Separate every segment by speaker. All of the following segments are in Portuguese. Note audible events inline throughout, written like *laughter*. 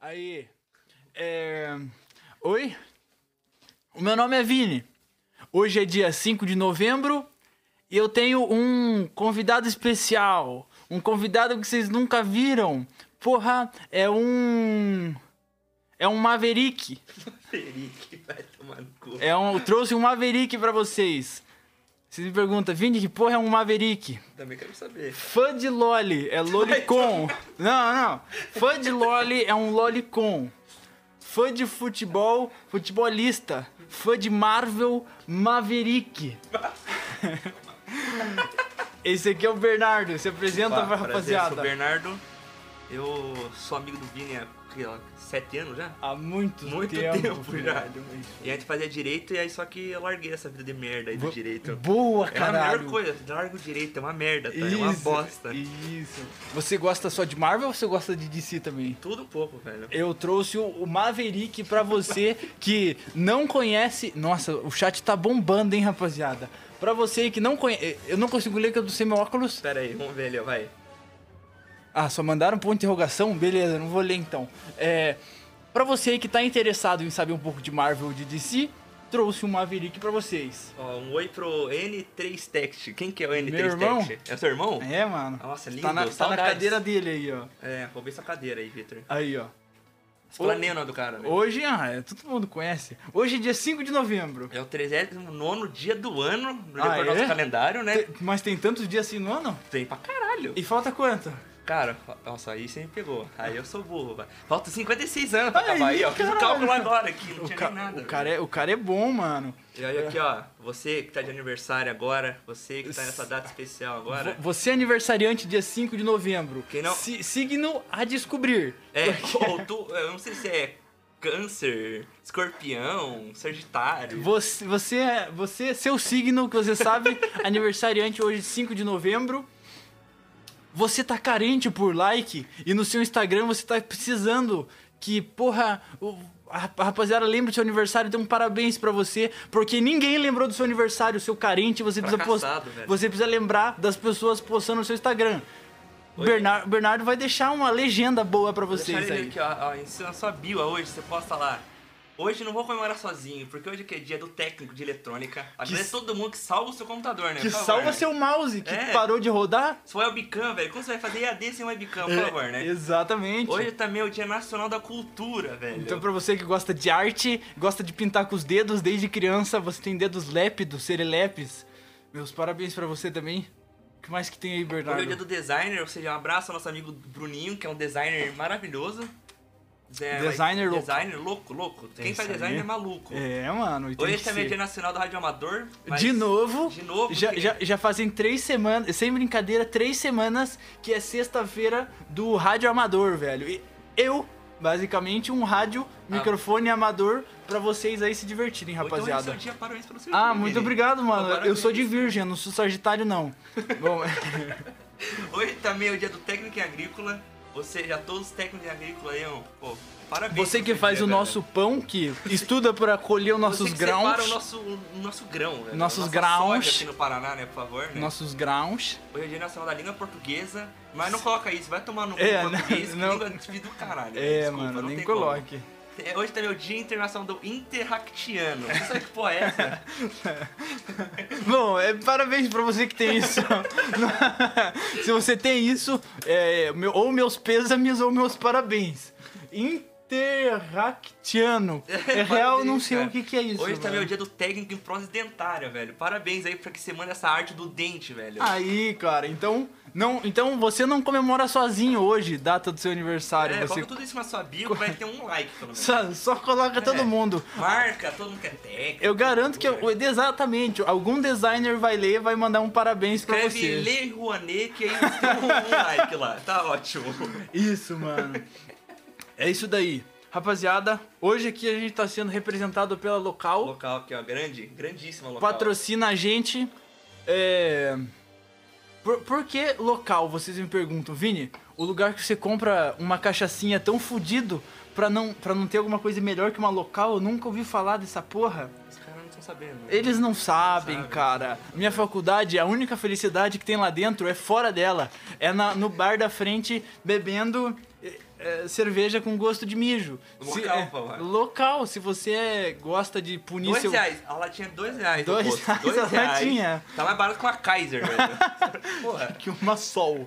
Speaker 1: Aí. É... Oi? O meu nome é Vini. Hoje é dia 5 de novembro e eu tenho um convidado especial. Um convidado que vocês nunca viram. Porra, é um. É um Maverick.
Speaker 2: Perique, vai tomar no cu.
Speaker 1: É um... Eu trouxe um Maverick pra vocês. Vocês me perguntam, Vini, que porra é um Maverick?
Speaker 2: Também quero saber.
Speaker 1: Fã de Loli é Lolicon. Não, não. Fã de Loli é um Lolicon. Fã de futebol, futebolista. Fã de Marvel, Maverick. Esse aqui é o Bernardo. Se apresenta
Speaker 2: Opa,
Speaker 1: pra
Speaker 2: prazer, Eu sou o
Speaker 1: rapaziada.
Speaker 2: Bernardo. Eu sou amigo do Vini há que, ó, sete anos já.
Speaker 1: Há muito,
Speaker 2: Muito
Speaker 1: tempo,
Speaker 2: tempo já. um
Speaker 1: Bernardo, muito.
Speaker 2: E a gente fazia direito, e aí só que eu larguei essa vida de merda aí do direito.
Speaker 1: Boa,
Speaker 2: É a melhor
Speaker 1: caralho.
Speaker 2: coisa, larga o direito, é uma merda, tá? é uma bosta.
Speaker 1: Isso. Você gosta só de Marvel ou você gosta de DC também?
Speaker 2: Tudo um pouco, velho.
Speaker 1: Eu trouxe o- o Maverick pra você que não conhece. Nossa, o chat tá bombando, hein, rapaziada? Pra você que não conhece. Eu não consigo ler que eu sem meu óculos.
Speaker 2: Pera aí, vamos ver ali, ó, vai.
Speaker 1: Ah, só mandaram ponto de interrogação? Beleza, não vou ler então. É. Pra você que tá interessado em saber um pouco de Marvel ou de DC, trouxe o Maverick pra vocês.
Speaker 2: Ó, um oi pro N3 Text. Quem que é o N3
Speaker 1: Meu irmão?
Speaker 2: Text? É seu irmão?
Speaker 1: É, mano.
Speaker 2: Nossa, lindo,
Speaker 1: Tá na, tá na
Speaker 2: saudades.
Speaker 1: cadeira dele aí, ó.
Speaker 2: É, roubei sua cadeira aí, Victor.
Speaker 1: Aí, ó.
Speaker 2: Explanei o nome do cara, velho.
Speaker 1: Hoje, ah, é, todo mundo conhece. Hoje é dia 5 de novembro.
Speaker 2: É o 309 dia do ano, no
Speaker 1: Ah,
Speaker 2: ah,
Speaker 1: é?
Speaker 2: nosso calendário, né?
Speaker 1: Te- Mas tem tantos dias assim no ano?
Speaker 2: Tem pra caralho.
Speaker 1: E falta quanto?
Speaker 2: Cara, fa- nossa, aí você me pegou. Aí eu sou burro, vai. Falta 56 anos pra
Speaker 1: Ai,
Speaker 2: acabar aí, ó. Fiz o
Speaker 1: caralho.
Speaker 2: cálculo agora aqui, não
Speaker 1: O,
Speaker 2: tinha
Speaker 1: ca-
Speaker 2: nem nada. né?
Speaker 1: o cara é, o cara é bom, mano.
Speaker 2: E aí aqui, ó, você que tá de aniversário agora, você que tá nessa data especial agora.
Speaker 1: Vo- Você é aniversariante dia 5 de novembro.
Speaker 2: Quem não-
Speaker 1: Si- signo a descobrir.
Speaker 2: É,
Speaker 1: *laughs*
Speaker 2: ou tu, eu não sei se é câncer, escorpião, sagitário.
Speaker 1: Você, você, é- você, seu signo que você
Speaker 2: *laughs*
Speaker 1: sabe, aniversariante hoje 5 de novembro. Você tá carente por like e no seu Instagram você tá precisando que, porra, o- a rap- a rapaziada lembra do seu aniversário, tem um parabéns pra você, porque ninguém lembrou do seu aniversário, seu carente, você precisa pos-
Speaker 2: Fracassado, velho.
Speaker 1: você precisa lembrar das pessoas postando no seu Instagram.
Speaker 2: Oi?
Speaker 1: Bernar- Bernardo vai deixar uma legenda boa pra
Speaker 2: Vou deixar
Speaker 1: vocês
Speaker 2: ele
Speaker 1: aí.
Speaker 2: aqui, ó, ó, em sua- na sua bio hoje, você posta lá. Hoje não vou comemorar sozinho, porque hoje que é dia do técnico de eletrônica. Agradeço todo mundo que salva o seu computador, né?
Speaker 1: Que
Speaker 2: Por favor,
Speaker 1: salva
Speaker 2: né?
Speaker 1: seu mouse que
Speaker 2: É.
Speaker 1: parou de rodar.
Speaker 2: Sua webcam, velho. Como você vai fazer EAD sem webcam, por favor, né?
Speaker 1: É, Exatamente.
Speaker 2: Hoje também é o Dia Nacional da Cultura, velho.
Speaker 1: Então, pra você que gosta de arte, gosta de pintar com os dedos desde criança, você tem dedos lépidos, serelepes. Meus parabéns pra você também. O que mais que tem aí,
Speaker 2: Hoje é
Speaker 1: Bernardo?
Speaker 2: o dia do designer, ou seja, um abraço ao nosso amigo Bruninho, que é um designer maravilhoso. Zé-
Speaker 1: Designer louco.
Speaker 2: Designer louco, louco. Quem
Speaker 1: isso
Speaker 2: faz design
Speaker 1: aí.
Speaker 2: é maluco.
Speaker 1: É, mano. e tem
Speaker 2: Hoje
Speaker 1: que
Speaker 2: também é
Speaker 1: ser.
Speaker 2: Dia Nacional do Radioamador. mas-
Speaker 1: De novo,
Speaker 2: De novo,
Speaker 1: já,
Speaker 2: que-
Speaker 1: já, já fazem três semanas, sem brincadeira, três semanas que é sexta-feira do rádio amador, velho. E eu, basicamente, um rádio, microfone amador pra vocês aí se divertirem,
Speaker 2: Ou Ah. então hoje é
Speaker 1: rapaziada.
Speaker 2: seu dia, parabéns pelo seu
Speaker 1: Ah,
Speaker 2: dia,
Speaker 1: muito
Speaker 2: Vini.
Speaker 1: obrigado, mano.
Speaker 2: Então,
Speaker 1: Eu sou de
Speaker 2: parabéns.
Speaker 1: virgem, eu não sou sagitário, não.
Speaker 2: *laughs*
Speaker 1: Bom, *laughs*
Speaker 2: Hoje também é o dia do técnico em agrícola. Ou seja, todos os técnicos em agrícola aí, ó, pô, parabéns.
Speaker 1: você que
Speaker 2: pelo
Speaker 1: faz
Speaker 2: dia,
Speaker 1: o
Speaker 2: velho.
Speaker 1: nosso pão, que estuda pra colher os
Speaker 2: Você
Speaker 1: nossos
Speaker 2: que separa
Speaker 1: grãos.
Speaker 2: o nosso, o nosso grão, velho.
Speaker 1: Nossos
Speaker 2: Nossa
Speaker 1: grãos.
Speaker 2: soja aqui no Paraná, né, por favor, né?
Speaker 1: Nossos grãos.
Speaker 2: Hoje é dia nacional da língua portuguesa, mas não coloca isso, vai tomar no cu
Speaker 1: É,
Speaker 2: português,
Speaker 1: não-
Speaker 2: que língua de do caralho. né?
Speaker 1: É,
Speaker 2: desculpa,
Speaker 1: mano,
Speaker 2: não
Speaker 1: nem
Speaker 2: tem
Speaker 1: coloque.
Speaker 2: como. É, Hoje também é o dia internacional do interractiano. Você sabe que porra é essa?
Speaker 1: Bom, é, parabéns pra você que tem isso. *laughs* Se você tem isso, é, meu- ou meus pêsames ou meus parabéns.
Speaker 2: *laughs*
Speaker 1: Interactiano. É real, eu não
Speaker 2: Parabéns,
Speaker 1: sei
Speaker 2: cara.
Speaker 1: o que, que é isso.
Speaker 2: Hoje também é o
Speaker 1: mano.
Speaker 2: dia do técnico em prótese dentária, velho. Parabéns aí pra que você manda essa arte do dente, velho.
Speaker 1: Aí, cara, então, não, então você não comemora sozinho hoje, data do seu aniversário.
Speaker 2: é,
Speaker 1: você
Speaker 2: coloca tudo isso na sua bio que vai ter um like, pelo menos.
Speaker 1: só, só coloca todo
Speaker 2: É.
Speaker 1: mundo.
Speaker 2: Marca, todo mundo que é técnico.
Speaker 1: Eu garanto que eu- exatamente, algum designer vai ler e vai mandar um parabéns pra
Speaker 2: Escreve
Speaker 1: você.
Speaker 2: Lei Rouanet, que aí tem um um like lá. Tá ótimo. *laughs*
Speaker 1: Isso, mano. é isso daí. Rapaziada, hoje aqui a gente tá sendo representado pela
Speaker 2: O
Speaker 1: Local.
Speaker 2: local aqui, ó, grande, grandíssima local.
Speaker 1: Patrocina a gente. É... Por, por que local, vocês me perguntam? Vini, o lugar que você compra uma cachaçinha tão fudido pra não, pra não ter alguma coisa melhor que uma local? Eu nunca ouvi falar dessa porra.
Speaker 2: Os caras não estão sabendo. né?
Speaker 1: Eles não sabem,
Speaker 2: Sabe.
Speaker 1: cara. Minha faculdade, a única felicidade que tem lá dentro é fora dela. É na- no bar da frente, bebendo. é, cerveja com gosto de mijo. Se-
Speaker 2: Local,
Speaker 1: é,
Speaker 2: por favor.
Speaker 1: local, se você é- gosta de punir
Speaker 2: Dois
Speaker 1: seu.
Speaker 2: reais. A latinha é dois reais.
Speaker 1: Dois
Speaker 2: ô, posto.
Speaker 1: reais
Speaker 2: Dois
Speaker 1: a
Speaker 2: reais.
Speaker 1: latinha.
Speaker 2: Tá mais barato que uma
Speaker 1: *laughs*
Speaker 2: Kaiser, velho. Porra.
Speaker 1: que uma
Speaker 2: *laughs*
Speaker 1: sol.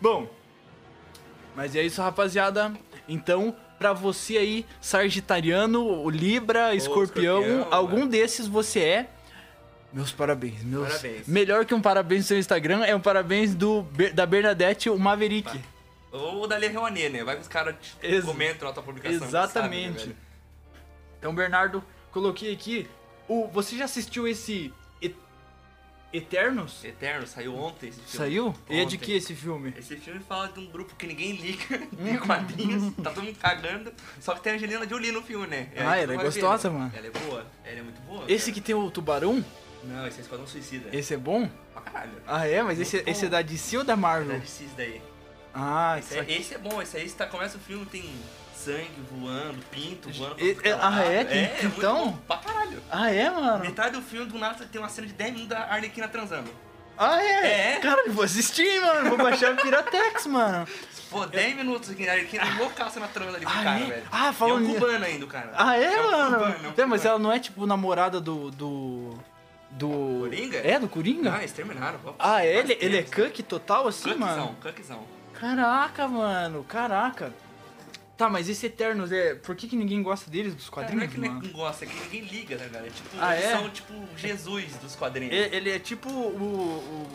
Speaker 1: Bom, mas é isso, rapaziada. Então, pra você aí, Sargitariano, o Libra, Escorpião,
Speaker 2: escorpião, né?
Speaker 1: algum
Speaker 2: mano.
Speaker 1: desses você é. Meus parabéns, meus.
Speaker 2: Parabéns.
Speaker 1: Melhor que um parabéns do seu Instagram é um parabéns do Ber- da Bernadette, o Maverick.
Speaker 2: Ou da Lê Reonê, né? Vai que os caras te
Speaker 1: Ex-
Speaker 2: comentam na tua publicação. que
Speaker 1: Exatamente.
Speaker 2: sabe, né,
Speaker 1: então, Bernardo, coloquei aqui. O, você já assistiu esse E- Eternos?
Speaker 2: velho? Eterno, saiu ontem esse filme.
Speaker 1: Saiu? E é de
Speaker 2: Ontem.
Speaker 1: que esse filme?
Speaker 2: Esse filme fala de um grupo que ninguém liga, *laughs* tem quadrinhos, tá todo mundo cagando. Só que tem a Angelina Jolie no filme, né? E aí
Speaker 1: Hum. Ah,
Speaker 2: tu
Speaker 1: ela é
Speaker 2: vai ver,
Speaker 1: gostosa,
Speaker 2: né?
Speaker 1: mano.
Speaker 2: Ela é boa, ela é muito boa.
Speaker 1: Esse que
Speaker 2: cara.
Speaker 1: tem o tubarão?
Speaker 2: Não, esse é Esquadrão Suicida.
Speaker 1: Esse é bom?
Speaker 2: Pra caralho.
Speaker 1: Ah, é? Mas esse,
Speaker 2: Muito
Speaker 1: esse é
Speaker 2: bom.
Speaker 1: da DC ou da Marvel?
Speaker 2: Esse é daí.
Speaker 1: Ah,
Speaker 2: Esse
Speaker 1: isso
Speaker 2: é,
Speaker 1: aqui.
Speaker 2: esse é bom, esse aí está, começa o filme, tem sangue voando, pinto voando. pra
Speaker 1: E-
Speaker 2: tudo que
Speaker 1: é- ah,
Speaker 2: lado.
Speaker 1: é?
Speaker 2: É, é muito
Speaker 1: Então?
Speaker 2: bom, pra caralho.
Speaker 1: Ah, é, mano?
Speaker 2: Metade do filme, do nada, tem uma cena de 10 minutos da Arlequina transando.
Speaker 1: Ah, é?
Speaker 2: É?
Speaker 1: Cara, eu vou assistir, mano. Vou baixar o Piratex, mano.
Speaker 2: Pô, 10 minutos aqui, a Arlequina loucaça na transa ali com
Speaker 1: Ah,
Speaker 2: o cara,
Speaker 1: é?
Speaker 2: velho.
Speaker 1: Ah,
Speaker 2: e é
Speaker 1: falando
Speaker 2: um
Speaker 1: nisso.
Speaker 2: cubano ainda, o cara.
Speaker 1: Ah, é,
Speaker 2: um
Speaker 1: mano?
Speaker 2: cubano, é um
Speaker 1: É, mas
Speaker 2: cubano.
Speaker 1: ela não é, tipo, namorada do... Do... Do...
Speaker 2: Coringa?
Speaker 1: É, do Coringa?
Speaker 2: Não, Ah, eles terminaram. pô.
Speaker 1: Ah, é?
Speaker 2: Faz
Speaker 1: Ele, ele é
Speaker 2: tempo.
Speaker 1: cuck total, assim, mano?
Speaker 2: Cuckzão, cuckzão.
Speaker 1: Caraca, mano. Caraca. Tá, mas esse Eternos é... Por que, que ninguém gosta deles, dos
Speaker 2: Cara, não é
Speaker 1: quadrinhos,
Speaker 2: que não é
Speaker 1: mano?
Speaker 2: que não gosta, é que ninguém liga, né, galera? Tipo,
Speaker 1: Ah,
Speaker 2: eles
Speaker 1: é?
Speaker 2: são tipo Jesus dos quadrinhos.
Speaker 1: É- Ele é tipo o, o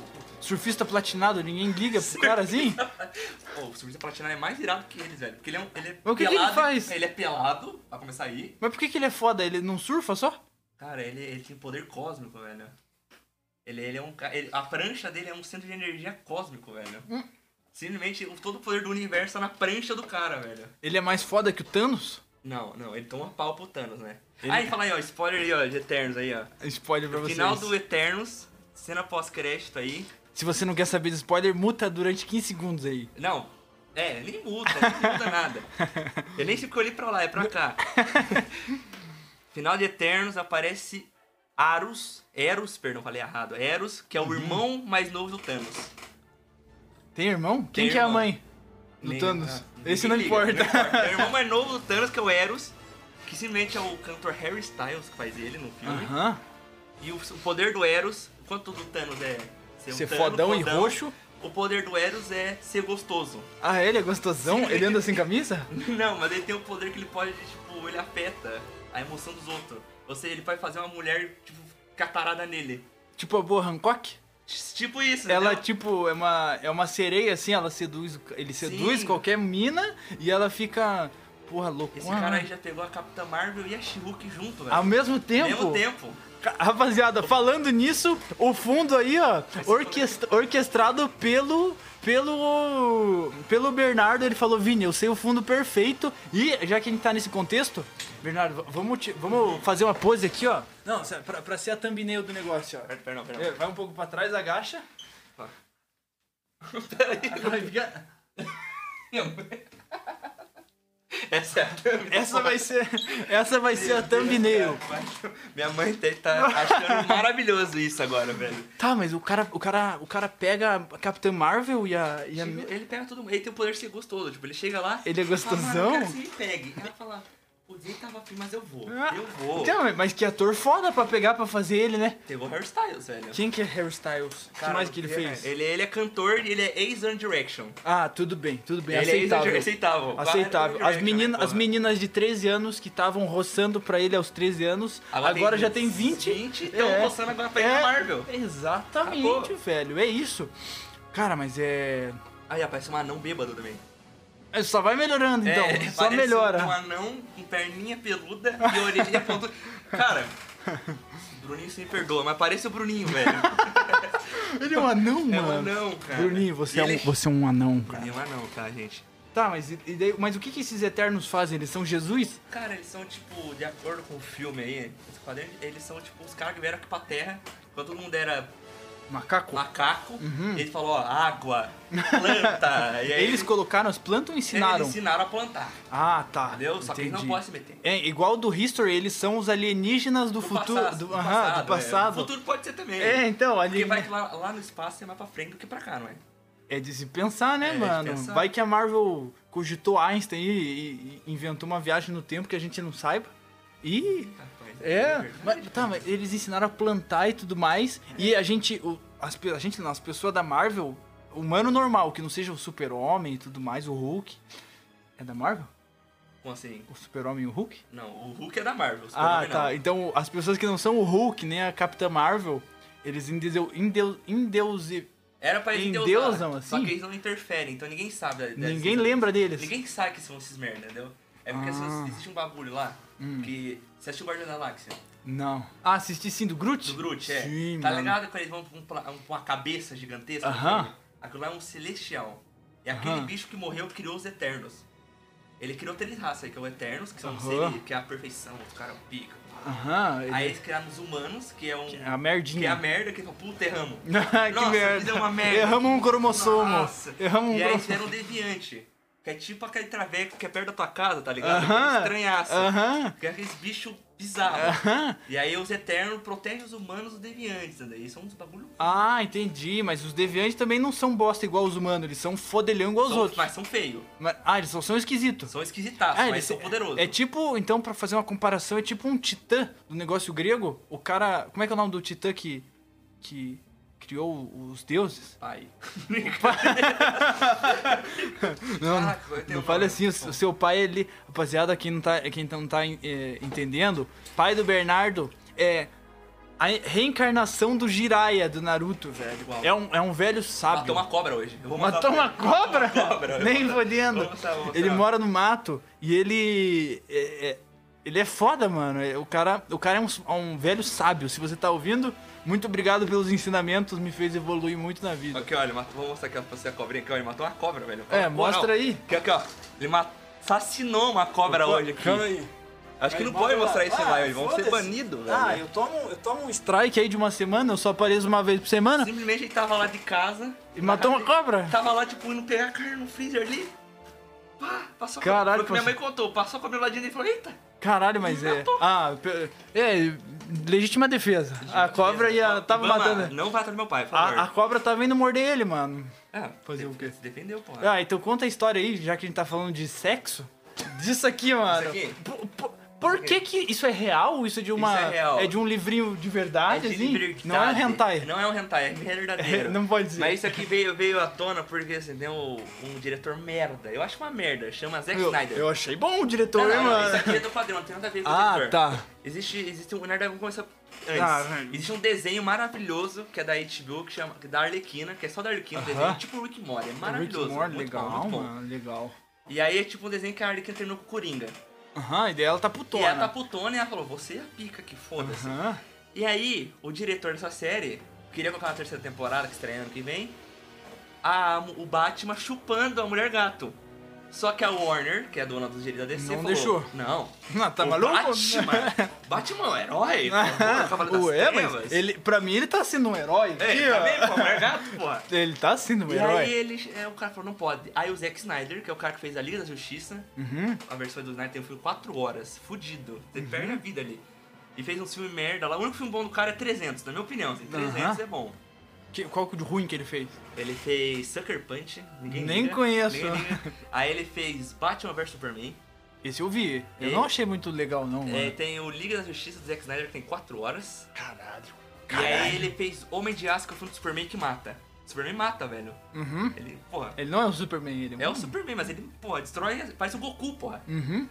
Speaker 1: surfista platinado, ninguém liga pro cara assim?
Speaker 2: Pô, o Surfista Platinado é mais irado que eles, velho. Porque ele é, um- ele é
Speaker 1: Mas o que que ele
Speaker 2: pelado.
Speaker 1: faz?
Speaker 2: Ele é pelado, pra começar aí.
Speaker 1: Mas por que, que ele é foda? Ele não surfa só?
Speaker 2: Cara, ele, ele tem poder cósmico, velho. Ele, ele é um ca- ele- A prancha dele é um centro de energia cósmico, velho.
Speaker 1: Hum.
Speaker 2: Simplesmente o- todo o poder do universo tá na prancha do cara, velho.
Speaker 1: Ele é mais foda que o Thanos?
Speaker 2: Não, não, ele toma pau pro Thanos, né?
Speaker 1: Ele-
Speaker 2: Aí fala aí, ó, spoiler aí, ó, de Eternos aí, ó.
Speaker 1: Spoiler pra vocês.
Speaker 2: Final do Eternos, cena pós-crédito aí.
Speaker 1: Se você não quer saber de spoiler, muta durante 15 segundos aí.
Speaker 2: Não, é, nem muda, nem
Speaker 1: *laughs*
Speaker 2: muda nada. Eu nem escolhi pra lá, é pra cá. Final de Eternos aparece Arus, Eros, perdão, falei errado, Eros, que é o
Speaker 1: Uhum.
Speaker 2: irmão mais novo do Thanos.
Speaker 1: Tem irmão? Quem
Speaker 2: Tem
Speaker 1: que é a
Speaker 2: irmão.
Speaker 1: mãe? Do
Speaker 2: Nem-
Speaker 1: Thanos.
Speaker 2: ah,
Speaker 1: Esse
Speaker 2: ninguém
Speaker 1: não
Speaker 2: liga,
Speaker 1: importa.
Speaker 2: É o irmão mais novo do Thanos, que é o Eros, que simplesmente é o cantor Harry Styles que faz ele no filme.
Speaker 1: Aham.
Speaker 2: E o, o poder do Eros, quanto do Thanos é ser, um
Speaker 1: Ser
Speaker 2: Thanos
Speaker 1: fodão e roxo.
Speaker 2: o poder do Eros é ser gostoso.
Speaker 1: Ah, ele é gostosão? Ele anda sem camisa? *laughs*
Speaker 2: *laughs* Não, mas ele tem um poder que ele pode, tipo, ele afeta a emoção dos outros. Ou seja, ele vai fazer uma mulher, tipo, ficar parada nele.
Speaker 1: Tipo a boa Hancock?
Speaker 2: Tipo isso,
Speaker 1: Ela,
Speaker 2: entendeu?
Speaker 1: tipo, é uma, é uma sereia, assim, ela seduz... o ca- Ele seduz
Speaker 2: Sim.
Speaker 1: qualquer mina e ela fica... Porra, louco.
Speaker 2: Esse cara aí já pegou a Capitã Marvel e a She-Hulk junto, velho.
Speaker 1: Ao mesmo
Speaker 2: Ao
Speaker 1: tempo?
Speaker 2: mesmo tempo.
Speaker 1: Ca- Rapaziada, falando nisso, o fundo aí, ó, orquest- orquestrado pelo pelo pelo Bernardo, ele falou, Vini, eu sei o fundo perfeito. E já que a gente tá nesse contexto, Bernardo, v- vamos ti- vamos fazer uma pose aqui, ó. Não, sé- pra, pra ser a thumbnail do negócio, ó.
Speaker 2: Perdão, perdão,
Speaker 1: É,
Speaker 2: perdão.
Speaker 1: Vai um pouco pra trás, agacha. Vai ficar-
Speaker 2: *laughs* Essa é a thumb.
Speaker 1: Essa vai ser essa vai ser a thumbnail.
Speaker 2: Minha mãe tá- tá achando maravilhoso isso agora, velho.
Speaker 1: Tá, mas o cara o cara o cara pega a Capitã Marvel e a, e a-
Speaker 2: Chega- Ele pega todo mundo. Ele tem o poder de ser gostoso. Tipo, ele chega lá.
Speaker 1: Ele é
Speaker 2: Fala,
Speaker 1: gostosão?
Speaker 2: "Mano, eu quero que você me pegue. Ela fala, o Jay tava afim, mas eu vou. Eu vou.
Speaker 1: Então, mas que ator foda pra pegar pra fazer ele, né?
Speaker 2: Pegou Harry Styles, velho.
Speaker 1: Quem que é Hairstyles? O que mais que ele fez?
Speaker 2: Ele, ele é cantor e ele é ex on Direction.
Speaker 1: Ah, tudo bem, tudo bem.
Speaker 2: Ele
Speaker 1: aceitável.
Speaker 2: é ex aceitável.
Speaker 1: Aceitável.
Speaker 2: Vai,
Speaker 1: As,
Speaker 2: One
Speaker 1: menina-
Speaker 2: Direction,
Speaker 1: as
Speaker 2: né,
Speaker 1: meninas de 13 anos que estavam roçando pra ele aos 13 anos, agora, já tem 20.
Speaker 2: 20 então
Speaker 1: É.
Speaker 2: roçando agora pra ir na
Speaker 1: É.
Speaker 2: Marvel.
Speaker 1: Exatamente,
Speaker 2: Acabou.
Speaker 1: velho. É isso. Cara, mas é.
Speaker 2: Aí aparece um anão bêbado também.
Speaker 1: é, Só vai melhorando, então.
Speaker 2: *laughs* É,
Speaker 1: Só
Speaker 2: parece
Speaker 1: melhora.
Speaker 2: Um anão com perninha peluda e a orelhinha *laughs* pontuda. Cara, Bruninho se me perdoa, mas parece o Bruninho, velho.
Speaker 1: *laughs* Ele é um anão,
Speaker 2: É um
Speaker 1: mano.
Speaker 2: anão, cara.
Speaker 1: Bruninho, você
Speaker 2: E
Speaker 1: é, um,
Speaker 2: ele-
Speaker 1: você é um anão, cara.
Speaker 2: Bruninho é um anão, tá, gente?
Speaker 1: Tá, mas, e- e daí- mas o que, que esses eternos fazem? Eles são Jesus?
Speaker 2: Cara, eles são tipo, de acordo com o filme aí, esse quadrinho, eles são tipo os caras que vieram aqui pra terra quando todo mundo era
Speaker 1: Macaco?
Speaker 2: Ah, macaco, ele falou, ó, água,
Speaker 1: *laughs*
Speaker 2: planta.
Speaker 1: Uhum.
Speaker 2: e aí É,
Speaker 1: Eles colocaram as plantas ou ensinaram?
Speaker 2: Eles ensinaram a plantar,
Speaker 1: Ah, tá.
Speaker 2: entendeu? Só que eles não
Speaker 1: Entendi.
Speaker 2: podem se meter.
Speaker 1: É, igual do History, eles são os alienígenas do,
Speaker 2: No
Speaker 1: futuro.
Speaker 2: passado,
Speaker 1: do,
Speaker 2: no
Speaker 1: aham, do
Speaker 2: é.
Speaker 1: passado.
Speaker 2: No futuro pode ser também.
Speaker 1: É, então, ali.
Speaker 2: Porque vai que lá, lá no espaço é mais pra frente do que pra cá, não é?
Speaker 1: É de se pensar, né,
Speaker 2: É de
Speaker 1: mano?
Speaker 2: pensar.
Speaker 1: Vai que a Marvel cogitou Einstein e, e- e inventou uma viagem no tempo que a gente não saiba. Ih,
Speaker 2: Rapaz,
Speaker 1: é.
Speaker 2: verdade,
Speaker 1: Mas, tá,
Speaker 2: cara.
Speaker 1: mas eles ensinaram a plantar e tudo mais. E a gente, o- as, pe- a gente, não, as pessoas da Marvel, humano normal, que não seja o Super-Homem e tudo mais, o Hulk. É da Marvel?
Speaker 2: Como assim?
Speaker 1: O Super-Homem e o Hulk?
Speaker 2: Não, o Hulk é da Marvel. o
Speaker 1: Ah,
Speaker 2: Superman não.
Speaker 1: tá. Então, as pessoas que não são o Hulk, nem a Capitã Marvel, eles endeu, endeu, endeusi-
Speaker 2: Era pra ele
Speaker 1: Em
Speaker 2: ter
Speaker 1: Deus,
Speaker 2: usado,
Speaker 1: não,
Speaker 2: Só
Speaker 1: assim?
Speaker 2: que eles não interferem, então ninguém sabe. da- da
Speaker 1: Ninguém
Speaker 2: existência
Speaker 1: lembra deles.
Speaker 2: deles. Ninguém sabe que são esses merda, entendeu? É porque
Speaker 1: Ah. Hum.
Speaker 2: assim, existe um bagulho lá que. Você assistiu Guardiões da Galáxia?
Speaker 1: Não. Ah, assisti sim, do Groot?
Speaker 2: Do Groot, é.
Speaker 1: Sim,
Speaker 2: tá
Speaker 1: mano.
Speaker 2: ligado quando eles vão pra, um pla- um- pra uma cabeça gigantesca?
Speaker 1: Aham.
Speaker 2: assim? Aquilo lá é um celestial. É aquele
Speaker 1: Aham.
Speaker 2: bicho que morreu criou os Eternos. Ele criou três raças aí, que é o Eternos, que são
Speaker 1: Aham.
Speaker 2: seres que é a perfeição, os caras pica.
Speaker 1: Aham. ele-
Speaker 2: Aí eles criaram os humanos, que é um.
Speaker 1: A
Speaker 2: Que é a
Speaker 1: merdinha.
Speaker 2: merda, que é puta, erramos.
Speaker 1: Hum. *laughs* Ah, que
Speaker 2: Nossa,
Speaker 1: merda.
Speaker 2: fizemos uma merda.
Speaker 1: Erramos um cromossomo.
Speaker 2: Nossa.
Speaker 1: Erramos um
Speaker 2: E aí
Speaker 1: cromossomo.
Speaker 2: fizeram um deviante. Que é tipo aquele traveco que é perto da tua casa, tá ligado?
Speaker 1: Aham.
Speaker 2: Estranhaço.
Speaker 1: Aham.
Speaker 2: Que é aqueles bichos bizarros.
Speaker 1: Aham.
Speaker 2: E aí os Eternos protegem os humanos dos deviantes, né? Isso é um bagulho.
Speaker 1: Ah, entendi. Mas os deviantes também não são bosta igual os humanos. Eles são fodelhão igual os
Speaker 2: São,
Speaker 1: outros.
Speaker 2: mas são feios.
Speaker 1: Mas- ah, eles só são esquisitos.
Speaker 2: São esquisitaços,
Speaker 1: Ah,
Speaker 2: mas são
Speaker 1: é-
Speaker 2: poderosos.
Speaker 1: É, tipo, então, pra fazer uma comparação, é tipo um titã do negócio grego. O cara. Como é que é o nome do titã que. que criou os deuses? *laughs*
Speaker 2: Pai.
Speaker 1: Não,
Speaker 2: Caraca, eu tenho
Speaker 1: não
Speaker 2: um
Speaker 1: fale
Speaker 2: nome.
Speaker 1: assim, o seu- seu pai, ele. Rapaziada, quem não tá, quem não tá eh, entendendo, pai do Bernardo é. A reencarnação do Jiraiya, do Naruto, velho.
Speaker 2: Uau.
Speaker 1: É um, é um velho sábio.
Speaker 2: Matou uma cobra hoje. Eu vou matar
Speaker 1: Matou uma cobra?
Speaker 2: Matou uma cobra.
Speaker 1: *laughs* Nem
Speaker 2: Eu-
Speaker 1: fodendo.
Speaker 2: Vou mostrar, vou mostrar.
Speaker 1: Ele mora no mato e ele. é- é- ele é foda, mano. É, O cara, o cara é um, um velho sábio. Se você tá ouvindo, muito obrigado pelos ensinamentos, me fez evoluir muito na vida.
Speaker 2: Aqui, olha, matou, vou mostrar aqui pra você a cobrinha. Aqui, ó, ele matou uma cobra, velho.
Speaker 1: É,
Speaker 2: Cobra-
Speaker 1: mostra
Speaker 2: Não.
Speaker 1: aí.
Speaker 2: Aqui, aqui, ó. Ele ma- assassinou uma cobra hoje aqui.
Speaker 3: Calma aí.
Speaker 2: Acho que
Speaker 3: Aí
Speaker 2: não pode
Speaker 1: é
Speaker 3: bora lá.
Speaker 2: mostrar isso
Speaker 3: Ah,
Speaker 2: lá, eles vão ser
Speaker 3: foda-se.
Speaker 2: banidos, velho.
Speaker 3: Ah, eu tomo, eu tomo um strike.
Speaker 1: Strike aí de uma semana, eu só apareço uma vez por semana
Speaker 2: Simplesmente ele tava lá de casa.
Speaker 1: e matou uma cobra.
Speaker 2: Tava lá, tipo, indo pegar carne no freezer ali. Pá, passou
Speaker 1: Caralho,
Speaker 2: foi o que minha
Speaker 1: passou-
Speaker 2: mãe contou. Passou com a melodia e falou, eita.
Speaker 1: Caralho, mas é. Ah, pe- é. Legítima defesa. a cobra ia. Tava
Speaker 2: Vamos lá,
Speaker 1: matando.
Speaker 2: Não vai atrás do meu pai, por favor.
Speaker 1: A, a cobra tava indo morder ele, mano.
Speaker 2: Ah,
Speaker 1: Fazer o quê?
Speaker 2: Se defendeu, pô.
Speaker 1: Ah, então conta a história aí, já que a gente tá falando de sexo. Disso aqui, mano.
Speaker 2: aqui?
Speaker 1: Por, por- por que que isso é real? Isso é de uma.
Speaker 2: Isso é real.
Speaker 1: de um livrinho de verdade,
Speaker 2: de
Speaker 1: assim?
Speaker 2: verdade.
Speaker 1: Não é um hentai.
Speaker 2: Não é um hentai, é
Speaker 1: *laughs*
Speaker 2: verdadeiro.
Speaker 1: Não pode ser.
Speaker 2: Mas isso aqui veio, veio à tona porque assim, tem um, um diretor merda. Eu acho uma merda, chama Zack
Speaker 1: eu,
Speaker 2: Snyder.
Speaker 1: eu achei bom o diretor,
Speaker 2: Não,
Speaker 1: hein,
Speaker 2: não, não,
Speaker 1: mano.
Speaker 2: isso aqui é do padrão, não tem nada a ver com o
Speaker 1: ah,
Speaker 2: diretor.
Speaker 1: tá.
Speaker 2: Existe, existe um. Na verdade, vamos começar antes.
Speaker 1: Ah, velho.
Speaker 2: existe um desenho maravilhoso que é da HBO, que chama que é da Arlequina, que é só da Arlequina, um
Speaker 1: Aham.
Speaker 2: desenho tipo Rick and Morty, é maravilhoso.
Speaker 1: Rick and Morty,
Speaker 2: muito
Speaker 1: legal,
Speaker 2: bom, muito bom.
Speaker 1: mano. Legal.
Speaker 2: E aí é tipo um desenho que a Arlequina terminou com o Coringa.
Speaker 1: Aham, e daí ela tá putona.
Speaker 2: E ela tá putona e ela falou: Você é a pica, que foda-se.
Speaker 1: Aham.
Speaker 2: E aí, o diretor dessa série queria colocar na terceira temporada, que estreia ano que vem, a, o Batman chupando a mulher gato. Só que a Warner, que é a dona dos direitos da DC,
Speaker 1: Não
Speaker 2: falou,
Speaker 1: deixou.
Speaker 2: Não.
Speaker 1: Não, *laughs* tá
Speaker 2: o
Speaker 1: maluco? *laughs*
Speaker 2: Batman. Batman é um herói. porra, Cavaleiro das
Speaker 1: Ué, mas
Speaker 2: Trevas.
Speaker 1: ele, pra mim ele tá sendo um herói.
Speaker 2: É,
Speaker 1: aqui,
Speaker 2: ele tá
Speaker 1: ó.
Speaker 2: bem, pô, a mulher gato, porra.
Speaker 1: Ele tá sendo um
Speaker 2: E
Speaker 1: herói.
Speaker 2: aí ele, é, o cara falou, não pode. Aí o Zack Snyder, que é o cara que fez a Liga da Justiça,
Speaker 1: Uhum.
Speaker 2: a versão do Snyder tem um filme 4 horas, fudido. Você perde a vida ali. E fez um filme merda lá. O único filme bom do cara é 300, na minha opinião. Assim, 300
Speaker 1: Aham.
Speaker 2: é bom.
Speaker 1: Que, qual que de ruim que ele fez?
Speaker 2: Ele fez Sucker Punch, ninguém
Speaker 1: Nem
Speaker 2: liga,
Speaker 1: conheço.
Speaker 2: ninguém liga. Aí ele fez Batman vs Superman.
Speaker 1: Esse eu vi. Eu
Speaker 2: Ele-
Speaker 1: não achei muito legal, não, mano.
Speaker 2: É, tem o Liga da Justiça do Zack Snyder, que tem 4 horas.
Speaker 1: Caralho.
Speaker 2: E aí ele fez Homem de Aço, que é o filme do Superman que mata. Superman mata, velho.
Speaker 1: Uhum.
Speaker 2: Ele, porra,
Speaker 1: Ele não é o Superman, ele
Speaker 2: é
Speaker 1: um-
Speaker 2: o Superman, mas ele, porra, destrói, parece o Goku, porra.
Speaker 1: Uhum.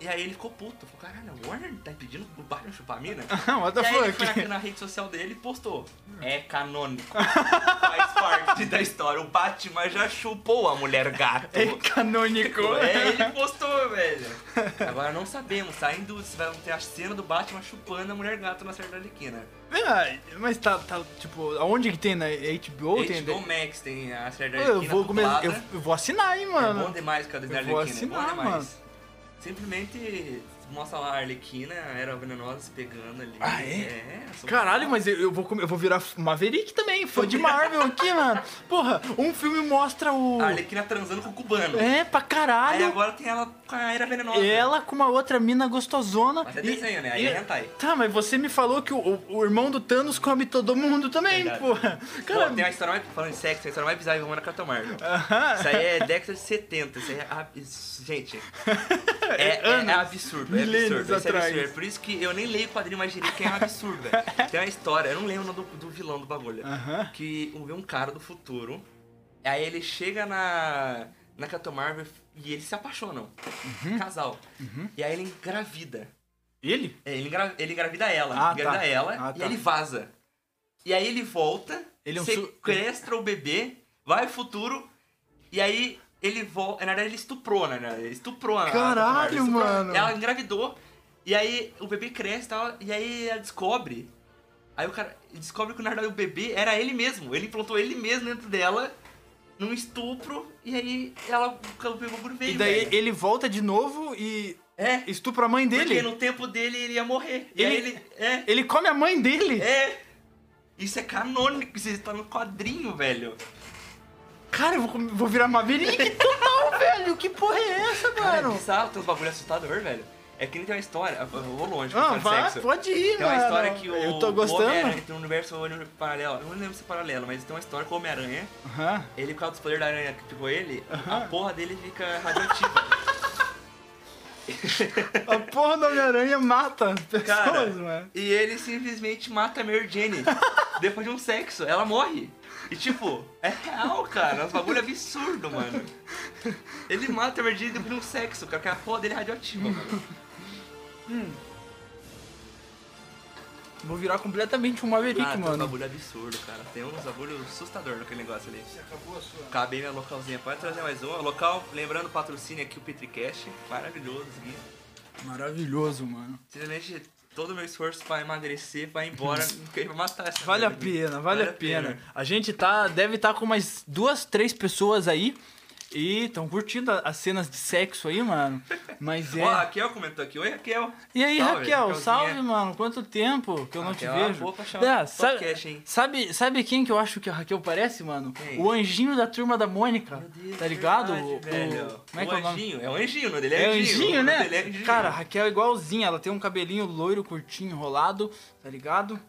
Speaker 2: E aí ele ficou puto, falou, caralho, o Warner tá impedindo o Batman chupar a
Speaker 1: *laughs*
Speaker 2: mina?
Speaker 1: *laughs* What
Speaker 2: E
Speaker 1: the
Speaker 2: aí ele foi
Speaker 1: fuck? *laughs*
Speaker 2: na, na rede social dele e postou. É canônico. Faz parte da história. O Batman já chupou a mulher gato.
Speaker 1: É canônico. *laughs*
Speaker 2: É, ele postou, velho. Agora não sabemos, tá? Em dúvida se vai ter a cena do Batman chupando a mulher gato na série da Arlequina.
Speaker 1: Ai, Mas tá, tá, tipo, aonde que tem na HBO? tem
Speaker 2: HBO Max tem a série da
Speaker 1: eu
Speaker 2: Arlequina
Speaker 1: vou começar.
Speaker 2: dublada.
Speaker 1: Eu, eu vou assinar, hein,
Speaker 2: É bom
Speaker 1: mano.
Speaker 2: demais cada da
Speaker 1: Eu vou
Speaker 2: Arlequina, é bom
Speaker 1: assinar,
Speaker 2: demais. Simplesmente mostra lá a Arlequina, a Era Venenosa se pegando ali.
Speaker 1: Ah, é?
Speaker 2: É, só-
Speaker 1: Caralho, mas eu, eu vou, come- eu vou virar Maverick também, fã de Marvel aqui, mano. Porra, um filme mostra o.
Speaker 2: A Arlequina transando com o cubano.
Speaker 1: É, pra
Speaker 2: Ah, Aí
Speaker 1: caralho.
Speaker 2: agora tem ela com a Era Venenosa.
Speaker 1: Ela com uma outra mina gostosona.
Speaker 2: Mas é
Speaker 1: E-
Speaker 2: desenho, né? Aí
Speaker 1: e-
Speaker 2: é hentai.
Speaker 1: Tá, mas você me falou que o, o- o irmão do Thanos come todo mundo também,
Speaker 2: Verdade.
Speaker 1: porra. Cara,
Speaker 2: Pô, tem uma história mais... Falando de sexo, tem uma história mais bizarra que eu vou na Capitão Marvel.
Speaker 1: aham.
Speaker 2: Isso aí é década de 70, isso aí é
Speaker 1: *laughs*
Speaker 2: abs... Gente, é, é- é
Speaker 1: anos,
Speaker 2: absurdo, é
Speaker 1: milênios
Speaker 2: absurdo, isso é
Speaker 1: atrás.
Speaker 2: absurdo. É Por isso que eu nem leio quadrinho mais direito, que é um
Speaker 1: *laughs*
Speaker 2: absurdo, velho. Tem uma história, eu não lembro o nome do, do vilão do bagulho.
Speaker 1: Aham.
Speaker 2: Que vê um cara do futuro, aí ele chega na, na Capitão Marvel e eles se apaixonam, casal. E aí ele engravida.
Speaker 1: Ele?
Speaker 2: É, Ele, engra- ele engravida ela,
Speaker 1: Ah,
Speaker 2: engravida
Speaker 1: tá.
Speaker 2: ela
Speaker 1: Ah,
Speaker 2: e
Speaker 1: tá.
Speaker 2: ele vaza. E aí ele volta,
Speaker 1: Ele é um su-
Speaker 2: sequestra o bebê, vai ao futuro, e aí ele volta. Na verdade, ele estuprou, né? né? Ele estuprou a- a
Speaker 1: Caralho,
Speaker 2: Marvel, estuprou.
Speaker 1: mano.
Speaker 2: Ela engravidou, e aí o bebê cresce e tal, e aí ela descobre. Aí o cara descobre que na verdade o bebê era ele mesmo. Ele implantou ele mesmo dentro dela, num estupro, e aí ela o bagulho veio.
Speaker 1: E daí
Speaker 2: velho.
Speaker 1: ele volta de novo e
Speaker 2: É.
Speaker 1: estupra a mãe
Speaker 2: Porque
Speaker 1: dele.
Speaker 2: no tempo dele ele ia morrer. E aí
Speaker 1: Ele-
Speaker 2: ele. É.
Speaker 1: Ele come a mãe dele?
Speaker 2: É! Isso é canônico, isso tá no quadrinho, velho.
Speaker 1: Cara, eu vou, com- vou virar Maverick total, *laughs* velho. Que porra é essa,
Speaker 2: Cara, é
Speaker 1: mano?
Speaker 2: bizarro, tem uns bagulho assustador, velho. É que nem tem uma história, eu vou longe,
Speaker 1: Ah,
Speaker 2: com
Speaker 1: vai,
Speaker 2: sexo.
Speaker 1: pode ir,
Speaker 2: Tem
Speaker 1: mano.
Speaker 2: uma história que o
Speaker 1: Eu tô
Speaker 2: o Homem-Aranha
Speaker 1: gostando.
Speaker 2: tem um universo olho paralelo. Eu não lembro se é paralelo, mas tem uma história com o Homem-Aranha.
Speaker 1: Aham.
Speaker 2: Ele, por causa dos poderes da aranha que pegou ele,
Speaker 1: Aham.
Speaker 2: a porra dele fica radioativa.
Speaker 1: A porra do Homem-Aranha mata as pessoas,
Speaker 2: Cara,
Speaker 1: mano.
Speaker 2: e ele simplesmente mata a
Speaker 1: *laughs*
Speaker 2: Mary Jane depois de um sexo. Ela morre. E tipo, é real, cara. É um bagulho absurdo, mano. Ele mata a Mary Jane depois de um sexo, cara, que a porra dele é radioativa, mano.
Speaker 1: Vou virar completamente um Maverick,
Speaker 2: Ah, tem um
Speaker 1: mano.
Speaker 2: bagulho absurdo, cara. Tem uns bagulho assustador naquele negócio ali.
Speaker 3: Acabou a sua.
Speaker 2: Acabei minha localzinha. Pode trazer mais uma. Local, lembrando, patrocínio aqui o Petricast. Maravilhoso, Gui.
Speaker 1: Maravilhoso, mano.
Speaker 2: Simplesmente todo o meu esforço pra emagrecer, vai
Speaker 1: *laughs*
Speaker 2: embora, porque vai matar essa
Speaker 1: Vale a
Speaker 2: merda.
Speaker 1: pena, vale, a pena. A gente tá, deve estar com umas duas, três pessoas aí e estão curtindo a- as cenas de sexo aí, mano.
Speaker 2: *laughs*
Speaker 1: Mas
Speaker 2: Ó, a
Speaker 1: é.
Speaker 2: Raquel comentou aqui. Oi, Raquel.
Speaker 1: E aí,
Speaker 2: Salve,
Speaker 1: Raquel,
Speaker 2: Raquelzinha.
Speaker 1: salve, mano. Quanto tempo que eu não te
Speaker 2: Raquel é uma
Speaker 1: vejo.
Speaker 2: boa pra chamar
Speaker 1: É,
Speaker 2: pro podcast,
Speaker 1: sabe,
Speaker 2: hein?
Speaker 1: sabe, sabe quem que eu acho que a Raquel parece, mano?
Speaker 2: Quem?
Speaker 1: O anjinho da turma da Mônica. tá ligado?
Speaker 2: Verdade,
Speaker 1: O- o-
Speaker 2: velho.
Speaker 1: como é que é o nome?
Speaker 2: anjinho. É o anjinho, né? Ele é,
Speaker 1: É anjinho,
Speaker 2: O nome
Speaker 1: né?
Speaker 2: dele é anjinho.
Speaker 1: Cara, a Raquel é igualzinha. Ela tem um cabelinho loiro, curtinho, enrolado, tá ligado?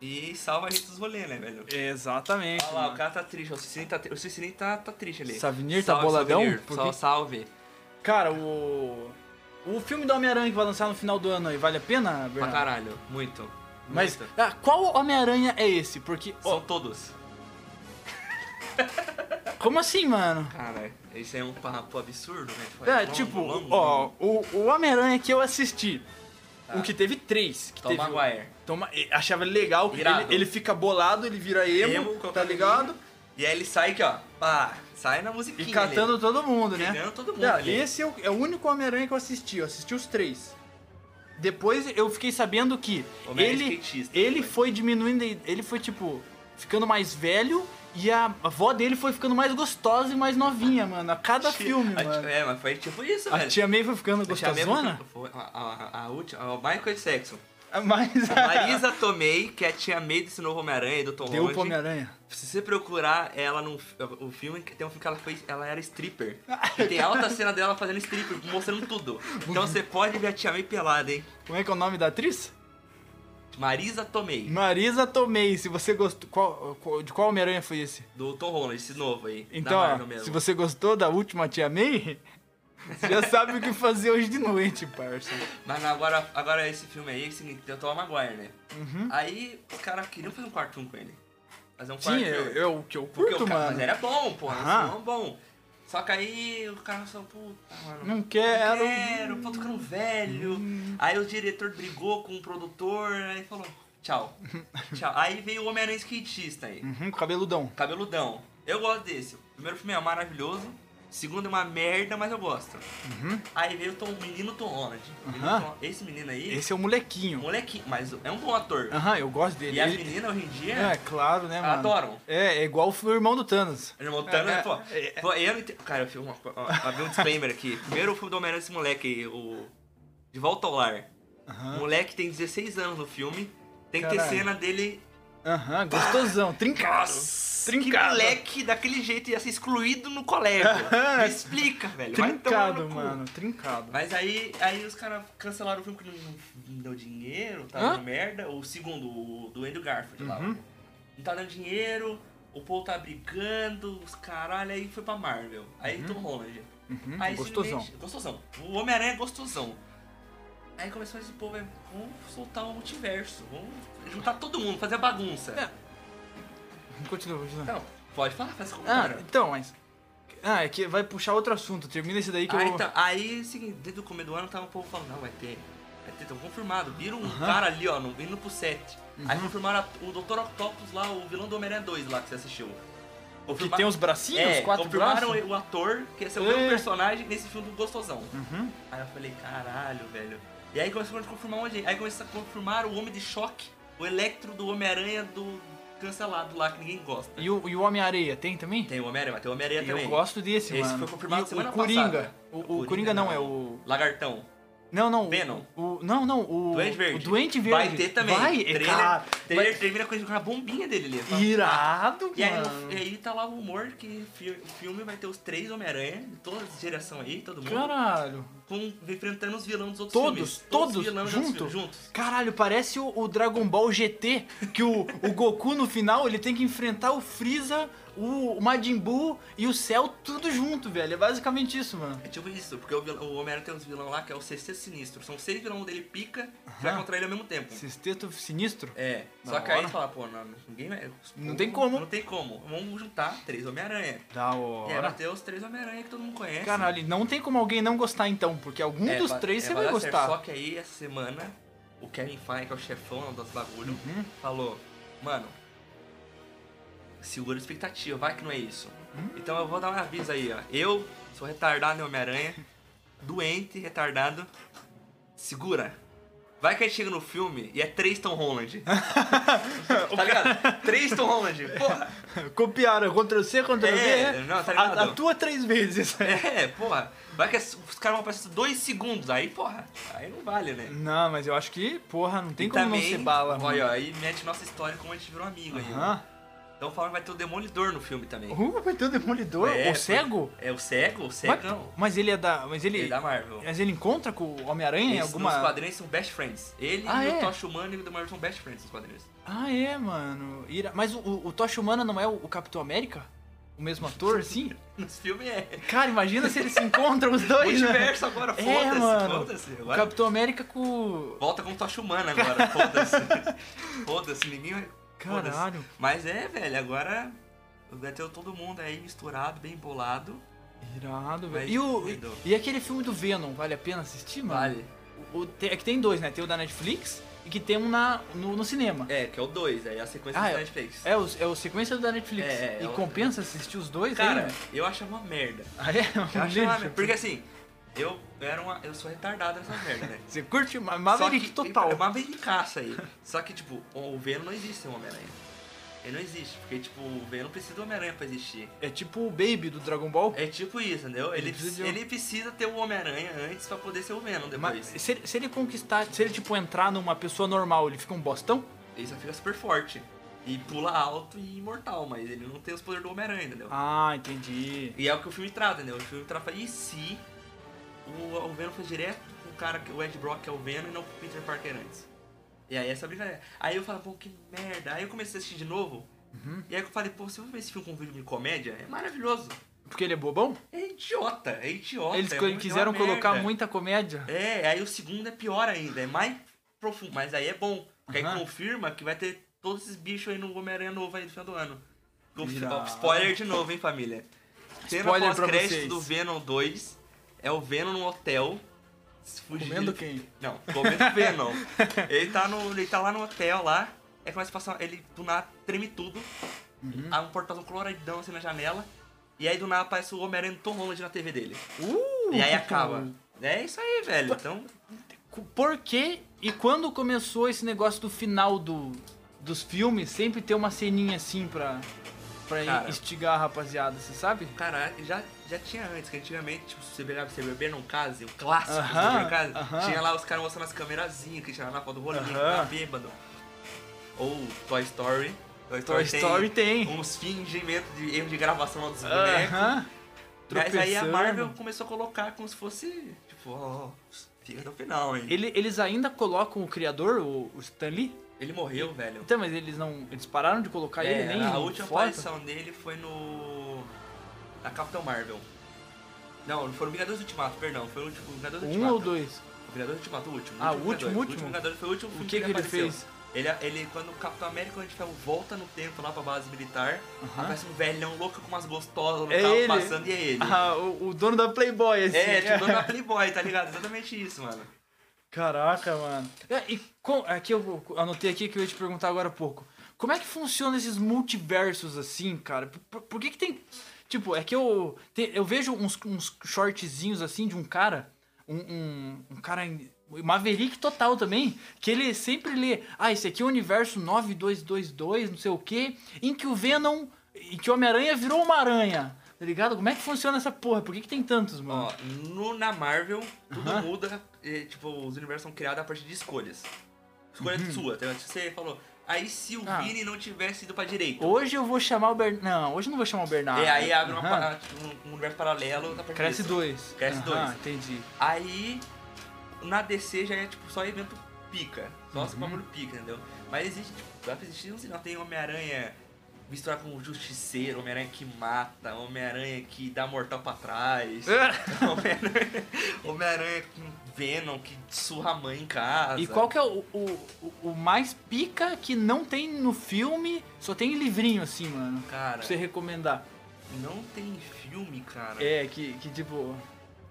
Speaker 2: E salva a gente dos rolês, né, velho?
Speaker 1: Exatamente.
Speaker 2: Olha lá, o cara tá triste. O Cicilin tá, o Cicilin tá, tá triste ali.
Speaker 1: Savinir tá boladão?
Speaker 2: Savinir.
Speaker 1: Por
Speaker 2: Sal-
Speaker 1: quê?
Speaker 2: salve.
Speaker 1: Cara, o. O filme do Homem-Aranha que vai lançar no final do ano aí, vale a pena,
Speaker 2: Pra
Speaker 1: Bernardo?
Speaker 2: caralho. Muito.
Speaker 1: É. Mas
Speaker 2: Muito.
Speaker 1: ah, qual Homem-Aranha é esse? Porque. ó,
Speaker 2: São todos.
Speaker 1: como assim, mano?
Speaker 2: Cara, esse é um papo absurdo, né? Foi
Speaker 1: É,
Speaker 2: longo,
Speaker 1: tipo,
Speaker 2: longo,
Speaker 1: ó,
Speaker 2: longo.
Speaker 1: o, o Homem-Aranha que eu assisti.
Speaker 2: Tá.
Speaker 1: O que teve três. Que
Speaker 2: Tom
Speaker 1: teve um o-
Speaker 2: Tá Maguire.
Speaker 1: Toma, e- achava ele legal. Ele,
Speaker 2: Irado.
Speaker 1: ele fica bolado, ele vira emo,
Speaker 2: Emo, com a
Speaker 1: tá
Speaker 2: cabelinha.
Speaker 1: ligado?
Speaker 2: E aí ele sai aqui, ó. Pá, sai na musiquinha.
Speaker 1: E
Speaker 2: é?
Speaker 1: catando todo mundo, né?
Speaker 2: ali. Pegando todo mundo.
Speaker 1: Não,
Speaker 2: ali.
Speaker 1: esse é o, é o único Homem-Aranha que eu assisti, eu assisti os três. Depois eu fiquei sabendo que
Speaker 2: Homem-Aranha
Speaker 1: ele,
Speaker 2: skatista,
Speaker 1: ele
Speaker 2: foi.
Speaker 1: foi diminuindo, ele foi tipo ficando mais velho e a avó dele foi ficando mais gostosa e mais novinha, mano. A cada
Speaker 2: Tia-
Speaker 1: filme,
Speaker 2: a-
Speaker 1: mano.
Speaker 2: É, mas foi tipo isso,
Speaker 1: A
Speaker 2: velho.
Speaker 1: tia May foi ficando
Speaker 2: Eu chamei
Speaker 1: gostosona?
Speaker 2: a- foi- A, a, a última, a Michael Sexton.
Speaker 1: Mas
Speaker 2: Marisa Tomei, que é a tia May desse novo Homem-Aranha e do Tom
Speaker 1: *laughs* deu
Speaker 2: Holland.
Speaker 1: pro Homem-Aranha.
Speaker 2: Se você procurar ela no fi- o filme, que tem um filme que ela fez, ela
Speaker 1: *laughs*
Speaker 2: era stripper. E tem alta cena dela fazendo stripper, mostrando tudo. Então você pode ver a tia May pelada, hein?
Speaker 1: Como é que é o nome da atriz?
Speaker 2: Marisa Tomei,
Speaker 1: Marisa Tomei. Se você gostou, qual- qual- de qual Homem-Aranha foi esse?
Speaker 2: do Tom Holland, esse novo aí.
Speaker 1: Então,
Speaker 2: da
Speaker 1: ó,
Speaker 2: Marvel mesmo.
Speaker 1: se você gostou da última Tia May, você já sabe o que fazer hoje de noite, parça.
Speaker 2: Mas agora, agora esse filme aí, é o seguinte, tem o Tom Maguire, né?
Speaker 1: Uhum.
Speaker 2: Aí os caras queriam fazer um quarto filme com ele. Fazer um quarto
Speaker 1: Sim, é,
Speaker 2: filme.
Speaker 1: é o que eu
Speaker 2: Porque
Speaker 1: curto,
Speaker 2: o cara,
Speaker 1: mano.
Speaker 2: mas era bom, pô,
Speaker 1: Aham.
Speaker 2: era um bom. Só que aí o cara falou, puta, mano.
Speaker 1: Não
Speaker 2: não
Speaker 1: quero.
Speaker 2: quero, tô ficando velho. Aí o diretor brigou com o produtor, aí falou,
Speaker 1: *laughs*
Speaker 2: tchau, tchau. Aí veio o Homem-Aranha skatista aí,
Speaker 1: Uhum, cabeludão.
Speaker 2: cabeludão. Eu gosto desse. O primeiro filme é maravilhoso, o segundo é uma merda, mas eu gosto. Aí veio o Tom- o menino Tom Holland. O menino
Speaker 1: Uhum. Aham.
Speaker 2: Tom- Esse menino aí,
Speaker 1: Esse é o molequinho.
Speaker 2: molequinho, mas é um bom ator.
Speaker 1: Aham, eu gosto dele.
Speaker 2: E as
Speaker 1: Ele-
Speaker 2: meninas hoje em dia...
Speaker 1: É, claro, né, mano?
Speaker 2: Adoram.
Speaker 1: É, é igual o irmão do Thanos.
Speaker 2: Irmão Thanos,
Speaker 1: É,
Speaker 2: né, pô,
Speaker 1: é,
Speaker 2: pô, eu não entendo. Cara, eu fiz uma, ó, abri um disclaimer aqui. Primeiro o filme do Homem-Aranha desse moleque aí, o De Volta ao Lar.
Speaker 1: Aham.
Speaker 2: O moleque tem 16 anos no filme. Tem que ter
Speaker 1: Caralho.
Speaker 2: cena dele.
Speaker 1: Aham, gostosão, trincado.
Speaker 2: Que
Speaker 1: trincado.
Speaker 2: moleque daquele jeito ia ser excluído
Speaker 1: *laughs*
Speaker 2: no colégio. Me explica, velho. Vai tomar
Speaker 1: trincado,
Speaker 2: no cu.
Speaker 1: mano, trincado.
Speaker 2: Mas aí, aí os caras cancelaram o filme que não, não deu dinheiro, tava
Speaker 1: Hã?
Speaker 2: dando merda. O segundo, o do Andrew Garfield lá.
Speaker 1: Uhum.
Speaker 2: Não tá dando dinheiro, o povo tá brigando, os caralho, aí foi pra Marvel. Aí Tom Holland.
Speaker 1: Uhum,
Speaker 2: Aí
Speaker 1: gostosão.
Speaker 2: simplesmente- Gostosão. O Homem-Aranha é gostosão. Aí começou esse povo, é, vamos soltar um multiverso, vamos juntar todo mundo, fazer a bagunça.
Speaker 1: É. Continua, continua.
Speaker 2: Não, pode falar, faz como
Speaker 1: Ah,
Speaker 2: cara.
Speaker 1: então, mas. Ah, é que vai puxar outro assunto. Termina esse daí que
Speaker 2: Ah,
Speaker 1: eu.
Speaker 2: então, aí, seguinte, desde o começo do ano tava o povo falando, não, vai ter. Vai ter, tão confirmado. Viram um cara ali, ó, no- indo pro set. Aí
Speaker 1: Uhum.
Speaker 2: confirmaram a- o Dr. Octopus lá, o vilão do Homem-Aranha 2 lá que você assistiu.
Speaker 1: Que
Speaker 2: Confirma-
Speaker 1: tem os bracinhos,
Speaker 2: é,
Speaker 1: os quatro
Speaker 2: confirmaram
Speaker 1: braços.
Speaker 2: o ator, que esse é o mesmo
Speaker 1: É.
Speaker 2: personagem nesse filme do Gostosão.
Speaker 1: Uhum.
Speaker 2: Aí eu falei, caralho, velho. E aí começou a confirmar um monte de gente. Aí começou a confirmar o Homem de Choque, o Electro do Homem-Aranha do cancelado lá, que ninguém gosta.
Speaker 1: E o, e o Homem-Areia, tem também?
Speaker 2: Tem o Homem-Aranha, mas tem o Homem-Aranha também.
Speaker 1: Eu gosto desse,
Speaker 2: Esse
Speaker 1: mano.
Speaker 2: foi confirmado
Speaker 1: E o-
Speaker 2: semana
Speaker 1: o Coringa.
Speaker 2: passada.
Speaker 1: O, o Coringa, não, é o.
Speaker 2: Lagartão.
Speaker 1: Não, não. o-
Speaker 2: Venom.
Speaker 1: O, não, não. O
Speaker 2: Doente Verde.
Speaker 1: O Doente Verde.
Speaker 2: Vai ter também.
Speaker 1: Vai, é
Speaker 2: trailer,
Speaker 1: cara.
Speaker 2: trailer,
Speaker 1: vai-
Speaker 2: termina com uma bombinha dele ali. Fala, "Ah."
Speaker 1: Irado,
Speaker 2: E aí, no-
Speaker 1: mano.
Speaker 2: e aí tá lá o humor que fi- o filme vai ter os três Homem-Aranha, de toda a geração aí, todo mundo,
Speaker 1: Caralho.
Speaker 2: com, enfrentando os vilões dos outros
Speaker 1: Todos,
Speaker 2: filmes.
Speaker 1: todos,
Speaker 2: os vilões dos outros
Speaker 1: junto?
Speaker 2: filmes, juntos.
Speaker 1: Caralho, parece o, o Dragon Ball GT, que o, o Goku no final ele tem que enfrentar o Freeza, o, o Majin Buu e o Cell tudo junto, velho. É basicamente isso, mano.
Speaker 2: É tipo isso, porque o, vilão- o Homem-Aranha tem uns vilão lá que é o CC Sinistro. São seis vilões dele pica que vai contra ele ao mesmo tempo.
Speaker 1: Sexteto sinistro?
Speaker 2: É,
Speaker 1: Da
Speaker 2: só que aí
Speaker 1: hora.
Speaker 2: eles falam, pô, não, ninguém vai.
Speaker 1: Não tem como.
Speaker 2: Não tem como. Vamos juntar três Homem-Aranha.
Speaker 1: Da
Speaker 2: E aí vai
Speaker 1: hora.
Speaker 2: ter os três Homem-Aranha que todo mundo conhece.
Speaker 1: Caralho, não tem como alguém não gostar então, porque algum
Speaker 2: É,
Speaker 1: dos
Speaker 2: va-
Speaker 1: três
Speaker 2: é,
Speaker 1: você vai
Speaker 2: dar certo.
Speaker 1: gostar.
Speaker 2: Só que aí, essa semana, o Kevin Feige, que é o chefão lá dos bagulho,
Speaker 1: Uhum.
Speaker 2: falou, mano, segura a expectativa, vai que não é isso.
Speaker 1: Uhum.
Speaker 2: Então eu vou dar um aviso aí, ó. Eu sou retardado
Speaker 1: *laughs*
Speaker 2: em Homem-Aranha, doente, retardado, segura. Vai que a gente chega no filme e é três
Speaker 1: *laughs*
Speaker 2: Tom Holland. tá ligado? Três Tom Holland, porra.
Speaker 1: *laughs* Copiaram, Ctrl-C, Ctrl-V,
Speaker 2: É, não, tá ligado?
Speaker 1: né? a, a tua três vezes. *laughs*
Speaker 2: É, porra. Vai que as- os caras vão aparecer dois segundos, aí, porra. Aí não vale, né?
Speaker 1: Não, mas eu acho que, porra, não tem
Speaker 2: E
Speaker 1: como
Speaker 2: também,
Speaker 1: não ser bala, mano.
Speaker 2: Olha, ó, aí mete nossa história como a gente virou amigo aí. ó.
Speaker 1: Aham.
Speaker 2: Então falam que vai ter o Demolidor no filme também.
Speaker 1: Uh, vai ter o Demolidor,
Speaker 2: É,
Speaker 1: o cego?
Speaker 2: É o cego? O cego
Speaker 1: Mas,
Speaker 2: não.
Speaker 1: mas ele é da. Mas ele.
Speaker 2: Ele é da Marvel.
Speaker 1: Mas ele encontra com o Homem-Aranha em
Speaker 2: Eles, Nos
Speaker 1: alguma.
Speaker 2: quadrinhos são best friends. Ele
Speaker 1: Ah,
Speaker 2: e
Speaker 1: é?
Speaker 2: o Tocha Humano e o Demolidor são best friends nos quadrinhos. *laughs*
Speaker 1: Ah, é, mano. Ira- Mas o, o, o Tocha Humana não é o, o Capitão América? O mesmo ator,
Speaker 2: *laughs*
Speaker 1: assim?
Speaker 2: Nos filmes é.
Speaker 1: Cara, imagina se eles se encontram os dois, né?
Speaker 2: Multiverso agora,
Speaker 1: É,
Speaker 2: foda-se,
Speaker 1: mano.
Speaker 2: foda-se.
Speaker 1: O
Speaker 2: Agora
Speaker 1: Capitão América com.
Speaker 2: volta com o Tocha Humana
Speaker 1: *laughs*
Speaker 2: agora, foda-se. foda-se, ninguém vai. foda-se.
Speaker 1: Caralho.
Speaker 2: Mas é, velho, agora vai ter todo mundo aí misturado, bem bolado.
Speaker 1: Irado,
Speaker 2: Mas
Speaker 1: velho. E, o, e,
Speaker 2: doido.
Speaker 1: e aquele filme do Venom, vale a pena assistir, mano?
Speaker 2: Vale.
Speaker 1: O- o- tem- é que tem dois, né? Tem o da Netflix e que tem um na, no, no cinema.
Speaker 2: É, que é o 2, aí a sequência
Speaker 1: Ah,
Speaker 2: do
Speaker 1: é.
Speaker 2: Netflix.
Speaker 1: É, os- é o sequência do da Netflix.
Speaker 2: É, é,
Speaker 1: e
Speaker 2: é o-
Speaker 1: compensa assistir os dois,
Speaker 2: Cara,
Speaker 1: hein?
Speaker 2: eu acho uma merda.
Speaker 1: Ah, é?
Speaker 2: Eu
Speaker 1: Um
Speaker 2: acho uma
Speaker 1: lixo.
Speaker 2: merda. Porque assim, eu era uma. Eu sou retardado nessa merda, né?
Speaker 1: Você curte uma *laughs*
Speaker 2: Só
Speaker 1: Maverick total.
Speaker 2: É uma caça aí. Só que, tipo, o Venom não existe sem o Homem-Aranha. Ele não existe, porque, tipo, o Venom precisa do Homem-Aranha pra existir.
Speaker 1: É tipo o Baby do Dragon Ball.
Speaker 2: É tipo isso, entendeu? Ele,
Speaker 1: Ele precisa de um-
Speaker 2: ele precisa ter o Homem-Aranha antes pra poder ser o Venom
Speaker 1: Mas
Speaker 2: depois.
Speaker 1: se, ele- se ele conquistar, se ele tipo entrar numa pessoa normal, ele fica um bostão?
Speaker 2: Ele só fica super forte. E pula alto e imortal, mas ele não tem os poderes do Homem-Aranha, entendeu?
Speaker 1: Ah, entendi.
Speaker 2: E é o que o filme trata, entendeu? O filme trata, e se o, o Venom foi direto com o cara, que o Ed Brock que é o Venom e não com o Peter Parker antes? E aí essa brincadeira. Aí eu falo, pô, que merda. Aí eu comecei a assistir de novo.
Speaker 1: Uhum.
Speaker 2: E aí eu falei, pô, se eu ver esse filme com um filme de comédia, é maravilhoso.
Speaker 1: Porque ele é bobão?
Speaker 2: É idiota, é idiota.
Speaker 1: Eles
Speaker 2: é
Speaker 1: co-
Speaker 2: muito- é uma
Speaker 1: quiseram colocar
Speaker 2: merda.
Speaker 1: muita comédia.
Speaker 2: É, aí o segundo é pior ainda, é mais profundo, mas aí é bom. Porque
Speaker 1: Aham.
Speaker 2: aí confirma que vai ter todos esses bichos aí no Homem-Aranha novo aí no final do ano. Go-
Speaker 1: Irado.
Speaker 2: Spoiler de novo, hein, família. Cena
Speaker 1: Spoiler pra
Speaker 2: pós-crédito
Speaker 1: vocês.
Speaker 2: do Venom 2 é o Venom no hotel. fugindo-
Speaker 1: Comendo quem?
Speaker 2: Não, comendo o Venom. ele, tá no, ele tá lá no hotel lá, é aí começa a passar. Ele do nada treme tudo.
Speaker 1: Uhum.
Speaker 2: Há um portãozão coloridão assim na janela. E aí do nada aparece o Homem-Aranha Tom Holland na TV dele.
Speaker 1: Uh,
Speaker 2: E aí acaba. É isso aí, velho. Então,
Speaker 1: Por quê? E quando começou esse negócio do final do, dos filmes, sempre ter uma ceninha assim pra, pra
Speaker 2: Cara.
Speaker 1: instigar a rapaziada, você sabe?
Speaker 2: Cara, já, já tinha antes, que antigamente, tipo, se você beber, se beber não case, o clássico se
Speaker 1: Aham,
Speaker 2: beber não case,
Speaker 1: aham.
Speaker 2: tinha lá os caras mostrando as câmerazinhas, que tinha lá na foto do rolinho, que
Speaker 1: Aham.
Speaker 2: tava bêbado. Ou Toy Story. Toy
Speaker 1: Toy
Speaker 2: Story,
Speaker 1: Story tem.
Speaker 2: uns fingimentos de erro de gravação lá dos bonecos.
Speaker 1: Aham.
Speaker 2: Mas aí a
Speaker 1: Tropeçando.
Speaker 2: Marvel começou a colocar como se fosse, tipo, ó, fica até o final, hein. Ele,
Speaker 1: Ele- eles ainda colocam o criador, o, o Stan Lee?
Speaker 2: morreu, velho.
Speaker 1: Então, mas eles não. Eles pararam de colocar
Speaker 2: É,
Speaker 1: ele nem.
Speaker 2: a
Speaker 1: em
Speaker 2: última
Speaker 1: foto?
Speaker 2: aparição dele foi no. Na Capitão Marvel. Não, foi no Vingadores Ultimato, perdão. Foi o último Vingadores
Speaker 1: Um
Speaker 2: Ultimato.
Speaker 1: ou dois?
Speaker 2: O Vingadores Ultimato, o último.
Speaker 1: Ah,
Speaker 2: o
Speaker 1: o último,
Speaker 2: Vingadores. O
Speaker 1: último?
Speaker 2: último Vingadores foi o último
Speaker 1: O
Speaker 2: filme
Speaker 1: que, que ele
Speaker 2: apareceu.
Speaker 1: fez?
Speaker 2: Ele, é, ele, quando o Capitão América, quando a gente fala, volta no tempo lá pra base militar,
Speaker 1: Aham.
Speaker 2: aparece um velhão louco com umas gostosas no
Speaker 1: É
Speaker 2: carro
Speaker 1: ele.
Speaker 2: passando e é ele.
Speaker 1: *laughs* Ah, o, o dono da Playboy, assim.
Speaker 2: É, tipo, dono da Playboy, tá ligado? Exatamente isso, mano.
Speaker 1: Caraca, mano. É, e co- aqui eu eu anotei aqui que eu ia te perguntar agora há pouco. Como é que funciona esses multiversos assim, cara? Por, por- por que que tem... Tipo, é que eu, te- eu vejo uns, uns shortzinhos assim de um cara, um, um, um cara em- Maverick total também, que ele sempre lê, ah, esse aqui é o universo 9222, não sei o quê, em que o Venom, em que o Homem-Aranha virou uma aranha, tá ligado? Como é que funciona essa porra? Por que que tem tantos, mano?
Speaker 2: Ó, no, na Marvel, tudo muda. e, tipo, os universos são criados a partir de escolhas. Escolha sua, tá ligado? Você falou, aí se o
Speaker 1: Uhum. Ah.
Speaker 2: Vini não tivesse ido pra direita.
Speaker 1: Hoje eu vou chamar o Bernardo. Não, hoje eu não vou chamar o Bernardo.
Speaker 2: é, aí abre uma
Speaker 1: Aham.
Speaker 2: parada, tipo, um, um universo paralelo. a partir
Speaker 1: Cresce
Speaker 2: disso.
Speaker 1: dois.
Speaker 2: Cresce
Speaker 1: Aham,
Speaker 2: dois.
Speaker 1: Entendi.
Speaker 2: Aí, na DC já é, tipo, só evento pica. Só
Speaker 1: Uhum.
Speaker 2: esse bagulho pica, entendeu? Mas existe, tipo, dá pra existir, não sei, não tem Homem-Aranha misturado com o Justiceiro, Homem-Aranha que mata, Homem-Aranha que dá mortal pra trás.
Speaker 1: É.
Speaker 2: *laughs* Homem-Aranha- Homem-Aranha com Venom que surra a mãe em casa.
Speaker 1: E qual que é o, o, o- o mais pica que não tem no filme? Só tem em livrinho assim, mano.
Speaker 2: Cara,
Speaker 1: Pra você recomendar.
Speaker 2: não tem filme, cara.
Speaker 1: É, que, que tipo.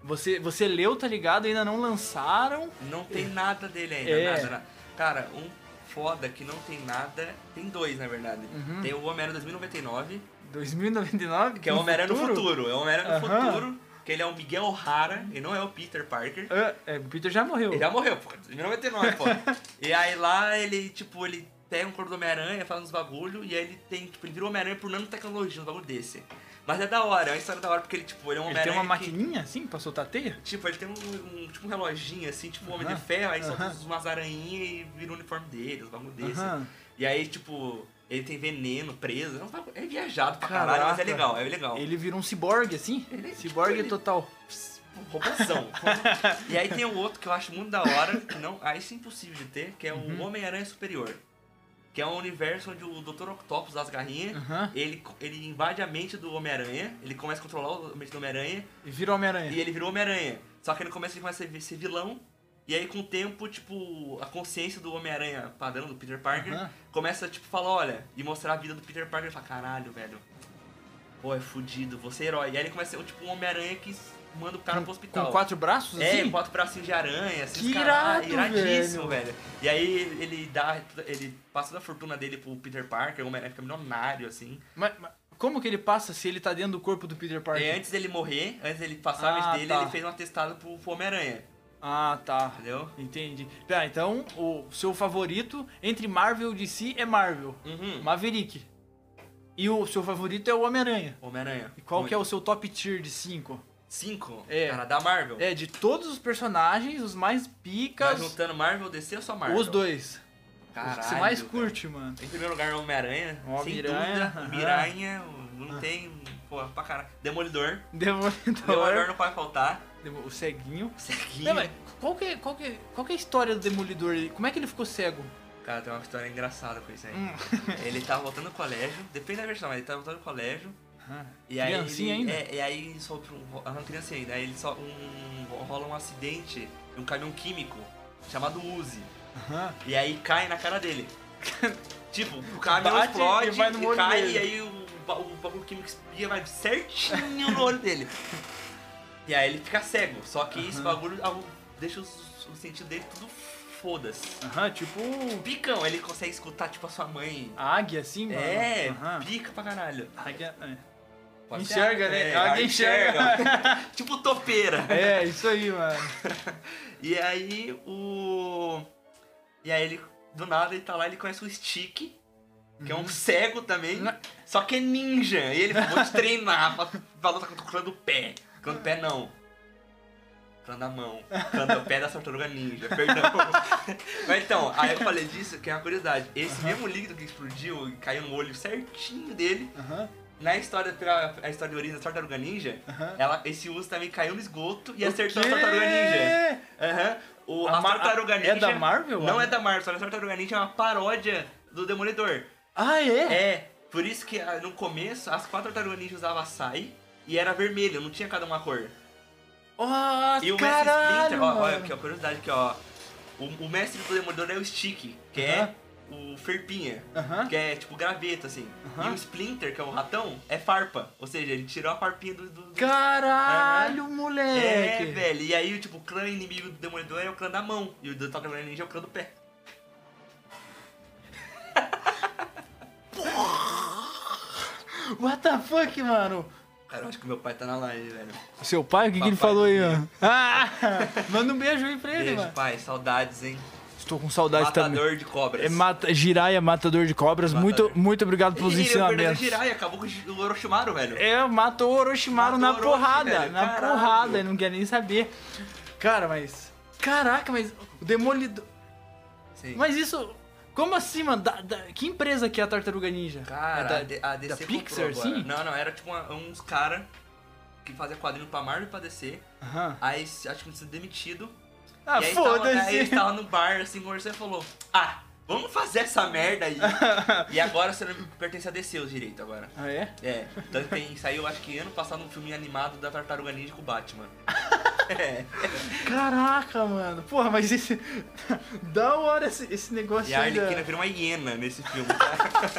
Speaker 1: Você, você leu, tá ligado? Ainda não lançaram.
Speaker 2: Não tem nada dele ainda,
Speaker 1: É.
Speaker 2: nada, nada. Cara, um foda que não tem nada. Tem dois, na verdade.
Speaker 1: Uhum.
Speaker 2: Tem o Homem-Aranha 2099,
Speaker 1: 2099?
Speaker 2: que é o Homem-Aranha no futuro. É o Homem-Aranha no
Speaker 1: Aham.
Speaker 2: futuro, que ele é o Miguel O'Hara, ele não é o Peter Parker.
Speaker 1: Ah, É, o Peter já morreu.
Speaker 2: Ele já morreu, pô. 1999,
Speaker 1: *laughs*
Speaker 2: pô. e aí lá ele, tipo, ele pega um corpo do Homem-Aranha, faz uns bagulho, e aí ele tem, tipo, ele vira um Homem-Aranha por nanotecnologia, um bagulho desse. Mas é da hora, é uma história da hora, porque ele, tipo, ele é um
Speaker 1: Ele tem
Speaker 2: Homem-Aranha.
Speaker 1: uma
Speaker 2: que-
Speaker 1: maquininha assim pra soltar teia?
Speaker 2: Tipo, ele tem um, um- tipo um reloginho assim, tipo um homem
Speaker 1: Aham.
Speaker 2: de ferro, aí solta
Speaker 1: Aham.
Speaker 2: umas aranhinhas e vira o uniforme dele, uns bagulho desse.
Speaker 1: Aham.
Speaker 2: E aí, tipo, ele tem veneno preso. É, um bagulho- é viajado pra
Speaker 1: Caraca.
Speaker 2: caralho, mas é legal, é legal.
Speaker 1: Ele virou um ciborgue assim?
Speaker 2: Ele é, tipo,
Speaker 1: ciborgue
Speaker 2: ele-
Speaker 1: total.
Speaker 2: Robôzão. *laughs* e aí tem o outro que eu acho muito da hora, que não, aí isso é impossível de ter, que é o
Speaker 1: Uhum.
Speaker 2: Homem-Aranha Superior. Que é um universo onde o Dr. Octopus das garrinhas,
Speaker 1: Aham.
Speaker 2: ele, ele invade a mente do Homem-Aranha, ele começa a controlar a mente do Homem-Aranha,
Speaker 1: E virou Homem-Aranha.
Speaker 2: e ele virou Homem-Aranha. Só que ele começa, ele começa a ser- ser vilão. E aí, com o tempo, tipo, a consciência do Homem-Aranha padrão, do Peter Parker,
Speaker 1: Aham.
Speaker 2: começa, tipo, falar, olha, e mostrar a vida do Peter Parker. Ele fala, caralho, velho. Pô, é fudido, você é herói. E aí ele começa a ser, tipo, um Homem-Aranha que manda o cara pro hospital.
Speaker 1: Com quatro braços
Speaker 2: É,
Speaker 1: assim?
Speaker 2: bota o bracinho de aranha, assim,
Speaker 1: Que
Speaker 2: os caras-
Speaker 1: irado,
Speaker 2: iradíssimo, velho. E aí ele dá, ele passa toda a fortuna dele pro Peter Parker, o Homem-Aranha fica milionário, assim.
Speaker 1: Mas, mas como que ele passa se ele tá dentro do corpo do Peter Parker?
Speaker 2: E É antes dele morrer, antes dele passar
Speaker 1: Ah,
Speaker 2: a mente dele,
Speaker 1: tá.
Speaker 2: ele fez um atestado pro, pro Homem-Aranha,
Speaker 1: Ah, tá.
Speaker 2: entendeu?
Speaker 1: Entendi. Tá, então o seu favorito entre Marvel e DC é Marvel.
Speaker 2: Uhum.
Speaker 1: Maverick. E o seu favorito é o Homem-Aranha.
Speaker 2: Homem-Aranha.
Speaker 1: E qual que é o seu top tier de 5?
Speaker 2: 5?
Speaker 1: É.
Speaker 2: Cara, da Marvel.
Speaker 1: É, de todos os personagens, os mais
Speaker 2: Tá
Speaker 1: picas,
Speaker 2: juntando Marvel, DC ou só Marvel?
Speaker 1: os dois.
Speaker 2: Caralho.
Speaker 1: os que você mais
Speaker 2: cara.
Speaker 1: curte, mano. *laughs*
Speaker 2: Em primeiro lugar, Homem-Aranha.
Speaker 1: Ó,
Speaker 2: Sem
Speaker 1: Miranha,
Speaker 2: dúvida.
Speaker 1: aham. Ah.
Speaker 2: Miranha. o- Não tem. Pô, pra caralho. Demolidor.
Speaker 1: *laughs*
Speaker 2: Demolidor
Speaker 1: Demolidor.
Speaker 2: não pode faltar. é
Speaker 1: Demo- O ceguinho.
Speaker 2: Ceguinho.
Speaker 1: Não, mas qual que, é- qual, que, é- qual que é a história do Demolidor? Como é que ele ficou cego?
Speaker 2: Cara, tem uma história engraçada com isso aí.
Speaker 1: Hum. *laughs*
Speaker 2: Ele tá voltando ao colégio. Depende da versão, mas ele tá voltando ao colégio. E aí
Speaker 1: Criancinha
Speaker 2: ele,
Speaker 1: ainda?
Speaker 2: É, e aí sofre um. ro- aham, criancinha ainda. Aí ele só. Um, rola um acidente de um caminhão químico chamado Uzi.
Speaker 1: Aham.
Speaker 2: E aí cai na cara
Speaker 1: *laughs*
Speaker 2: dele. tipo, o caminhão
Speaker 1: Bate
Speaker 2: explode
Speaker 1: e vai no olho
Speaker 2: cai
Speaker 1: dele.
Speaker 2: e aí o, ba- o bagulho químico espia vai certinho no olho dele. E aí ele fica cego. Só que esse bagulho ah, deixa os- o sentido dele tudo foda-se.
Speaker 1: Aham, tipo
Speaker 2: Picão, ele consegue escutar tipo a sua mãe.
Speaker 1: a águia, assim, mano.
Speaker 2: É,
Speaker 1: Aham.
Speaker 2: pica pra caralho.
Speaker 1: Águia, é.
Speaker 2: Pode ser
Speaker 1: Enxerga,
Speaker 2: águia,
Speaker 1: né?
Speaker 2: é,
Speaker 1: Águia
Speaker 2: águia
Speaker 1: enxerga. *laughs*
Speaker 2: tipo topeira.
Speaker 1: É, isso aí, mano.
Speaker 2: E aí o. E aí ele. Do nada ele tá lá, ele conhece o Stick. que é
Speaker 1: Uhum.
Speaker 2: um cego também, só que é ninja. E ele falou, vou te treinar, *laughs* fa- falou tá com o clã do pé. Clã do pé não. Clã da mão. Clã do pé da tartaruga ninja, perdão. *laughs* Mas então, aí eu falei disso, que é uma curiosidade. Esse mesmo líquido que explodiu e caiu no olho certinho dele,
Speaker 1: Aham.
Speaker 2: na história, pela- a história de origem da tartaruga ninja,
Speaker 1: Aham.
Speaker 2: ela, esse uso também caiu no esgoto e
Speaker 1: O
Speaker 2: acertou
Speaker 1: quê?
Speaker 2: a tartaruga ninja. Aham. O,
Speaker 1: A
Speaker 2: a,
Speaker 1: Mar-
Speaker 2: tartaruga
Speaker 1: a-
Speaker 2: ninja.
Speaker 1: é da Marvel?
Speaker 2: Não é da Marvel, só que a tartaruga ninja é uma paródia do Demolidor.
Speaker 1: Ah, é?
Speaker 2: É, por isso que ah, no começo as quatro tartarugas ninja usavam açaí e era vermelho, não tinha cada uma cor.
Speaker 1: Ah,
Speaker 2: E o Mestre Splinter,
Speaker 1: caralho,
Speaker 2: ó, ó,
Speaker 1: mano.
Speaker 2: aqui, ó, curiosidade aqui, ó. O, o mestre do Demolidor é o Stick, que é o Ferpinha,
Speaker 1: Aham.
Speaker 2: que é tipo graveto, assim.
Speaker 1: Aham.
Speaker 2: E o Splinter, que é o ratão, é farpa. Ou seja, ele tirou a farpinha do. do, do-
Speaker 1: Caralho, moleque.
Speaker 2: É, velho. E aí, tipo, o clã inimigo do Demolidor é o clã da mão. E o do Tartaruga Ninja é o clã do pé.
Speaker 1: What the fuck, mano?
Speaker 2: Cara, eu acho que meu pai tá na live, velho.
Speaker 1: Seu pai, o que, que ele
Speaker 2: Papai
Speaker 1: falou aí,
Speaker 2: do
Speaker 1: ó? Ah, *laughs* manda um beijo aí pra ele,
Speaker 2: Beijo,
Speaker 1: mano.
Speaker 2: pai. Saudades, hein?
Speaker 1: Estou com saudade também.
Speaker 2: Matador de cobras.
Speaker 1: É mata, Jiraiya, matador de cobras.
Speaker 2: Matador.
Speaker 1: Muito, muito obrigado pelos
Speaker 2: Ih, eu perdi o
Speaker 1: ensinamentos.
Speaker 2: Jiraiya, acabou com o Orochimaru, velho.
Speaker 1: É, matou o Orochimaru
Speaker 2: Matou
Speaker 1: na
Speaker 2: o Orochi,
Speaker 1: porrada.
Speaker 2: velho,
Speaker 1: na
Speaker 2: caralho.
Speaker 1: porrada, ele não quer nem saber. Cara, mas. Caraca, mas o Demolidor.
Speaker 2: Sim.
Speaker 1: Mas isso. Como assim, mano? Da- da- que empresa que é a Tartaruga Ninja?
Speaker 2: Cara,
Speaker 1: É
Speaker 2: a, D- a DC
Speaker 1: da
Speaker 2: comprou
Speaker 1: Pixar,
Speaker 2: agora.
Speaker 1: sim?
Speaker 2: Não, não, era tipo uma- uns cara que fazia quadrinho pra Marvel e pra DC.
Speaker 1: Aham.
Speaker 2: Aí se- acho que tinha sido demitido.
Speaker 1: Ah,
Speaker 2: e aí tava, aí
Speaker 1: foda-se.
Speaker 2: eles tava no bar, assim, conversando e falou: Ah, vamos fazer essa
Speaker 1: *laughs*
Speaker 2: merda aí. e agora você não pertence a DC os direitos agora.
Speaker 1: *laughs* Ah, é?
Speaker 2: É, tanto tem, saiu acho que ano passado um filme animado da Tartaruga Ninja com o Batman. é.
Speaker 1: Caraca, mano. Porra, mas esse. *laughs* da hora esse, esse negócio
Speaker 2: E a
Speaker 1: aí da-
Speaker 2: Arlequina vira uma hiena nesse filme. tá?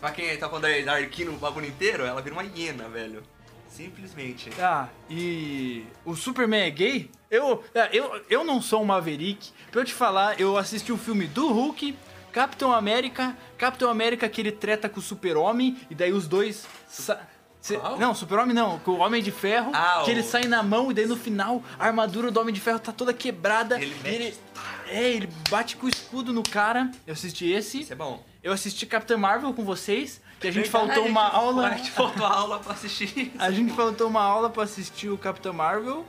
Speaker 2: pra quem tá *laughs* falando da Arlequina o bagulho inteiro, ela vira uma hiena, velho. Simplesmente.
Speaker 1: Ah, e o Superman é gay? Eu, é, eu, eu não sou um Maverick. Pra eu te falar, eu assisti o filme do Hulk, Capitão América, Capitão América que ele treta com o Super-Homem, e daí os dois... sa- se-
Speaker 2: Qual?
Speaker 1: não, Super-Homem não, com o Homem de Ferro,
Speaker 2: Ah,
Speaker 1: que
Speaker 2: o-
Speaker 1: eles saem na mão, e daí no final a armadura do Homem de Ferro tá toda quebrada.
Speaker 2: Ele
Speaker 1: e
Speaker 2: mete-
Speaker 1: ele É, ele bate com o escudo no cara. Eu assisti esse.
Speaker 2: Isso é bom.
Speaker 1: Eu assisti Capitão Marvel com vocês, que a gente
Speaker 2: Verdade,
Speaker 1: faltou uma aula...
Speaker 2: A gente faltou a aula pra assistir.
Speaker 1: A gente faltou uma aula pra assistir o Capitão Marvel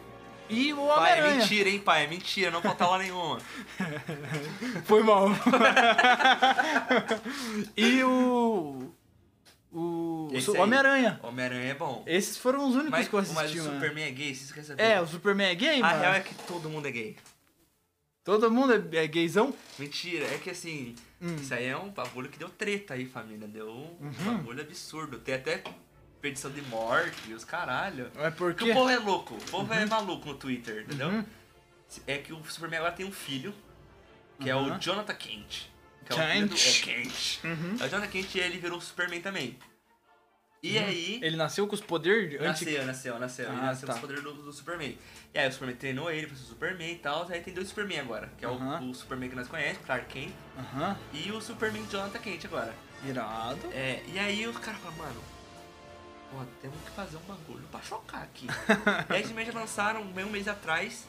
Speaker 1: e o
Speaker 2: Pai, é
Speaker 1: Homem-Aranha.
Speaker 2: mentira, hein, pai? É mentira, não faltou aula nenhuma.
Speaker 1: *laughs* Foi mal. *laughs* e o. O.
Speaker 2: Esse
Speaker 1: o
Speaker 2: aí.
Speaker 1: Homem-Aranha.
Speaker 2: Homem-Aranha é bom.
Speaker 1: Esses foram os únicos
Speaker 2: Mas,
Speaker 1: que eu
Speaker 2: mas
Speaker 1: assisti,
Speaker 2: o
Speaker 1: mano.
Speaker 2: Superman é gay, vocês esquecem
Speaker 1: né? É, o Superman é gay,
Speaker 2: A
Speaker 1: mano.
Speaker 2: real é que todo mundo é gay.
Speaker 1: Todo mundo é, é gayzão.
Speaker 2: Mentira, é que assim,
Speaker 1: Hum.
Speaker 2: isso aí é um bagulho que deu treta aí, família. Deu um
Speaker 1: Uhum.
Speaker 2: bagulho absurdo. Tem até petição de morte e os caralho.
Speaker 1: É porque.
Speaker 2: Porque
Speaker 1: Uhum.
Speaker 2: o povo é louco, o povo é maluco no Twitter, entendeu? É que o Superman agora tem um filho, que é
Speaker 1: Uhum.
Speaker 2: o Jonathan Kent. Que é o filho do-
Speaker 1: Kent. Uhum.
Speaker 2: é Kent. É O Jonathan Kent ele virou o Superman também. E aí.
Speaker 1: Uhum. Ele nasceu com os poderes anti.
Speaker 2: Nasceu, nasceu, nasceu. ele
Speaker 1: Ah,
Speaker 2: nasceu
Speaker 1: tá.
Speaker 2: com os poderes do, do Superman. E aí o Superman treinou ele pra ser o Superman e tal. Aí tem dois Superman agora, que é o-
Speaker 1: Uhum.
Speaker 2: o, Superman que nós conhecemos, Clark Kent,
Speaker 1: Aham.
Speaker 2: e o Superman Jonathan Kent agora.
Speaker 1: Irado.
Speaker 2: É, e aí os caras falam, mano, pô, temos que fazer um bagulho pra chocar
Speaker 1: *laughs*
Speaker 2: aqui. e aí simplesmente lançaram, bem um mês atrás,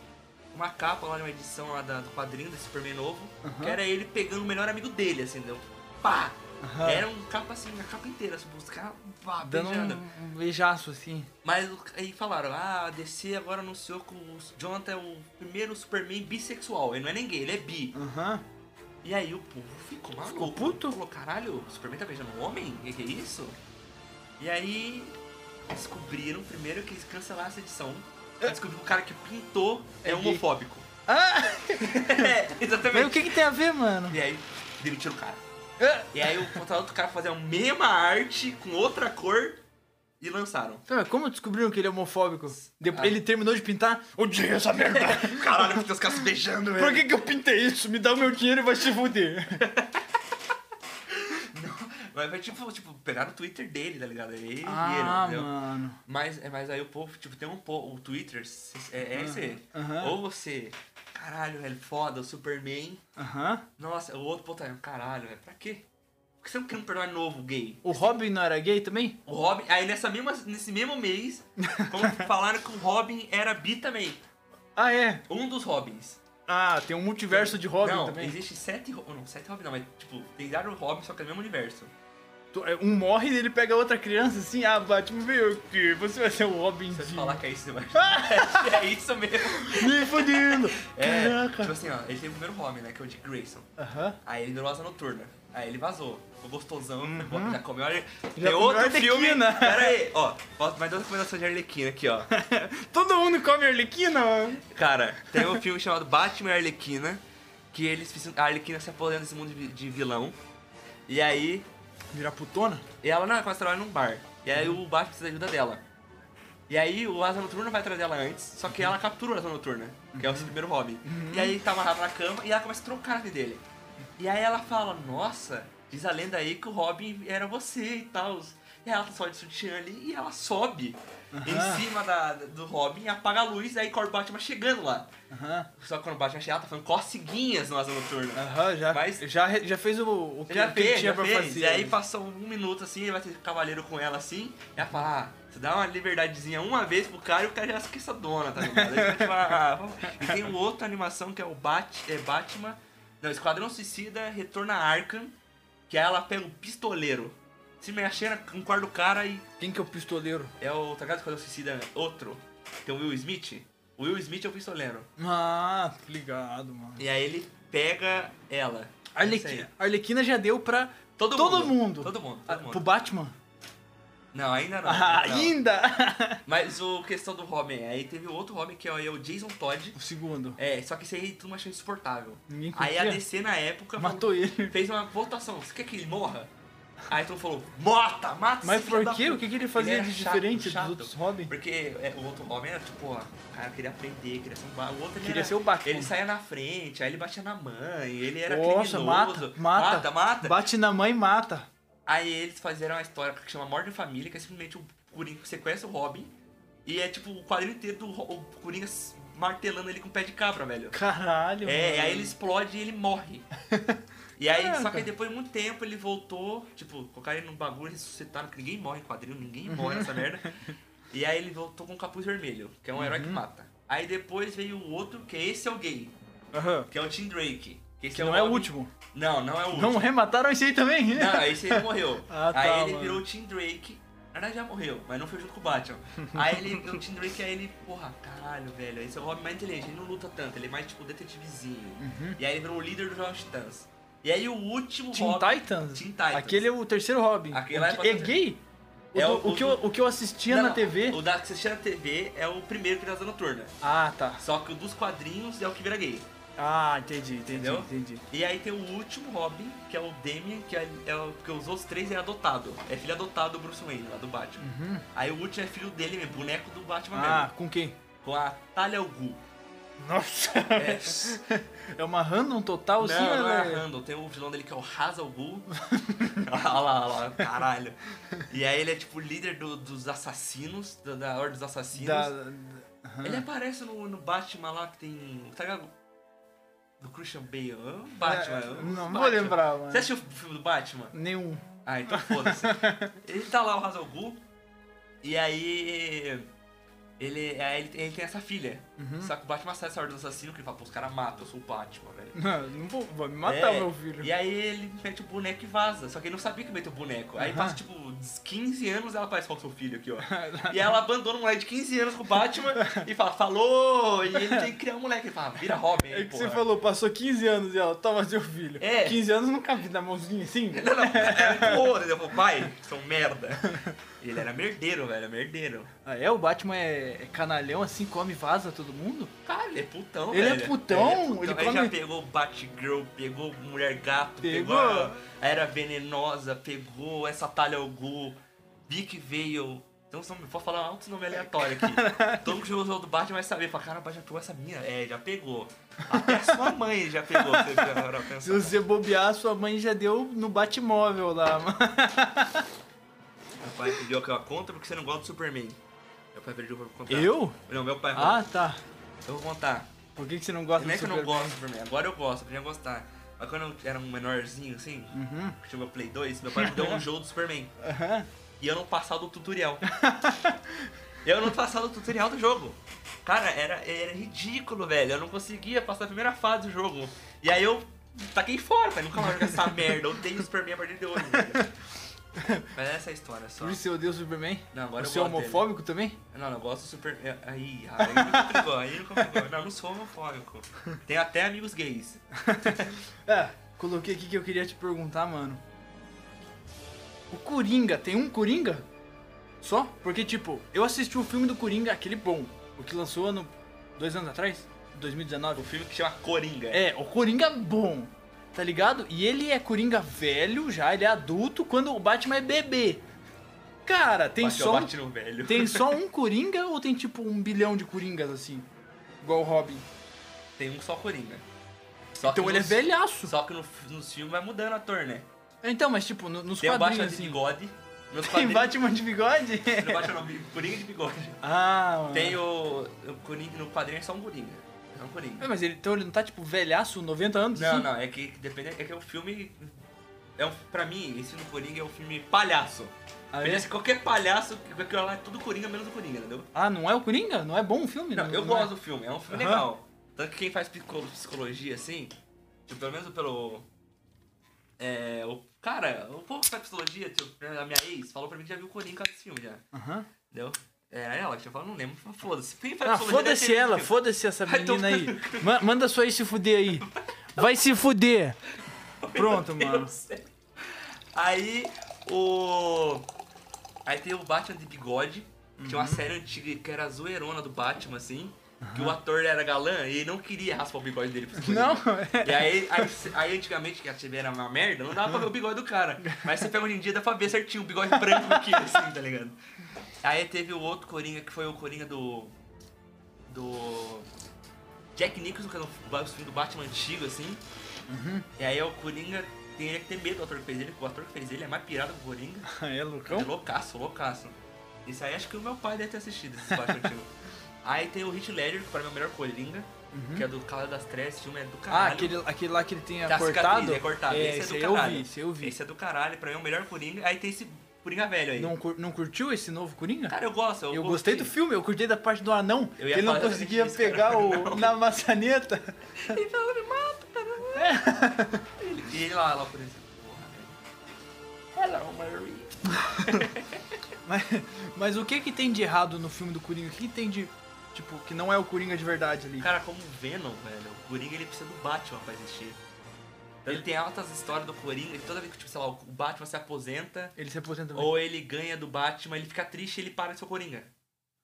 Speaker 2: uma capa lá de uma edição lá da- do quadrinho desse Superman novo,
Speaker 1: Aham.
Speaker 2: que era ele pegando o melhor amigo dele, assim, deu pá!
Speaker 1: Aham.
Speaker 2: Era um capa assim, uma capa inteira, assim, os caras pá,
Speaker 1: Dando
Speaker 2: beijando.
Speaker 1: um, um beijaço assim.
Speaker 2: Mas o- aí falaram, ah, a DC agora anunciou que o Jonathan é o primeiro Superman bissexual, ele não é nem gay, ele é bi.
Speaker 1: Aham.
Speaker 2: E aí o povo ficou maluco.
Speaker 1: Ficou puto?
Speaker 2: Falou, caralho, o Superman tá beijando um homem? Que que é isso? E aí descobriram primeiro que eles cancelaram essa edição. Aí Descobriu que o cara que pintou é,
Speaker 1: É gay.
Speaker 2: homofóbico.
Speaker 1: Ah!
Speaker 2: *laughs* é,
Speaker 1: Mas o
Speaker 2: exatamente.
Speaker 1: que, que tem a ver, mano?
Speaker 2: E aí demitiram o cara.
Speaker 1: Ah!
Speaker 2: E aí o contrato do cara pra fazer a mesma arte com outra cor e
Speaker 1: *laughs*
Speaker 2: lançaram.
Speaker 1: Tá, mas como descobriram que ele é homofóbico? Depois
Speaker 2: Ah.
Speaker 1: Ele terminou de pintar? Odiei essa merda!
Speaker 2: *laughs* Caralho, porque os caras se beijando, velho.
Speaker 1: Por que, que eu pintei isso? Me dá o meu dinheiro e vai se
Speaker 2: *laughs*
Speaker 1: fuder.
Speaker 2: Mas, mas, tipo, tipo, pegaram o Twitter dele, tá ligado? Aí ele viram,
Speaker 1: Ah,
Speaker 2: entendeu?
Speaker 1: mano.
Speaker 2: Mas, é, mas aí o povo, tipo, tem um povo, o Twitter, se- é, é esse.
Speaker 1: Aham.
Speaker 2: Ou você, caralho, velho, foda, o Superman.
Speaker 1: Aham.
Speaker 2: Nossa, o outro povo tá, caralho, velho, pra quê? Por que você não quer um personagem novo gay?
Speaker 1: O Robin não era gay também?
Speaker 2: O Robin, aí nessa mesma, nesse mesmo mês,
Speaker 1: *laughs*
Speaker 2: como falaram que o Robin era bi também.
Speaker 1: Ah, é.
Speaker 2: Um dos Robins.
Speaker 1: Ah, tem um multiverso de Robin
Speaker 2: não,
Speaker 1: também.
Speaker 2: existe sete Robins, não, sete Robins não, mas tipo, tem vários Robins, só que é no mesmo universo.
Speaker 1: to- é, um morre e ele pega outra criança assim, ah, Batman veio aqui, você vai ser o Robin
Speaker 2: Se você
Speaker 1: Hood.
Speaker 2: falar que é isso, você vai.
Speaker 1: *laughs*
Speaker 2: é isso mesmo.
Speaker 1: Me fudendo!
Speaker 2: *laughs* É, tipo
Speaker 1: Caraca!
Speaker 2: assim, ó, ele tem o primeiro nome, né? Que é o de Grayson.
Speaker 1: Aham.
Speaker 2: Aí ele virou asa noturna. Aí ele vazou. Ficou gostosão. Já comeu. Olha, tem
Speaker 1: Uhum. comeu
Speaker 2: outro
Speaker 1: Arlequina.
Speaker 2: filme.
Speaker 1: *laughs*
Speaker 2: Pera aí, ó. ó, Mais duas recomendações de Arlequina aqui, ó. assim.
Speaker 1: Todo mundo come Arlequina, mano.
Speaker 2: Cara, tem um filme chamado Batman e Arlequina. Que eles precisam. A Arlequina se aposenta desse mundo de- de vilão. E aí
Speaker 1: Virar putona?
Speaker 2: E ela não, começa a trabalhar num bar. E aí o Batman precisa da ajuda dela. E aí o Asa Noturna vai atrás dela antes, só que ela captura o Asa Noturna, que é o seu primeiro hobby. E aí ele tá amarrado na cama e ela começa a trocar a vida dele. E aí ela fala, nossa, diz a lenda aí que o Robin era você e tal. E ela tá só de sutiã ali e ela sobe em cima da, do Robin, apaga a luz e aí corta o Batman chegando lá.
Speaker 1: Aham.
Speaker 2: Só que quando o Batman chega, ela tá falando coceguinhas no Asa Noturna.
Speaker 1: Aham, já,
Speaker 2: Mas-
Speaker 1: já, re- já fez o, o que,
Speaker 2: Já
Speaker 1: o que
Speaker 2: fez,
Speaker 1: tinha
Speaker 2: já
Speaker 1: pra
Speaker 2: fez.
Speaker 1: fazer. né?
Speaker 2: E aí passou um minuto assim, ele vai ter cavaleiro com ela assim, e ela fala, ah, você dá uma liberdadezinha uma vez pro cara e o cara já esquece a dona, tá ligado? Aí você fala, "Ah, vamos." e tem uma outra animação que é o Bat, é Batman, não, Esquadrão Suicida Retorna a Arkham, que aí ela pega um pistoleiro, se mexendo com o quarto do cara e
Speaker 1: Quem que é o pistoleiro?
Speaker 2: é o, tá ligado? Esquadrão Suicida outro, tem o Will Smith, o Will Smith é o pistoleiro,
Speaker 1: Ah, tô ligado, mano.
Speaker 2: e aí ele pega ela. É isso aí.
Speaker 1: Arlequina, Arlequina já deu pra
Speaker 2: Todo,
Speaker 1: todo
Speaker 2: mundo.
Speaker 1: mundo.
Speaker 2: Todo mundo.
Speaker 1: Ah,
Speaker 2: Todo mundo.
Speaker 1: Pro Batman?
Speaker 2: Não, ainda
Speaker 1: *laughs*
Speaker 2: não.
Speaker 1: Ah,
Speaker 2: não.
Speaker 1: ainda!
Speaker 2: Mas o questão do Robin, aí teve outro Robin que é o Jason Todd.
Speaker 1: O segundo.
Speaker 2: É, só que isso aí tudo achou insuportável.
Speaker 1: Ninguém curtia.
Speaker 2: Aí a DC na época
Speaker 1: *laughs* Matou ele.
Speaker 2: fez uma votação. Você quer que ele morra? Aí todo mundo falou, mata, mata
Speaker 1: Mas
Speaker 2: esse filho
Speaker 1: por
Speaker 2: da
Speaker 1: quê?
Speaker 2: puta."
Speaker 1: O que, que ele fazia
Speaker 2: era
Speaker 1: de
Speaker 2: chato,
Speaker 1: diferente
Speaker 2: chato.
Speaker 1: dos outros Robin?
Speaker 2: Porque é, o outro Robin era tipo, ó, o cara queria aprender, queria ser um ba- O outro ele
Speaker 1: Queria
Speaker 2: era-
Speaker 1: ser o Batman.
Speaker 2: Ele saía na frente, aí ele batia na mãe, ele era
Speaker 1: Nossa,
Speaker 2: criminoso.
Speaker 1: mata, mata,
Speaker 2: mata, mata.
Speaker 1: Bate na mãe e mata.
Speaker 2: Aí eles fizeram uma história que chama Morte em Família, que é simplesmente o Coringa sequestra o Robin. E é tipo o quadrinho inteiro do Ro- o Coringa s- martelando ele com o pé de cabra, velho.
Speaker 1: Caralho,
Speaker 2: É, e
Speaker 1: mano.
Speaker 2: aí ele explode e
Speaker 1: *laughs*
Speaker 2: ele morre. E aí, só
Speaker 1: Caraca.
Speaker 2: que aí depois de muito tempo ele voltou, tipo, colocaram ele num bagulho, ressuscitaram, que ninguém morre em quadrinho, ninguém morre
Speaker 1: Uhum.
Speaker 2: nessa merda. E aí ele voltou com o capuz vermelho, que é um
Speaker 1: Uhum.
Speaker 2: herói que mata. Aí depois veio o outro, que esse é o gay,
Speaker 1: Aham.
Speaker 2: que é o Tim Drake. Que esse
Speaker 1: Que não é o
Speaker 2: Robin-
Speaker 1: último.
Speaker 2: Não, não é o último.
Speaker 1: Não remataram esse aí também?
Speaker 2: Não, é aí você morreu.
Speaker 1: *laughs* Ah, tá,
Speaker 2: aí ele
Speaker 1: mano.
Speaker 2: virou o Tim Drake. Na verdade já morreu, mas não foi junto com o Batman. Aí ele virou o Tim Drake, aí ele, porra, caralho, velho. Esse é o Robin mais inteligente, ele não luta tanto, ele é mais tipo detetivezinho. E aí ele virou o líder do Jovem Titãs. E aí o último
Speaker 1: Uhum. *laughs* Teen
Speaker 2: Robin.
Speaker 1: Titans?
Speaker 2: Teen Titans.
Speaker 1: Aquele é o terceiro Robin.
Speaker 2: Aquele lá é
Speaker 1: O que-
Speaker 2: pra
Speaker 1: é
Speaker 2: fazer-
Speaker 1: gay? O,
Speaker 2: É
Speaker 1: do-
Speaker 2: o-
Speaker 1: o que eu, o que eu assistia
Speaker 2: Não,
Speaker 1: na
Speaker 2: não,
Speaker 1: TV.
Speaker 2: O da que você assistia na TV é o primeiro que era da noturna.
Speaker 1: Ah, tá.
Speaker 2: Só que o dos quadrinhos é o que vira gay.
Speaker 1: Ah, entendi, entendi,
Speaker 2: Entendeu?
Speaker 1: entendi.
Speaker 2: E aí tem o último Robin, que é o Damien, que é, é o, porque os outros três é adotado. É filho adotado do Bruce Wayne, lá do Batman. Aí o último é filho dele mesmo, boneco do Batman
Speaker 1: Uhum. Ah,
Speaker 2: mesmo.
Speaker 1: com quem?
Speaker 2: Com a Talia al Ghul.
Speaker 1: Nossa!
Speaker 2: É.
Speaker 1: É *laughs* uma random total,
Speaker 2: não,
Speaker 1: assim,
Speaker 2: não é
Speaker 1: né?
Speaker 2: Randall, tem o vilão dele que é o Hazal
Speaker 1: *laughs*
Speaker 2: Ghul. olha lá, olha lá, caralho. E aí ele é tipo o líder do- dos assassinos, da, da Ordem dos Assassinos.
Speaker 1: Da- aham.
Speaker 2: Ele aparece no, no Batman lá que tem. Tá ligado? Do Christian Bale. É um Batman.
Speaker 1: É,
Speaker 2: é um
Speaker 1: não, não
Speaker 2: Batman.
Speaker 1: vou lembrar, mano.
Speaker 2: Você assistiu o filme do Batman?
Speaker 1: Nenhum.
Speaker 2: Ah, então
Speaker 1: *laughs*
Speaker 2: foda-se. ele tá lá, o Hazal Ghul, e aí. Ele, aí ele, ele tem essa filha.
Speaker 1: Uhum.
Speaker 2: Só que o Batman sai essa ordem do assassino, que ele fala, pô, os caras matam, eu sou o Batman, velho.
Speaker 1: Não, não vou, vou me matar,
Speaker 2: É,
Speaker 1: meu filho.
Speaker 2: E aí ele mete o boneco e vaza. Só que ele não sabia que meteu o boneco. Aí
Speaker 1: Aham.
Speaker 2: passa, tipo, uns 15 anos ela aparece com o seu filho aqui, ó. e ela abandona um moleque de 15 anos com o Batman e fala, falou! E ele tem que criar um moleque. Ele fala, vira
Speaker 1: *laughs*
Speaker 2: Robin.
Speaker 1: É
Speaker 2: aí,
Speaker 1: que
Speaker 2: porra.
Speaker 1: você falou, passou 15 anos e ela, toma seu filho.
Speaker 2: É.
Speaker 1: 15 anos não cabe na mãozinha assim?
Speaker 2: Não, não, é porra. Ele falou, pai, são um merda. Ele era merdeiro, velho, é merdeiro.
Speaker 1: Ah, é? O Batman é, é canalhão assim, come e vaza todo mundo?
Speaker 2: Cara, ele é putão,
Speaker 1: Ele é
Speaker 2: velho.
Speaker 1: putão?
Speaker 2: Ele, é putão.
Speaker 1: Ele
Speaker 2: Ele
Speaker 1: come-
Speaker 2: já pegou Batgirl, pegou Mulher Gato,
Speaker 1: Pegou.
Speaker 2: pegou, a Era Venenosa, pegou essa Talha Gu, Big Veil. Então, só- vou falar altos nomes aleatórios aqui. Todo mundo que jogou o jogo do Batman vai saber. Fala, cara, o Batman pegou essa minha. É, já pegou. Até a sua mãe já pegou. Você já parou pra
Speaker 1: Se
Speaker 2: pensar.
Speaker 1: você bobear, sua mãe já deu no Batmóvel lá, *laughs* mano.
Speaker 2: Meu pai pediu aquela conta porque você não gosta do Superman. Meu pai pediu pra eu contar.
Speaker 1: Eu?
Speaker 2: Não, meu pai falou,
Speaker 1: Ah, tá.
Speaker 2: eu vou contar.
Speaker 1: Por que, que você não gosta
Speaker 2: Não é
Speaker 1: do
Speaker 2: que eu não
Speaker 1: Superman?
Speaker 2: gosto do Superman, agora eu gosto, eu podia gostar. Mas quando eu era um menorzinho, assim,
Speaker 1: Uhum.
Speaker 2: que tinha meu Play 2, meu pai me deu
Speaker 1: *laughs*
Speaker 2: um jogo do Superman.
Speaker 1: Aham.
Speaker 2: E eu não passava do
Speaker 1: *laughs*
Speaker 2: tutorial. eu não passava do tutorial do jogo. Cara, era, era ridículo, velho. Eu não conseguia passar a primeira fase do jogo.
Speaker 1: *laughs*
Speaker 2: E aí eu taquei fora, falei, nunca mais vou jogar essa merda. Eu odeio o Superman a partir de hoje, velho. Mas essa é a história só.
Speaker 1: Por isso eu odeio o Superman?
Speaker 2: Não, agora eu
Speaker 1: Você é
Speaker 2: gosto dele.
Speaker 1: homofóbico também?
Speaker 2: Não, não, eu gosto do super. é, Aí, aí me complicou, aí me complicou. Não, eu não sou homofóbico. Tenho até amigos gays.
Speaker 1: É, coloquei aqui que eu queria te perguntar, mano. O Coringa, tem um Coringa? Só? Porque, tipo, eu assisti o filme do Coringa, aquele bom, o que lançou ano. dois anos atrás? 2019?
Speaker 2: O filme que chama Coringa.
Speaker 1: É, o Coringa bom, tá ligado? E ele é Coringa velho já, ele é adulto, quando o Batman é bebê. Cara, tem
Speaker 2: bate,
Speaker 1: só. um-
Speaker 2: bate no
Speaker 1: *laughs*
Speaker 2: velho.
Speaker 1: Tem só um Coringa ou tem tipo um bilhão de Coringas assim? Igual o Robin.
Speaker 2: Tem um só Coringa. Só
Speaker 1: Então
Speaker 2: que
Speaker 1: ele é
Speaker 2: nos-
Speaker 1: velhaço.
Speaker 2: Só que no, nos filmes vai mudando ator, né?
Speaker 1: Então, mas tipo, no- nos
Speaker 2: Tem o Batman
Speaker 1: quadrinhos
Speaker 2: de
Speaker 1: assim.
Speaker 2: bigode.
Speaker 1: *laughs*
Speaker 2: Nos
Speaker 1: Tem
Speaker 2: quadrinhos-
Speaker 1: Batman de bigode?
Speaker 2: No Batman não, Coringa de bigode.
Speaker 1: *laughs* ah, mano.
Speaker 2: Tem o. o Coringa, no quadrinho é só um Coringa. É só um Coringa.
Speaker 1: É, mas ele, então ele não tá tipo velhaço, 90 anos?
Speaker 2: Não,
Speaker 1: assim?
Speaker 2: não, é que depende. É que o filme. É um, pra mim, esse no Coringa é um filme palhaço.
Speaker 1: Ah, é?
Speaker 2: Parece que qualquer palhaço, porque lá é tudo Coringa menos o Coringa, entendeu?
Speaker 1: Ah, não é o Coringa? Não é bom o filme?
Speaker 2: Não, eu
Speaker 1: não é?
Speaker 2: gosto do filme, é um filme
Speaker 1: Aham.
Speaker 2: legal. Tanto que quem faz psico- psicologia, assim, tipo, pelo menos pelo. É. O, cara, o povo que faz psicologia, tipo, a minha ex falou pra mim que já viu o Coringa desse filme já.
Speaker 1: Aham.
Speaker 2: Entendeu? Era ela que já falou, não lembro, mas foda-se. Quem faz
Speaker 1: Ah,
Speaker 2: psicologia deve ter
Speaker 1: foda-se
Speaker 2: visto
Speaker 1: ela,
Speaker 2: o filme.
Speaker 1: foda-se essa
Speaker 2: Vai
Speaker 1: menina
Speaker 2: tomar
Speaker 1: aí.
Speaker 2: no
Speaker 1: Ma- manda sua aí se fuder aí. Vai se fuder. Pronto,
Speaker 2: Meu
Speaker 1: mano.
Speaker 2: Deus do céu. *laughs* Aí o. Aí tem o Batman de bigode. que Tinha uma série antiga que era zoeirona do Batman, assim. Que o ator era galã e ele não queria raspar o bigode dele pra
Speaker 1: Não?
Speaker 2: E aí, aí, aí antigamente, que a TV era uma merda, não dava pra ver o bigode do cara. Mas você pega hoje em dia, dá pra ver certinho o bigode branco aqui, assim, tá ligado? Aí teve o outro Coringa, que foi o Coringa do. Do. Jack Nicholson, que era o filme do Batman antigo, assim. E aí o Coringa teria que ter medo do ator que fez ele, porque o ator que fez ele é mais pirado que o Coringa.
Speaker 1: *laughs* é
Speaker 2: É
Speaker 1: loucão?
Speaker 2: loucaço, loucaço. Isso aí acho que o meu pai deve ter assistido
Speaker 1: *laughs*
Speaker 2: esse Batman antigo. Aí tem o Hit Ledger, que pra mim é o melhor Coringa, que é do Cala das Trevas, esse filme é do
Speaker 1: Uhum. Ah,
Speaker 2: caralho.
Speaker 1: aquele, aquele lá que ele tinha
Speaker 2: Tá
Speaker 1: cortado?
Speaker 2: cicatriz, é cortado.
Speaker 1: É,
Speaker 2: esse, é do
Speaker 1: eu
Speaker 2: caralho.
Speaker 1: vi, esse eu vi.
Speaker 2: Esse é do caralho, pra mim é o melhor Coringa. Aí tem esse Coringa velho aí.
Speaker 1: Não, cur- não curtiu esse novo Coringa?
Speaker 2: Cara, eu gosto. Eu,
Speaker 1: eu gostei do filme, eu curtei da parte do anão. que
Speaker 2: Eu ia
Speaker 1: ele não
Speaker 2: falar
Speaker 1: conseguia
Speaker 2: exatamente isso,
Speaker 1: pegar
Speaker 2: cara.
Speaker 1: o,
Speaker 2: *laughs* Não.
Speaker 1: na maçaneta.
Speaker 2: filme. Ele falou, me mata, cara. E ele lá, lá por exemplo. porra, velho. Hello, Mary.
Speaker 1: Mas, *laughs* mas o que que tem de errado no filme do Coringa? O que, que tem de, tipo, que não é o Coringa de verdade ali?
Speaker 2: Cara, como o Venom, velho, o Coringa ele precisa do Batman pra existir. Então, ele tem altas histórias do Coringa, e toda vez que, tipo, sei lá, o Batman se aposenta,
Speaker 1: Ele se aposenta também.
Speaker 2: ou ele ganha do Batman, ele fica triste e ele para de ser o Coringa.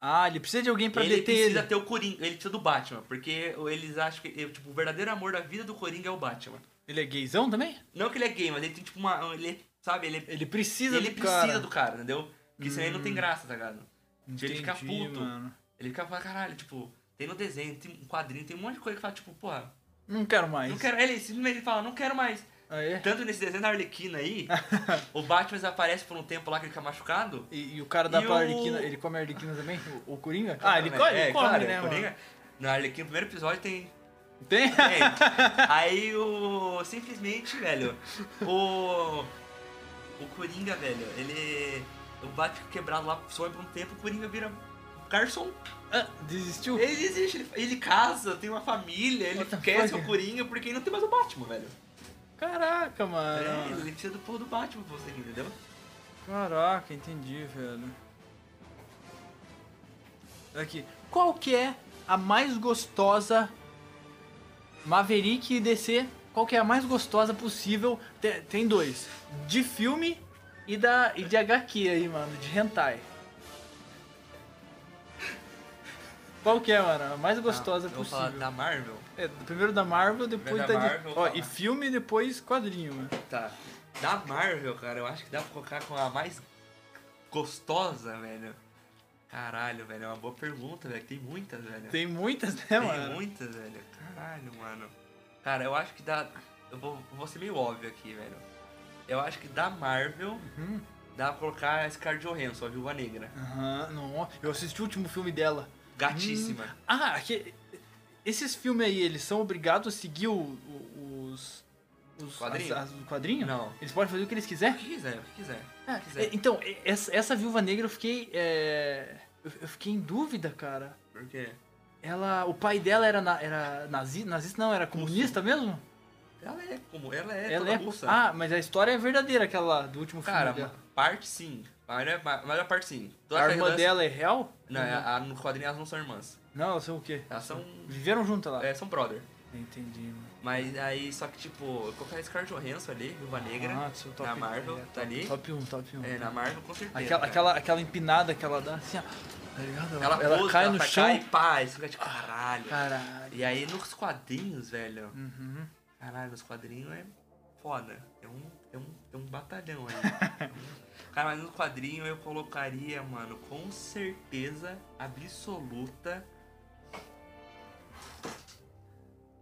Speaker 1: Ah, ele precisa de alguém pra
Speaker 2: ele
Speaker 1: deter
Speaker 2: precisa
Speaker 1: ele.
Speaker 2: ter o Coringa, ele precisa do Batman, porque eles acham que tipo, o verdadeiro amor da vida do Coringa é o Batman.
Speaker 1: Ele é gaysão também?
Speaker 2: Não que ele é gay, mas ele tem tipo uma. Ele, é- sabe, ele,
Speaker 1: Ele precisa
Speaker 2: ele
Speaker 1: do
Speaker 2: precisa
Speaker 1: cara. Hum.
Speaker 2: do cara, entendeu? Porque senão ele não tem graça, tá ligado? Tipo, ele fica
Speaker 1: Entendi,
Speaker 2: puto.
Speaker 1: mano.
Speaker 2: Ele fica pra caralho, tipo, tem no desenho, tem um quadrinho, tem um monte de coisa que fala, tipo, porra,
Speaker 1: Não quero mais.
Speaker 2: não quero. Ele simplesmente fala, não quero mais.
Speaker 1: Ah, é?
Speaker 2: Tanto nesse desenho da
Speaker 1: *laughs*
Speaker 2: Arlequina aí, o Batman desaparece por um tempo lá que ele fica machucado.
Speaker 1: E, e o cara da
Speaker 2: E
Speaker 1: pra
Speaker 2: o-
Speaker 1: Arlequina, ele come a Arlequina também? O, o Coringa? Ah, ele,
Speaker 2: Né?
Speaker 1: co- ele
Speaker 2: É,
Speaker 1: come,
Speaker 2: claro,
Speaker 1: né,
Speaker 2: o
Speaker 1: mano?
Speaker 2: Coringa- Na Arlequina, no primeiro episódio tem
Speaker 1: Tem?
Speaker 2: É. Aí o. Simplesmente, velho. O. O Coringa, velho, ele. O bate quebrado lá, some por um tempo, o Coringa vira um garçom.
Speaker 1: *laughs* Ah, desistiu?
Speaker 2: Ele existe, ele, ele casa, tem uma família, ele
Speaker 1: What the
Speaker 2: quer ser
Speaker 1: fuck?
Speaker 2: o Coringa porque ele não tem mais o Batman, velho.
Speaker 1: Caraca, mano.
Speaker 2: É, ele precisa do porra do Batman pra você, entendeu?
Speaker 1: Tá, Caraca, entendi, velho. Aqui. Qual que é a mais gostosa Maverick e DC? Qual que é a mais gostosa possível? Te- Tem dois. De filme e, da, e de HQ aí, mano. De hentai. Qual que é, mano? A mais gostosa
Speaker 2: Ah, eu vou
Speaker 1: possível.
Speaker 2: falar da Marvel.
Speaker 1: É, primeiro da Marvel, depois
Speaker 2: da
Speaker 1: da, de-
Speaker 2: Marvel,
Speaker 1: Ó,
Speaker 2: tá.
Speaker 1: e filme, depois quadrinho, mano.
Speaker 2: Tá. Da Marvel, cara, eu acho que dá pra colocar com a mais gostosa, velho. Caralho, velho, é uma boa pergunta, velho. Tem muitas, velho.
Speaker 1: Tem muitas, né,
Speaker 2: Tem
Speaker 1: mano?
Speaker 2: muitas, velho. Caralho, mano. Cara, eu acho que dá. Eu vou, vou ser meio óbvio aqui, velho. Eu acho que da Marvel
Speaker 1: Hum.
Speaker 2: dá pra colocar a Scarlett Johansson, a Viúva Negra.
Speaker 1: Aham, não. Eu assisti o último filme dela.
Speaker 2: Gatíssima.
Speaker 1: Ah, que- esses filmes aí, eles são obrigados a seguir o- o- os. Os
Speaker 2: Quadrinho?
Speaker 1: as- as- o quadrinho?
Speaker 2: Não.
Speaker 1: Eles podem fazer o que eles quiserem?
Speaker 2: O que quiser, o que quiser. o que
Speaker 1: Ah,
Speaker 2: quiser.
Speaker 1: é, Então, é- essa, essa viúva negra eu fiquei. é, eu, eu fiquei em dúvida, cara.
Speaker 2: Por quê?
Speaker 1: Ela. O pai dela era, na- era nazi, nazista, não, era comunista mesmo?
Speaker 2: Ela é como ela é,
Speaker 1: Ela
Speaker 2: toda
Speaker 1: é...
Speaker 2: russa.
Speaker 1: Ah, mas a história é verdadeira, aquela lá, do último filme
Speaker 2: Cara,
Speaker 1: dela.
Speaker 2: parte sim. Mas é- mas a parte sim. Toda
Speaker 1: A
Speaker 2: aquela
Speaker 1: irmã
Speaker 2: relance-
Speaker 1: dela é real?
Speaker 2: Não, é, a, no quadrinho elas não são irmãs.
Speaker 1: Não, elas são o quê?
Speaker 2: Elas são.
Speaker 1: Viveram juntas lá.
Speaker 2: Ah. é, são brother.
Speaker 1: Entendi, mano.
Speaker 2: Mas aí, só que tipo, colocar Scarlett Johansson ali, Viúva Negra,
Speaker 1: Ah, seu top
Speaker 2: na
Speaker 1: um,
Speaker 2: Marvel,
Speaker 1: é,
Speaker 2: tá ali.
Speaker 1: Top 1, top 1.
Speaker 2: É, na Marvel com certeza.
Speaker 1: Aquela,
Speaker 2: cara.
Speaker 1: aquela, aquela empinada que ela dá, assim, ó. Tá ligado?
Speaker 2: Ela,
Speaker 1: ela
Speaker 2: pose,
Speaker 1: cai
Speaker 2: ela
Speaker 1: no
Speaker 2: tá-
Speaker 1: chão.
Speaker 2: Cai, pá, isso fica de caralho.
Speaker 1: Caralho.
Speaker 2: E aí nos quadrinhos, velho.
Speaker 1: Uhum.
Speaker 2: Caralho, nos quadrinhos é foda. É um, é um, é um batalhão
Speaker 1: *laughs*
Speaker 2: aí. Cara, mas no quadrinho eu colocaria, mano, com certeza absoluta.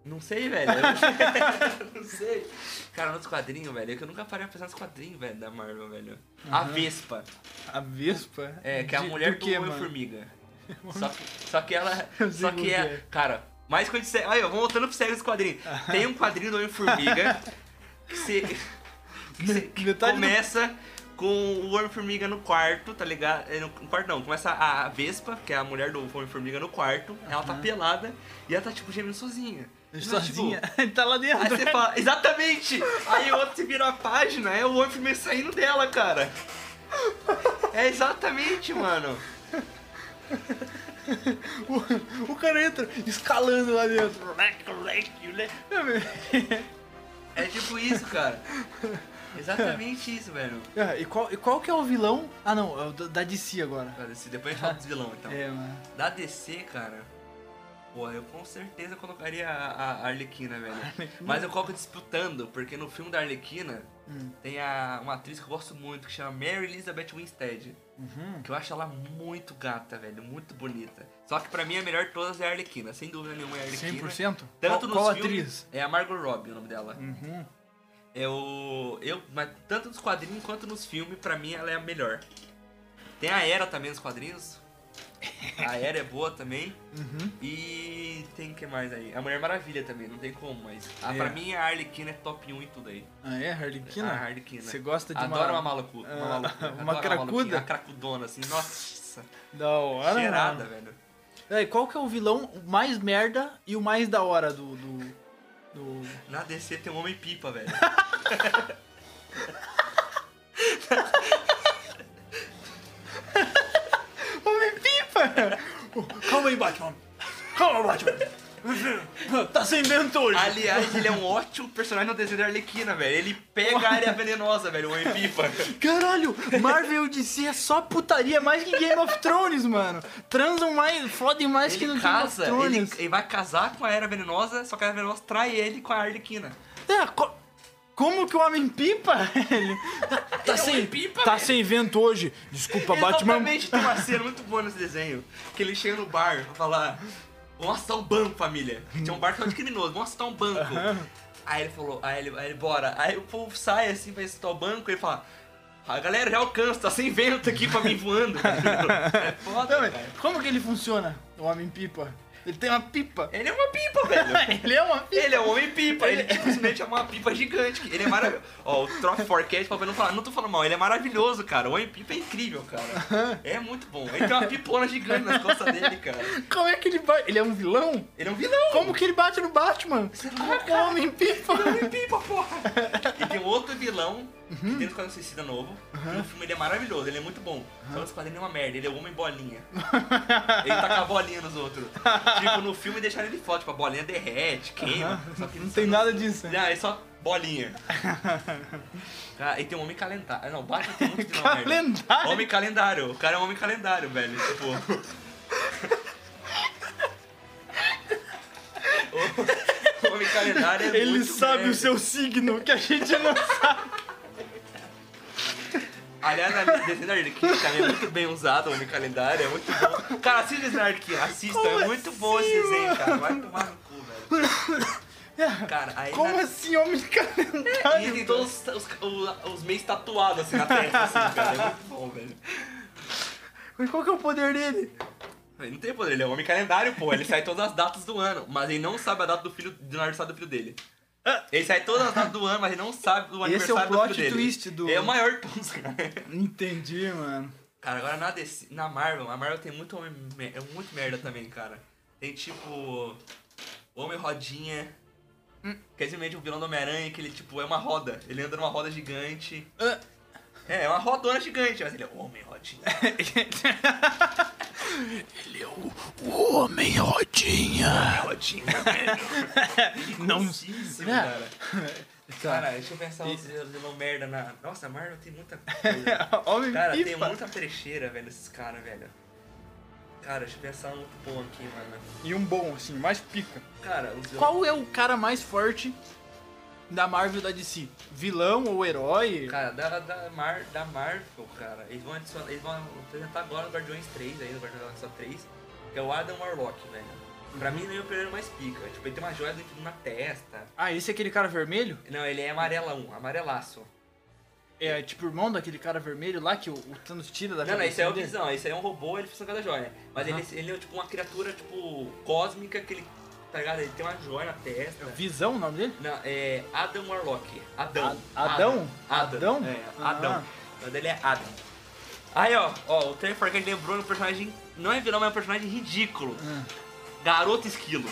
Speaker 2: Não sei, velho. Eu- *laughs* não sei. Cara, nos quadrinhos, velho. é que Eu nunca parei pra pensar nos quadrinhos, velho, da Marvel, velho. A Vespa.
Speaker 1: A Vespa?
Speaker 2: É, que é a
Speaker 1: De-
Speaker 2: mulher do,
Speaker 1: quê, mano? *laughs*
Speaker 2: Homem-Formiga. Só que, só que ela.
Speaker 1: Eu sei
Speaker 2: Só
Speaker 1: como
Speaker 2: que
Speaker 1: que
Speaker 2: é.
Speaker 1: é.
Speaker 2: Cara, mais quando você. Olha, vamos voltando pro sério dos quadrinhos.
Speaker 1: *laughs*
Speaker 2: Tem um quadrinho do Homem-Formiga que você.
Speaker 1: *laughs*
Speaker 2: que você- que
Speaker 1: Metade do-
Speaker 2: começa com o Homem-Formiga no quarto, tá ligado? É, No no quarto não, começa a a Vespa, que é a mulher do Homem-Formiga no quarto. Ela tá pelada e ela tá tipo gemendo sozinha. Ela, tipo,
Speaker 1: Sozinha. *laughs* Ele tá lá
Speaker 2: Aí
Speaker 1: dentro.
Speaker 2: você fala, exatamente! Aí o outro se vira a página, é o outro meio saindo dela, cara. É exatamente, mano.
Speaker 1: O, o cara entra escalando lá dentro. *laughs*
Speaker 2: É tipo isso, cara. Exatamente isso, velho.
Speaker 1: Ah, e, qual, e qual que é o vilão? Ah, não, é o da, da DC agora.
Speaker 2: Cara, se depois a gente fala dos vilão, então.
Speaker 1: É, mano.
Speaker 2: Da DC, cara. Porra, eu com certeza colocaria a, a- a
Speaker 1: *laughs*
Speaker 2: Arlequina, velho. Mas eu coloco disputando, porque no filme da Arlequina
Speaker 1: Hum.
Speaker 2: tem a, uma atriz que eu gosto muito, que chama Mary Elizabeth Winstead.
Speaker 1: Uhum.
Speaker 2: Que eu acho ela muito gata, velho. Muito bonita. Só que pra mim a melhor de todas é a Arlequina. Sem dúvida nenhuma é a Arlequina.
Speaker 1: 100%?
Speaker 2: Tanto
Speaker 1: qual, qual
Speaker 2: nos filmes,
Speaker 1: atriz?
Speaker 2: É a Margot Robbie o nome dela.
Speaker 1: Uhum.
Speaker 2: Eu, eu, mas tanto nos quadrinhos quanto nos filmes, pra mim ela é a melhor. Tem a Era também nos quadrinhos. A Era é boa também.
Speaker 1: Uhum.
Speaker 2: E tem o que mais aí? A Mulher Maravilha também, não tem como, mas a,
Speaker 1: É.
Speaker 2: pra mim a Arlequina é top 1 e tudo aí.
Speaker 1: Ah, é?
Speaker 2: A
Speaker 1: Harlequina?
Speaker 2: Arlequina.
Speaker 1: Você gosta de
Speaker 2: Adoro
Speaker 1: uma...
Speaker 2: uma malucu, uma,
Speaker 1: Ah,
Speaker 2: maluca.
Speaker 1: uma
Speaker 2: Adoro maluquinha,
Speaker 1: cracuda?
Speaker 2: Uma cracudona assim, nossa.
Speaker 1: Da hora,
Speaker 2: cheirada,
Speaker 1: mano.
Speaker 2: velho.
Speaker 1: É, qual que é o vilão mais merda e o mais da hora do. do. do-
Speaker 2: Na DC tem um homem pipa, velho.
Speaker 1: Homem-Pipa! Calma aí, Batman! Calma, Batman! tá sem vento hoje!
Speaker 2: Aliás, ele é um ótimo personagem no desenho da Arlequina, velho. Ele pega a área venenosa, velho, o
Speaker 1: *laughs*
Speaker 2: homem pipa.
Speaker 1: Caralho, Marvel DC é só putaria mais que Game of Thrones, mano! Transam mais, fodem mais que no
Speaker 2: ele casa,
Speaker 1: Game of
Speaker 2: ele,
Speaker 1: Thrones!
Speaker 2: ele vai casar com a Era Venenosa, só que a Era Venenosa trai ele com a Arlequina.
Speaker 1: É, co- Como que o *laughs* Homem-Pipa? Ele... Tá,
Speaker 2: é
Speaker 1: sem,
Speaker 2: Homem-Pipa,
Speaker 1: tá
Speaker 2: velho.
Speaker 1: sem vento hoje! Desculpa, Batman!
Speaker 2: Exatamente, tá. tem uma cena muito boa nesse desenho, que ele chega no bar pra falar, vamos assaltar um banco, família. Tinha um bar que era de criminoso, vamos assaltar um banco. Aí ele falou, aí ele, aí ele, bora. Aí o povo sai assim pra assaltar o banco e ele fala, a galera já alcança, tá sem vento aqui pra mim voando. *laughs* é foda,
Speaker 1: Não, mas
Speaker 2: velho.
Speaker 1: Como que ele funciona, o Homem-Pipa? Ele tem uma pipa!
Speaker 2: Ele é uma pipa, velho.
Speaker 1: *laughs* Ele é uma pipa!
Speaker 2: Ele é um homem pipa, ele simplesmente é uma pipa gigante. que Ele é maravilhoso. Ó, o Trof Forecast, tipo, pra não falar, não tô falando mal, ele é maravilhoso, cara. O homem pipa é incrível, cara. É muito bom. Ele tem uma pipona gigante nas costas dele, cara.
Speaker 1: Como é que ele bate? Ele é um vilão?
Speaker 2: Ele é um vilão.
Speaker 1: Como que ele bate no Batman? Como que o homem pipa?
Speaker 2: Ele é um homem pipa, porra. E tem um outro vilão que tem no quadrinhos Suicida Novo. que No filme ele é maravilhoso, ele é muito bom. Só nos quadrinhos ele é uma merda, ele é o homem bolinha. Ele taca a bolinha nos outros. Tipo, no filme deixaram ele forte, tipo, a bolinha derrete, queima. Só que
Speaker 1: Não tem nada disso.
Speaker 2: Não, é só
Speaker 1: *laughs*
Speaker 2: bolinha. Cara, e tem um homem calendário. Não, o Batman tem muito de vilão merda.
Speaker 1: Calendário?
Speaker 2: Homem calendário. O cara é um homem calendário,
Speaker 1: *laughs*
Speaker 2: velho. Tipo. O homem calendário é
Speaker 1: Ele
Speaker 2: muito
Speaker 1: sabe o
Speaker 2: merda.
Speaker 1: seu signo que a gente *laughs* não sabe.
Speaker 2: Aliás, a desenho da Arlequina também é muito bem usado, o homem calendário, é muito bom. Cara, assista esse Arlequina, assista,
Speaker 1: Como
Speaker 2: é muito bom esse
Speaker 1: assim,
Speaker 2: desenho, cara. Vai tomar no cu, velho. Cara, aí
Speaker 1: Como
Speaker 2: na-
Speaker 1: assim, homem
Speaker 2: E ele tem
Speaker 1: calendário?
Speaker 2: todos os, os, o- os meios tatuados assim na testa, assim, cara. É muito bom, velho.
Speaker 1: Mas qual que é o poder dele?
Speaker 2: Ele não tem poder, ele é um homem calendário, pô. Ele sai todas as datas do ano, mas ele não sabe a data do filho do aniversário do filho dele. Ele sai todas as datas do ano, mas ele não sabe
Speaker 1: Esse é
Speaker 2: o
Speaker 1: o
Speaker 2: aniversário do
Speaker 1: plot
Speaker 2: filho dele.
Speaker 1: twist do-
Speaker 2: É o maior ponto, cara.
Speaker 1: Entendi, mano.
Speaker 2: Cara, agora na, DC, na Marvel, a Marvel tem muito homem mer- é muito merda também, cara. Tem tipo. Homem Rodinha, Casualmente o vilão do Homem-Aranha, que ele, tipo, é uma roda. Ele anda numa roda gigante.
Speaker 1: Ah.
Speaker 2: É, é uma rodona gigante, mas ele é o *laughs* Homem-Rodinha.
Speaker 1: Ele é o, o Homem Rodinha.
Speaker 2: É Rodinha, velho.
Speaker 1: Não-
Speaker 2: Inconcisível,
Speaker 1: Ah.
Speaker 2: cara. Cara, deixa eu pensar os vilão merda na... Nossa, a Marvel tem muita
Speaker 1: *laughs*
Speaker 2: coisa.
Speaker 1: *laughs* Homem
Speaker 2: Cara, tem
Speaker 1: pipa.
Speaker 2: muita trecheira, velho, esses caras, velho. Cara, deixa eu pensar um outro bom aqui, mano.
Speaker 1: E um bom, assim, mais pica.
Speaker 2: Cara, os vilões...
Speaker 1: Qual é o cara mais forte da Marvel e da DC? Vilão ou herói?
Speaker 2: Cara, da, da, Mar, da Marvel, cara, eles vão adicionar, eles vão apresentar agora no Guardiões 3, aí no Guardiões da Galáxia 3, que é o Adam Warlock, velho. Pra mim ele é o primeiro mais pica. Tipo, ele tem uma joia do infinito na testa.
Speaker 1: Ah, esse é aquele cara vermelho?
Speaker 2: Não, ele é amarelão, amarelaço.
Speaker 1: É tipo irmão daquele cara vermelho lá que o, o Thanos tira da
Speaker 2: Não, não,
Speaker 1: cabeça
Speaker 2: esse é o
Speaker 1: dele?
Speaker 2: Visão, esse aí é um robô, ele funciona com cada joia. Mas
Speaker 1: Tá Aham.
Speaker 2: ele, ele é tipo uma criatura, tipo, cósmica, que ele, tá ligado? Ele tem uma joia na testa.
Speaker 1: Visão É o nome dele?
Speaker 2: Não, é Adam Warlock. Adão.
Speaker 1: A- Adão?
Speaker 2: Adam.
Speaker 1: Adão?
Speaker 2: É,
Speaker 1: Ah.
Speaker 2: Adão. O nome dele é Adam. Aí, ó, ó, o Trey Parker lembrou um personagem. Não é vilão, mas é um personagem ridículo.
Speaker 1: Ah.
Speaker 2: Garoto esquilo.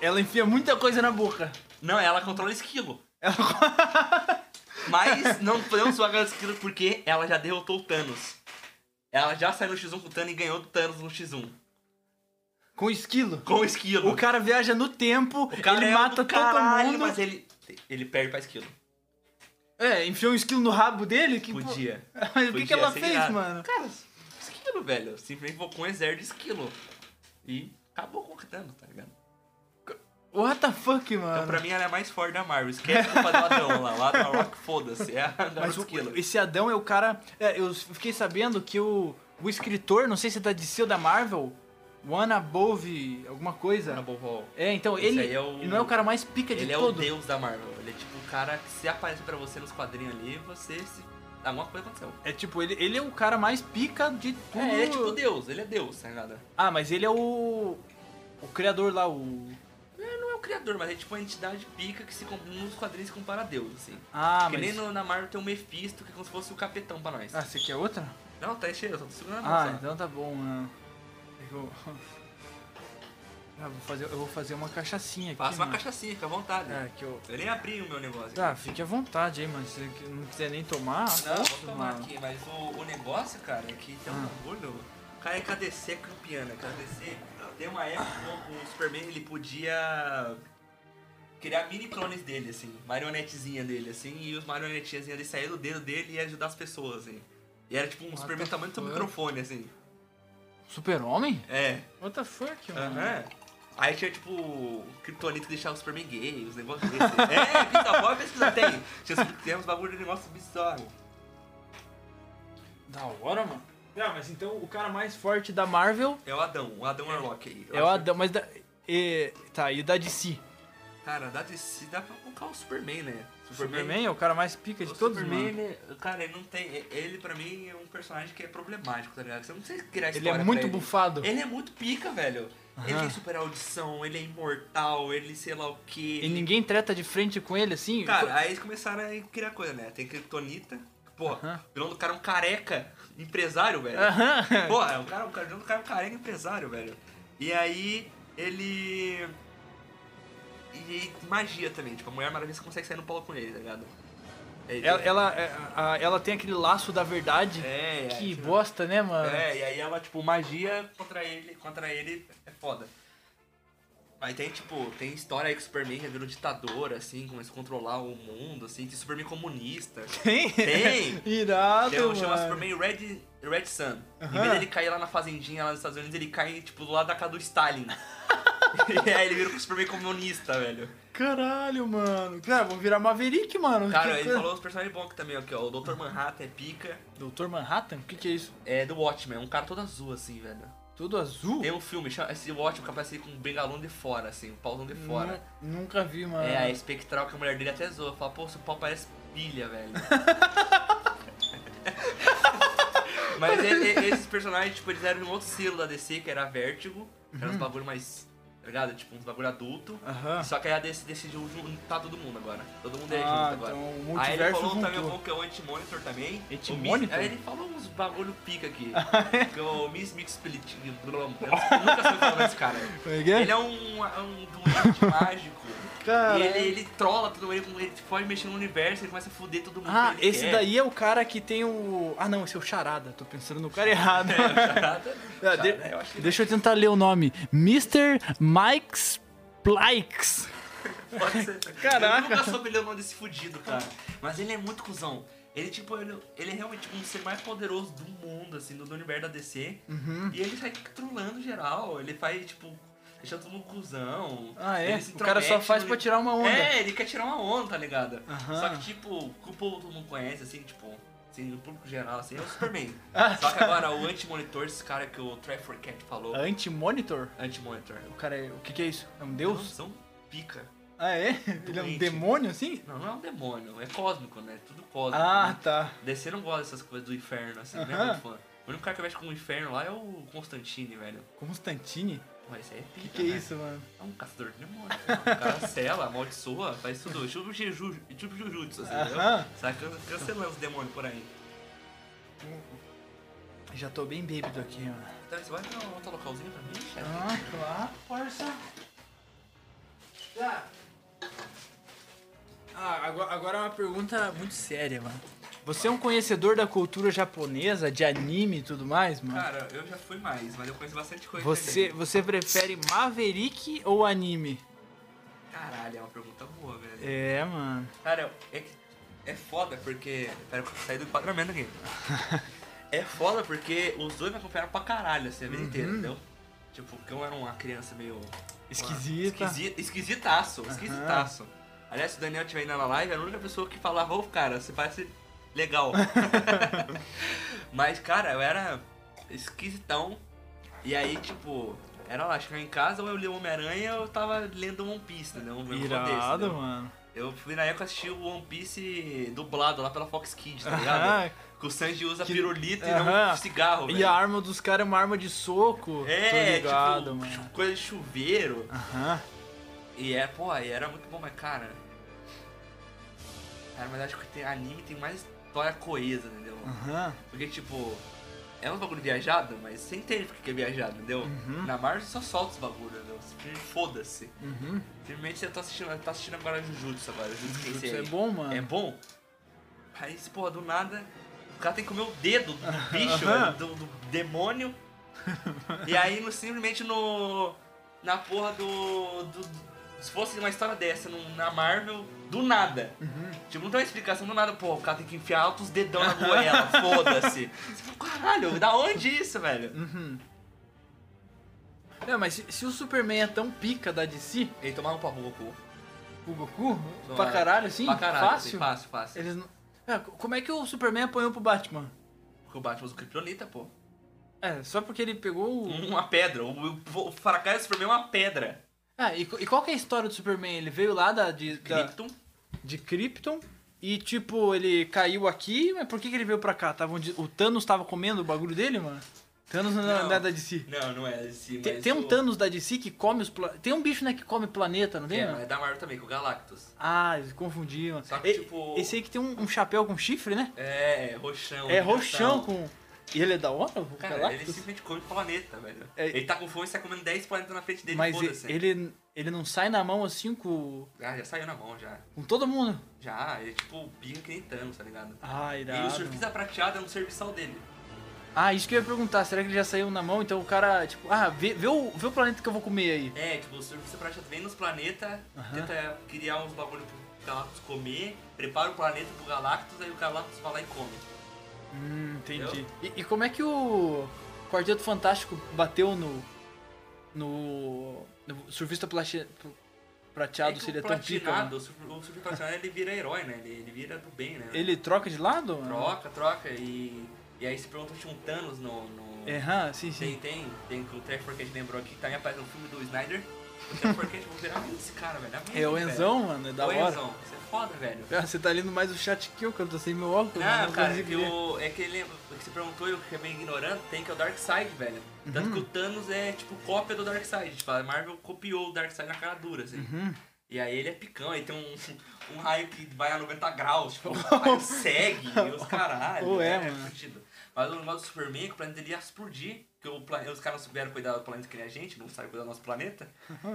Speaker 1: Ela enfia muita coisa na boca.
Speaker 2: Não, ela controla esquilo.
Speaker 1: Ela... *laughs*
Speaker 2: Mas não podemos zoar a garota esquilo porque ela já derrotou o Thanos. Ela já saiu no X1 com o Thanos e ganhou o Thanos no X1.
Speaker 1: Com esquilo.
Speaker 2: Com o esquilo.
Speaker 1: O cara viaja no tempo,
Speaker 2: O cara
Speaker 1: ele
Speaker 2: é
Speaker 1: mata
Speaker 2: do
Speaker 1: todo
Speaker 2: caralho,
Speaker 1: mundo.
Speaker 2: Mas é- ele, ele perde pra esquilo.
Speaker 1: É, enfiou um esquilo no rabo dele? Que po-
Speaker 2: Podia.
Speaker 1: *laughs* Mas o que, que
Speaker 2: Podia
Speaker 1: ela
Speaker 2: ser
Speaker 1: fez,
Speaker 2: irado.
Speaker 1: mano?
Speaker 2: Cara, esquilo, velho. Simplesmente invocou um exército de esquilo. E acabou com o Thanos, tá ligado?
Speaker 1: What the fuck, mano?
Speaker 2: Então, pra mim, ela é a mais forte da Marvel. Esquece a culpa do Adão lá. O Adam Rock, foda-se. É a garota
Speaker 1: Mas o-
Speaker 2: esquilo.
Speaker 1: esse Adão é o cara. é, eu fiquei sabendo que o, o escritor, não sei se é da DC ou da Marvel, One Above, alguma coisa.
Speaker 2: Bovol.
Speaker 1: É, então
Speaker 2: Esse
Speaker 1: ele,
Speaker 2: aí é o-
Speaker 1: ele não é o cara mais pica de
Speaker 2: Ele é o
Speaker 1: todo.
Speaker 2: deus da Marvel. Ele é tipo o cara que se aparece pra você nos quadrinhos ali, você se... Alguma coisa aconteceu.
Speaker 1: É tipo, ele, ele é o cara mais pica de tudo.
Speaker 2: É, ele é tipo Deus, ele é Deus, tá ligado?
Speaker 1: Ah, mas ele é o. O criador lá, o.
Speaker 2: Ele não é o criador, mas é tipo uma entidade pica que se, com- nos quadrinhos se compara a Deus, assim.
Speaker 1: Ah,
Speaker 2: que
Speaker 1: mas.
Speaker 2: nem no- na Marvel tem o Mephisto, que é como se fosse o capitão pra nós.
Speaker 1: Ah, você quer outra?
Speaker 2: Não, tá cheio, eu tô segurando a mão
Speaker 1: Ah,
Speaker 2: só.
Speaker 1: então tá bom, mano. Eu *laughs* vou. Ah, vou fazer, eu vou fazer uma cachaçinha aqui.
Speaker 2: Faça uma
Speaker 1: mano.
Speaker 2: cachaçinha, fica à vontade.
Speaker 1: É, que eu.
Speaker 2: Eu nem abri o meu negócio.
Speaker 1: Tá,
Speaker 2: aqui.
Speaker 1: fique à vontade aí, mano. Se você não quiser nem tomar.
Speaker 2: Não,
Speaker 1: foda-se,
Speaker 2: vou tomar
Speaker 1: mano.
Speaker 2: aqui, mas o, o negócio, cara, é que tem um
Speaker 1: Ah.
Speaker 2: bagulho. Cara, é que a DC é campeã, né? Que a DC tem uma época que o Superman ele podia criar mini clones dele, assim, marionetezinha dele, assim, e os marionetinhas dele saíam do dedo dele e ajudar as pessoas, assim. E era tipo um
Speaker 1: What
Speaker 2: Superman
Speaker 1: the
Speaker 2: tamanho do seu
Speaker 1: fuck?
Speaker 2: microfone, assim.
Speaker 1: Super-Homem?
Speaker 2: É. né?
Speaker 1: What the fuck, mano?
Speaker 2: Aham. Aí tinha tipo o Kryptonita que deixava o Superman gay, os negócios desses. *laughs* é, pita, pode pesquisar, tem. Tinha tem uns bagulho de negócio bizarro.
Speaker 1: Da hora, mano. Não, mas então o cara mais forte da Marvel
Speaker 2: É o Adão, o Adão Warlock aí. Eu
Speaker 1: é o
Speaker 2: acho-
Speaker 1: Adão, mas da. E, tá, e da DC?
Speaker 2: Cara, dá, DC, dá pra colocar o Superman, né?
Speaker 1: Superman é o cara mais pica de
Speaker 2: o
Speaker 1: todos,
Speaker 2: Superman, é
Speaker 1: mano.
Speaker 2: ele- cara, ele não tem. Ele pra mim é um personagem que é problemático, tá ligado? Você não precisa criar
Speaker 1: Ele
Speaker 2: história.
Speaker 1: é
Speaker 2: pra
Speaker 1: muito
Speaker 2: ele.
Speaker 1: bufado.
Speaker 2: Ele é muito pica, velho. Ele
Speaker 1: Aham.
Speaker 2: tem super audição, ele é imortal, ele sei lá o quê.
Speaker 1: E ninguém treta de frente com ele assim?
Speaker 2: Cara, aí eles começaram a criar coisa, né? Tem Kryptonita. Pô,
Speaker 1: Aham.
Speaker 2: o vilão do cara é um careca, empresário, velho.
Speaker 1: Aham.
Speaker 2: Pô, é um cara, um cara, um cara, um careca empresário, velho. E aí, ele. E magia também, tipo, a Mulher Maravilha você consegue sair no pau com ele, tá ligado? Ele-
Speaker 1: Ela, ela, é, a- ela tem aquele laço da verdade.
Speaker 2: É, é,
Speaker 1: que
Speaker 2: tipo,
Speaker 1: bosta, né, mano?
Speaker 2: É, e aí ela, tipo, magia contra ele, contra ele é foda. Aí tem, tipo, tem história aí que o Superman revira um ditador, assim, começa a controlar o mundo, assim, tem Superman comunista.
Speaker 1: Tem?
Speaker 2: *laughs* Tem!
Speaker 1: *laughs* Irado,
Speaker 2: Tem um
Speaker 1: mano.
Speaker 2: chama Superman Red, Red Sun. Em vez
Speaker 1: Aham.
Speaker 2: dele cair lá na fazendinha lá nos Estados Unidos, ele cai, tipo, do lado da casa
Speaker 1: *laughs*
Speaker 2: do Stalin. *laughs* e aí ele vira um Superman comunista, velho.
Speaker 1: Caralho, mano. Cara, vou virar Maverick, mano.
Speaker 2: Cara,
Speaker 1: Que
Speaker 2: ele
Speaker 1: coisa-
Speaker 2: falou os personagens bons aqui também, ó, aqui, ó. O Dr. Manhattan é pica.
Speaker 1: Doutor Manhattan? O que, que é isso?
Speaker 2: É do Watchmen, é um cara todo azul, assim, velho.
Speaker 1: Tudo azul?
Speaker 2: Tem um filme, chama, esse Watchmen que aparece com um bengalão de fora, assim, um pauzão de fora.
Speaker 1: Nu- Nunca vi, mano.
Speaker 2: É, a espectral que a mulher dele até zoa. Fala, pô, seu pau parece pilha,
Speaker 1: *laughs*
Speaker 2: velho.
Speaker 1: Uhum.
Speaker 2: Mas e- e- esses personagens, tipo, eles eram de um outro selo da DC, que era Vértigo. Que era uns bagulho mais ligado? Tipo, uns bagulho adulto.
Speaker 1: Aham.
Speaker 2: Só que aí a DC decidiu juntar todo mundo agora. Todo mundo é junto
Speaker 1: Ah,
Speaker 2: agora.
Speaker 1: então o
Speaker 2: Aí ele
Speaker 1: multiverso
Speaker 2: falou também um
Speaker 1: juntou.
Speaker 2: pouco que é o anti-monitor também.
Speaker 1: Anti-monitor?
Speaker 2: O Miss- Aí ele falou uns bagulho
Speaker 1: *laughs*
Speaker 2: pica aqui. que é o Miss Mix Split. Eu nunca sei falar desse cara.
Speaker 1: Como é que é?
Speaker 2: Ele é um, um doente *laughs* mágico.
Speaker 1: Caralho.
Speaker 2: E ele, ele trola todo mundo, ele, ele pode mexer no universo, ele começa a foder todo mundo.
Speaker 1: Ah,
Speaker 2: que ele
Speaker 1: esse
Speaker 2: *laughs* quer.
Speaker 1: daí é o cara que tem o. Ah, não, esse é o Charada. Tô pensando no cara *laughs* errado.
Speaker 2: É, o charada.
Speaker 1: *laughs* Ah, de-
Speaker 2: Charada, eu acho que
Speaker 1: Deixa eu tentar ler o nome. Mr. Mike's Plikes. *laughs*
Speaker 2: pode ser.
Speaker 1: Caraca.
Speaker 2: Eu nunca soube ler o nome desse fudido, cara. Mas ele é muito cuzão. Ele, tipo, ele, ele é realmente tipo, um ser mais poderoso do mundo, assim, do, do universo da DC.
Speaker 1: Uhum.
Speaker 2: E ele sai trolando geral. Ele faz, tipo, deixando todo mundo cuzão.
Speaker 1: Ah, é?
Speaker 2: Ele se
Speaker 1: O cara só
Speaker 2: intromete
Speaker 1: faz
Speaker 2: no-
Speaker 1: pra tirar uma onda.
Speaker 2: É, ele quer tirar uma onda, tá ligado?
Speaker 1: Aham.
Speaker 2: Só que, tipo, que o povo todo mundo conhece, assim, tipo, assim, o público geral, assim, é o Superman.
Speaker 1: *laughs* Ah,
Speaker 2: Só que agora o anti-monitor, esse cara que o Trevor Cat falou,
Speaker 1: Ah. Anti-monitor?
Speaker 2: anti-monitor.
Speaker 1: O cara é. O que, que é isso? É um deus?
Speaker 2: São pica.
Speaker 1: Ah, é? *laughs* Ele é um
Speaker 2: Doente.
Speaker 1: demônio assim?
Speaker 2: Não, não é um demônio, é cósmico, né? Tudo cósmico.
Speaker 1: Ah,
Speaker 2: né?
Speaker 1: tá.
Speaker 2: DC não gosta dessas coisas do inferno, assim, né?
Speaker 1: Aham.
Speaker 2: Muito fã. O único cara que mexe com o inferno lá é o Constantine, velho.
Speaker 1: Constantine?
Speaker 2: Mas esse aí é pica,
Speaker 1: O que, que é
Speaker 2: né?
Speaker 1: isso, mano?
Speaker 2: É um caçador de demônios. mano. O cara sela, amaldiçoa, faz tudo. Tipo jeju, tipo jujutsu, assim, entendeu?
Speaker 1: Aham.
Speaker 2: Sai can- cancelando os demônios por aí.
Speaker 1: Já tô bem bêbado aqui, mano.
Speaker 2: Então, você vai dar um outro localzinho pra mim, chefe?
Speaker 1: Ah, claro, força. Tá. Ah, agora, agora é uma pergunta muito séria, mano. Você é um conhecedor da cultura japonesa, de anime e tudo mais, mano?
Speaker 2: Cara, eu já fui mais, mas eu conheço bastante coisa.
Speaker 1: Você,
Speaker 2: também.
Speaker 1: você prefere Maverick ou anime?
Speaker 2: Caralho, é uma pergunta boa, velho.
Speaker 1: É, mano.
Speaker 2: Cara, é, que- é foda porque. Pera, saí do
Speaker 1: *laughs*
Speaker 2: enquadramento aqui. é foda porque os dois me acompanharam pra caralho, assim, a
Speaker 1: Uhum.
Speaker 2: vida inteira, entendeu? Tipo, porque eu era uma criança meio.
Speaker 1: Esquisita.
Speaker 2: Esquisita, esquisitaço, esquisitaço. Aliás, se o Daniel estiver ainda na live, era a única pessoa que falava, ô cara, você parece
Speaker 1: *laughs*
Speaker 2: legal. Mas, cara, eu era esquisitão. E aí, tipo, era lá, chegar em casa, ou eu li Homem-Aranha, ou eu tava lendo One Piece, entendeu? Um negócio desse,
Speaker 1: Irado,
Speaker 2: entendeu?
Speaker 1: mano.
Speaker 2: Eu fui na época assistir o One Piece dublado lá pela Fox Kids, tá ligado?
Speaker 1: Aham.
Speaker 2: Que o Sanji usa
Speaker 1: Que-
Speaker 2: pirulito e
Speaker 1: Aham.
Speaker 2: não cigarro,
Speaker 1: E
Speaker 2: velho.
Speaker 1: a arma dos caras é uma arma de soco. Tô
Speaker 2: É,
Speaker 1: ligado,
Speaker 2: tipo,
Speaker 1: mano.
Speaker 2: coisa de chuveiro.
Speaker 1: Aham.
Speaker 2: E é, pô, e era muito bom, mas cara. Cara, mas acho que tem anime tem mais história coesa, entendeu?
Speaker 1: Aham.
Speaker 2: Porque, tipo, é um bagulho viajado, mas você entende porque que é viajado, entendeu? Na Marvel só solta os bagulhos, entendeu? Simplesmente Foda-se.
Speaker 1: Uhum.
Speaker 2: Simplesmente você tá assistindo, tá assistindo agora Jujutsu agora, Jujutsu Kaisen
Speaker 1: Isso é
Speaker 2: aí.
Speaker 1: bom, mano.
Speaker 2: É bom? Aí, porra, do nada, o cara tem que comer o dedo do bicho,
Speaker 1: Aham.
Speaker 2: velho, do, do
Speaker 1: *laughs*
Speaker 2: demônio. e aí, no- simplesmente no. Na porra do. do- se fosse uma história dessa no- na Marvel, do nada.
Speaker 1: Uhum.
Speaker 2: Tipo, não tem uma explicação do nada, pô, o cara tem que enfiar altos dedão
Speaker 1: *laughs*
Speaker 2: na goela, foda-se. Você fala, caralho, da onde isso, velho?
Speaker 1: Uhum. É, mas se, se o Superman é tão pica da DC,
Speaker 2: Ele tomava um pau pro Goku.
Speaker 1: o Goku,
Speaker 2: Tomava.
Speaker 1: pra caralho assim,
Speaker 2: Pra caralho,
Speaker 1: fácil,
Speaker 2: assim, fácil, fácil.
Speaker 1: eles não... É, co- como é que o Superman apanhou pro Batman?
Speaker 2: Porque o Batman usa o Kryptonita, pô. Um,
Speaker 1: É, só porque ele pegou o...
Speaker 2: Uma pedra. O, o, o fracasso do Superman é uma pedra.
Speaker 1: Ah, e, co- e qual que é a história do Superman? Ele veio lá da, de, da,
Speaker 2: Krypton.
Speaker 1: de Krypton e, tipo, ele caiu aqui, mas por que, que ele veio pra cá? Tava onde- o Thanos tava comendo o bagulho dele, mano? Thanos não, é-
Speaker 2: Não.
Speaker 1: não é da DC.
Speaker 2: Não, não é esse.
Speaker 1: Tem,
Speaker 2: mas
Speaker 1: tem
Speaker 2: o-
Speaker 1: um Thanos da DC que come os... pla- Tem um bicho, né, que come planeta, não tem?
Speaker 2: É,
Speaker 1: mano?
Speaker 2: mas é da Marvel também, com o Galactus.
Speaker 1: Ah, eles confundiam.
Speaker 2: Só que,
Speaker 1: E-
Speaker 2: tipo-
Speaker 1: Esse aí que tem um, um chapéu com chifre, né?
Speaker 2: É, roxão.
Speaker 1: É
Speaker 2: ligação.
Speaker 1: roxão com. E ele é da hora? O
Speaker 2: Cara, ele
Speaker 1: Galactus?
Speaker 2: simplesmente come planeta, velho.
Speaker 1: É-
Speaker 2: Ele tá com fome e sai comendo 10 planetas na frente dele,
Speaker 1: Mas
Speaker 2: foda-se.
Speaker 1: e- ele, ele não sai na mão assim com,
Speaker 2: Ah, já saiu na mão, já.
Speaker 1: com todo mundo.
Speaker 2: Já, ele é tipo o Birra que nem Thanos, tá ligado?
Speaker 1: Ah,
Speaker 2: E o
Speaker 1: irado.
Speaker 2: surfista prateado é um serviçal dele.
Speaker 1: Ah, isso que eu ia perguntar. Será que ele já saiu na mão? Então o cara, tipo, ah, vê, vê, o, vê o planeta que eu vou comer aí.
Speaker 2: É, tipo, o surfista prateado vem nos planetas,
Speaker 1: Aham.
Speaker 2: tenta criar uns bagulho pro Galactus comer, prepara o planeta pro Galactus, aí o Galactus vai lá e come.
Speaker 1: Hum, entendi. E, e como é que o Quarteto Fantástico bateu no. no. no surfista plache- prateado
Speaker 2: que
Speaker 1: se ele é
Speaker 2: o
Speaker 1: tão pica? mano?
Speaker 2: platinado, o surf- né? o surfista prateado, ele vira herói, né? Ele, ele vira do bem, né?
Speaker 1: Ele troca de lado? mano?
Speaker 2: Troca, troca e. E aí se perguntam se tinha um Thanos no. no...
Speaker 1: Aham, É, sim, sim.
Speaker 2: tá Tem, tem, tem que o Trevor que a gente lembrou aqui, também aparece no filme do Snyder. Até porque, tipo, vou virar amigo desse cara, velho. Amigo,
Speaker 1: É o
Speaker 2: velho.
Speaker 1: Enzão, mano, é da
Speaker 2: Ô,
Speaker 1: hora.
Speaker 2: Enzão, você é foda, velho.
Speaker 1: Ah, Você tá lendo mais o chat que eu, cara. Eu tô sem meu óculos. mano,
Speaker 2: Não,
Speaker 1: né? não
Speaker 2: cara, é
Speaker 1: consigo
Speaker 2: que,
Speaker 1: ler.
Speaker 2: o, é que ele, o que você perguntou, eu que é meio ignorante, tem que é o Darkseid, velho.
Speaker 1: Uhum.
Speaker 2: Tanto que o Thanos é, tipo, cópia do Darkseid. Tipo, a Marvel copiou o Darkseid na cara dura, assim.
Speaker 1: Uhum.
Speaker 2: E aí ele é picão, aí tem um, *laughs* um raio que vai a 90
Speaker 1: *laughs*
Speaker 2: graus, tipo, o raio segue, e os caralho.
Speaker 1: Ou é,
Speaker 2: né?
Speaker 1: mano.
Speaker 2: fudido. Mas o negócio do Superman, é que o planeta dele ia explodir, porque o plane- os caras não souberam cuidar do planeta que nem a gente, não sabe cuidar do nosso planeta.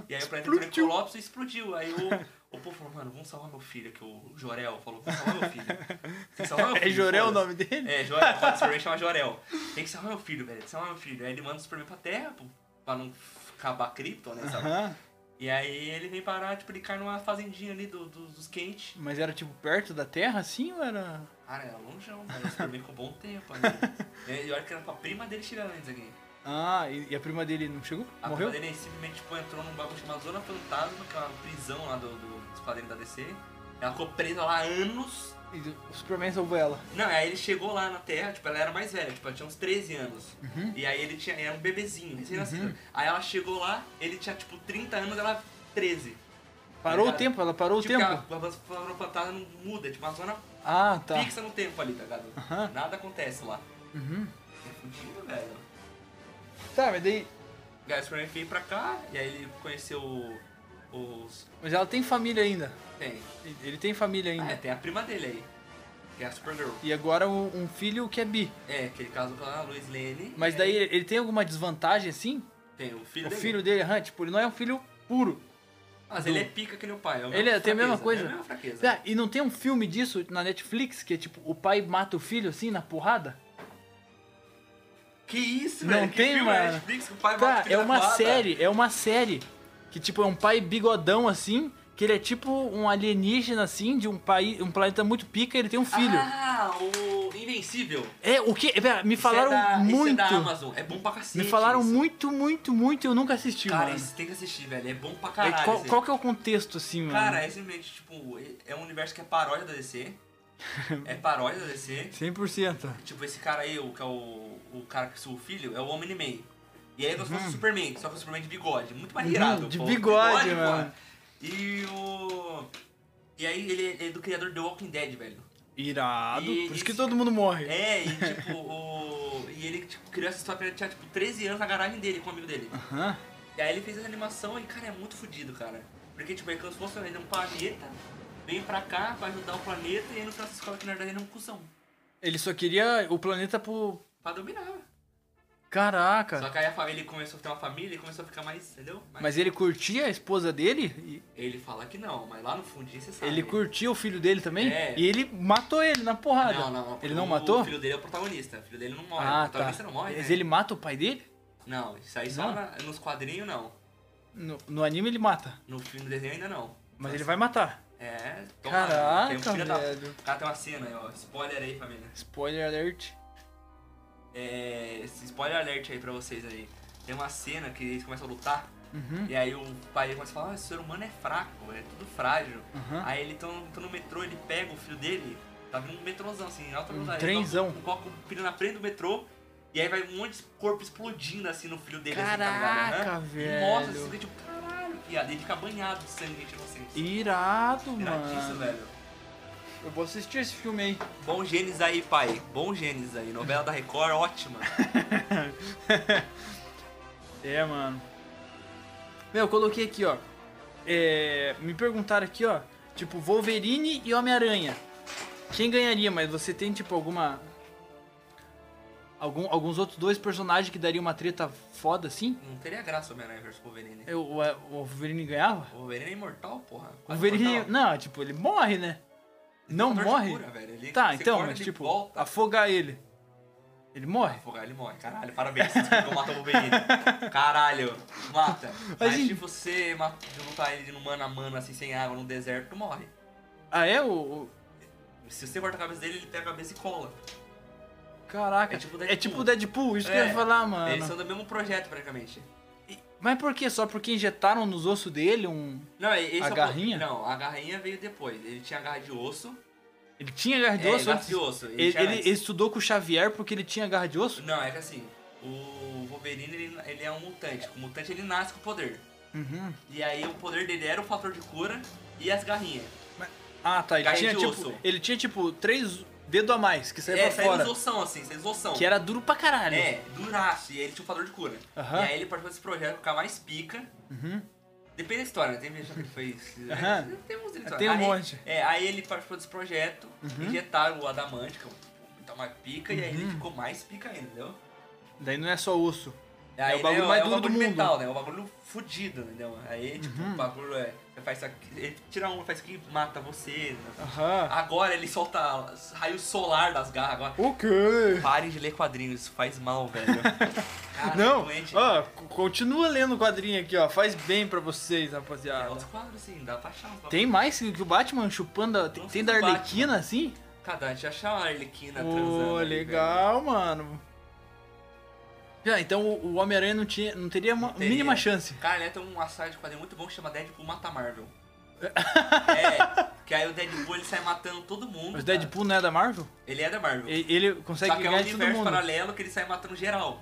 Speaker 2: E aí o planeta entrou em
Speaker 1: Explodiu.
Speaker 2: colapso e explodiu. Aí o, o povo falou, mano, vamos salvar meu filho, que o Jorel falou, vamos salvar
Speaker 1: *laughs*
Speaker 2: meu filho. Tem que salvar meu
Speaker 1: É
Speaker 2: filho,
Speaker 1: Jorel o
Speaker 2: foda-se.
Speaker 1: nome dele?
Speaker 2: É, Jorel, o Superman chama Jorel. Tem que salvar meu filho, velho, tem que salvar meu filho. Aí ele manda o Superman pra Terra, pô, pra não acabar a Krypton, né, sabe?
Speaker 1: Aham.
Speaker 2: E aí ele vem parar, tipo, ele cai numa fazendinha ali do, do- dos quentes.
Speaker 1: Mas era tipo perto da terra assim ou era.
Speaker 2: Cara, era longeão, mano, o Superman ficou bom tempo
Speaker 1: *laughs*
Speaker 2: ali. E olha que era pra prima dele tirar antes aqui.
Speaker 1: Ah, e, e a prima dele não chegou?
Speaker 2: A
Speaker 1: Morreu?
Speaker 2: prima dele simplesmente tipo, entrou num bagulho chamado Zona Fantasma, que é uma prisão lá do, do, dos quadrinhos da DC. Ela ficou presa lá anos.
Speaker 1: E o Superman salvou ela.
Speaker 2: Não, aí ele chegou lá na Terra, tipo, ela era mais velha, tipo, ela tinha uns 13 anos.
Speaker 1: Uhum.
Speaker 2: E aí ele tinha, era um bebezinho, recém-nascido. Aí ela chegou lá, ele tinha, tipo, 30 anos, ela 13.
Speaker 1: Parou o
Speaker 2: Tá ligado?
Speaker 1: tempo, ela parou
Speaker 2: tipo,
Speaker 1: o
Speaker 2: que
Speaker 1: tempo.
Speaker 2: A, a, a Zona Fantasma não muda, é tipo, uma zona
Speaker 1: Ah, tá.
Speaker 2: fixa no tempo ali, tá ligado?
Speaker 1: Aham.
Speaker 2: Nada acontece lá.
Speaker 1: Uhum.
Speaker 2: É fudido, velho.
Speaker 1: Tá, mas daí.
Speaker 2: Aí o Superman veio pra cá, e aí ele conheceu o- os...
Speaker 1: Mas ela tem família ainda.
Speaker 2: Tem,
Speaker 1: Ele- Ele tem família
Speaker 2: Ah, é,
Speaker 1: ainda.
Speaker 2: tem a prima dele aí, que é a Supergirl.
Speaker 1: E agora um, um filho que é bi.
Speaker 2: É, que ele casou com a Lois Lane.
Speaker 1: Mas
Speaker 2: e
Speaker 1: daí
Speaker 2: aí
Speaker 1: ele ele tem alguma desvantagem assim?
Speaker 2: Tem o filho
Speaker 1: O
Speaker 2: dele.
Speaker 1: filho dele, aham, tipo, ele não é um filho puro.
Speaker 2: Mas
Speaker 1: do-
Speaker 2: ele é pica que nem o pai. É
Speaker 1: Ele é- tem a mesma
Speaker 2: fraqueza,
Speaker 1: coisa.
Speaker 2: É a mesma fraqueza.
Speaker 1: Ah, e não tem um filme disso na Netflix, que é tipo, o pai mata o filho assim, na porrada?
Speaker 2: Que isso,
Speaker 1: Não
Speaker 2: velho? que
Speaker 1: tem,
Speaker 2: filme na
Speaker 1: mano.
Speaker 2: Netflix que o pai mata o
Speaker 1: Tá,
Speaker 2: filho
Speaker 1: é
Speaker 2: da
Speaker 1: uma
Speaker 2: porrada?
Speaker 1: série, é uma série. Que tipo, é um pai bigodão assim, que ele é tipo um alienígena assim, de um, país, um planeta muito pica, ele tem um filho.
Speaker 2: Ah, o Invencível. Isso
Speaker 1: É, o que? Pera, me
Speaker 2: é
Speaker 1: falaram
Speaker 2: da- isso
Speaker 1: muito.
Speaker 2: é da Amazon. É bom pra cacete.
Speaker 1: me falaram
Speaker 2: isso.
Speaker 1: muito, muito, muito, eu nunca assisti,
Speaker 2: Cara,
Speaker 1: mano.
Speaker 2: isso tem que assistir, velho. É bom pra
Speaker 1: É,
Speaker 2: caralho.
Speaker 1: qual,
Speaker 2: assim.
Speaker 1: qual que é o contexto assim, mano?
Speaker 2: Cara, é simplesmente, tipo, é um universo que é paródia da DC. é paródia da DC.
Speaker 1: 100%.
Speaker 2: Tipo, esse cara aí, o que é o, o cara que sou o filho, é o Omni-Man. E aí é como se fosse o Superman, só que o Superman é de bigode. Muito mais
Speaker 1: Uhum,
Speaker 2: irado.
Speaker 1: Hum. de
Speaker 2: pô.
Speaker 1: bigode, mano.
Speaker 2: pô. E o... E aí ele, ele é do criador do Walking Dead, velho.
Speaker 1: Irado,
Speaker 2: E
Speaker 1: por isso
Speaker 2: isso-
Speaker 1: que todo mundo morre.
Speaker 2: É, e tipo, o... E ele tipo, criou essa história que ele tinha, tipo, 13 anos na garagem dele, com um amigo dele.
Speaker 1: Aham.
Speaker 2: E aí ele fez essa animação e, cara, é muito fodido, cara. Porque, tipo, é como se fosse ele é um planeta, vem pra cá pra ajudar o planeta, e aí no final você descobre que, na verdade, ele é um cuzão.
Speaker 1: Ele só queria o planeta pro.
Speaker 2: Pra dominar,
Speaker 1: Caraca.
Speaker 2: Só que aí a família ele começou a ter uma família e começou a ficar mais, entendeu? Mais-
Speaker 1: É. Mas ele curtia a esposa dele? E
Speaker 2: ele fala que não, mas lá no fundinho você sabe.
Speaker 1: ele curtia o filho dele também?
Speaker 2: É.
Speaker 1: E ele matou ele na porrada.
Speaker 2: Não, não, não.
Speaker 1: Ele não
Speaker 2: o
Speaker 1: matou?
Speaker 2: O filho dele é o protagonista. O filho dele não morre.
Speaker 1: ah,
Speaker 2: o
Speaker 1: tá.
Speaker 2: protagonista não morre.
Speaker 1: Mas
Speaker 2: né?
Speaker 1: ele mata o pai dele?
Speaker 2: Não, isso aí só
Speaker 1: Não?
Speaker 2: na- nos quadrinhos não.
Speaker 1: No, no anime ele mata.
Speaker 2: No filme do desenho ainda não.
Speaker 1: Mas ele vai matar.
Speaker 2: É, toma. tem um
Speaker 1: Caraca,
Speaker 2: filho da-
Speaker 1: velho.
Speaker 2: Cara, tem uma cena aí, ó. Spoiler aí, família.
Speaker 1: Spoiler alert.
Speaker 2: É. esse Spoiler alert aí pra vocês aí. Tem uma cena que eles começam a lutar.
Speaker 1: Uhum.
Speaker 2: E aí o pai começa a falar, ah, esse ser humano é fraco, é tudo frágil.
Speaker 1: Aham.
Speaker 2: Aí ele tá no metrô, ele pega o filho dele, tá vindo um metrôzão assim, em alta
Speaker 1: Um
Speaker 2: velocidade.
Speaker 1: trenzão.
Speaker 2: Ele tá Coloca, coloca o filho um na frente do metrô, e aí vai um monte de corpo explodindo assim no filho dele. assim, tá ligado?
Speaker 1: Caraca,
Speaker 2: Aham.
Speaker 1: velho.
Speaker 2: E mostra assim, fica tipo, caralho, piada. Ele fica banhado de sangue de inocente.
Speaker 1: Irado,
Speaker 2: Iradiço,
Speaker 1: mano.
Speaker 2: velho.
Speaker 1: Eu vou assistir esse filme aí.
Speaker 2: Bom Gênesis aí, pai. Bom Gênesis aí. Novela da Record, ótima.
Speaker 1: É, mano. Meu, eu coloquei aqui, ó. É, me perguntaram aqui, ó. Tipo, Wolverine e Homem-Aranha. Quem ganharia? Mas você tem, tipo, alguma. Algum, alguns outros dois personagens que daria uma treta foda assim?
Speaker 2: Não teria graça o Homem-Aranha versus Wolverine.
Speaker 1: Eu, o, o Wolverine ganhava?
Speaker 2: O Wolverine é imortal, porra.
Speaker 1: O
Speaker 2: Quase
Speaker 1: Wolverine.
Speaker 2: imortal.
Speaker 1: Não, tipo, ele morre, né? Não
Speaker 2: Tortura,
Speaker 1: morre?
Speaker 2: velho. Ele-
Speaker 1: Tá,
Speaker 2: você
Speaker 1: então,
Speaker 2: corta,
Speaker 1: mas
Speaker 2: ele
Speaker 1: tipo,
Speaker 2: volta.
Speaker 1: afogar ele. Ele morre?
Speaker 2: Afogar, ele morre. Caralho, parabéns. Você descobriu matar o
Speaker 1: *laughs*
Speaker 2: Wolverine. Caralho, mata.
Speaker 1: Mas,
Speaker 2: Mas
Speaker 1: gente-
Speaker 2: se você ma- de lutar ele no mano a mano, assim, sem água, no deserto, tu morre.
Speaker 1: Ah, é? O, o-
Speaker 2: Se você corta a cabeça dele, ele pega a cabeça e cola.
Speaker 1: Caraca.
Speaker 2: É tipo
Speaker 1: É
Speaker 2: Deadpool.
Speaker 1: tipo o Deadpool, isso que eu
Speaker 2: É,
Speaker 1: ia falar, mano.
Speaker 2: Eles são do mesmo projeto, praticamente.
Speaker 1: E- Mas por quê? Só porque injetaram nos ossos dele um.
Speaker 2: Não, e- esse
Speaker 1: A
Speaker 2: é o-
Speaker 1: garrinha?
Speaker 2: Não, a garrinha veio depois. Ele tinha garra de osso.
Speaker 1: Ele tinha garra de
Speaker 2: É,
Speaker 1: osso?
Speaker 2: garra
Speaker 1: antes?
Speaker 2: de osso, ele
Speaker 1: Ele,
Speaker 2: tinha
Speaker 1: ele-
Speaker 2: antes.
Speaker 1: ele estudou com o Xavier porque ele tinha garra de osso?
Speaker 2: Não, é que assim, o Wolverine, ele, ele é um mutante. O mutante, ele nasce com poder.
Speaker 1: Uhum.
Speaker 2: E aí o poder dele era o fator de cura e as garrinhas.
Speaker 1: Mas- Ah, tá. Ele
Speaker 2: Garrinha
Speaker 1: tinha,
Speaker 2: de
Speaker 1: tipo,
Speaker 2: osso.
Speaker 1: ele tinha, tipo, três dedos a mais que saía
Speaker 2: é,
Speaker 1: pra
Speaker 2: saiu
Speaker 1: fora.
Speaker 2: os ossão, assim, saiu os ossão.
Speaker 1: Que era duro pra caralho.
Speaker 2: É, duraço. E aí ele tinha um fator de cura.
Speaker 1: Aham.
Speaker 2: E aí ele participou desse projeto, ficar mais pica.
Speaker 1: Uhum.
Speaker 2: Depende da história, né? tem gente que ele fez.
Speaker 1: Aham.
Speaker 2: Tem uns dele,
Speaker 1: Tem um
Speaker 2: aí,
Speaker 1: monte. Uhum.
Speaker 2: É, aí ele participou desse projeto, injetaram o adamante, que é um- tá uma pica, e aí ele ficou mais pica ainda, entendeu?
Speaker 1: Daí não é só osso.
Speaker 2: Aí,
Speaker 1: É o bagulho
Speaker 2: né,
Speaker 1: mais
Speaker 2: é
Speaker 1: duro do
Speaker 2: bagulho
Speaker 1: mundo. Uhum.
Speaker 2: metal, né? É um bagulho fudido, entendeu? Aí, tipo, o bagulho é. Você faz isso aqui, ele tira um, faz isso aqui, mata você. né?
Speaker 1: Aham.
Speaker 2: Agora ele solta raio solar das garras. Agora,
Speaker 1: O quê?
Speaker 2: pare de ler quadrinhos, isso faz mal,
Speaker 1: *laughs*
Speaker 2: velho. Cara, é
Speaker 1: Não,
Speaker 2: doente.
Speaker 1: ó, c- continua lendo o quadrinho aqui, ó. Faz bem pra vocês,
Speaker 2: É
Speaker 1: rapaziada.
Speaker 2: outros quadros, assim, dá pra achar uns
Speaker 1: Tem mais que que o Batman chupando. a- Tem,
Speaker 2: Não
Speaker 1: tem
Speaker 2: sei
Speaker 1: da
Speaker 2: do Batman.
Speaker 1: Arlequina, assim?
Speaker 2: Cada a gente achar uma Arlequina transando.
Speaker 1: Pô,
Speaker 2: ali,
Speaker 1: legal, mano. Já, então o o Homem-Aranha não, tinha, não teria uma
Speaker 2: teria.
Speaker 1: mínima chance.
Speaker 2: velho. Cara, né, tem uma saga de quadrinho muito bom que chama Deadpool
Speaker 1: *laughs*
Speaker 2: Mata Marvel. é, que aí o Deadpool ele sai matando todo mundo.
Speaker 1: Mas
Speaker 2: cara.
Speaker 1: Deadpool não é da Marvel?
Speaker 2: Ele é da Marvel.
Speaker 1: E- Ele consegue
Speaker 2: Só que é um
Speaker 1: ganhar de todo
Speaker 2: universo
Speaker 1: mundo.
Speaker 2: paralelo que ele sai matando geral.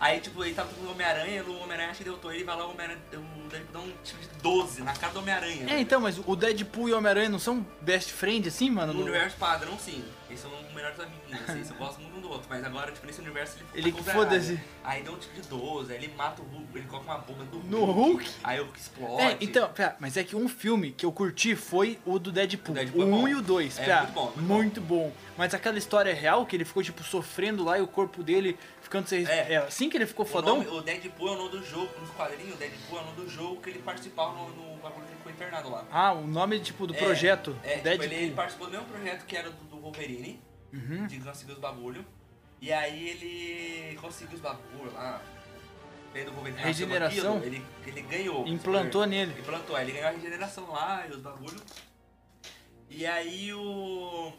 Speaker 2: Aí, tipo, ele tá no Homem-Aranha, o Homem-Aranha acha que deu ele vai lá, o Homem-Aranha o Deadpool dá um tiro de 12 na cara do Homem-Aranha.
Speaker 1: É, então, mas o Deadpool e o Homem-Aranha não são best friend assim, mano?
Speaker 2: No
Speaker 1: No-
Speaker 2: universo padrão, sim. Eles são os melhores amiguinhos, assim. Eles gostam muito um do outro. Mas agora, tipo, nesse universo ele fica
Speaker 1: Ele
Speaker 2: com
Speaker 1: que
Speaker 2: zaralho.
Speaker 1: foda-se.
Speaker 2: Aí dá um tipo de 12, aí ele mata o Hulk, ele coloca uma bomba no Hulk.
Speaker 1: No Hulk?
Speaker 2: Aí o Hulk explode.
Speaker 1: É, então, pera, mas é que um filme que eu curti foi o do Deadpool.
Speaker 2: O Deadpool
Speaker 1: o
Speaker 2: é
Speaker 1: 1
Speaker 2: bom.
Speaker 1: e o 2.
Speaker 2: É,
Speaker 1: pera,
Speaker 2: muito bom, muito
Speaker 1: bom. Mas aquela história real que ele ficou, tipo, sofrendo lá e o corpo dele ficando sem. É,
Speaker 2: É.
Speaker 1: assim que ele ficou
Speaker 2: o,
Speaker 1: fodão?
Speaker 2: nome, o Deadpool é o nome do jogo, nos quadrinhos, o Deadpool é o nome do jogo que ele participava no, no bagulho que ele ficou internado lá.
Speaker 1: Ah, o nome, tipo, do
Speaker 2: É,
Speaker 1: projeto.
Speaker 2: É, tipo,
Speaker 1: Deadpool.
Speaker 2: ele, ele participou do mesmo projeto que era do, do Wolverine,
Speaker 1: Uhum.
Speaker 2: de conseguir os bagulho. E aí ele conseguiu os bagulho lá. Fez do Wolverine nasceu
Speaker 1: Regeneração?
Speaker 2: aquilo, Ele, ele ganhou.
Speaker 1: Implantou nele.
Speaker 2: Ele plantou, aí ele ganhou a regeneração lá e os bagulho. E aí o.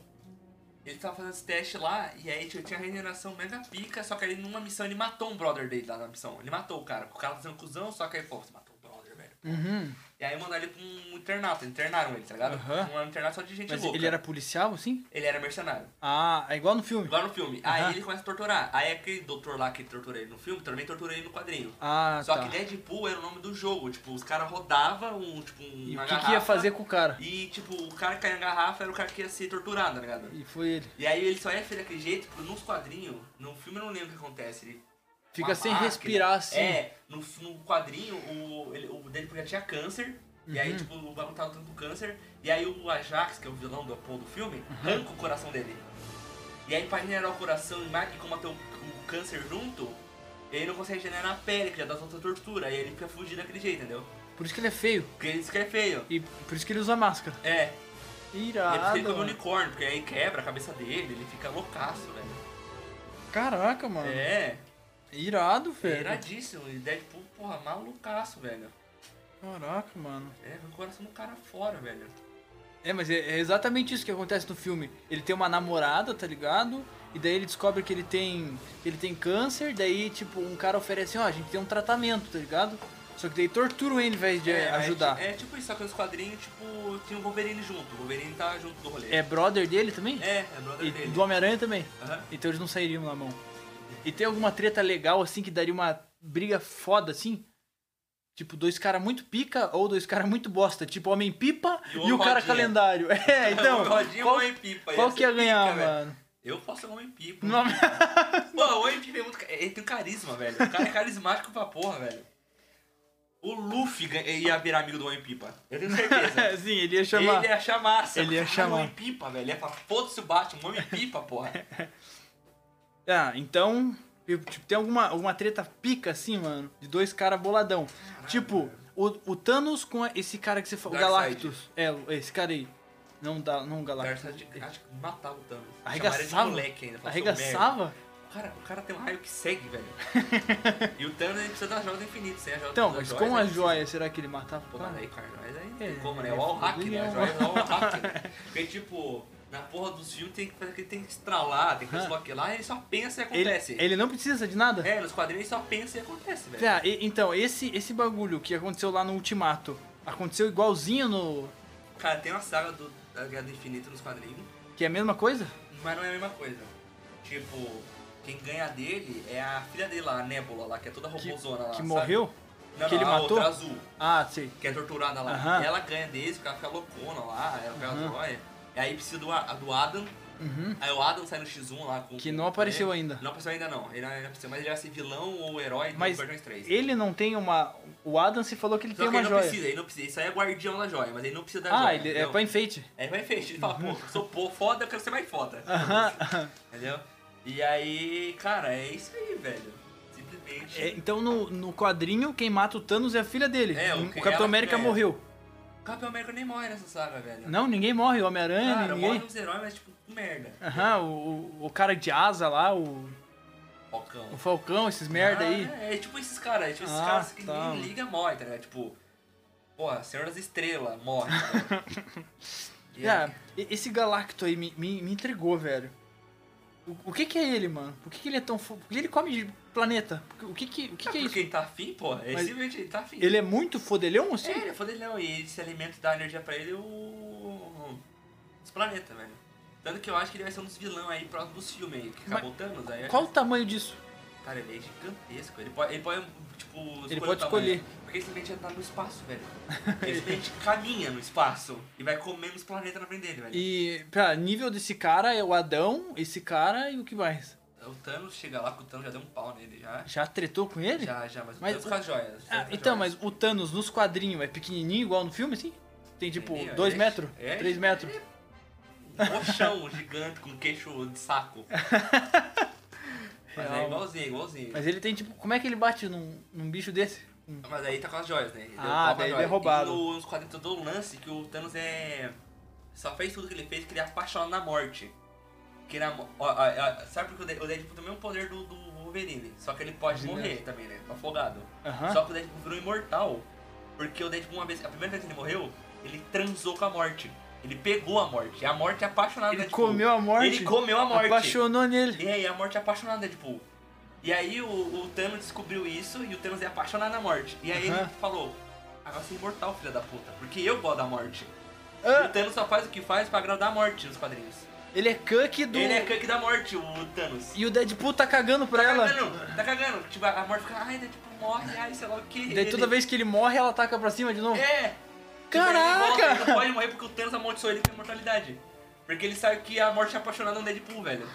Speaker 2: Ele tava fazendo esse teste lá, e aí tipo, tinha a regeneração mega pica, só que aí numa missão ele matou um brother dele lá na missão. Ele matou o cara, o cara fazendo cuzão, só que aí, pô, você matou o brother, velho.
Speaker 1: Uhum.
Speaker 2: E aí mandaram ele pra um internato, internaram ele, tá ligado?
Speaker 1: Aham.
Speaker 2: Um internato só de gente
Speaker 1: Mas
Speaker 2: louca.
Speaker 1: ele era policial, assim?
Speaker 2: Ele era mercenário.
Speaker 1: Ah, é igual no filme.
Speaker 2: Igual no filme.
Speaker 1: Aham.
Speaker 2: Aí ele começa a torturar. Aí aquele doutor lá que tortura ele no filme também tortura ele no quadrinho.
Speaker 1: Ah,
Speaker 2: Só
Speaker 1: tá.
Speaker 2: que Deadpool era o nome do jogo. Tipo, os caras rodavam um, tipo, um,
Speaker 1: E
Speaker 2: uma
Speaker 1: o que, que
Speaker 2: garrafa,
Speaker 1: ia fazer com o cara?
Speaker 2: E, tipo, o cara que caía na garrafa era o cara que ia ser torturado, tá ligado?
Speaker 1: E foi ele.
Speaker 2: E aí ele só ia fazer daquele jeito, porque nos quadrinhos, no filme eu não lembro o que acontece. Ele
Speaker 1: Fica
Speaker 2: uma
Speaker 1: sem
Speaker 2: máquina.
Speaker 1: respirar, assim.
Speaker 2: É, no, no quadrinho, o, ele, o Deadpool já tinha câncer. E
Speaker 1: Uhum.
Speaker 2: aí, tipo, o bagulho tava lutando com câncer. E aí o Ajax, que é o vilão do Apollo do filme,
Speaker 1: Uhum.
Speaker 2: arranca o coração dele. E aí, pra regenerar o coração e ma- e combater o, o câncer junto, ele não consegue regenerar a pele, que já dá outra tortura. E aí ele fica fugindo daquele jeito, entendeu?
Speaker 1: Por isso que ele é feio.
Speaker 2: Porque ele disse que é feio.
Speaker 1: E por isso que ele usa máscara.
Speaker 2: É,
Speaker 1: Irado.
Speaker 2: ele é fica como
Speaker 1: mano.
Speaker 2: unicórnio, porque aí quebra a cabeça dele, ele fica loucaço, velho.
Speaker 1: Caraca, mano.
Speaker 2: É,
Speaker 1: Irado,
Speaker 2: é
Speaker 1: velho.
Speaker 2: iradíssimo. E Deadpool, porra, malucaço, velho.
Speaker 1: Caraca, mano.
Speaker 2: É, arranca o coração do cara fora, velho.
Speaker 1: É, mas é, é exatamente isso que acontece no filme. Ele tem uma namorada, tá ligado? E daí ele descobre que ele tem. que ele tem câncer, daí, tipo, um cara oferece, ó, a gente tem um tratamento, tá ligado? Só que daí torturam ele ao invés de
Speaker 2: mas
Speaker 1: ajudar. É,
Speaker 2: É, tipo isso, só que nos quadrinhos, tipo, tinha o Wolverine junto. O Wolverine tá junto do rolê.
Speaker 1: brother dele também?
Speaker 2: é, é brother
Speaker 1: É. E
Speaker 2: dele.
Speaker 1: do Homem-Aranha também.
Speaker 2: Aham.
Speaker 1: Então eles não sairiam na mão. E tem alguma treta legal, assim, que daria uma briga foda, assim? Tipo, dois caras muito pica ou dois caras muito bosta. Tipo, Homem-Pipa
Speaker 2: E
Speaker 1: e,
Speaker 2: o
Speaker 1: o cara
Speaker 2: Rodinha.
Speaker 1: calendário. *laughs* É, então.
Speaker 2: *laughs* o Rodinho
Speaker 1: qual,
Speaker 2: Homem Pipa.
Speaker 1: qual
Speaker 2: ia
Speaker 1: que ia
Speaker 2: ser
Speaker 1: ganhar,
Speaker 2: pica, velho.
Speaker 1: mano?
Speaker 2: Eu posso ser o Homem
Speaker 1: *laughs*
Speaker 2: Pipa.
Speaker 1: Nome-
Speaker 2: Pô, o Homem Pipa é muito. ca- Ele tem carisma, velho. O cara é carismático pra porra, velho. O Luffy gan- ia virar amigo do Homem Pipa. Eu tenho certeza.
Speaker 1: Sim, ele ia *laughs* chamar.
Speaker 2: Ele ia achar massa.
Speaker 1: Ele ia
Speaker 2: Caralho,
Speaker 1: chamar.
Speaker 2: Homem Pipa, velho. Ele ia falar, foda-se o Batman, Homem Pipa, porra. é-
Speaker 1: Ah, então. eu, Tipo, tem alguma, alguma treta pica, assim, mano? De dois caras boladão. Tipo, o, o Thanos com a- esse cara que você falou. O
Speaker 2: Darkseid.
Speaker 1: Galactus. É, esse cara aí. Não, da, não o
Speaker 2: O
Speaker 1: Galactus.
Speaker 2: Darcy acho que matava o Thanos. Chamaram ele de
Speaker 1: Arregaçava?
Speaker 2: moleque ainda. falou, "Seu merda."
Speaker 1: Arregaçava?
Speaker 2: O cara, o cara tem um raio que
Speaker 1: *laughs*
Speaker 2: segue, velho. e o Thanos ele precisa da joia do infinito, sem a joia
Speaker 1: Então,
Speaker 2: das
Speaker 1: mas
Speaker 2: joias,
Speaker 1: com a
Speaker 2: ele-
Speaker 1: joia, será que ele matava? o
Speaker 2: Pô,
Speaker 1: cara?
Speaker 2: mas aí, cara, mas aí não
Speaker 1: É,
Speaker 2: tem como, né?
Speaker 1: é
Speaker 2: É o all hack, né?
Speaker 1: fudeu.
Speaker 2: A joia é o all hack. Porque, tipo, na porra dos filmes tem que fazer que tem que estralar, tem que fazer
Speaker 1: Hã?
Speaker 2: isso aqui lá, ele só pensa e
Speaker 1: Ele,
Speaker 2: acontece.
Speaker 1: ele não precisa de nada?
Speaker 2: É, nos quadrinhos ele só pensa e acontece, velho.
Speaker 1: Tá, e- então, esse, esse bagulho que aconteceu lá no Ultimato, aconteceu igualzinho no.
Speaker 2: Cara, tem uma saga do, da Guerra do Infinito nos quadrinhos,
Speaker 1: Que é a mesma coisa?
Speaker 2: mas não é a mesma coisa. Tipo, quem ganha dele é a filha dele lá, a Nebula lá, que é toda
Speaker 1: Que,
Speaker 2: robozona lá.
Speaker 1: que
Speaker 2: Ah, sabe?
Speaker 1: morreu?
Speaker 2: Não,
Speaker 1: Que ele
Speaker 2: não, a
Speaker 1: matou?
Speaker 2: outra azul,
Speaker 1: Ah, sei.
Speaker 2: que é torturada lá.
Speaker 1: Aham.
Speaker 2: E ela ganha deles, porque ela fica loucona lá, ela pega a joia. E aí precisa do, A- do Adam. Aí o Adam sai no X1 lá com.
Speaker 1: Uhum. Que não apareceu
Speaker 2: com
Speaker 1: ainda.
Speaker 2: Não apareceu ainda não. Ele não apareceu, mas ele vai ser vilão ou herói do
Speaker 1: Mas
Speaker 2: Borderlands 3.
Speaker 1: Ele não tem uma. O Adam se falou que ele
Speaker 2: É Só
Speaker 1: tem
Speaker 2: que
Speaker 1: uma
Speaker 2: ele não
Speaker 1: joia.
Speaker 2: precisa, ele não precisa. Isso aí é guardião da joia, mas ele não precisa da joia.
Speaker 1: Ah, ele é
Speaker 2: entendeu?
Speaker 1: pra enfeite.
Speaker 2: Aí vai fechar, ele fala, pô, sou pô, foda, eu quero ser mais foda. *laughs*
Speaker 1: Aham.
Speaker 2: Entendeu? E aí, cara, é isso aí, velho. Simplesmente.
Speaker 1: É, então no, no quadrinho, quem mata o Thanos é a filha dele.
Speaker 2: É, o
Speaker 1: o,
Speaker 2: que- ela
Speaker 1: Capitão América
Speaker 2: ganha.
Speaker 1: morreu.
Speaker 2: O Capitão América nem morre nessa saga, velho.
Speaker 1: Não, ninguém morre, o Homem-Aranha,
Speaker 2: Cara,
Speaker 1: ninguém.
Speaker 2: morre uns heróis, mas tipo,
Speaker 1: *laughs*
Speaker 2: com merda.
Speaker 1: Aham, o, o- o cara de asa lá, o,
Speaker 2: Focão.
Speaker 1: o Falcão, esses merda
Speaker 2: Ah,
Speaker 1: aí.
Speaker 2: É, é tipo esses caras, é tipo esses
Speaker 1: Ah,
Speaker 2: caras que
Speaker 1: tá.
Speaker 2: ninguém liga morre, tá ligado? Tipo, porra, Senhor das Estrelas morre. tá ligado?
Speaker 1: *laughs*
Speaker 2: E
Speaker 1: Cara,
Speaker 2: aí,
Speaker 1: e- esse Galacto aí me, me, me intrigou, velho. O, o que que é ele, mano? Por que que ele é tão... fo- Por que ele come de planeta? O que que, o que,
Speaker 2: ah,
Speaker 1: que é
Speaker 2: porque
Speaker 1: isso?
Speaker 2: ele tá afim, porra. Ele
Speaker 1: Mas-
Speaker 2: simplesmente ele tá afim.
Speaker 1: Ele é muito fodelhão, assim?
Speaker 2: É, ele é fodelhão e ele se alimenta e dá energia pra ele o. Os planetas, velho. Tanto que eu acho que ele vai ser um dos vilões aí próximo dos filmes aí, que
Speaker 1: Mas-
Speaker 2: acabou o Thanos aí.
Speaker 1: Qual o tamanho disso?
Speaker 2: Cara, ele é gigantesco. Ele pode, ele pode tipo,
Speaker 1: Ele
Speaker 2: o
Speaker 1: pode
Speaker 2: tamanho.
Speaker 1: escolher.
Speaker 2: Porque ele simplesmente tá no espaço,
Speaker 1: *laughs*
Speaker 2: velho. Ele simplesmente caminha no espaço e vai comendo os planetas na frente dele, velho.
Speaker 1: E, pra nível desse cara, é o Adão, esse cara e o que mais?
Speaker 2: O Thanos chega lá, que o Thanos já deu um pau nele, já.
Speaker 1: Já tretou com ele?
Speaker 2: Já, já, mas,
Speaker 1: Mas
Speaker 2: o Thanos
Speaker 1: o-
Speaker 2: com as joias. o Thanos
Speaker 1: Ah,
Speaker 2: com as
Speaker 1: então,
Speaker 2: joias.
Speaker 1: mas o Thanos nos quadrinhos é pequenininho igual no filme, assim? Tem tipo
Speaker 2: Pequenininho,
Speaker 1: 2
Speaker 2: é.
Speaker 1: metros,
Speaker 2: É,
Speaker 1: 3
Speaker 2: é.
Speaker 1: metros.
Speaker 2: Um roxão *laughs* gigante com queixo
Speaker 1: *laughs*
Speaker 2: de saco. Mas é
Speaker 1: Real.
Speaker 2: igualzinho, igualzinho.
Speaker 1: Mas ele tem tipo. Como é que ele bate num, num bicho desse? Um
Speaker 2: Mas aí tá com as joias, né? Ele
Speaker 1: Ah,
Speaker 2: deu pau com as
Speaker 1: daí
Speaker 2: joias.
Speaker 1: derrubado.
Speaker 2: E no, nos quadrinhos tem todo o lance que o Thanos é. Só fez tudo que ele fez, que ele é apaixonado na morte. Que ele é mo- ó, ó, ó, sabe porque o Dead- o Deadpool também é um poder do, do Wolverine. Só que ele pode
Speaker 1: Gigante.
Speaker 2: morrer também, né? Afogado.
Speaker 1: Aham.
Speaker 2: Só que o Deadpool virou imortal. Porque o Deadpool, uma vez, a primeira vez que ele morreu, ele transou com a morte. Ele pegou a morte. E a morte é apaixonada
Speaker 1: Ele
Speaker 2: no Deadpool.
Speaker 1: comeu a morte?
Speaker 2: Ele comeu a morte.
Speaker 1: Apaixonou nele.
Speaker 2: E aí a morte é apaixonada, tipo. E aí o, o Thanos descobriu isso e o Thanos é apaixonado na morte. E aí
Speaker 1: Aham.
Speaker 2: ele falou, agora você é imortal, filha da puta, porque eu gosto da morte. E
Speaker 1: Ah,
Speaker 2: o Thanos só faz o que faz pra agradar a morte nos quadrinhos.
Speaker 1: ele é cuck do.
Speaker 2: Ele é cake da morte, o Thanos.
Speaker 1: E o Deadpool tá cagando pra
Speaker 2: tá
Speaker 1: ela.
Speaker 2: cagando, tá cagando. Tipo, a morte fica, ai, tipo, morre, ai, sei lá o que.
Speaker 1: Daí toda vez que ele morre, ela taca pra cima de novo.
Speaker 2: É!
Speaker 1: Caraca!
Speaker 2: Tipo, ele volta, ele não pode morrer porque o Thanos amaldiçoou ele com a imortalidade. Porque ele sabe que a morte é apaixonada no Deadpool, velho.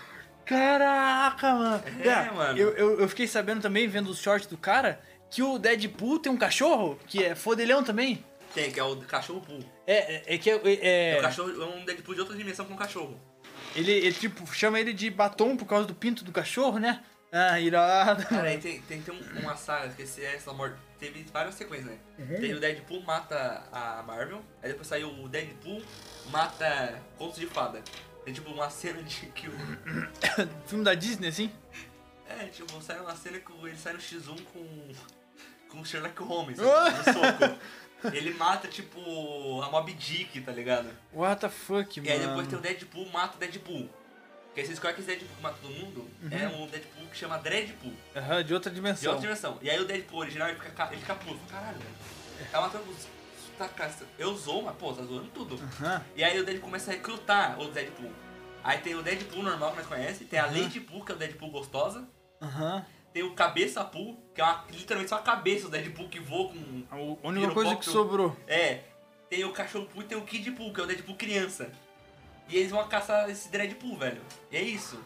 Speaker 1: Caraca, mano.
Speaker 2: É, mano.
Speaker 1: Eu, eu, eu fiquei sabendo também, vendo os shorts do cara, que o Deadpool tem um cachorro que é fodelhão também.
Speaker 2: Tem, que é o cachorro Pool.
Speaker 1: É, é, é que é, é-
Speaker 2: O cachorro é um Deadpool de outra dimensão com um cachorro.
Speaker 1: ele, ele, tipo, chama ele de batom por causa do pinto do cachorro, né? Ah, irado. *laughs*
Speaker 2: Cara, aí tem, tem, tem um- uma saga, esqueci essa morte. Teve várias sequências, né? Teve o Deadpool mata a Marvel, aí depois saiu o Deadpool mata Contos de Fada. É tipo uma cena de que o. *laughs*
Speaker 1: Filme da Disney, assim.
Speaker 2: É, tipo, sai uma cena que o- ele sai no X1 com. com o Sherlock Holmes, né? no
Speaker 1: Ah!
Speaker 2: soco. Ele mata, tipo, a Mob Dick, tá ligado?
Speaker 1: What the fuck,
Speaker 2: E
Speaker 1: mano.
Speaker 2: aí depois tem o Deadpool mata o Deadpool. Porque vocês escolhe que esse Deadpool que mata todo mundo é um Deadpool que chama Dreadpool.
Speaker 1: Aham, de outra
Speaker 2: um- De
Speaker 1: dimensão.
Speaker 2: outra dimensão. E aí o Deadpool original ele fica, ca- ele fica puto. Fala, Caralho, velho. Tá matando os. Tá, ca- eu zoo, mas pô, tá zoando tudo.
Speaker 1: Aham.
Speaker 2: E aí o Deadpool começa a recrutar outros Deadpool. Aí tem o Deadpool normal que nós conhece, tem a Lady Pool, que é o Deadpool gostosa,
Speaker 1: Aham.
Speaker 2: tem o Cabeça Pool, que é uma- literalmente só a cabeça do Deadpool que voa com.
Speaker 1: A u- única
Speaker 2: Virou
Speaker 1: coisa
Speaker 2: pop,
Speaker 1: que
Speaker 2: tu-
Speaker 1: sobrou.
Speaker 2: É, tem o Cachorro Pool e tem o Kid Pool, que é o Deadpool criança. E eles vão caçar esse Deadpool, velho. E é isso.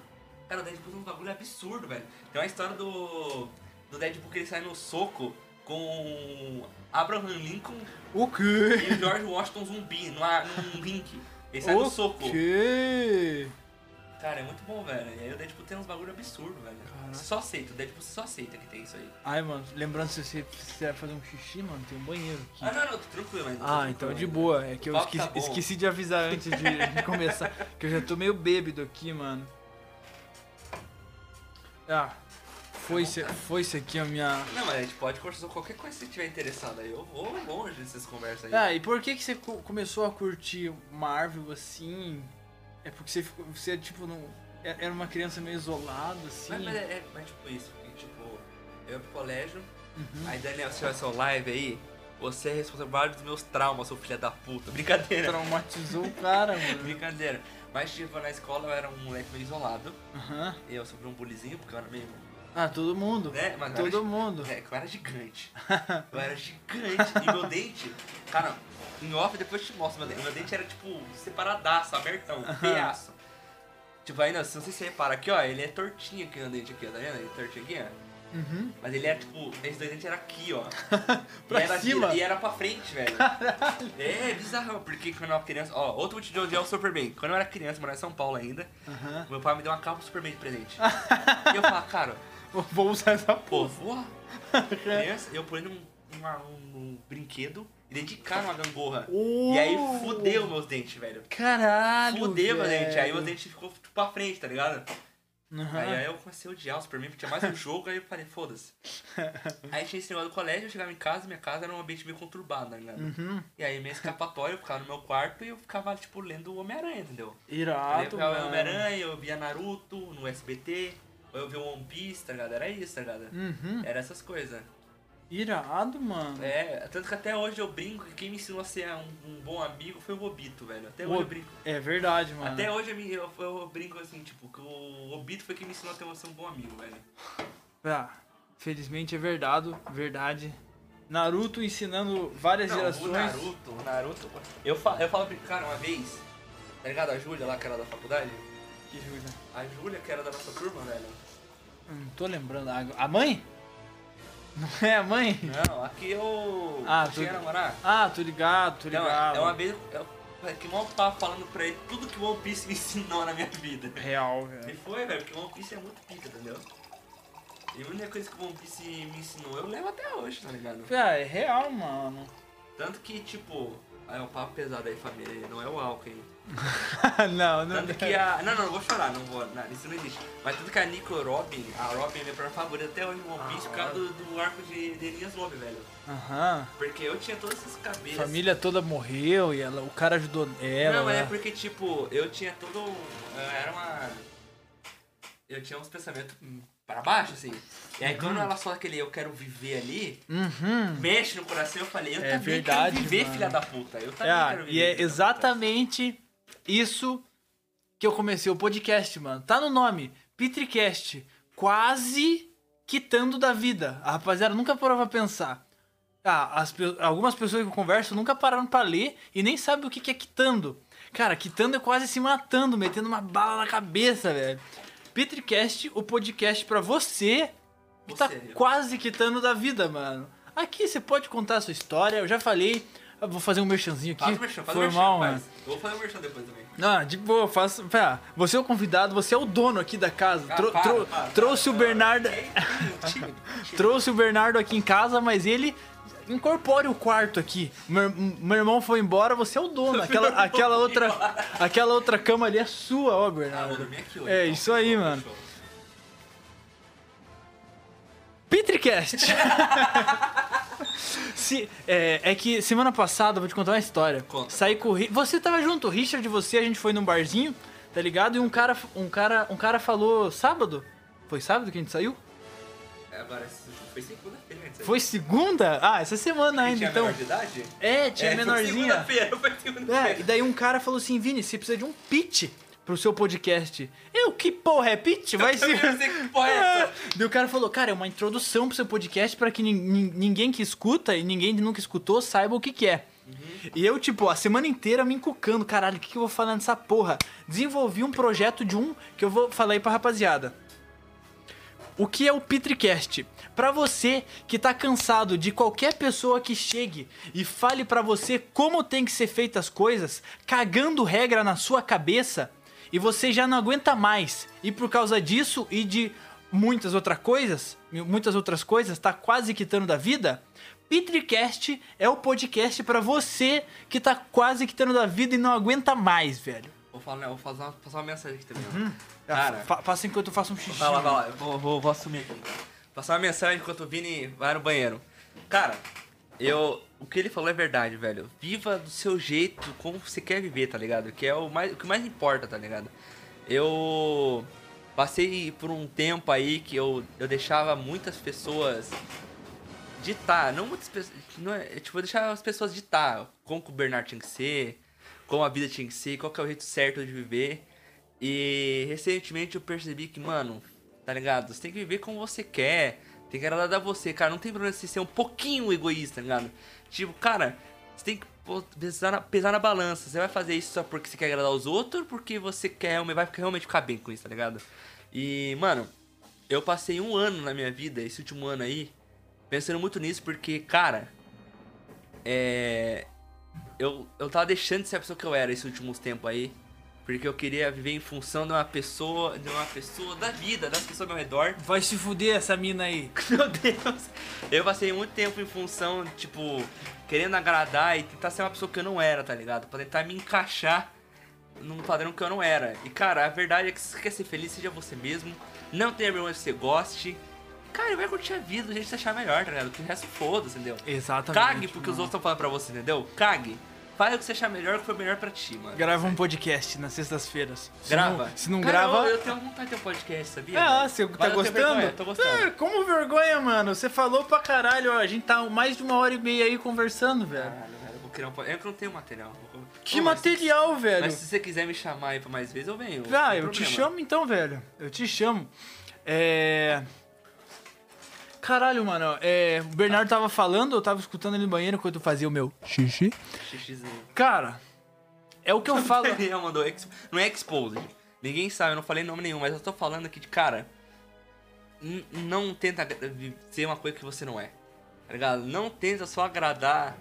Speaker 2: Cara, o Deadpool é um bagulho absurdo, velho. Tem uma história do. do Deadpool que ele sai no soco com Abraham Lincoln
Speaker 1: O quê?
Speaker 2: e o George Washington zumbi numa, num ringue. Ele sai é no soco.
Speaker 1: quê?
Speaker 2: Cara, é muito bom, velho. E aí o Deadpool tem uns bagulho absurdo, velho.
Speaker 1: Caraca.
Speaker 2: Você só aceita, o Deadpool você só aceita que tem isso aí.
Speaker 1: Ai, mano, lembrando se você precisar fazer um xixi, mano, tem um banheiro aqui.
Speaker 2: Ah, não, não, tô tranquilo, mas.
Speaker 1: Ah, então de boa. É que eu
Speaker 2: Papo
Speaker 1: esqueci,
Speaker 2: tá bom.
Speaker 1: esqueci de avisar antes de, de começar. Que eu já tô meio bêbado aqui, mano. Ah, foi isso foi isso aqui a minha.
Speaker 2: Não, mas a gente pode conversar sobre qualquer coisa que você tiver interessado aí. Eu vou longe dessas conversas aí.
Speaker 1: Ah, e por que, que você co- começou a curtir Marvel assim? É porque você, ficou- você tipo, não. é- Era uma criança meio isolada, assim.
Speaker 2: Mas, mas é, é- mas tipo isso, porque, tipo, eu ia pro colégio, aí Daniel, se tiver sua live aí, você é responsável por vários dos meus traumas, seu filho da puta. Brincadeira.
Speaker 1: Traumatizou o cara, mano.
Speaker 2: Brincadeira. Mas tipo, na escola eu era um moleque meio isolado.
Speaker 1: Aham.
Speaker 2: Eu sofri um bullyingzinho, porque eu era meio
Speaker 1: Ah, todo mundo.
Speaker 2: né? Mas eu era
Speaker 1: todo
Speaker 2: gi-
Speaker 1: mundo.
Speaker 2: É, que eu era gigante. Eu era gigante. E meu dente, cara, em off depois eu te mostro meu dente. Meu dente era tipo separadaço, abertão, feiaço. Tipo, ainda, se você se repara aqui, ó, ele é tortinho aqui no dente aqui, ó, tá vendo? Ele é tortinho aqui, ó.
Speaker 1: Uhum.
Speaker 2: Mas ele era tipo, esses dois dentes eram aqui, ó.
Speaker 1: *laughs* Pra
Speaker 2: e era,
Speaker 1: cima?
Speaker 2: E, era pra frente, velho. É, bizarrão, porque quando eu era criança. Ó, outro motivo de odiar o Superman. Quando eu era criança, morava em São Paulo ainda,
Speaker 1: Aham.
Speaker 2: meu pai me deu uma capa do Superman de
Speaker 1: *laughs*
Speaker 2: presente. e eu falava, cara,
Speaker 1: Vou usar essa porra.
Speaker 2: Pô, voa.
Speaker 1: *laughs*
Speaker 2: Criança, eu pulei num, numa- num brinquedo e dei de cara uma gangorra.
Speaker 1: Oh.
Speaker 2: E aí fudeu meus dentes, velho.
Speaker 1: Caralho.
Speaker 2: Fudeu meus
Speaker 1: Ah, velho.
Speaker 2: dentes. Aí meus dentes ficou tipo, pra frente, tá ligado?
Speaker 1: Aham.
Speaker 2: Aí, aí eu comecei a odiar os Superman, porque tinha mais um jogo, aí eu
Speaker 1: *laughs*
Speaker 2: falei, foda-se. Aí tinha esse negócio do colégio, eu chegava em casa, minha casa era um ambiente meio conturbado, tá ligado?
Speaker 1: Uhum.
Speaker 2: E aí minha escapatória, eu ficava no meu quarto e eu ficava, tipo, lendo o Homem-Aranha, entendeu? Aí eu
Speaker 1: Irado,
Speaker 2: ficava
Speaker 1: mano.
Speaker 2: no Homem-Aranha, eu via Naruto no SBT, ou eu via One Piece, tá ligado? Era isso, tá ligado?
Speaker 1: Uhum.
Speaker 2: Era essas coisas.
Speaker 1: Irado, mano.
Speaker 2: É, tanto que até hoje eu brinco que quem me ensinou a ser um, um bom amigo foi o Obito, velho. Até hoje eu brinco.
Speaker 1: É verdade, mano.
Speaker 2: Até hoje eu, me- eu- eu brinco assim, tipo, que o Obito foi quem me ensinou a ter- a ser um bom amigo, velho.
Speaker 1: Ah, felizmente é verdade, verdade. Naruto ensinando várias
Speaker 2: Não, o
Speaker 1: gerações.
Speaker 2: Naruto, o Naruto. Eu falo, eu falo pra- cara, uma vez, tá ligado? A Júlia lá, que era da faculdade.
Speaker 1: Que Júlia?
Speaker 2: A Júlia, que era da nossa turma, velho.
Speaker 1: Hum, Não tô lembrando. A, a mãe? Não é a mãe?
Speaker 2: Não, aqui eu.
Speaker 1: Ah,
Speaker 2: eu cheguei a
Speaker 1: tudo-
Speaker 2: namorar.
Speaker 1: Ah, tô ligado, tô
Speaker 2: Não,
Speaker 1: ligado.
Speaker 2: é uma vez. Eu, que mal tava falando pra ele tudo que o One Piece me *laughs* ensinou na minha vida.
Speaker 1: Real,
Speaker 2: E
Speaker 1: velho.
Speaker 2: foi, velho, porque One Piece é muito pica, entendeu? E a única coisa que One Piece me ensinou, eu levo até hoje, tá ligado?
Speaker 1: Ah, é real, mano.
Speaker 2: Tanto que, tipo, aí é um papo pesado aí, família, não é o álcool, hein?
Speaker 1: *laughs* não, não.
Speaker 2: Tanto que a. Não, não, não vou chorar, não vou. Não, isso não existe. Mas tanto que a Nico Robin, a Robin é minha própria favorita até hoje no One Piece por causa do, do arco de, de Linhas Lobby, velho.
Speaker 1: Aham.
Speaker 2: Porque eu tinha todas essas cabeças.
Speaker 1: Família toda morreu e ela, o cara ajudou ela.
Speaker 2: Não, mas é
Speaker 1: né?
Speaker 2: porque, tipo, eu tinha todo. eu Era uma. Eu tinha uns pensamentos hum, para baixo, assim. E aí quando ela só aquele eu quero viver ali,
Speaker 1: Uhum.
Speaker 2: mexe no coração, eu falei, eu
Speaker 1: É
Speaker 2: também
Speaker 1: verdade,
Speaker 2: quero viver,
Speaker 1: mano.
Speaker 2: filha da puta. Eu também
Speaker 1: É,
Speaker 2: quero viver.
Speaker 1: e é
Speaker 2: filha da
Speaker 1: exatamente isso que eu comecei o podcast, mano. Tá no nome, Petricast. Quase quitando da vida. A rapaziada nunca parou pra pensar. Ah, as pe- algumas pessoas que eu converso nunca pararam pra ler e nem sabem o que, que é quitando. Cara, quitando é quase se matando, metendo uma bala na cabeça, velho. Petricast, o podcast pra você que tá
Speaker 2: Você.
Speaker 1: quase quitando da vida, mano. Aqui você pode contar a sua história, eu já falei. Eu vou fazer um merchanzinho aqui.
Speaker 2: Faz o merchan, faz o merchan,
Speaker 1: formal, mano.
Speaker 2: faz. Eu vou fazer o merchan depois também.
Speaker 1: Não, de boa, faço. Pera, você é o convidado, você é o dono aqui da casa.
Speaker 2: Ah,
Speaker 1: Tro-
Speaker 2: para,
Speaker 1: tro-
Speaker 2: para,
Speaker 1: trouxe
Speaker 2: para,
Speaker 1: o
Speaker 2: para.
Speaker 1: Bernardo. *laughs* Trouxe o Bernardo aqui em casa, mas ele incorpora o quarto aqui. Meu, meu irmão foi embora, você é o
Speaker 2: *laughs*
Speaker 1: dono. Aquela, aquela outra, aquela outra cama ali é sua, ó,
Speaker 2: Ah, vou
Speaker 1: Bernardo.
Speaker 2: dormir aqui hoje.
Speaker 1: É
Speaker 2: então.
Speaker 1: isso aí, mano.
Speaker 2: Fechou.
Speaker 1: Petricast! *laughs* Se, é, é que semana passada, vou te contar uma história.
Speaker 2: Conta.
Speaker 1: Saí com o Ri- Você tava junto, o Richard e você, a gente foi num barzinho, tá ligado? E um cara, um cara, um cara falou sábado. Foi sábado que a gente saiu?
Speaker 2: É, agora, isso foi segunda-feira, né, isso aí.
Speaker 1: Foi segunda? Ah, essa semana
Speaker 2: Quem
Speaker 1: ainda,
Speaker 2: tinha
Speaker 1: então.
Speaker 2: menor de idade?
Speaker 1: É, tinha
Speaker 2: É, foi
Speaker 1: menorzinha.
Speaker 2: Segunda-feira, foi segunda-feira.
Speaker 1: É, e daí um cara falou assim, Vini, você precisa de um pitch pro seu podcast. Eu, que porra é pitch? Vai se...
Speaker 2: Eu não sei que porra é essa.
Speaker 1: *laughs* Daí o cara falou, cara, é uma introdução pro seu podcast pra que nin- nin- ninguém que escuta e ninguém que nunca escutou saiba o que que é. E eu, tipo, a semana inteira me encucando, caralho, o que, que eu vou falar nessa porra? Desenvolvi um projeto de um que eu vou falar aí pra rapaziada. O que é o Pitricast? Pra você que tá cansado de qualquer pessoa que chegue e fale pra você como tem que ser feitas as coisas, cagando regra na sua cabeça, e você já não aguenta mais. E por causa disso e de muitas outras coisas, muitas outras coisas, tá quase quitando da vida? Pitricast é o podcast pra você que tá quase quitando da vida e não aguenta mais, velho.
Speaker 2: Vou, falar, eu vou fazer uma, passar uma mensagem aqui também.
Speaker 1: Uhum.
Speaker 2: ó. Cara,
Speaker 1: Fa- faça enquanto eu faço um xixi.
Speaker 2: vai lá, vai
Speaker 1: mano.
Speaker 2: lá. Eu vou, vou, vou assumir aqui. Passar uma mensagem enquanto o Vini vai no banheiro. Cara, eu. O que ele falou é verdade, velho. Viva do seu jeito, como você quer viver, tá ligado? Que é o, mais, o que mais importa, tá ligado? Eu passei por um tempo aí que eu, eu deixava muitas pessoas ditar, não muitas pessoas. Não é, é, tipo, eu deixava as pessoas ditar como que o Bernardo tinha que ser, como a vida tinha que ser, qual que é o jeito certo de viver. E recentemente eu percebi que, mano, Tá ligado? Você tem que viver como você quer. Tem que agradar você, cara. Não tem problema você ser um pouquinho egoísta, tá ligado? Tipo, cara, você tem que pô- pesar na, pesar na balança. Você vai fazer isso só porque você quer agradar os outros ou porque você quer vai ficar- realmente ficar bem com isso, tá ligado? E, mano, eu passei um ano na minha vida, esse último ano aí, pensando muito nisso, porque, cara, é. Eu, eu tava deixando de ser a pessoa que eu era esses últimos tempos aí. Porque eu queria viver em função de uma pessoa, de uma pessoa, da vida, das pessoas ao meu redor.
Speaker 3: Vai se fuder essa mina aí.
Speaker 2: *laughs* Meu Deus! Eu passei muito tempo em função, tipo, querendo agradar e tentar ser uma pessoa que eu não era, tá ligado? Pra tentar me encaixar num padrão que eu não era. E, cara, a verdade é que se você quer ser feliz, seja você mesmo. Não tenha vergonha que você goste. Cara, vai curtir a vida do jeito que você achar melhor, tá ligado? Que o resto foda, entendeu?
Speaker 1: Exatamente.
Speaker 2: Cague porque os outros estão falando pra você, entendeu? Cague. Faz o que você achar melhor, o que for melhor pra ti, mano.
Speaker 1: Grava um podcast nas sextas-feiras. Se
Speaker 2: Grava.
Speaker 1: não- se não
Speaker 2: Cara,
Speaker 1: grava.
Speaker 2: Eu, eu tenho vontade de ter um podcast, sabia?
Speaker 1: Ah, você
Speaker 2: Mas
Speaker 1: tá
Speaker 2: eu tenho
Speaker 1: gostando?
Speaker 2: vergonha, eu tô gostando.
Speaker 1: Ah, como vergonha, mano. Você falou pra caralho, ó. A gente tá mais de uma hora e meia aí conversando, velho.
Speaker 2: Caralho, velho, eu vou criar um podcast. Eu que não tenho material. Vou-
Speaker 1: Que
Speaker 2: Ô, mas-
Speaker 1: material, velho.
Speaker 2: Mas se você quiser me chamar aí pra mais vezes, eu venho.
Speaker 1: Ah,
Speaker 2: não
Speaker 1: eu te
Speaker 2: tem problema.
Speaker 1: chamo então, velho. Eu te chamo. É. Caralho, mano. É... O Bernardo tava falando, eu tava escutando ele no banheiro enquanto eu fazia o meu xixi.
Speaker 2: Xixizinho.
Speaker 1: Cara, é o que eu falo.
Speaker 2: Daniel mandou ex- Não é Exposed. Ninguém sabe, eu não falei nome nenhum, mas eu tô falando aqui de cara. n- Não tenta agra- vi- ser uma coisa que você não é. Tá ligado? Não tenta só agradar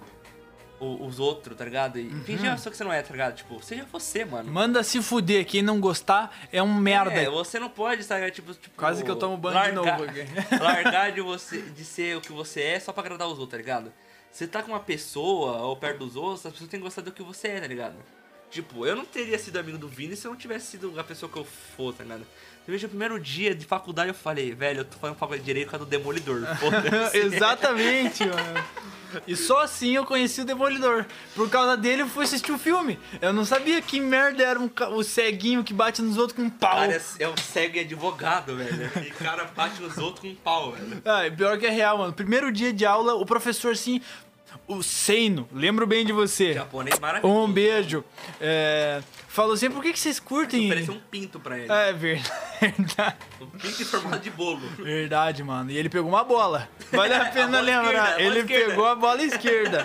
Speaker 2: o- os outros, tá ligado?
Speaker 1: Uhum.
Speaker 2: E fingir uma pessoa que você não é, tá ligado? Tipo, seja você, mano.
Speaker 1: Manda se fuder. Quem não gostar é um merda.
Speaker 2: É, você não pode, sabe? Tipo, tipo,
Speaker 1: Quase que eu tomo banho de
Speaker 2: largar-
Speaker 1: novo aqui.
Speaker 2: *laughs* largar de, você, de ser o que você é só pra agradar os outros, tá ligado? Você tá com uma pessoa ou perto dos outros, as pessoas têm que gostar do que você é, tá ligado? Tipo, eu não teria sido amigo do Vini se eu não tivesse sido a pessoa que eu for, tá ligado? Eu vejo o primeiro dia de faculdade eu falei, velho, eu tô fazendo faculdade de direito por causa do
Speaker 1: *laughs*
Speaker 2: Demolidor. foda-se.
Speaker 1: Exatamente, mano. E só assim eu conheci o Demolidor. Por causa dele eu fui assistir o filme. Eu não sabia que merda era um ca- o ceguinho que bate nos outros com um pau.
Speaker 2: Cara, é- é um cego e advogado, velho. E cara bate nos outros com um pau, velho.
Speaker 1: Ah, e pior que é real, mano. Primeiro dia de aula, o professor assim. O Seino, lembro bem de você.
Speaker 2: Japonês maravilhoso.
Speaker 1: Um beijo. É, falou assim: por que, que vocês curtem.
Speaker 2: Ofereceu um pinto pra ele.
Speaker 1: É verdade.
Speaker 2: Um pinto em formato de bolo.
Speaker 1: Verdade, mano. E ele pegou uma bola. Vale
Speaker 2: *laughs*
Speaker 1: a pena
Speaker 2: bola esquerda, a
Speaker 1: lembrar.
Speaker 2: bola
Speaker 1: ele
Speaker 2: esquerda.
Speaker 1: pegou a bola
Speaker 2: *laughs*
Speaker 1: esquerda.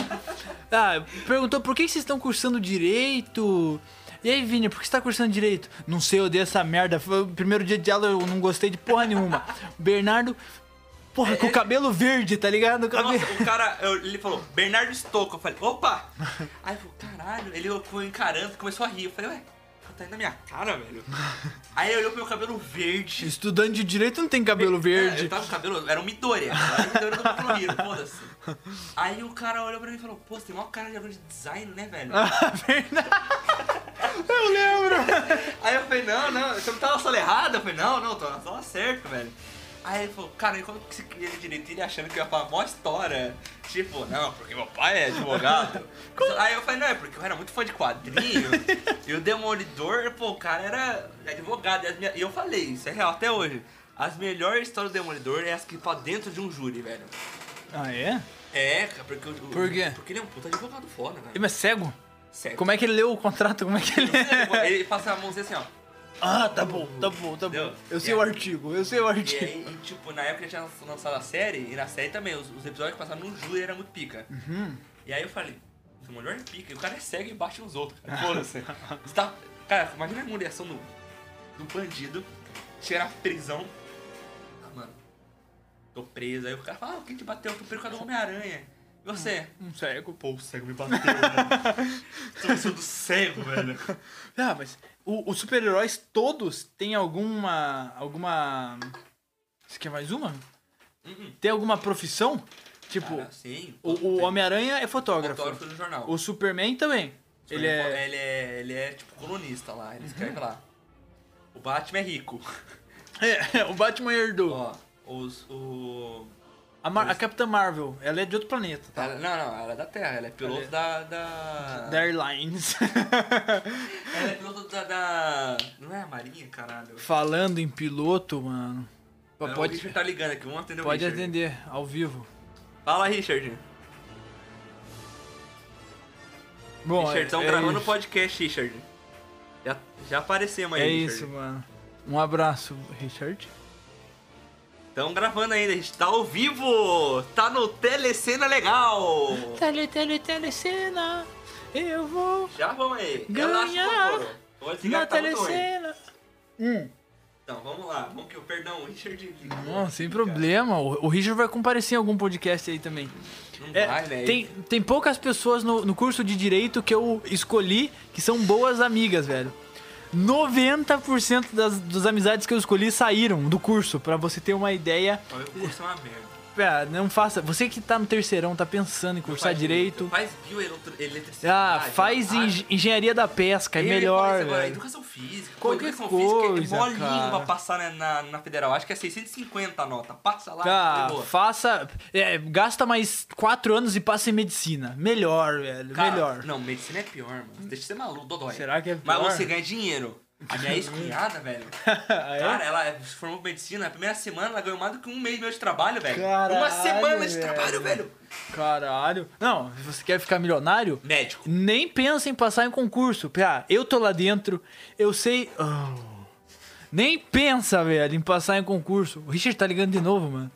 Speaker 1: Ah, perguntou por que que vocês estão cursando direito? E aí, Vini, por que você tá cursando direito? Não sei, eu odeio essa merda. Foi o primeiro dia de aula, eu não gostei de porra
Speaker 2: *laughs*
Speaker 1: nenhuma. Bernardo, porra, com o cabelo verde, tá ligado? O cabelo-
Speaker 2: Nossa, o cara, eu- ele falou, Bernardo Stocco. Eu falei, opa! Aí eu falei, caralho, ele foi encarando, começou a rir. Eu falei, ué, tá indo na minha cara, velho. Aí ele olhou pro meu cabelo
Speaker 1: *laughs*
Speaker 2: verde.
Speaker 1: Estudante de direito não tem cabelo
Speaker 2: É,
Speaker 1: verde. *laughs*
Speaker 2: eu tava com cabelo, era um Midoriya. Era um Midoriya do Colorado, foda-se. Aí o cara olhou pra mim e falou, pô, você tem maior cara de aluno de design, né, velho?
Speaker 1: Ah,
Speaker 2: *laughs*
Speaker 1: Eu lembro.
Speaker 2: Aí eu falei, não, não, você não tá tava só errado? Eu falei, não, não, tô na sala certa, velho. Aí ele falou, cara, e como que você queria direito? Ele achando que eu ia falar mó história. Tipo, não, porque meu pai é
Speaker 1: *laughs*
Speaker 2: advogado. Aí eu falei, não, é porque eu era muito fã de quadrinho. e o Demolidor, pô, o cara era advogado. E, as minha- e eu falei, isso é real até hoje. As melhores histórias do Demolidor é as que pra dentro de um júri, velho.
Speaker 1: Ah, é?
Speaker 2: É, cara, porque o.
Speaker 1: Por quê?
Speaker 2: Porque ele é um puta advogado foda,
Speaker 1: E,
Speaker 2: velho.
Speaker 1: Mas cego?
Speaker 2: Sério.
Speaker 1: Como é que ele leu o contrato? Como é que ele. *laughs*
Speaker 2: Ele passa a mãozinha assim, ó.
Speaker 1: Ah, tá bom, tá bom, tá bom.
Speaker 2: Entendeu?
Speaker 1: Eu sei o artigo, eu sei o
Speaker 2: E
Speaker 1: artigo.
Speaker 2: aí, e, tipo, na época eu tinha lançado a série, e na série também, os, os episódios que passavam no Júlio era muito pica. E aí eu falei, o melhor é pica, e o cara é cego e bate nos outros, *laughs* cara. Foda-se. Você tá- Cara, imagina a humilhação do, do bandido, chega na prisão. Ah, mano, tô preso. Aí o cara fala, ah, quem te bateu? Eu tô preso por causa do Homem-Aranha. E você?
Speaker 1: Um cego,
Speaker 2: Pô, o cego me bateu, velho. *laughs* Tô sendo cego, velho.
Speaker 1: Ah, mas o- os super-heróis todos têm alguma. alguma. Você quer mais uma?
Speaker 2: Uhum.
Speaker 1: Tem alguma profissão? Tipo,
Speaker 2: Cara, sim.
Speaker 1: o, o Homem-Aranha é fotógrafo.
Speaker 2: Fotógrafo do jornal.
Speaker 1: O Superman também. Ele é.
Speaker 2: Tipo, ele é. Ele é tipo colunista lá, ele escreve lá. O Batman é
Speaker 1: *laughs*
Speaker 2: rico.
Speaker 1: é, o Batman herdou.
Speaker 2: Ó, os. O.
Speaker 1: A, Mar- a Capitã Marvel, ela é de outro planeta, tá?
Speaker 2: ela- não, não, ela é da Terra, ela é
Speaker 1: Cadê?
Speaker 2: piloto da. da...
Speaker 1: Da Airlines. *laughs*
Speaker 2: Ela é piloto da, da- Não é a Marinha, caralho.
Speaker 1: Falando em piloto, mano. Pô,
Speaker 2: É, O
Speaker 1: Pode,
Speaker 2: Richard tá ligando aqui, vamos atender
Speaker 1: pode
Speaker 2: o Richard.
Speaker 1: atender ao vivo.
Speaker 2: Fala, Richard.
Speaker 1: Bom,
Speaker 2: Richard, estão
Speaker 1: é,
Speaker 2: gravando o
Speaker 1: isso.
Speaker 2: podcast, Richard. Já, já aparecemos aí,
Speaker 1: É
Speaker 2: Richard.
Speaker 1: isso, mano. Um abraço, Richard.
Speaker 2: Estamos gravando ainda, a gente tá ao vivo! Tá no Telecena Legal!
Speaker 1: Tele, tele, telecena, eu vou
Speaker 2: Já vamos aí!
Speaker 1: Ganhar
Speaker 2: Elástico Totoro. Pode ligar
Speaker 1: na
Speaker 2: que tá muito ruim.
Speaker 1: telecena. Hum.
Speaker 2: Então, vamos lá. Vamos que o perdão, o Richard.
Speaker 1: Não, sem problema. O, o Richard vai comparecer em algum podcast aí também.
Speaker 2: Não
Speaker 1: É,
Speaker 2: vai, velho.
Speaker 1: tem, tem poucas pessoas no, no curso de direito que eu escolhi que são boas amigas, velho. 90% das, das amizades que eu escolhi saíram do curso, pra você ter uma ideia.
Speaker 2: Ó, Meu curso é uma merda.
Speaker 1: É, não faça. Você que tá no terceirão, tá pensando em cursar
Speaker 2: Faz
Speaker 1: direito.
Speaker 2: Faz bioeletricidade.
Speaker 1: Ah, faz engi- engenharia da pesca, é
Speaker 2: ah,
Speaker 1: melhor, velho.
Speaker 2: Educação física.
Speaker 1: Qualquer
Speaker 2: educação
Speaker 1: coisa,
Speaker 2: física é bolinho
Speaker 1: cara.
Speaker 2: pra passar na, na, na federal. Acho que é 650 a nota. Passa lá,
Speaker 1: Tá,
Speaker 2: de boa.
Speaker 1: faça. é, gasta mais quatro anos e passa em medicina. Melhor, velho.
Speaker 2: Cara,
Speaker 1: melhor.
Speaker 2: Não, medicina é pior, mano. Deixa de ser maluco, dodói.
Speaker 1: Será que é
Speaker 2: Mas
Speaker 1: pior?
Speaker 2: você ganha dinheiro.
Speaker 1: *laughs*
Speaker 2: A minha ex-cunhada, velem
Speaker 1: Ah, *laughs* é?
Speaker 2: Cara, ela se formou em medicina. Na primeira semana, ela ganhou mais do que um mês meu de trabalho, velho. Uma
Speaker 1: Caralho,
Speaker 2: semana de
Speaker 1: velho.
Speaker 2: trabalho, velho.
Speaker 1: Caralho. Não, você quer ficar milionário?
Speaker 2: Médico.
Speaker 1: Nem pensa em passar em concurso. Ah, eu tô lá dentro, eu sei. Oh. Nem pensa, velho, em passar em concurso. O Richard tá ligando de novo, mano.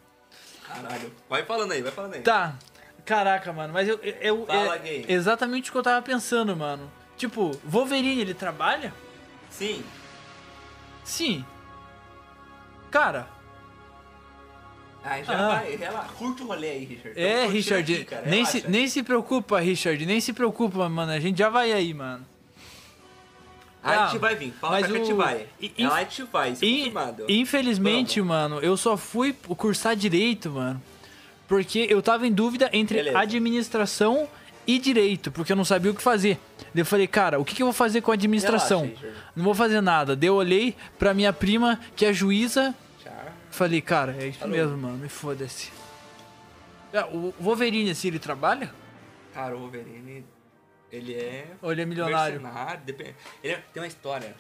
Speaker 2: Caralho. Vai falando aí, vai falando aí.
Speaker 1: Tá. Caraca, mano, mas eu. eu eu-
Speaker 2: Fala,
Speaker 1: é
Speaker 2: gay.
Speaker 1: exatamente o que eu tava pensando, mano. Tipo, Wolverine, ele trabalha?
Speaker 2: Sim.
Speaker 1: Sim. Cara,
Speaker 2: Aí já
Speaker 1: Ah.
Speaker 2: vai, relaxa. Curte o rolê aí, Richard.
Speaker 1: é,
Speaker 2: Então, curte
Speaker 1: Richard.
Speaker 2: aqui, cara,
Speaker 1: nem,
Speaker 2: relaxa.
Speaker 1: se, nem se preocupa, Richard. Nem se preocupa, mano. A gente já vai aí, mano.
Speaker 2: Aí a gente
Speaker 1: Ah,
Speaker 2: vai vir. Fala
Speaker 1: mas
Speaker 2: pra que a gente
Speaker 1: o-
Speaker 2: vai.
Speaker 1: e-
Speaker 2: Ela a gente vai, se
Speaker 1: In-
Speaker 2: acostumado.
Speaker 1: Infelizmente, mano, eu só fui cursar direito, mano. Porque eu tava em dúvida entre
Speaker 2: Beleza.
Speaker 1: administração e direito, porque eu não sabia o que fazer. Daí eu falei, cara, o que, que eu vou fazer com a administração?
Speaker 2: Relaxa, Richard.
Speaker 1: não vou fazer nada. Daí eu olhei pra minha prima, que é juíza,
Speaker 2: Tchau.
Speaker 1: falei, cara, é isso
Speaker 2: Alô?
Speaker 1: mesmo, mano, me foda-se. É, O Wolverine, assim, ele trabalha?
Speaker 2: Cara, o Wolverine, ele é.
Speaker 1: Ou ele é milionário?
Speaker 2: mercenário, depende- Ele é- tem uma história.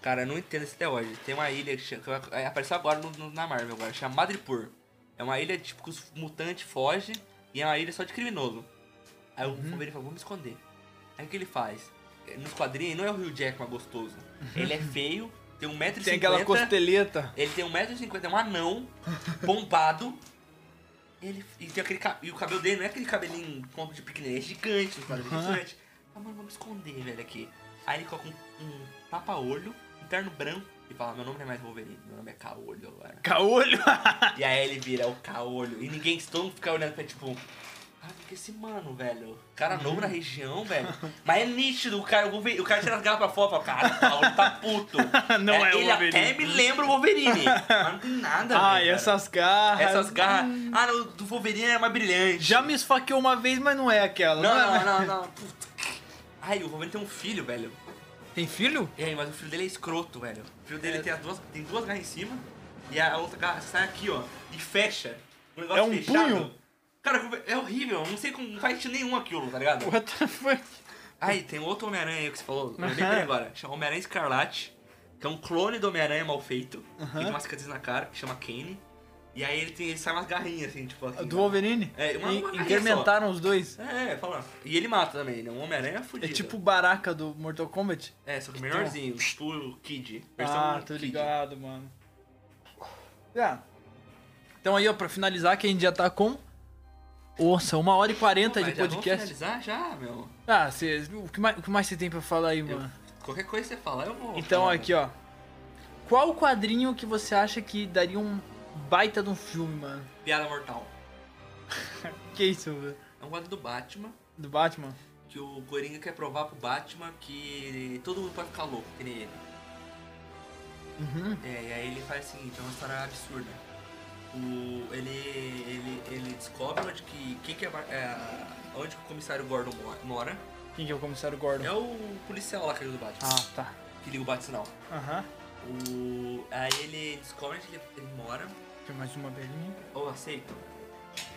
Speaker 2: Cara, eu não entendo isso até hoje. Tem uma ilha que, chama- que vai- apareceu agora no- no- na Marvel, agora, chama Madripoor. É uma ilha tipo que os mutantes fogem e é uma ilha só de criminoso. Aí o
Speaker 1: Uhum.
Speaker 2: Wolverine fala, vou me esconder. Aí o que ele faz? Nos quadrinhos, não é o Rio Jackman gostoso.
Speaker 1: Uhum.
Speaker 2: Ele é feio, tem 1,50m.
Speaker 1: costeleta.
Speaker 2: Ele tem 1,50m, é um anão, bombado. Ele, e, tem aquele, ca- e o cabelo dele não é aquele cabelinho em ponto de pequenininho, é gigante, um cabelo
Speaker 1: Aham.
Speaker 2: gigante. Ah, mano, vamos esconder, velho, aqui. Aí ele coloca um, um tapa-olho, um terno branco, e fala, meu nome não é mais Wolverine, meu nome é Caolho agora.
Speaker 1: Caolho.
Speaker 2: e aí ele vira o Caolho, e ninguém, todo mundo fica olhando pra ele, tipo... Ah, porque esse mano, velho, cara novo na região, velho. Mas é nítido, o cara, o, Wolverine- o cara tira as garras pra fora e fala, cara, o Caolho tá puto.
Speaker 1: *laughs* Não é o
Speaker 2: Ele até
Speaker 1: Wolverine.
Speaker 2: me lembra o Wolverine, mas não tem nada,
Speaker 1: *laughs* Ai,
Speaker 2: velho, cara.
Speaker 1: essas garras. *laughs*
Speaker 2: Essas garras. Ah, não, do Wolverine é mais brilhante.
Speaker 1: Já me esfaqueou uma vez, mas não é aquela.
Speaker 2: Não,
Speaker 1: é?
Speaker 2: não, não, não. Puta. Ai, o Wolverine tem um filho, velho.
Speaker 1: Tem filho?
Speaker 2: E aí, mas o filho dele é escroto, velho. O filho dele tem, as duas, tem duas garras em cima e a outra garra sai aqui, ó. E fecha. Um negócio
Speaker 1: É um
Speaker 2: fechado.
Speaker 1: punho?
Speaker 2: Cara, é horrível. Não sei como. Não faz sentido nenhum aquilo, tá ligado?
Speaker 1: What the fuck?
Speaker 2: Aí, tem um outro Homem-Aranha aí que você falou. Eu lembrei
Speaker 1: Aham.
Speaker 2: agora. Chama Homem-Aranha Escarlate. Que é um clone do Homem-Aranha mal feito. Que tem
Speaker 1: Aham.
Speaker 2: umas cicatriz na cara, que chama Kane. E aí ele, tem, ele sai umas garrinhas, assim, tipo... Assim,
Speaker 1: Do
Speaker 2: né?
Speaker 1: Wolverine?
Speaker 2: É, uma-
Speaker 1: E-
Speaker 2: uma
Speaker 1: incrementaram os dois.
Speaker 2: É, fala. E ele mata também, né? Um Homem-Aranha
Speaker 1: É
Speaker 2: fudido.
Speaker 1: tipo o Baraka do Mortal Kombat?
Speaker 2: É, só que melhorzinho. Tipo o Kid.
Speaker 1: ah, tô
Speaker 2: um Kid.
Speaker 1: ligado, mano. Ah. Então aí, ó, pra finalizar, que a gente já tá com. Nossa, uma hora e
Speaker 2: Pô,
Speaker 1: quarenta
Speaker 2: mas
Speaker 1: Tá de
Speaker 2: já vamos
Speaker 1: podcast.
Speaker 2: finalizar já, meu.
Speaker 1: Ah, cê, o, que mais, o que mais você tem pra falar aí, mano?
Speaker 2: Qualquer coisa que você falar, eu vou.
Speaker 1: Então,
Speaker 2: falar,
Speaker 1: aqui, ó. Qual quadrinho que você acha que daria um baita de um filme, mano?
Speaker 2: ó. Piada Mortal.
Speaker 1: Que isso, velho?
Speaker 2: É um quadro do Batman.
Speaker 1: Do Batman?
Speaker 2: Que o Coringa quer provar pro Batman que todo mundo pode ficar louco, que nem ele.
Speaker 1: Uhum.
Speaker 2: É, e aí ele faz o seguinte, é uma história absurda. O, ele, ele, ele descobre onde que, que, que é, a- é a- onde que o comissário Gordon mo- mora.
Speaker 1: Quem que é o comissário Gordon?
Speaker 2: É o policial lá que ajuda o Batman,
Speaker 1: Ah, tá.
Speaker 2: que liga o Bat-sinal.
Speaker 1: Aham.
Speaker 2: O, aí ele descobre onde ele, ele mora,
Speaker 1: Tem mais uma velhinha.
Speaker 2: ou aceita.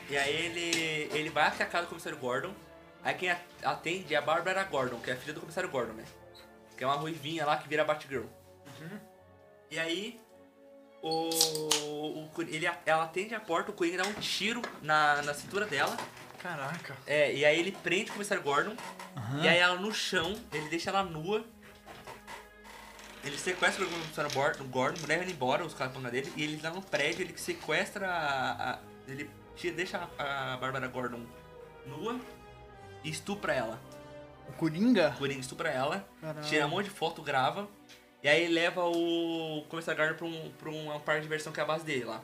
Speaker 2: E aí ele, ele vai até a casa do comissário Gordon. Aí quem a- atende é a Barbara Gordon, que é a filha do comissário Gordon, né? Que é uma ruivinha lá que vira Batgirl. E aí o, o Cor- ele, a- ela atende a porta, o Coringa dá um tiro na, na cintura dela.
Speaker 1: Caraca.
Speaker 2: É, e aí ele prende o comissário Gordon.
Speaker 1: Aham.
Speaker 2: E aí ela no chão, ele deixa ela nua. Ele sequestra o Gordon, Bor- o Gordon leva ele embora, os caras pancam dele, e ele lá no prédio, ele sequestra a. a- ele tira- deixa a, a Bárbara Gordon nua e estupra ela.
Speaker 1: O Coringa?
Speaker 2: O Coringa estupra ela,
Speaker 1: Caralho.
Speaker 2: tira um monte de foto, grava, e aí leva o Comissário Gordon pra, um, pra uma parte de diversão que é a base dele lá.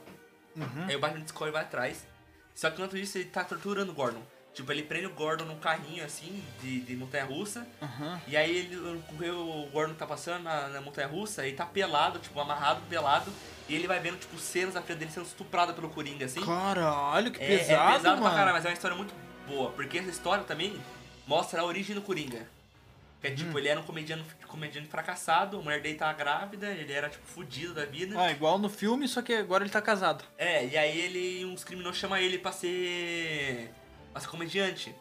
Speaker 2: Aí o Batman descobre e vai atrás. Só que enquanto isso ele tá torturando o Gordon. Tipo, ele prende o Gordon num carrinho assim, de, de montanha russa.
Speaker 1: Aham.
Speaker 2: E aí ele, o Gordon tá passando na, na montanha russa e tá pelado, tipo, amarrado, pelado. E ele vai vendo, tipo, cenas da filha dele sendo estuprada pelo Coringa, assim.
Speaker 1: Caralho, que
Speaker 2: É- é,
Speaker 1: pesado,
Speaker 2: pesado pra
Speaker 1: mano.
Speaker 2: caralho, mas é uma história muito boa. Porque essa história também mostra a origem do Coringa. Que é,
Speaker 1: Hum.
Speaker 2: tipo, ele era um comediano, comediano fracassado, a mulher dele tava grávida, ele era, tipo, fudido da vida.
Speaker 1: Ah, igual no filme, só que agora ele tá casado.
Speaker 2: É, e aí ele, uns criminosos chamam ele pra ser. pra ser comediante.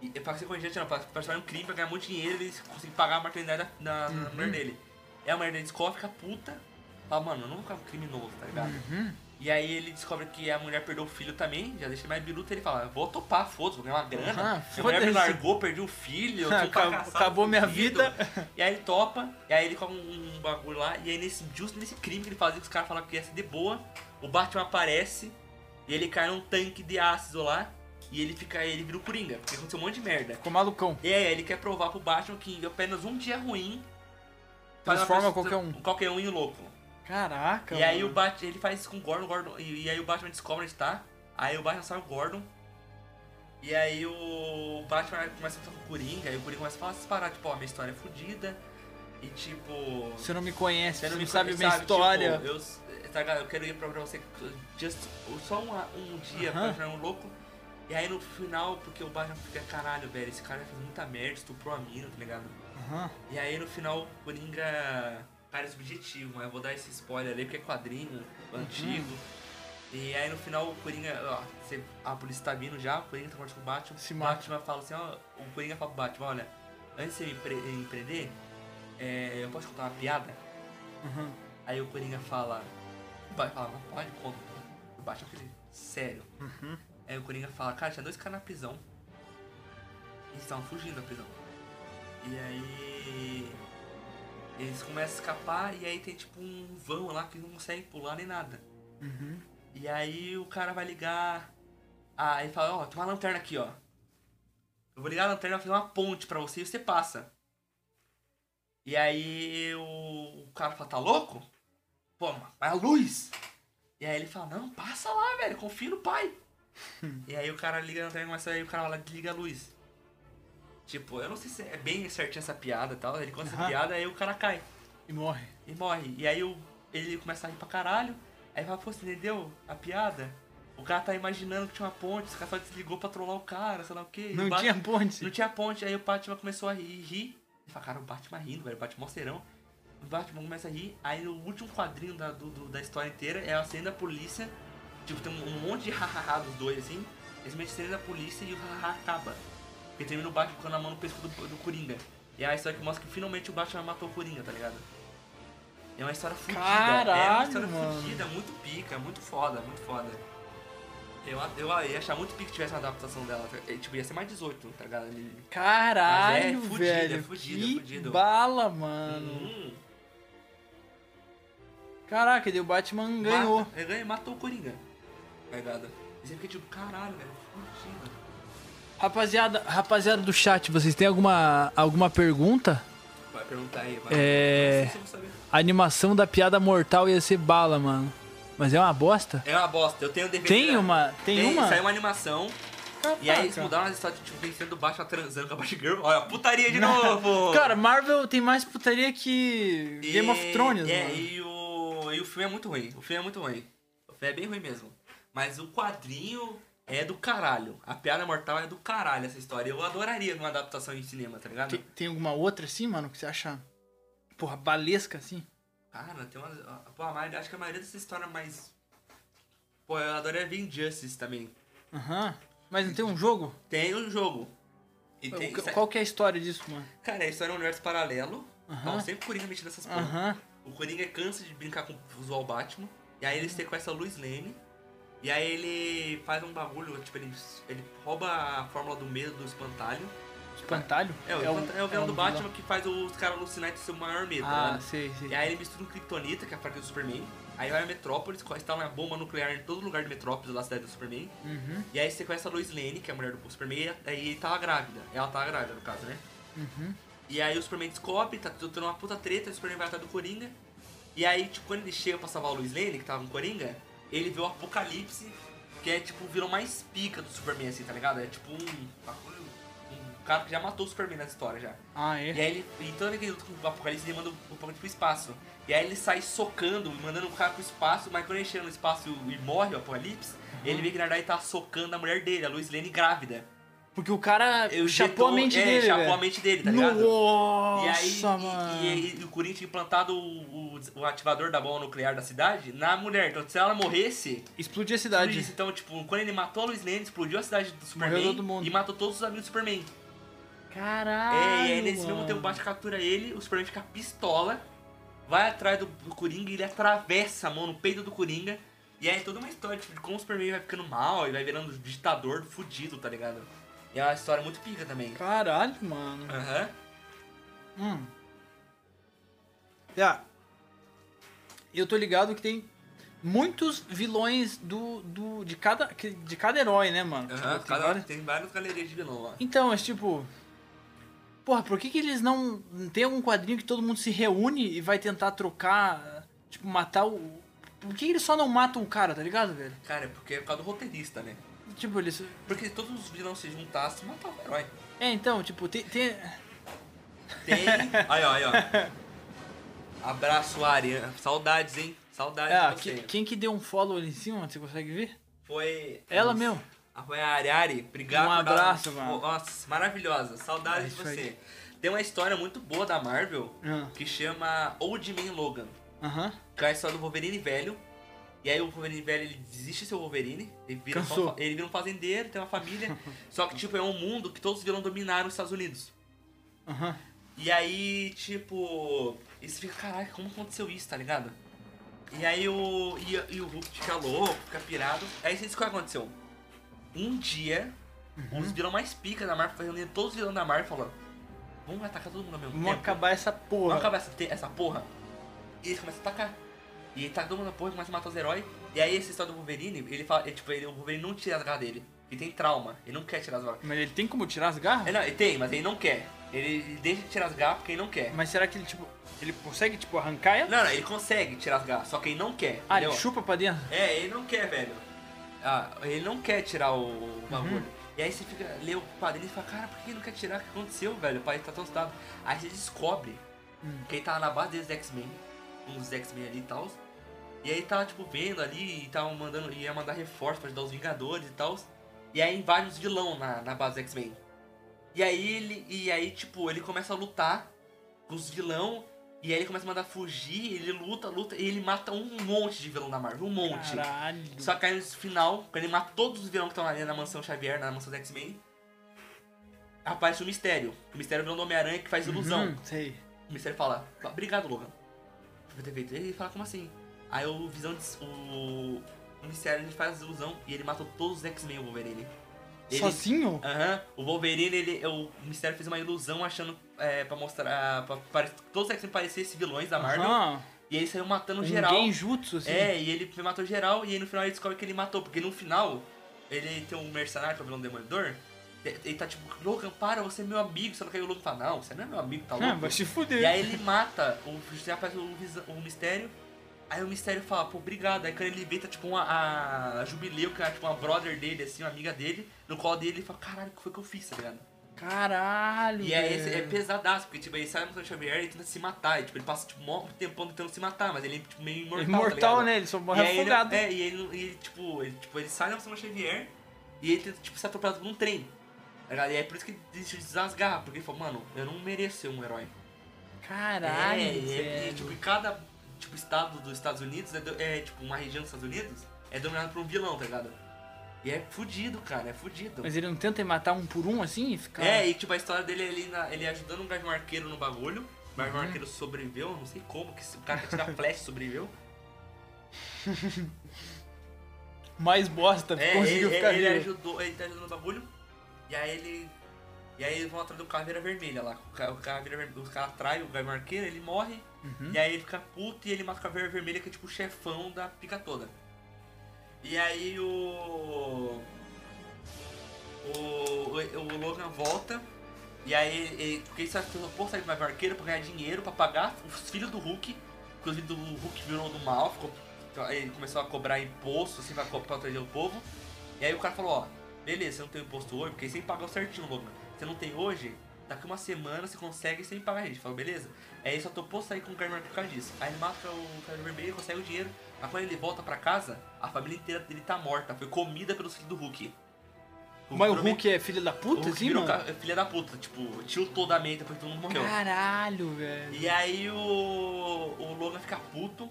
Speaker 2: E, pra ser comediante não, pra participar de um crime, pra ganhar muito dinheiro e conseguir pagar a maternidade da, da- da
Speaker 1: Uhum.
Speaker 2: mulher dele. E a mulher dele descobre, fica puta. Fala, mano, eu não vou ficar um criminoso, tá ligado?
Speaker 1: Uhum.
Speaker 2: E aí ele descobre que a mulher perdeu o filho também, já deixa ele mais biruta, ele fala, vou topar, foda-se, vou ganhar uma grana.
Speaker 1: Ah,
Speaker 2: a mulher me
Speaker 1: foda-se. Ah,
Speaker 2: largou, perdi um filho,
Speaker 1: *laughs*
Speaker 2: eu tô
Speaker 1: Acabou-
Speaker 2: fracassado,
Speaker 1: acabou minha
Speaker 2: fudido.
Speaker 1: vida.
Speaker 2: E aí ele topa, e aí ele come um, um bagulho lá, e aí nesse, justo nesse crime que ele fazia, que os caras falaram que ia ser de boa, o Batman aparece, e ele cai num tanque de ácido lá, e ele fica, ele vira o Coringa, porque aconteceu um monte de merda.
Speaker 1: Ficou malucão.
Speaker 2: E aí ele quer provar pro Batman que apenas um dia ruim... faz uma
Speaker 1: Transforma
Speaker 2: pessoa-
Speaker 1: qualquer um.
Speaker 2: Qualquer um em louco.
Speaker 1: Caraca,
Speaker 2: E aí o
Speaker 1: mano.
Speaker 2: Batman, ele faz isso com o Gordon, o Gordon e, e aí o Batman descobre onde tá. Aí o Batman sai o Gordon. E aí o Batman começa a falar com o Coringa, e o Coringa começa a falar essas paradas, tipo, ó, minha história é fodida. E tipo.
Speaker 1: Você não me conhece, você não,
Speaker 2: me
Speaker 1: sabe
Speaker 2: conhece, né?
Speaker 1: minha história.
Speaker 2: Tipo, eu, tá ligado? Eu quero ir pra pra você just, só um, um dia
Speaker 1: Aham.
Speaker 2: pra virar um louco. E aí no final, porque o Batman fica, caralho, velho, esse cara fez muita merda, estuprou a mina, tá ligado?
Speaker 1: Aham.
Speaker 2: E aí no final o Coringa. Cara, é subjetivo, mas eu vou dar esse spoiler ali porque é quadrinho antigo. E aí no final o Coringa. Ó, você- a polícia tá vindo já, o Coringa tá morto com o Batman.
Speaker 1: Se
Speaker 2: o
Speaker 1: mata.
Speaker 2: Batman fala assim, ó. O Coringa fala pro Batman, olha, antes de você me pre- me prender, é, eu posso contar uma piada?
Speaker 1: Aham.
Speaker 2: Aí o Coringa fala. O Batman fala, não pode conta. O Batman fica sério.
Speaker 1: Uhum.
Speaker 2: Aí o Coringa fala, cara, tinha dois caras na prisão. E eles estavam fugindo da prisão. E aí. Eles começam a escapar e aí tem tipo um vão lá que eles não conseguem pular nem nada. E aí o cara vai ligar. Ah, ele fala, ó, tem uma lanterna aqui, ó. Eu vou ligar a lanterna e fazer uma ponte pra você e você passa. E aí o, o cara fala, tá louco? Pô, mas a luz! E aí ele fala, não, passa lá, velho, confia no pai. e aí o cara liga a lanterna e começa aí o cara lá desliga a luz. Tipo, eu não sei se é bem certinho essa piada e tal. Ele conta essa
Speaker 1: Aham.
Speaker 2: piada aí o cara cai
Speaker 1: E morre.
Speaker 2: e morre. E aí o, ele começa a rir pra caralho. Aí fala, pô, você entendeu a piada? O cara tá imaginando que tinha uma ponte, os caras só desligou pra trollar o cara, sei lá o quê. E o
Speaker 1: Não
Speaker 2: Batman-
Speaker 1: tinha ponte.
Speaker 2: Não tinha ponte, aí o Batman começou a rir, rir. Ele fala, cara, o Batman rindo, velho, o Batman mocerão. O Batman começa a rir, aí no último quadrinho da, do- do- da história inteira é a cena da polícia. Tipo, tem um, um monte de hahaha dos dois, assim. Eles cena da polícia e o hahaha acaba. Porque termina o Batman colocando a mão no pescoço do, do Coringa. E é a história que mostra que finalmente o Batman matou o Coringa, tá ligado? É uma história fodida. é uma
Speaker 1: Caralho,
Speaker 2: história
Speaker 1: mano.
Speaker 2: fodida, muito pica, muito foda, muito foda. Eu, eu ia achar muito pica que tivesse uma adaptação dela. tá? Tipo, ia ser mais 18, tá ligado? Ele-
Speaker 1: Caralho,
Speaker 2: Mas é fudido,
Speaker 1: velho.
Speaker 2: é fudido,
Speaker 1: que
Speaker 2: é fudido.
Speaker 1: bala, mano.
Speaker 2: Hum,
Speaker 1: Caraca, e daí o Batman ganhou.
Speaker 2: Mata, ele ganha, matou o Coringa. Tá ligado? E você fica tipo, caralho, velho, fodido.
Speaker 1: Rapaziada, rapaziada do chat, vocês têm alguma, alguma pergunta?
Speaker 2: Vai perguntar aí, vai.
Speaker 1: É.
Speaker 2: Não sei se eu vou saber.
Speaker 1: A animação da piada mortal ia ser bala, mano. Mas é uma bosta?
Speaker 2: É uma bosta, eu tenho DVD.
Speaker 1: Tem
Speaker 2: dela.
Speaker 1: uma? Tem uma?
Speaker 2: Saiu uma animação. E aí eles
Speaker 1: Caraca.
Speaker 2: mudaram as histórias, tipo, vencendo do Batman transando com a Batgirl. Olha, putaria
Speaker 1: *laughs*
Speaker 2: de novo!
Speaker 1: Cara, Marvel tem mais putaria que
Speaker 2: E-
Speaker 1: Game of Thrones,
Speaker 2: é,
Speaker 1: mano.
Speaker 2: E o, e o filme é muito ruim. O filme é muito ruim. O filme é bem ruim mesmo. Mas o quadrinho é do caralho. A Piada Mortal é do caralho essa história. Eu adoraria uma adaptação em cinema, tá ligado?
Speaker 1: Tem, tem alguma outra assim, mano, que você acha, porra, balesca assim?
Speaker 2: Cara, tem uma. Pô, a maioria, acho que a maioria dessa história é mais. Pô, eu adoraria ver Injustice também.
Speaker 1: Aham. Mas não tem um jogo?
Speaker 2: Tem um jogo. E tem,
Speaker 1: Qual- Qual que é a história disso, mano?
Speaker 2: Cara, a história é um universo paralelo.
Speaker 1: Aham.
Speaker 2: Ó, sempre o Coringa metido nessas porra.
Speaker 1: Aham.
Speaker 2: O Coringa cansa de brincar com zoar o Batman. E aí ele sequestra a Lois Lane. E aí ele faz um bagulho, tipo, ele, ele rouba a fórmula do medo do espantalho.
Speaker 1: Espantalho?
Speaker 2: É, o,
Speaker 1: o-
Speaker 2: é o
Speaker 1: é
Speaker 2: vilão
Speaker 1: um
Speaker 2: do Batman que faz os caras alucinar de ser o maior medo.
Speaker 1: Ah,
Speaker 2: né?
Speaker 1: sei, sei.
Speaker 2: E aí ele mistura um Kryptonita, que é a fraca do Superman. Aí vai a Metrópolis, está uma bomba nuclear em todo lugar de Metrópolis, lá na cidade do Superman.
Speaker 1: Uhum.
Speaker 2: E aí sequestra a Lois Lane, que é a mulher do Superman, e aí ele tava grávida. Ela tava grávida, no caso, né? E aí o Superman descobre, tá tendo uma puta treta, o Superman vai atrás do Coringa. E aí, tipo, quando ele chega pra salvar o Lois Lane, que tava no Coringa, ele vê o Apocalipse, que é, tipo, virou mais pica do Superman, assim, tá ligado? É tipo um... bagulho- Um cara que já matou o Superman na história, já.
Speaker 1: Ah, é?
Speaker 2: E aí ele, então ele luta com o Apocalipse ele manda o Apocalipse pro espaço. E aí ele sai socando, mandando o cara pro espaço, mas quando ele chega no espaço e morre o Apocalipse, ele vê que na verdade tá socando a mulher dele, a Lois Lane grávida.
Speaker 1: Porque o cara
Speaker 2: Eu
Speaker 1: chapou a
Speaker 2: jetou-
Speaker 1: mente
Speaker 2: é,
Speaker 1: dele,
Speaker 2: chapou
Speaker 1: velho.
Speaker 2: a mente dele, tá ligado?
Speaker 1: Nossa,
Speaker 2: E aí,
Speaker 1: mano.
Speaker 2: e, e- e o Corinthians tinha implantado o, o- o ativador da bomba nuclear da cidade na mulher. Então, se ela morresse,
Speaker 1: Explodiu a
Speaker 2: por
Speaker 1: cidade.
Speaker 2: isso. então, tipo, quando ele matou a Lois Lane, explodiu a cidade do Superman
Speaker 1: todo mundo.
Speaker 2: e matou todos os amigos do Superman.
Speaker 1: Caralho.
Speaker 2: É, e aí nesse mesmo
Speaker 1: mano.
Speaker 2: tempo o Batman captura ele, o Superman fica pistola, vai atrás do, do Coringa e ele atravessa a mão no peito do Coringa. E aí é toda uma história tipo, de como o Superman vai ficando mal e vai virando ditador fudido, tá ligado? E é uma história muito pica também.
Speaker 1: Caralho, mano.
Speaker 2: Aham.
Speaker 1: Tipo, Hum. Tá. Eu tô ligado que tem muitos vilões do, do de, cada, que- de cada herói, né, mano?
Speaker 2: Aham.
Speaker 1: Tipo, tem
Speaker 2: Cada-
Speaker 1: vários-
Speaker 2: tem várias galerias de vilão lá.
Speaker 1: Então, mas tipo. Porra, por que, que eles não. não Tem algum quadrinho que todo mundo se reúne e vai tentar trocar. Tipo, matar o. Por que eles só não matam o cara, tá ligado, velho?
Speaker 2: Cara, é porque é por causa do roteirista, né?
Speaker 1: Tipo, eles.
Speaker 2: Porque se todos os vilões se juntassem, matava o herói.
Speaker 1: É, então, tipo, tem. tem... *laughs*
Speaker 2: Tem. aí, ó, aí, ó. Abraço, Arian. Saudades, hein? Saudades
Speaker 1: Ah,
Speaker 2: de você.
Speaker 1: que- quem que deu um follow ali em cima? Você consegue ver?
Speaker 2: Foi.
Speaker 1: Ela mesmo.
Speaker 2: A Roya Ariari, obrigado.
Speaker 1: Um
Speaker 2: por dar-
Speaker 1: abraço, mano.
Speaker 2: Nossa, maravilhosa. Saudades
Speaker 1: É
Speaker 2: de
Speaker 1: isso
Speaker 2: você.
Speaker 1: aí.
Speaker 2: Tem uma história muito boa da Marvel
Speaker 1: Ah,
Speaker 2: que chama Old Man Logan.
Speaker 1: Aham.
Speaker 2: Que é a história do Wolverine velho. E aí o Wolverine velho, ele desiste de ser o Wolverine. Ele vira, só um
Speaker 1: Cansou.
Speaker 2: fa- ele vira um fazendeiro, tem
Speaker 1: *laughs*
Speaker 2: uma família. só que, tipo, é um mundo que todos os vilões dominaram os Estados Unidos.
Speaker 1: Aham.
Speaker 2: E aí, tipo. E você fica, caralho, como aconteceu isso, tá ligado? E aí o. E, e o Hulk fica louco, fica pirado. Aí você diz o que aconteceu. Um dia,
Speaker 1: Uhum.
Speaker 2: os vilões mais pica da Marvel, reunindo todos os vilões da Marvel falando. Vamos atacar todo mundo ao mesmo
Speaker 1: Vamos
Speaker 2: tempo.
Speaker 1: acabar essa
Speaker 2: Vamos
Speaker 1: porra.
Speaker 2: acabar essa, te- essa porra. E eles começam a atacar. E ele tá todo mundo na porra, começa a matar os heróis. E aí essa história do Wolverine, ele fala, ele, tipo, ele, o Wolverine não tira as garras dele. Ele tem trauma, ele não quer tirar as garras.
Speaker 1: Mas ele tem como tirar as garras?
Speaker 2: É, não, ele tem, mas ele não quer. Ele ele deixa de tirar as garras porque ele não quer.
Speaker 1: Mas será que ele, tipo. Ele consegue, tipo, arrancar ela?
Speaker 2: é. Não, não, ele consegue tirar as garras, só que ele não quer.
Speaker 1: Ah,
Speaker 2: entendeu?
Speaker 1: ele chupa pra dentro?
Speaker 2: É, ele não quer, velho. Ah, ele não quer tirar o o bagulho. E aí você fica, lê o quadrinho e fala, cara, por que ele não quer tirar? O que aconteceu, velho? O pai tá tão assustado. Aí você descobre
Speaker 1: Hum.
Speaker 2: que ele tava na base deles X-Men, um dos X-Men ali e tal. E aí tava, tipo, vendo ali e tava mandando, ia mandar reforço pra ajudar os Vingadores e tal. E aí invade os vilão na, na base do X-Men. E aí ele. E aí, tipo, ele começa a lutar com os vilão. E aí ele começa a mandar fugir, ele luta, luta, e ele mata um monte de vilão da Marvel, um monte.
Speaker 1: Caralho.
Speaker 2: Só que aí no final, quando ele mata todos os vilões que estão ali na mansão Xavier, na mansão do X-Men, aparece o mistério. O mistério é o vilão do Homem-Aranha que faz ilusão.
Speaker 1: Uhum, sei.
Speaker 2: O mistério fala, "Fala, obrigado, Logan. Por ter feito. Ele fala, como assim? Aí o visão des- o... o mistério ele faz ilusão e ele matou todos os X-Men o Wolverine. Ele-
Speaker 1: Sozinho?
Speaker 2: Aham, o Wolverine, ele, o Mistério fez uma ilusão achando é, pra mostrar. Pra, pare- todos os X-Men parecessem vilões da é Marvel.
Speaker 1: Aham.
Speaker 2: E ele saiu matando
Speaker 1: Um
Speaker 2: geral.
Speaker 1: genjutsu, assim.
Speaker 2: É, e ele matou geral, e aí no final ele descobre que ele matou, porque no final, ele tem um mercenário, que é o vilão demolidor, e- ele tá tipo, Logan, para, você é meu amigo, só não quer o Logan fala, não, você não é meu amigo, tá louco?
Speaker 1: Ah, vai se fuder.
Speaker 2: E aí ele mata, o, já aparece o, Visa- o mistério, aí o mistério fala, pô, obrigado, aí quando ele vê, tá tipo uma, a, a Jubileu, que é tipo uma brother dele, assim, uma amiga dele, no colo dele, ele fala, caralho, o que foi que eu fiz, tá ligado?
Speaker 1: Caralho.
Speaker 2: E aí esse é
Speaker 1: velho.
Speaker 2: pesadaço, porque tipo, ele sai da mansão Xavier e tenta se matar, e, tipo, ele passa tipo, mó tempão tentando se matar, mas ele é tipo, meio imortal, tá
Speaker 1: Imortal,
Speaker 2: ligado?
Speaker 1: né? Ele só
Speaker 2: E
Speaker 1: morre
Speaker 2: aí ele-
Speaker 1: afogado.
Speaker 2: é, e ele, não- e ele, tipo, ele, tipo, ele sai da Mansão Xavier e ele tenta, tipo, ser atropelado por um trem. tá ligado? E é por isso que ele desistiu de desasgar, porque ele falou, mano, eu não mereço ser um herói.
Speaker 1: Caralho.
Speaker 2: é, e, é- e,
Speaker 1: velho.
Speaker 2: tipo, em cada, tipo, estado dos Estados Unidos, é, do- é, tipo, uma região dos Estados Unidos, é dominada por um vilão, tá ligado? E é fudido, cara, é fudido.
Speaker 1: Mas ele não tenta matar um por um assim e ficar.
Speaker 2: É, e tipo, a história dele é ele, na- ele ajudando um Gavião Arqueiro no bagulho. O
Speaker 1: Uhum.
Speaker 2: Gavião Arqueiro sobreviveu, não sei como, que o cara que tira flash sobreviveu.
Speaker 1: mais bosta,
Speaker 2: É,
Speaker 1: conseguiu
Speaker 2: ele,
Speaker 1: ficar
Speaker 2: É, ele tá
Speaker 1: vivo.
Speaker 2: ajudou, ele tá ajudando o bagulho. E aí ele E aí eles vão atrás do caveira vermelha lá. O ca- o caveira vermelha, os caras atraem o Gavião Arqueiro, ele morre. E aí ele fica puto e ele mata o caveira vermelha, que é tipo o chefão da pica toda. E aí o. O, o, o Logan volta. E aí, ele, porque ele só pô, sair do Gavião Arqueiro pra ganhar dinheiro, pra pagar os filhos do Hulk. Inclusive, o Hulk virou do mal, ficou, Então, ele começou a cobrar imposto, assim, pra, co- pra atender o povo. E aí o cara falou, ó, beleza, você não tem imposto hoje, porque sem pagar o certinho, Logan. Você não tem hoje, daqui uma semana você consegue sem pagar a gente. Falou, beleza? é Aí ele só topou sair com o Carmen por causa disso. Aí ele mata o Carmen Vermelho, consegue o dinheiro. Mas quando ele volta pra casa, a família inteira dele tá morta, foi comida pelos filhos do Hulk.
Speaker 1: Mas o
Speaker 2: virou
Speaker 1: Hulk é filho da
Speaker 2: meio- o
Speaker 1: puta,
Speaker 2: Hulk
Speaker 1: assim,
Speaker 2: virou um
Speaker 1: mano?
Speaker 2: ca- filha da puta, tipo, tiltou da mente depois todo mundo morreu.
Speaker 1: Caralho, velho.
Speaker 2: E aí o, o Logan fica puto.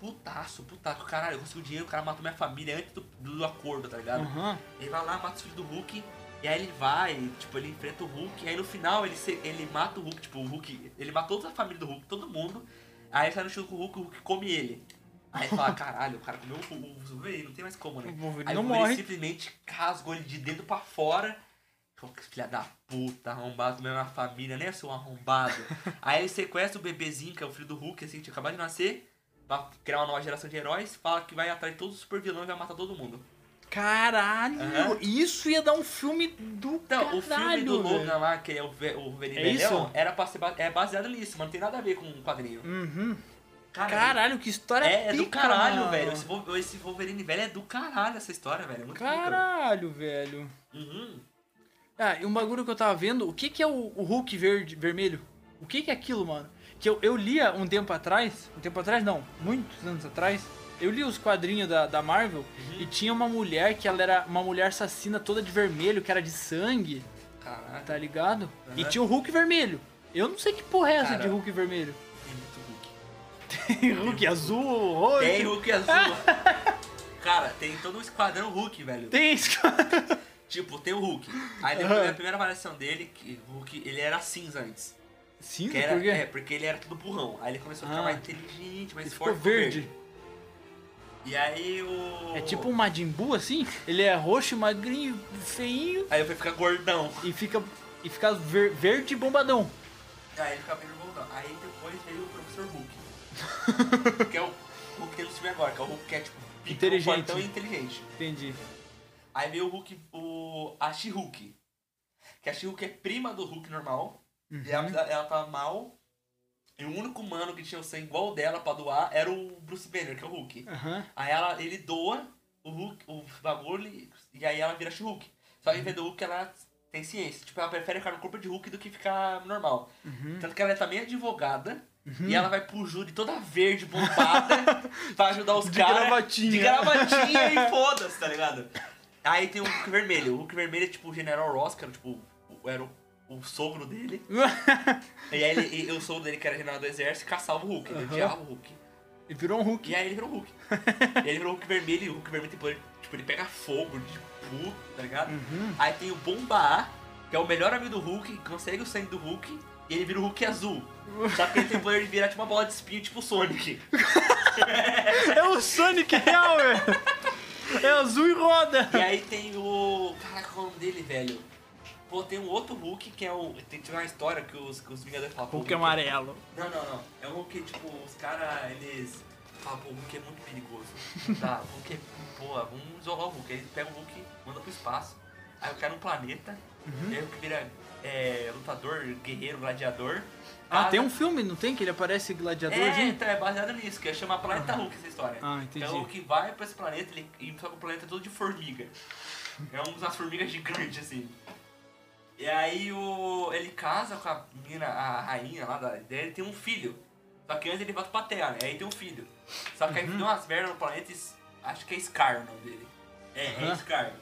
Speaker 2: Putaço, putaço. Caralho, eu consegui o dinheiro, o cara matou minha família antes do, do acordo, tá ligado?
Speaker 1: Aham.
Speaker 2: Ele vai lá, mata os filhos do Hulk. E aí ele vai, tipo, ele enfrenta o Hulk. E aí no final ele, se- ele mata o Hulk, tipo, o Hulk. Ele matou toda a família do Hulk, todo mundo. Aí ele sai no chão com o Hulk, o Hulk come ele. Aí ele fala, *laughs* caralho, o cara comeu o Hulk, o Wolverine, não tem mais como, né?
Speaker 1: O Wolverine
Speaker 2: aí
Speaker 1: não
Speaker 2: o
Speaker 1: morre.
Speaker 2: simplesmente casgou ele de dentro pra fora. Falou, que Filha da puta, arrombado mesmo na família, né, seu arrombado?
Speaker 1: *laughs*
Speaker 2: aí ele sequestra o bebezinho, que é o filho do Hulk, assim, que tinha acabado de nascer, pra criar uma nova geração de heróis, fala que vai atrás de todos os super vilões e vai matar todo mundo.
Speaker 1: Caralho.
Speaker 2: Aham.
Speaker 1: Isso ia dar um filme do
Speaker 2: Então,
Speaker 1: caralho,
Speaker 2: o filme do
Speaker 1: velho.
Speaker 2: Logan lá, que é o, ve- o Wolverine
Speaker 1: É
Speaker 2: Velhão,
Speaker 1: isso?
Speaker 2: era pra ser ba- é baseado nisso, mas não tem nada a ver com o quadrinho.
Speaker 1: Uhum.
Speaker 2: Cara,
Speaker 1: Caralho, que história
Speaker 2: é, é do
Speaker 1: pica,
Speaker 2: caralho,
Speaker 1: mano.
Speaker 2: velho. Esse, Vol- esse Wolverine velho é do caralho essa história, velho. É muito pica.
Speaker 1: Caralho, velho.
Speaker 2: Uhum.
Speaker 1: Ah, e um bagulho que eu tava vendo, o que que é o, o Hulk verde, vermelho? O que que é aquilo, mano? Que eu, eu lia um tempo atrás, um tempo atrás não, muitos anos atrás, eu li os quadrinhos da, da Marvel e tinha uma mulher que ela era uma mulher assassina toda de vermelho, que era de sangue,
Speaker 2: Caralho,
Speaker 1: tá ligado? E
Speaker 2: Ah. Aham.
Speaker 1: tinha o Hulk vermelho. Eu não sei que porra é essa
Speaker 2: Cara.
Speaker 1: de Hulk vermelho.
Speaker 2: tem é muito Hulk.
Speaker 1: Tem Hulk azul, roxo.
Speaker 2: Tem Hulk azul.
Speaker 1: *laughs*
Speaker 2: Cara, tem todo um esquadrão Hulk, velho.
Speaker 1: Tem isso.
Speaker 2: Tipo, tem o Hulk. Aí depois da primeira variação dele, que o Hulk, ele era cinza antes.
Speaker 1: Cinza,
Speaker 2: Que era,
Speaker 1: por quê?
Speaker 2: É, porque ele era tudo burrão. Aí ele começou a ficar
Speaker 1: Ah.
Speaker 2: mais inteligente, mais
Speaker 1: Ele ficou
Speaker 2: forte.
Speaker 1: verde.
Speaker 2: E aí o.
Speaker 1: É tipo um Majin Buu, assim? Ele é roxo, magrinho, feinho
Speaker 2: Aí ele foi ficar gordão.
Speaker 1: e fica, e fica ver- verde e bombadão.
Speaker 2: Aí ele ficava meio gordão. Aí depois veio o professor Hulk.
Speaker 1: *laughs*
Speaker 2: que é o Hulk que eles tiveram agora, que é o Hulk que é tipo pica,
Speaker 1: Inteligente.
Speaker 2: fortão e inteligente.
Speaker 1: Entendi.
Speaker 2: Aí veio o Hulk, o. A She-Hulk. Que a She-Hulk é prima do Hulk normal. E ela, ela tá mal. E o único humano que tinha o sangue igual o dela pra doar era o Bruce Banner, que é o Hulk.
Speaker 1: Aham.
Speaker 2: Aí ela, ele doa o Hulk, o bagulho e- e aí ela vira Hulk. Só que ao invés do Hulk ela tem ciência. Tipo, ela prefere ficar no corpo de Hulk do que ficar normal.
Speaker 1: Uhum.
Speaker 2: Tanto que ela é também advogada. E ela vai pro júri toda verde,
Speaker 1: *laughs*
Speaker 2: bombada, pra ajudar os
Speaker 1: De
Speaker 2: caras.
Speaker 1: gravatinha.
Speaker 2: De gravatinha e foda-se, tá ligado? Aí tem o Hulk vermelho. O Hulk vermelho é tipo o General Ross, que era tipo, o- era o, o sogro dele. E aí ele, e, e o sogro dele, que era general do exército, caçava o Hulk. Ele
Speaker 1: Aham.
Speaker 2: odiava o Hulk.
Speaker 1: *laughs* e virou um Hulk.
Speaker 2: E aí ele virou é Hulk. e ele virou Hulk vermelho e o Hulk vermelho tem poder. Tipo, ele pega fogo de puto, tá ligado? Aí tem o Bomba A, que é o melhor amigo do Hulk, consegue o sangue do Hulk e ele vira o Hulk azul. Só que ele tem o poder de virar tipo uma bola de espinho, tipo o Sonic.
Speaker 1: É o Sonic real, velho. É azul e roda.
Speaker 2: E aí tem o. Caraca, qual é o nome dele, velho? Pô, tem um outro Hulk que é o. Tem tem uma história que os, que os Vingadores falam. pô,
Speaker 1: Hulk é amarelo.
Speaker 2: Não, não, não. É um que, tipo, os caras, eles. Falam, pô, o Hulk é muito perigoso. Não dá, o Hulk é. Pô, vamos isolar o Hulk. Aí eles pegam o Hulk, manda pro espaço. Aí o cara é um planeta.
Speaker 1: Uhum.
Speaker 2: Aí o Hulk vira é, lutador, guerreiro, gladiador.
Speaker 1: Ah,
Speaker 2: Casa-
Speaker 1: tem um filme, não tem? Que ele aparece
Speaker 2: É,
Speaker 1: gladiadorzinho?
Speaker 2: então é baseado nisso, que chama Planeta Hulk essa história.
Speaker 1: Ah, entendi.
Speaker 2: Então o Hulk vai pra esse planeta ele, e só que o planeta é todo de formiga. É um das formigas gigantes, assim. E aí o, ele casa com a menina, a rainha lá da dele, tem um filho. Só que antes ele volta pra terra, aí tem um filho. Só que aí
Speaker 1: Uhum.
Speaker 2: deu umas merdas no planeta, e s- acho que é Scar o nome dele. É, é
Speaker 1: Aham.
Speaker 2: Scar.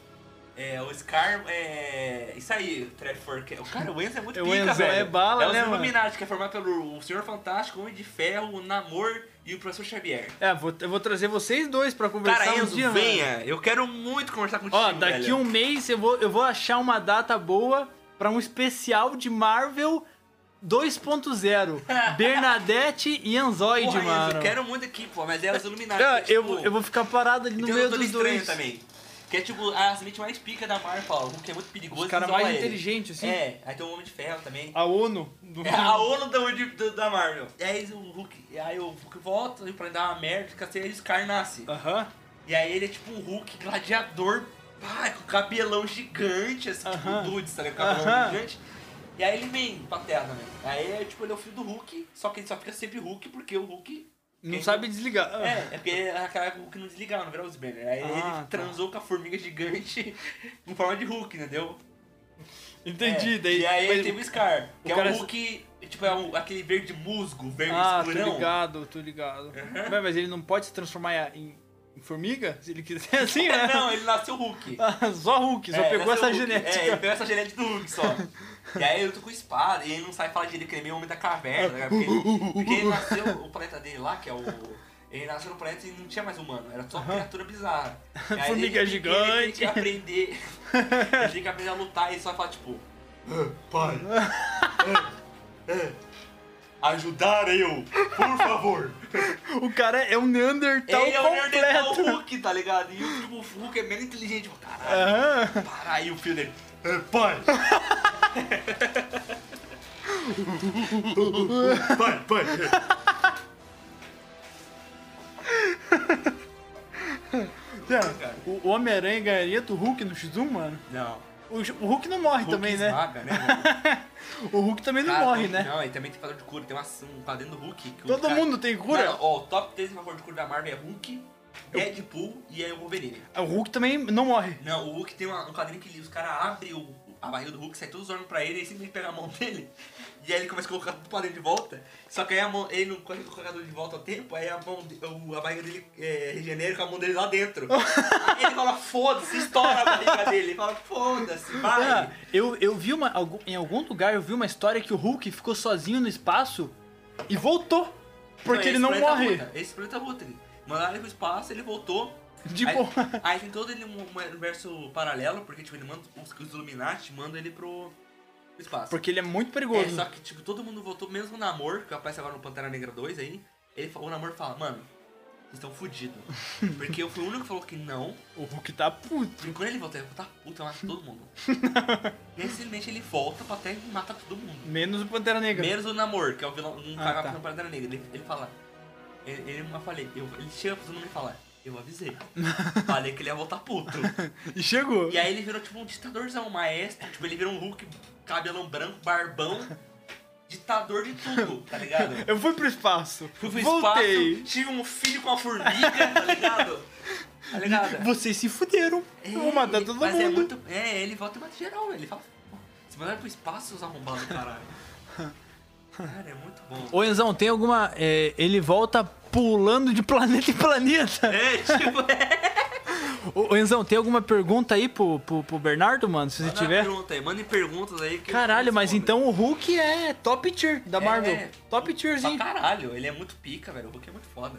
Speaker 2: É, o Scar é. Isso aí, Trevor. que- O cara, o Enzo é muito
Speaker 1: É o
Speaker 2: pica,
Speaker 1: Enzo,
Speaker 2: velho.
Speaker 1: é bala,
Speaker 2: é
Speaker 1: né,
Speaker 2: os
Speaker 1: mano?
Speaker 2: Illuminati, que é formado pelo o Senhor Fantástico, o Homem de Ferro, o Namor e o Professor Xavier.
Speaker 1: É, vou, eu vou trazer vocês dois pra conversar
Speaker 2: Cara,
Speaker 1: um
Speaker 2: Enzo,
Speaker 1: dia, mano.
Speaker 2: venha. Eu quero muito conversar contigo,
Speaker 1: Ó, daqui
Speaker 2: velho.
Speaker 1: um mês eu vou, eu vou achar uma data boa pra um especial de Marvel
Speaker 2: *laughs*
Speaker 1: 2.0. Bernadette e Anzoid,
Speaker 2: Porra, Enzo,
Speaker 1: mano.
Speaker 2: eu quero muito aqui, pô, mas é os Illuminati.
Speaker 1: Ah,
Speaker 2: que,
Speaker 1: eu,
Speaker 2: tipo,
Speaker 1: eu vou ficar parado ali no
Speaker 2: então
Speaker 1: meio
Speaker 2: eu tô
Speaker 1: dos
Speaker 2: estranho
Speaker 1: dois.
Speaker 2: também. Que é tipo as mentes mais pica da Marvel, algo que é muito perigoso.
Speaker 1: Os caras
Speaker 2: eles
Speaker 1: mais
Speaker 2: usam ele.
Speaker 1: inteligentes, assim.
Speaker 2: É, aí tem o Homem de Ferro
Speaker 1: *laughs*
Speaker 2: também.
Speaker 1: A ONU. do-
Speaker 2: É a ONU da, do- da Marvel. E aí o Hulk, aí o Hulk volta pra dar uma merda, fica assim, aí o Scar nasce.
Speaker 1: Aham.
Speaker 2: E aí ele é tipo um Hulk gladiador, pá, com cabelão gigante, assim,
Speaker 1: Aham.
Speaker 2: tipo o Dudes, tá ligado? Com cabelão
Speaker 1: Aham.
Speaker 2: gigante. E aí ele vem pra Terra também. Aí é tipo, ele é o filho do Hulk, só que ele só fica sempre Hulk, porque o Hulk...
Speaker 1: Não sabe desligar.
Speaker 2: É, é porque naquela época o Hulk não desligava, não virava os banners. Aí ele
Speaker 1: Ah, tá.
Speaker 2: transou com a formiga gigante *laughs* em forma de Hulk, entendeu?
Speaker 1: *laughs* Entendi.
Speaker 2: É,
Speaker 1: daí,
Speaker 2: E aí
Speaker 1: mas-
Speaker 2: tem o Scar,
Speaker 1: o
Speaker 2: que é
Speaker 1: cara-
Speaker 2: um Hulk, tipo, é um- aquele verde musgo, verde
Speaker 1: Ah, tô
Speaker 2: escurão.
Speaker 1: ligado, tô ligado. Ué, Mas ele não pode se transformar em, em formiga? Se ele quiser *laughs*
Speaker 2: *laughs*
Speaker 1: assim, né?
Speaker 2: *laughs* Não, ele nasceu Hulk.
Speaker 1: Ah, só Hulk, só
Speaker 2: É,
Speaker 1: pegou
Speaker 2: nasceu
Speaker 1: essa
Speaker 2: Hulk. É, ele
Speaker 1: genética.
Speaker 2: pegou essa genética do Hulk só. e aí eu tô com espada, e ele não sai falar direito, que ele é meio homem da caverna, né? porque, porque ele nasceu, o planeta dele lá, que é o... Ele nasceu no planeta e não tinha mais humano, era só
Speaker 1: *laughs*
Speaker 2: criatura bizarra. E aí ele
Speaker 1: Formiga
Speaker 2: tem que- Ele tem
Speaker 1: gigante.
Speaker 2: que
Speaker 1: *laughs*
Speaker 2: aprender, ele tem que aprender a lutar, e ele só fala tipo... "Ah,
Speaker 1: *laughs*
Speaker 2: Pai, ah, ah, ajudar eu, por favor.
Speaker 1: O cara é um Neandertal
Speaker 2: ele é o Neandertal
Speaker 1: completo.
Speaker 2: Hulk, tá ligado? E o, tipo, o Hulk é menos inteligente, tipo, caralho.
Speaker 1: Aham.
Speaker 2: Para aí o filho dele. É, pai! pai, pai! cara.
Speaker 1: O Homem-Aranha ganharia do Hulk no X1, mano?
Speaker 2: Não.
Speaker 1: O, o Hulk não morre também, né?
Speaker 2: esmaga, né? mano?
Speaker 1: O Hulk também não
Speaker 2: Cara,
Speaker 1: morre,
Speaker 2: tem-
Speaker 1: né?
Speaker 2: Não, e também tem fator de cura. Tem uma, um padrão do Hulk. que o
Speaker 1: Todo
Speaker 2: cara-
Speaker 1: mundo tem cura?
Speaker 2: Não, não, ó, o top 3 fator de cura da Marvel é Hulk, Deadpool e aí o Wolverine.
Speaker 1: O Hulk também não morre.
Speaker 2: Não, o Hulk tem uma- um quadrinho que os caras abrem o- a barriga do Hulk, sai todos os órgãos pra ele, aí simplesmente pega a mão dele, *laughs* e aí ele começa a colocar tudo pra dentro de volta. Só que aí a mão, ele não consegue colocar tudo de volta ao tempo, aí a mão, de- o- a barriga dele é, regenera com a mão dele
Speaker 1: *laughs*
Speaker 2: lá dentro. aí ele fala, foda-se, estoura a barriga dele. Ele fala, foda-se,
Speaker 1: Ah,
Speaker 2: vai.
Speaker 1: eu, eu vi uma. algum- Em algum lugar eu vi uma história que o Hulk ficou sozinho no espaço e voltou. Porque ele
Speaker 2: esse
Speaker 1: não
Speaker 2: planeta é
Speaker 1: morre.
Speaker 2: Ruta, esse planeta Ruta, ele mandaram ele pro espaço, ele voltou.
Speaker 1: De
Speaker 2: aí,
Speaker 1: boa. *laughs*
Speaker 2: aí tem todo ele um um universo paralelo, porque tipo, ele manda os, os Illuminati mandam ele pro pro espaço.
Speaker 1: Porque ele é muito
Speaker 2: É,
Speaker 1: perigoso.
Speaker 2: só que, tipo, todo mundo votou, mesmo o Namor, que aparece agora no Pantera Negra 2 aí, ele, fa- o Namor fala, mano, vocês estão
Speaker 1: *laughs*
Speaker 2: fudidos. Porque eu fui o único que falou que não,
Speaker 1: O Hulk tá puto.
Speaker 2: porque quando ele volta, ele fala, tá puta, mata
Speaker 1: *laughs*
Speaker 2: todo mundo. e aí, simplesmente ele volta pra até e mata todo mundo.
Speaker 1: Menos o Pantera Negra.
Speaker 2: Menos o Namor, que é o vilão, um
Speaker 1: Ah,
Speaker 2: cara
Speaker 1: tá.
Speaker 2: do Pantera Negra. Ele, ele fala, ele, ele eu falei, eu, ele chega pra todo mundo e fala, eu
Speaker 1: *laughs*
Speaker 2: avisei. falei que ele ia voltar puto.
Speaker 1: E chegou.
Speaker 2: E aí ele virou tipo um ditadorzão, um maestro, tipo, ele virou um Hulk, cabelão branco, barbão, ditador de tudo, tá ligado?
Speaker 1: Eu fui pro espaço.
Speaker 2: Fui pro
Speaker 1: Voltei.
Speaker 2: espaço, tive um filho com a formiga, tá ligado? Tá ligado?
Speaker 1: Vocês se fuderam.
Speaker 2: É,
Speaker 1: Eu vou matar todo
Speaker 2: mas
Speaker 1: mundo.
Speaker 2: É, muito, é, ele volta e mata geral, ele fala. "Pô, Se mandaram pro espaço, seus arrombados, caralho. Cara, é muito bom.
Speaker 1: Ô Enzão, tem alguma. é, ele volta pulando de *laughs* planeta em planeta.
Speaker 2: É, tipo, é.
Speaker 1: Ô, ô, Enzão, tem alguma pergunta aí pro, pro, pro Bernardo, mano? Se você
Speaker 2: Manda
Speaker 1: tiver.
Speaker 2: Pergunta aí, mandem perguntas aí. que eu
Speaker 1: Caralho, mas
Speaker 2: respondo.
Speaker 1: então o Hulk é top tier da Marvel.
Speaker 2: É.
Speaker 1: Top
Speaker 2: Pra
Speaker 1: tierzinho.
Speaker 2: caralho, ele é muito pica, velho. O Hulk é muito foda.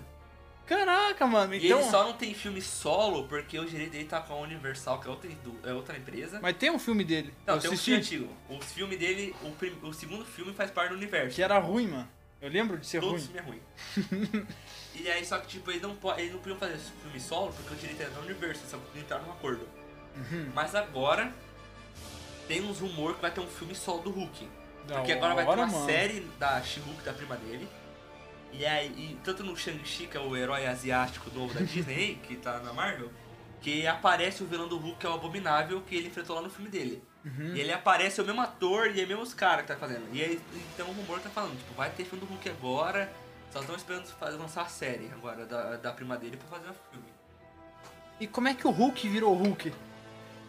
Speaker 1: Caraca, mano.
Speaker 2: E
Speaker 1: Então.
Speaker 2: ele só não tem filme solo porque o direito dele tá com a Universal, que é outra, indu- é outra empresa.
Speaker 1: Mas tem um filme dele.
Speaker 2: não,
Speaker 1: eu
Speaker 2: tem
Speaker 1: assisti.
Speaker 2: um filme antigo. O filme dele, o, prim- o segundo filme faz parte do universo.
Speaker 1: Que era ruim, mano. Eu lembro de ser
Speaker 2: Todo
Speaker 1: ruim.
Speaker 2: filme é ruim.
Speaker 1: *laughs*
Speaker 2: e aí, só que tipo, eles não, po- eles não podiam fazer esse filme solo porque o direito era do universo, eles só podiam entrar num acordo. Mas agora tem uns rumores que vai ter um filme solo do Hulk.
Speaker 1: Da
Speaker 2: Porque agora vai ter uma
Speaker 1: hora, mano.
Speaker 2: série da She-Hulk, da prima dele. E aí, e tanto no Shang-Chi, que é o herói asiático novo da Disney, *laughs* que tá na Marvel, que aparece o vilão do Hulk, que é o Abominável, que ele enfrentou lá no filme dele.
Speaker 1: Uhum.
Speaker 2: E ele aparece, é o mesmo ator e é mesmo os caras que tá fazendo. E aí, então o rumor tá falando, tipo, vai ter filme do Hulk agora, só estão esperando fa- lançar a série agora da, da prima dele pra fazer o filme.
Speaker 1: E como é que o Hulk virou Hulk?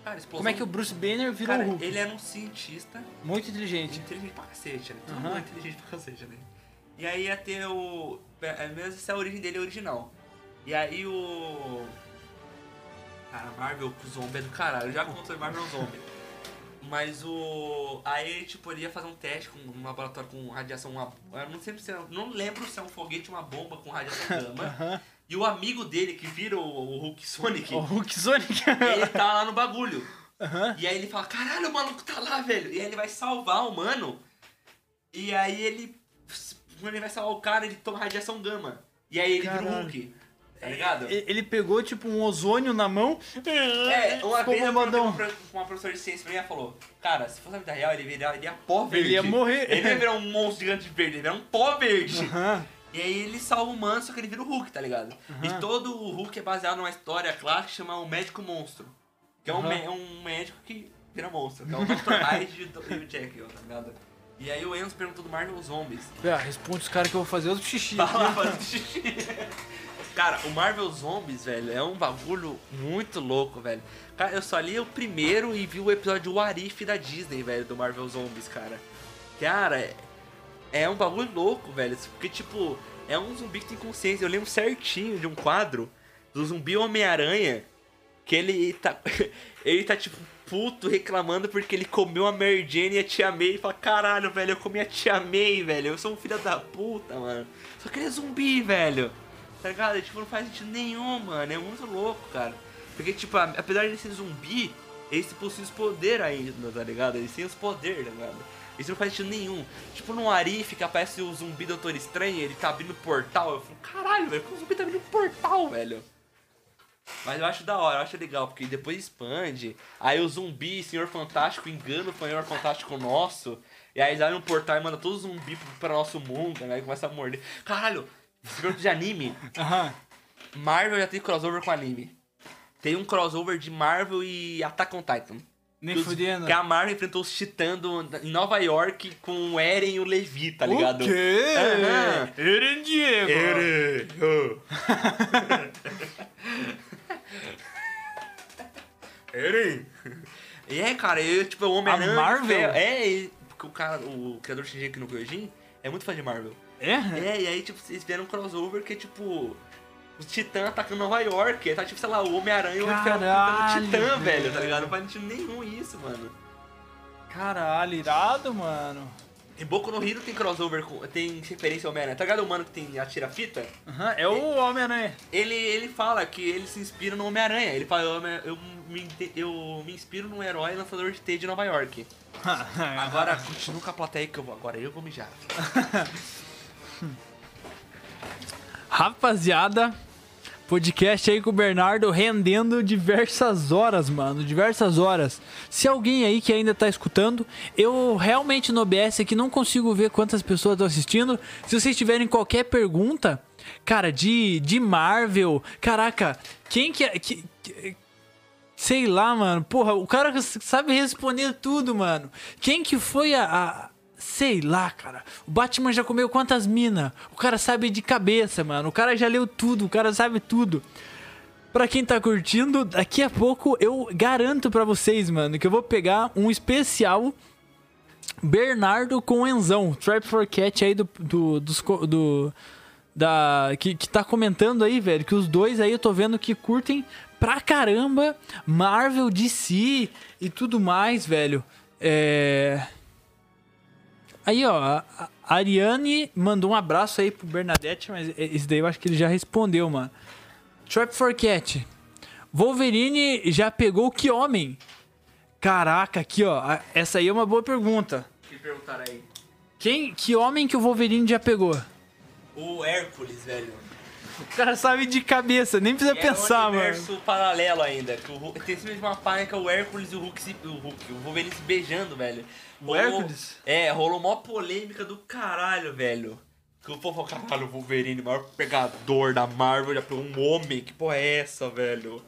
Speaker 2: Cara, explosão...
Speaker 1: Como é que o Bruce Banner virou
Speaker 2: Cara,
Speaker 1: Hulk?
Speaker 2: ele era um cientista
Speaker 1: Muito inteligente.
Speaker 2: Inteligente pra cacete, né? Todo
Speaker 1: Aham.
Speaker 2: mundo é inteligente pra cacete, né? E aí ia ter o. é, Mesmo essa é a origem dele original. E aí o. Cara, Marvel com zombie é do caralho. Eu já conto sobre Marvel
Speaker 1: *laughs*
Speaker 2: zombie. Mas o. Aí, tipo, ele ia fazer um teste com um laboratório com radiação. Uma... Eu não, sei se é- não lembro se é um foguete ou uma bomba com radiação
Speaker 1: *laughs*
Speaker 2: gama.
Speaker 1: Aham.
Speaker 2: e o amigo dele que vira o, o Hulk Sonic,
Speaker 1: O Hulk Sonic. *laughs*
Speaker 2: ele tá lá no bagulho.
Speaker 1: Aham.
Speaker 2: E aí ele fala, caralho, o maluco tá lá, velho. E aí ele vai salvar o mano. E aí ele. Quando ele vai salvar o cara, ele toma radiação gama. E aí ele vira o
Speaker 1: Caralho.
Speaker 2: Hulk. Tá ligado?
Speaker 1: E- Ele pegou, tipo, um ozônio na mão.
Speaker 2: É, uma
Speaker 1: ficou
Speaker 2: vez eu perguntei
Speaker 1: bombadão.
Speaker 2: pra uma professora de ciência pra mim, ela falou, cara, se fosse na vida real, ele virar, ele ia pó verde.
Speaker 1: Ele ia morrer.
Speaker 2: Ele não ia virar um monstro gigante verde, ele ia virar um pó verde.
Speaker 1: *laughs* Aham.
Speaker 2: E aí ele salva o humano, só que ele vira o Hulk, tá ligado? E todo o Hulk é baseado numa história clássica que chama O Médico Monstro. Que é um, mé- um médico que vira monstro, que é o Dr. Hyde e o Dr. e o Jekyll, tá ligado? E aí o Enos perguntou do Marvel Zombies.
Speaker 1: Ah, responde os caras que eu vou fazer outro xixi.
Speaker 2: Vai Tá lá fazer xixi. Cara, o Marvel Zombies, velho, é um bagulho muito louco, velho. Cara, eu só li o primeiro e vi o episódio Warif da Disney, velho, do Marvel Zombies, cara. Cara, é- é um bagulho louco, velho. Porque, tipo, é um zumbi que tem consciência. Eu lembro certinho de um quadro do zumbi Homem-Aranha que ele tá. *laughs* ele tá, tipo, puto reclamando porque ele comeu a Mary Jane e a Tia May. E fala, caralho, velho, eu comi a Tia May, velho. Eu sou um filho da puta, mano. Só que ele é zumbi, velho. Tá ligado? Tipo, não faz sentido nenhum, mano. É muito louco, cara. Porque, tipo, a- apesar de ele ser zumbi, ele se possui os poderes ainda, tá ligado? Ele tem os poderes, tá ligado? Isso não faz sentido nenhum. Tipo, no Arif, que aparece o zumbi Doutor Estranho, ele tá abrindo portal. Eu falo, caralho, velho, como o zumbi tá abrindo portal, velho? Mas eu acho da hora, eu acho legal, porque depois expande. Aí o zumbi, Senhor Fantástico, engana o Senhor Fantástico nosso. E aí eles abrem um portal e manda todo zumbi pro- pra nosso mundo, né? E começa a morder. Caralho, esse de anime,
Speaker 1: Aham.
Speaker 2: Marvel já tem crossover com anime. Tem um crossover de Marvel e Attack on Titan.
Speaker 1: Nem
Speaker 2: Que os-
Speaker 1: fudendo.
Speaker 2: Que a Marvel enfrentou os Titãs do- em Nova York com o Eren e o Levi, tá ligado?
Speaker 1: O quê?
Speaker 2: Aham.
Speaker 1: Eren Diego.
Speaker 2: Eren!
Speaker 1: *laughs*
Speaker 2: Eren! E é, cara, eu, tipo, o Homem-Aranha...
Speaker 1: A Marvel?
Speaker 2: É, e- porque o cara, o criador de Shinji no Kyojin é muito fã de Marvel.
Speaker 1: É?
Speaker 2: É, e aí, tipo, eles fizeram um crossover que é, tipo... Os Titã atacando Nova York. Aí tá, tipo, sei lá, o Homem-Aranha e o Homem-Ferro
Speaker 1: Caralho,
Speaker 2: titã, velho.
Speaker 1: velho.
Speaker 2: tá ligado? Não faz sentido nenhum isso, mano.
Speaker 1: Caralho, irado, mano.
Speaker 2: E Boku no Hero tem crossover, com, tem referência ao Homem-Aranha. Tá ligado o mano que tem atira fita?
Speaker 1: Aham, É o Homem-Aranha.
Speaker 2: ele, ele fala que ele se inspira no Homem-Aranha. Ele fala, eu, me- eu, me, inte- eu me inspiro num herói lançador de T de Nova York. Agora, continua com a plateia que eu vou. Agora eu vou mijar.
Speaker 1: Rapaziada, podcast aí com o Bernardo rendendo diversas horas, mano, diversas horas. Se alguém aí que ainda tá escutando, eu realmente no OBS aqui não consigo ver quantas pessoas estão assistindo. Se vocês tiverem qualquer pergunta, cara, de, de Marvel, caraca, quem que é. que- que- sei lá, mano, porra, o cara sabe responder tudo, mano. Quem que foi a. a- sei lá, cara. O Batman já comeu quantas minas? O cara sabe de cabeça, mano. O cara já leu tudo, o cara sabe tudo. Pra quem tá curtindo, daqui a pouco eu garanto pra vocês, mano, que eu vou pegar um especial Bernardo com Enzão, Trap for Cat aí do, do, dos co- do da que, que tá comentando aí, velho, que os dois aí eu tô vendo que curtem pra caramba Marvel, DC e tudo mais, velho. É... Aí, ó, a a Ariane mandou um abraço aí pro Bernadette, mas e- esse daí eu acho que ele já respondeu, mano. Trap for Cat. Wolverine já pegou que homem? Caraca, aqui, ó, a- essa aí é uma boa pergunta.
Speaker 2: Que perguntaram aí.
Speaker 1: Quem, que homem que o Wolverine já pegou? O
Speaker 2: O Hércules, velho.
Speaker 1: cara sabe de cabeça, nem precisa pensar,
Speaker 2: é um
Speaker 1: mano.
Speaker 2: universo paralelo ainda. Que o Hulk, tem sempre uma página que é o Hércules e o Hulk, se, o Hulk, o Wolverine se beijando, velho.
Speaker 1: O
Speaker 2: Rolou-
Speaker 1: Hércules?
Speaker 2: É, rolou mó polêmica do caralho, velho. Que o povo falou, caralho, o Wolverine, o maior pegador da Marvel, já pegou um homem, que porra é
Speaker 1: *laughs*
Speaker 2: essa, velho?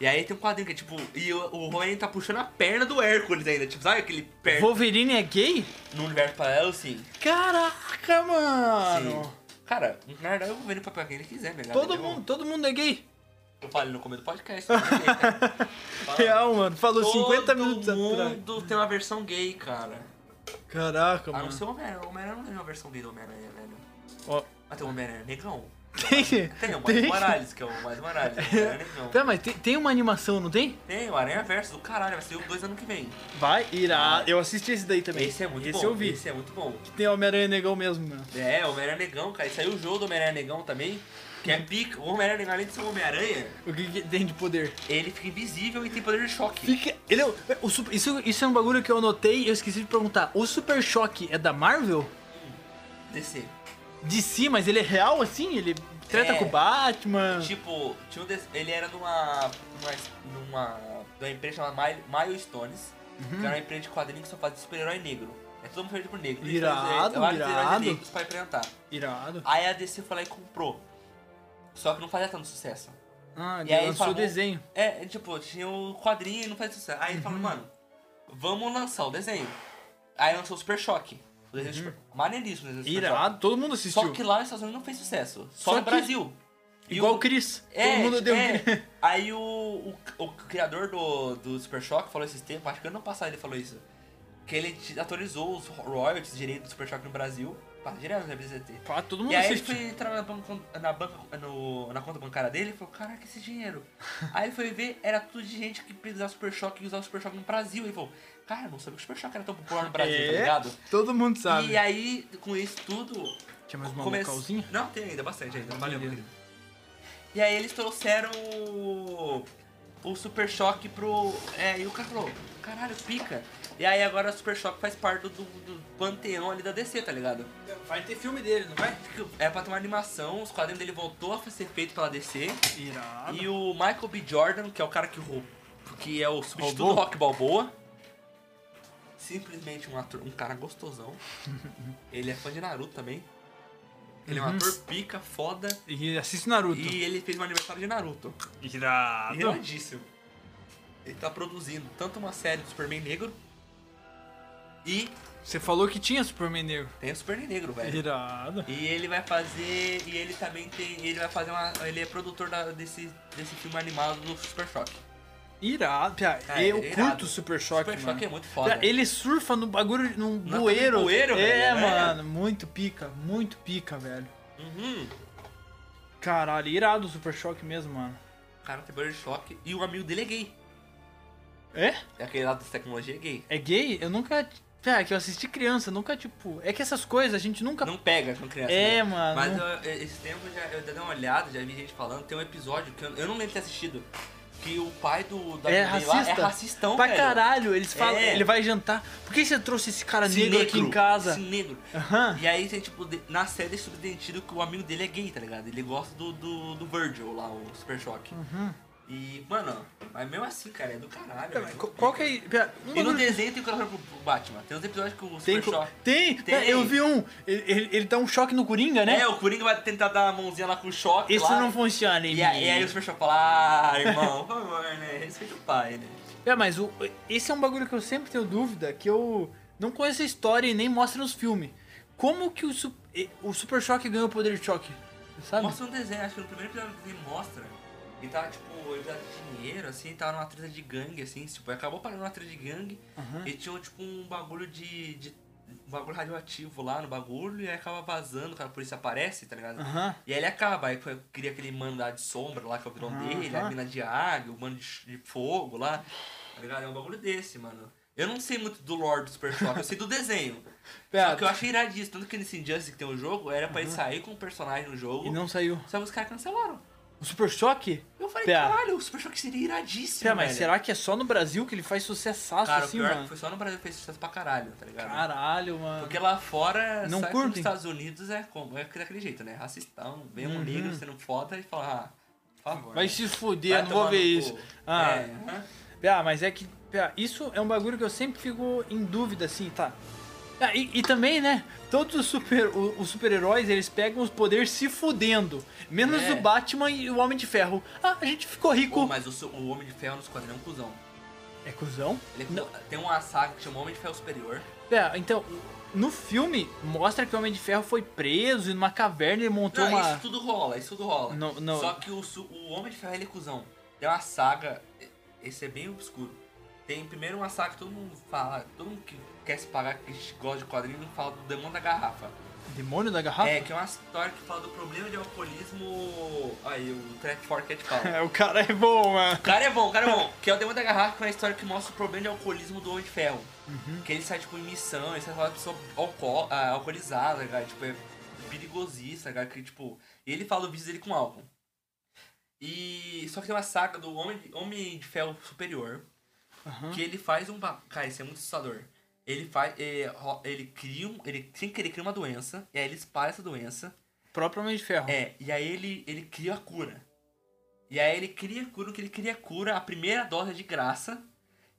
Speaker 2: E aí tem um quadrinho que é tipo, e o, o Wolverine tá puxando a perna do Hércules ainda, tipo, sabe aquele perna
Speaker 1: Wolverine é gay?
Speaker 2: no universo paralelo, sim.
Speaker 1: Caraca, mano.
Speaker 2: sim. Cara, na verdade o Wolverine pode pegar quem ele quiser, melhor.
Speaker 1: Ah, Todo mundo, todo mundo é gay.
Speaker 2: Eu falei no começo
Speaker 1: *laughs*
Speaker 2: do podcast. eu falei, cara. Fala.
Speaker 1: Real, mano. Falou 50
Speaker 2: Todo
Speaker 1: minutos atrás.
Speaker 2: mundo tem uma versão gay, cara.
Speaker 1: Caraca,
Speaker 2: A não
Speaker 1: mano.
Speaker 2: ser o Homem-Aranha. O Homem-Aranha não tem uma versão gay do Homem-Aranha, velho.
Speaker 1: Ó,
Speaker 2: Mas tem o Homem-Aranha
Speaker 1: *laughs*
Speaker 2: negão.
Speaker 1: tem,
Speaker 2: Tem o Miles
Speaker 1: tem.
Speaker 2: Morales, que é o Miles Morales. O Homem-Aranha negão.
Speaker 1: Tá, mas tem, tem uma animação, não tem?
Speaker 2: Tem o Aranha Verso do caralho. Vai ser o dois ano que vem.
Speaker 1: Vai, irá. Eu assisti esse daí também.
Speaker 2: Ah. Esse é muito bom.
Speaker 1: Esse eu vi.
Speaker 2: Esse é muito bom.
Speaker 1: Tem Homem-Aranha Negão mesmo, mano.
Speaker 2: É, o Homem-Aranha negão, cara. E saiu o jogo do Homem-Aranha negão também. Que é pica. O Homem-Aranha negão, além de ser o Homem-Aranha,
Speaker 1: O que, que tem de poder?
Speaker 2: ele fica invisível e tem poder de choque.
Speaker 1: Fica. Ele é o, o super- isso, isso é um bagulho que eu notei e eu esqueci de perguntar. O Super Choque é da Marvel?
Speaker 2: DC.
Speaker 1: De si, mas ele é real assim? Ele Treta
Speaker 2: É.
Speaker 1: com o Batman.
Speaker 2: Tipo, tinha um des- ele era numa, numa, numa, numa empresa chamada Mi- Milestones,
Speaker 1: Uhum.
Speaker 2: que era uma empresa de quadrinhos que só fazia super-herói negro. É todo mundo feito por negro. Eles
Speaker 1: Irado,
Speaker 2: faziam vários heróis
Speaker 1: irado.
Speaker 2: negros pra implementar.
Speaker 1: Irado.
Speaker 2: Aí a DC foi lá e comprou. Só que não fazia tanto sucesso.
Speaker 1: Ah,
Speaker 2: E aí
Speaker 1: ele lançou o
Speaker 2: falou-
Speaker 1: desenho. Uhum.
Speaker 2: É, é, tipo, tinha o quadrinho e não fazia sucesso. Aí ele falou, mano, vamos lançar o desenho. Aí lançou o Super Choque. O desenho super... Maneiríssimo o desenho do Super Choque.
Speaker 1: Uhum. Irado, todo mundo assistiu.
Speaker 2: Só que lá nos Estados Unidos não fez sucesso. Só,
Speaker 1: Só
Speaker 2: no
Speaker 1: que-
Speaker 2: Brasil. E
Speaker 1: Igual
Speaker 2: o-
Speaker 1: o Chris.
Speaker 2: É,
Speaker 1: todo mundo deu
Speaker 2: é.
Speaker 1: um
Speaker 2: Aí o, o, o criador do, do Super Shock falou esses tempos, acho que ano passado ele falou isso. Que ele te- atualizou os royalties direito do Super Shock no Brasil. Passa direto no BZT.
Speaker 1: *laughs* Pá, todo mundo
Speaker 2: E aí ele
Speaker 1: assiste.
Speaker 2: foi entrar na, banca, na, banca, no- na conta bancária dele e falou, caraca, esse
Speaker 1: *laughs*
Speaker 2: dinheiro. aí ele foi ver, era tudo de gente que precisava Super Shock e usava Super Shock no Brasil. Ele falou, cara, não sabia que o Super Shock era tão popular no Brasil,
Speaker 1: É.
Speaker 2: tá ligado?
Speaker 1: Todo mundo sabe.
Speaker 2: E aí, com isso tudo,
Speaker 1: Tinha mais uma
Speaker 2: Come-
Speaker 1: localzinha?
Speaker 2: Não, tem ainda, bastante ainda. Valeu, meu
Speaker 1: Maravilha.
Speaker 2: querido. E aí eles trouxeram o, o Super Choque pro... É, e o cara falou, caralho, pica. E aí agora o Super Choque faz parte do, do panteão ali da DC, tá ligado?
Speaker 1: Vai ter filme dele, não vai?
Speaker 2: É pra ter uma animação, os quadrinhos dele voltou a ser feito pela DC.
Speaker 1: Irado.
Speaker 2: E o Michael B. Jordan, que é o cara que roubou, que é o substituto do
Speaker 1: Roubou?
Speaker 2: Rock Balboa. Simplesmente um ator, um
Speaker 1: *laughs*
Speaker 2: cara gostosão. ele é fã de Naruto também. Ele é um
Speaker 1: Uhum.
Speaker 2: ator pica, foda.
Speaker 1: E assiste Naruto.
Speaker 2: E ele fez um aniversário de Naruto.
Speaker 1: Irado.
Speaker 2: Iradíssimo. Ele tá produzindo tanto uma série do Superman Negro e
Speaker 1: Você falou que tinha Superman Negro.
Speaker 2: tem o Superman Negro, velho.
Speaker 1: Irado.
Speaker 2: E ele vai fazer. E ele também tem. Ele vai fazer uma. Ele é produtor da- desse, desse filme animado do Super Shock.
Speaker 1: Irado, Pia.
Speaker 2: Cara,
Speaker 1: eu
Speaker 2: é irado.
Speaker 1: curto o Super Choque,
Speaker 2: Super
Speaker 1: mano.
Speaker 2: Shock é muito foda.
Speaker 1: Pia, Ele surfa no bagulho, num
Speaker 2: Não,
Speaker 1: bueiro.
Speaker 2: num bueiro,
Speaker 1: é,
Speaker 2: velho, é.
Speaker 1: mano, muito pica, muito pica, velho.
Speaker 2: Uhum.
Speaker 1: Caralho, irado o Super Choque mesmo, mano.
Speaker 2: O cara tem banheiro de choque e o amigo dele é gay.
Speaker 1: É?
Speaker 2: É aquele lado das tecnologias é gay.
Speaker 1: É gay? Eu nunca... Pia, é que eu assisti criança, nunca, tipo... É que essas coisas a gente nunca...
Speaker 2: Não pega com criança.
Speaker 1: É,
Speaker 2: né?
Speaker 1: mano,
Speaker 2: Mas
Speaker 1: não-
Speaker 2: eu- esse tempo eu já, eu já dei uma olhada, já vi gente falando. Tem um episódio que eu, eu não lembro de ter assistido. Que o pai do da
Speaker 1: É
Speaker 2: menina lá
Speaker 1: racista?
Speaker 2: é racistão,
Speaker 1: pra
Speaker 2: velho.
Speaker 1: caralho, eles falam...
Speaker 2: É.
Speaker 1: Ele vai jantar. Por que você trouxe esse cara
Speaker 2: Esse
Speaker 1: negro, aqui em casa?
Speaker 2: esse negro.
Speaker 1: Aham.
Speaker 2: E aí, tem, tipo, de- na série é subentendido que o amigo dele é gay, tá ligado? Ele gosta do, do, do Virgil lá, o Super Choque. E, mano, mas mesmo assim, cara, é do caralho. velho.
Speaker 1: Qu- Qual que Uhum. é... Pia, um
Speaker 2: E no
Speaker 1: bagulho-
Speaker 2: desenho tem o coração pro pro Batman. Tem uns episódios que o
Speaker 1: Tem,
Speaker 2: Super
Speaker 1: co-
Speaker 2: Choque.
Speaker 1: tem,
Speaker 2: Tem.
Speaker 1: É, eu vi um. Ele, ele, ele dá um choque no Coringa, né?
Speaker 2: É, o Coringa vai tentar dar a mãozinha lá com o choque.
Speaker 1: Isso
Speaker 2: lá,
Speaker 1: não funciona, hein?
Speaker 2: e, é, aí- e aí o Super Choque fala, ah, irmão, por favor,
Speaker 1: *laughs*
Speaker 2: né? Respeita o pai, né?
Speaker 1: É, mas o, esse é um bagulho que eu sempre tenho dúvida, que eu não conheço a história e nem mostra nos filmes. Como que o, su- e- o Super Choque ganhou o poder de choque? Sabe?
Speaker 2: Mostra um desenho, acho que no primeiro episódio do desenho mostra. Ele tava, tipo, ele tava de dinheiro, assim, tava numa treta de gangue, assim, tipo, acabou parando numa treta de gangue.
Speaker 1: Aham.
Speaker 2: E tinha, tipo, um bagulho de... de- um bagulho radioativo lá no bagulho e aí acaba vazando, cara, a polícia aparece, tá ligado?
Speaker 1: Aham.
Speaker 2: E aí ele acaba, aí foi- cria aquele mano lá de sombra lá, que é o vilão
Speaker 1: Aham.
Speaker 2: dele, a mina de águia, o mano de, ch- de fogo lá. Tá ligado? É um bagulho desse, mano. Eu não sei muito do lore do Super Shock, eu sei do desenho. Só
Speaker 1: Pera,
Speaker 2: que eu achei iradíssimo. Tanto que nesse Injustice que tem o jogo, era pra ele sair com um personagem no jogo.
Speaker 1: Uhum. E não saiu.
Speaker 2: Só que os caras cancelaram.
Speaker 1: O Super Choque?
Speaker 2: Eu falei,
Speaker 1: Pera.
Speaker 2: caralho, o Super Shock seria iradíssimo.
Speaker 1: Pera, mas
Speaker 2: velho.
Speaker 1: será que é só no Brasil que ele faz sucessaço
Speaker 2: Cara,
Speaker 1: assim,
Speaker 2: o pior é
Speaker 1: mano?
Speaker 2: que foi só no Brasil que fez sucesso pra caralho, tá ligado?
Speaker 1: Caralho, mano.
Speaker 2: Porque lá fora,
Speaker 1: Não
Speaker 2: sai
Speaker 1: curtem?
Speaker 2: nos Estados Unidos é como? É daquele jeito, né? Racistão, mesmo
Speaker 1: Uhum.
Speaker 2: negro sendo foda e falar, ah, por favor.
Speaker 1: Vai
Speaker 2: né?
Speaker 1: se fuder,
Speaker 2: Vai
Speaker 1: eu não vou
Speaker 2: tomar
Speaker 1: ver
Speaker 2: no
Speaker 1: isso.
Speaker 2: cu.
Speaker 1: Ah,
Speaker 2: É, aham.
Speaker 1: Pia, mas é que. Pia, isso é um bagulho que eu sempre fico em dúvida, assim, tá? Ah, e, e também, né? Todos os super- o- os super-heróis, eles pegam os poderes se fudendo. Menos
Speaker 2: É.
Speaker 1: o Batman e o Homem de Ferro. Ah, a gente ficou rico.
Speaker 2: Pô, mas o, su- o Homem de Ferro nos quadrinhos é um cuzão.
Speaker 1: É cuzão?
Speaker 2: Ele é
Speaker 1: Não.
Speaker 2: cu- Tem uma saga que chama Homem de Ferro Superior.
Speaker 1: Pia, então, no filme, mostra que o Homem de Ferro foi preso e numa caverna ele montou
Speaker 2: Não,
Speaker 1: uma.
Speaker 2: isso tudo rola, isso tudo rola.
Speaker 1: Não, não.
Speaker 2: Só que o, su- o Homem de Ferro ele é cuzão. Tem uma saga, esse é bem obscuro. Tem primeiro uma saga que todo mundo fala, todo mundo que quer se pagar, que gosta de quadrinho, não fala do demônio da garrafa.
Speaker 1: Demônio da garrafa?
Speaker 2: É, que é uma história que fala do problema de alcoolismo. Aí o Trap
Speaker 1: *laughs*
Speaker 2: Forket fala.
Speaker 1: É, o cara é bom, mano.
Speaker 2: O cara é bom, o cara é bom. Que é o Demônio da Garrafa, que é uma história que mostra o problema de alcoolismo do Homem de Ferro. Que ele sai, tipo, em missão, ele sai com uma pessoa alco ah, alcoolizada, cara. Tipo, é perigosíssima, cara. Que, tipo, e ele fala o vício dele com álcool. E só que tem uma saga do Homem de, Homem de Ferro Superior,
Speaker 1: Aham.
Speaker 2: que ele faz um... ba- Cara, isso é muito assustador. eh, Ele faz... Ele, ro- ele cria um... Ele, sem querer, cria uma doença. E aí ele espalha essa doença.
Speaker 1: Próprio Homem de Ferro.
Speaker 2: É, e aí ele, ele cria a cura. E aí ele cria a cura, o que ele cria a cura, a primeira dose é de graça.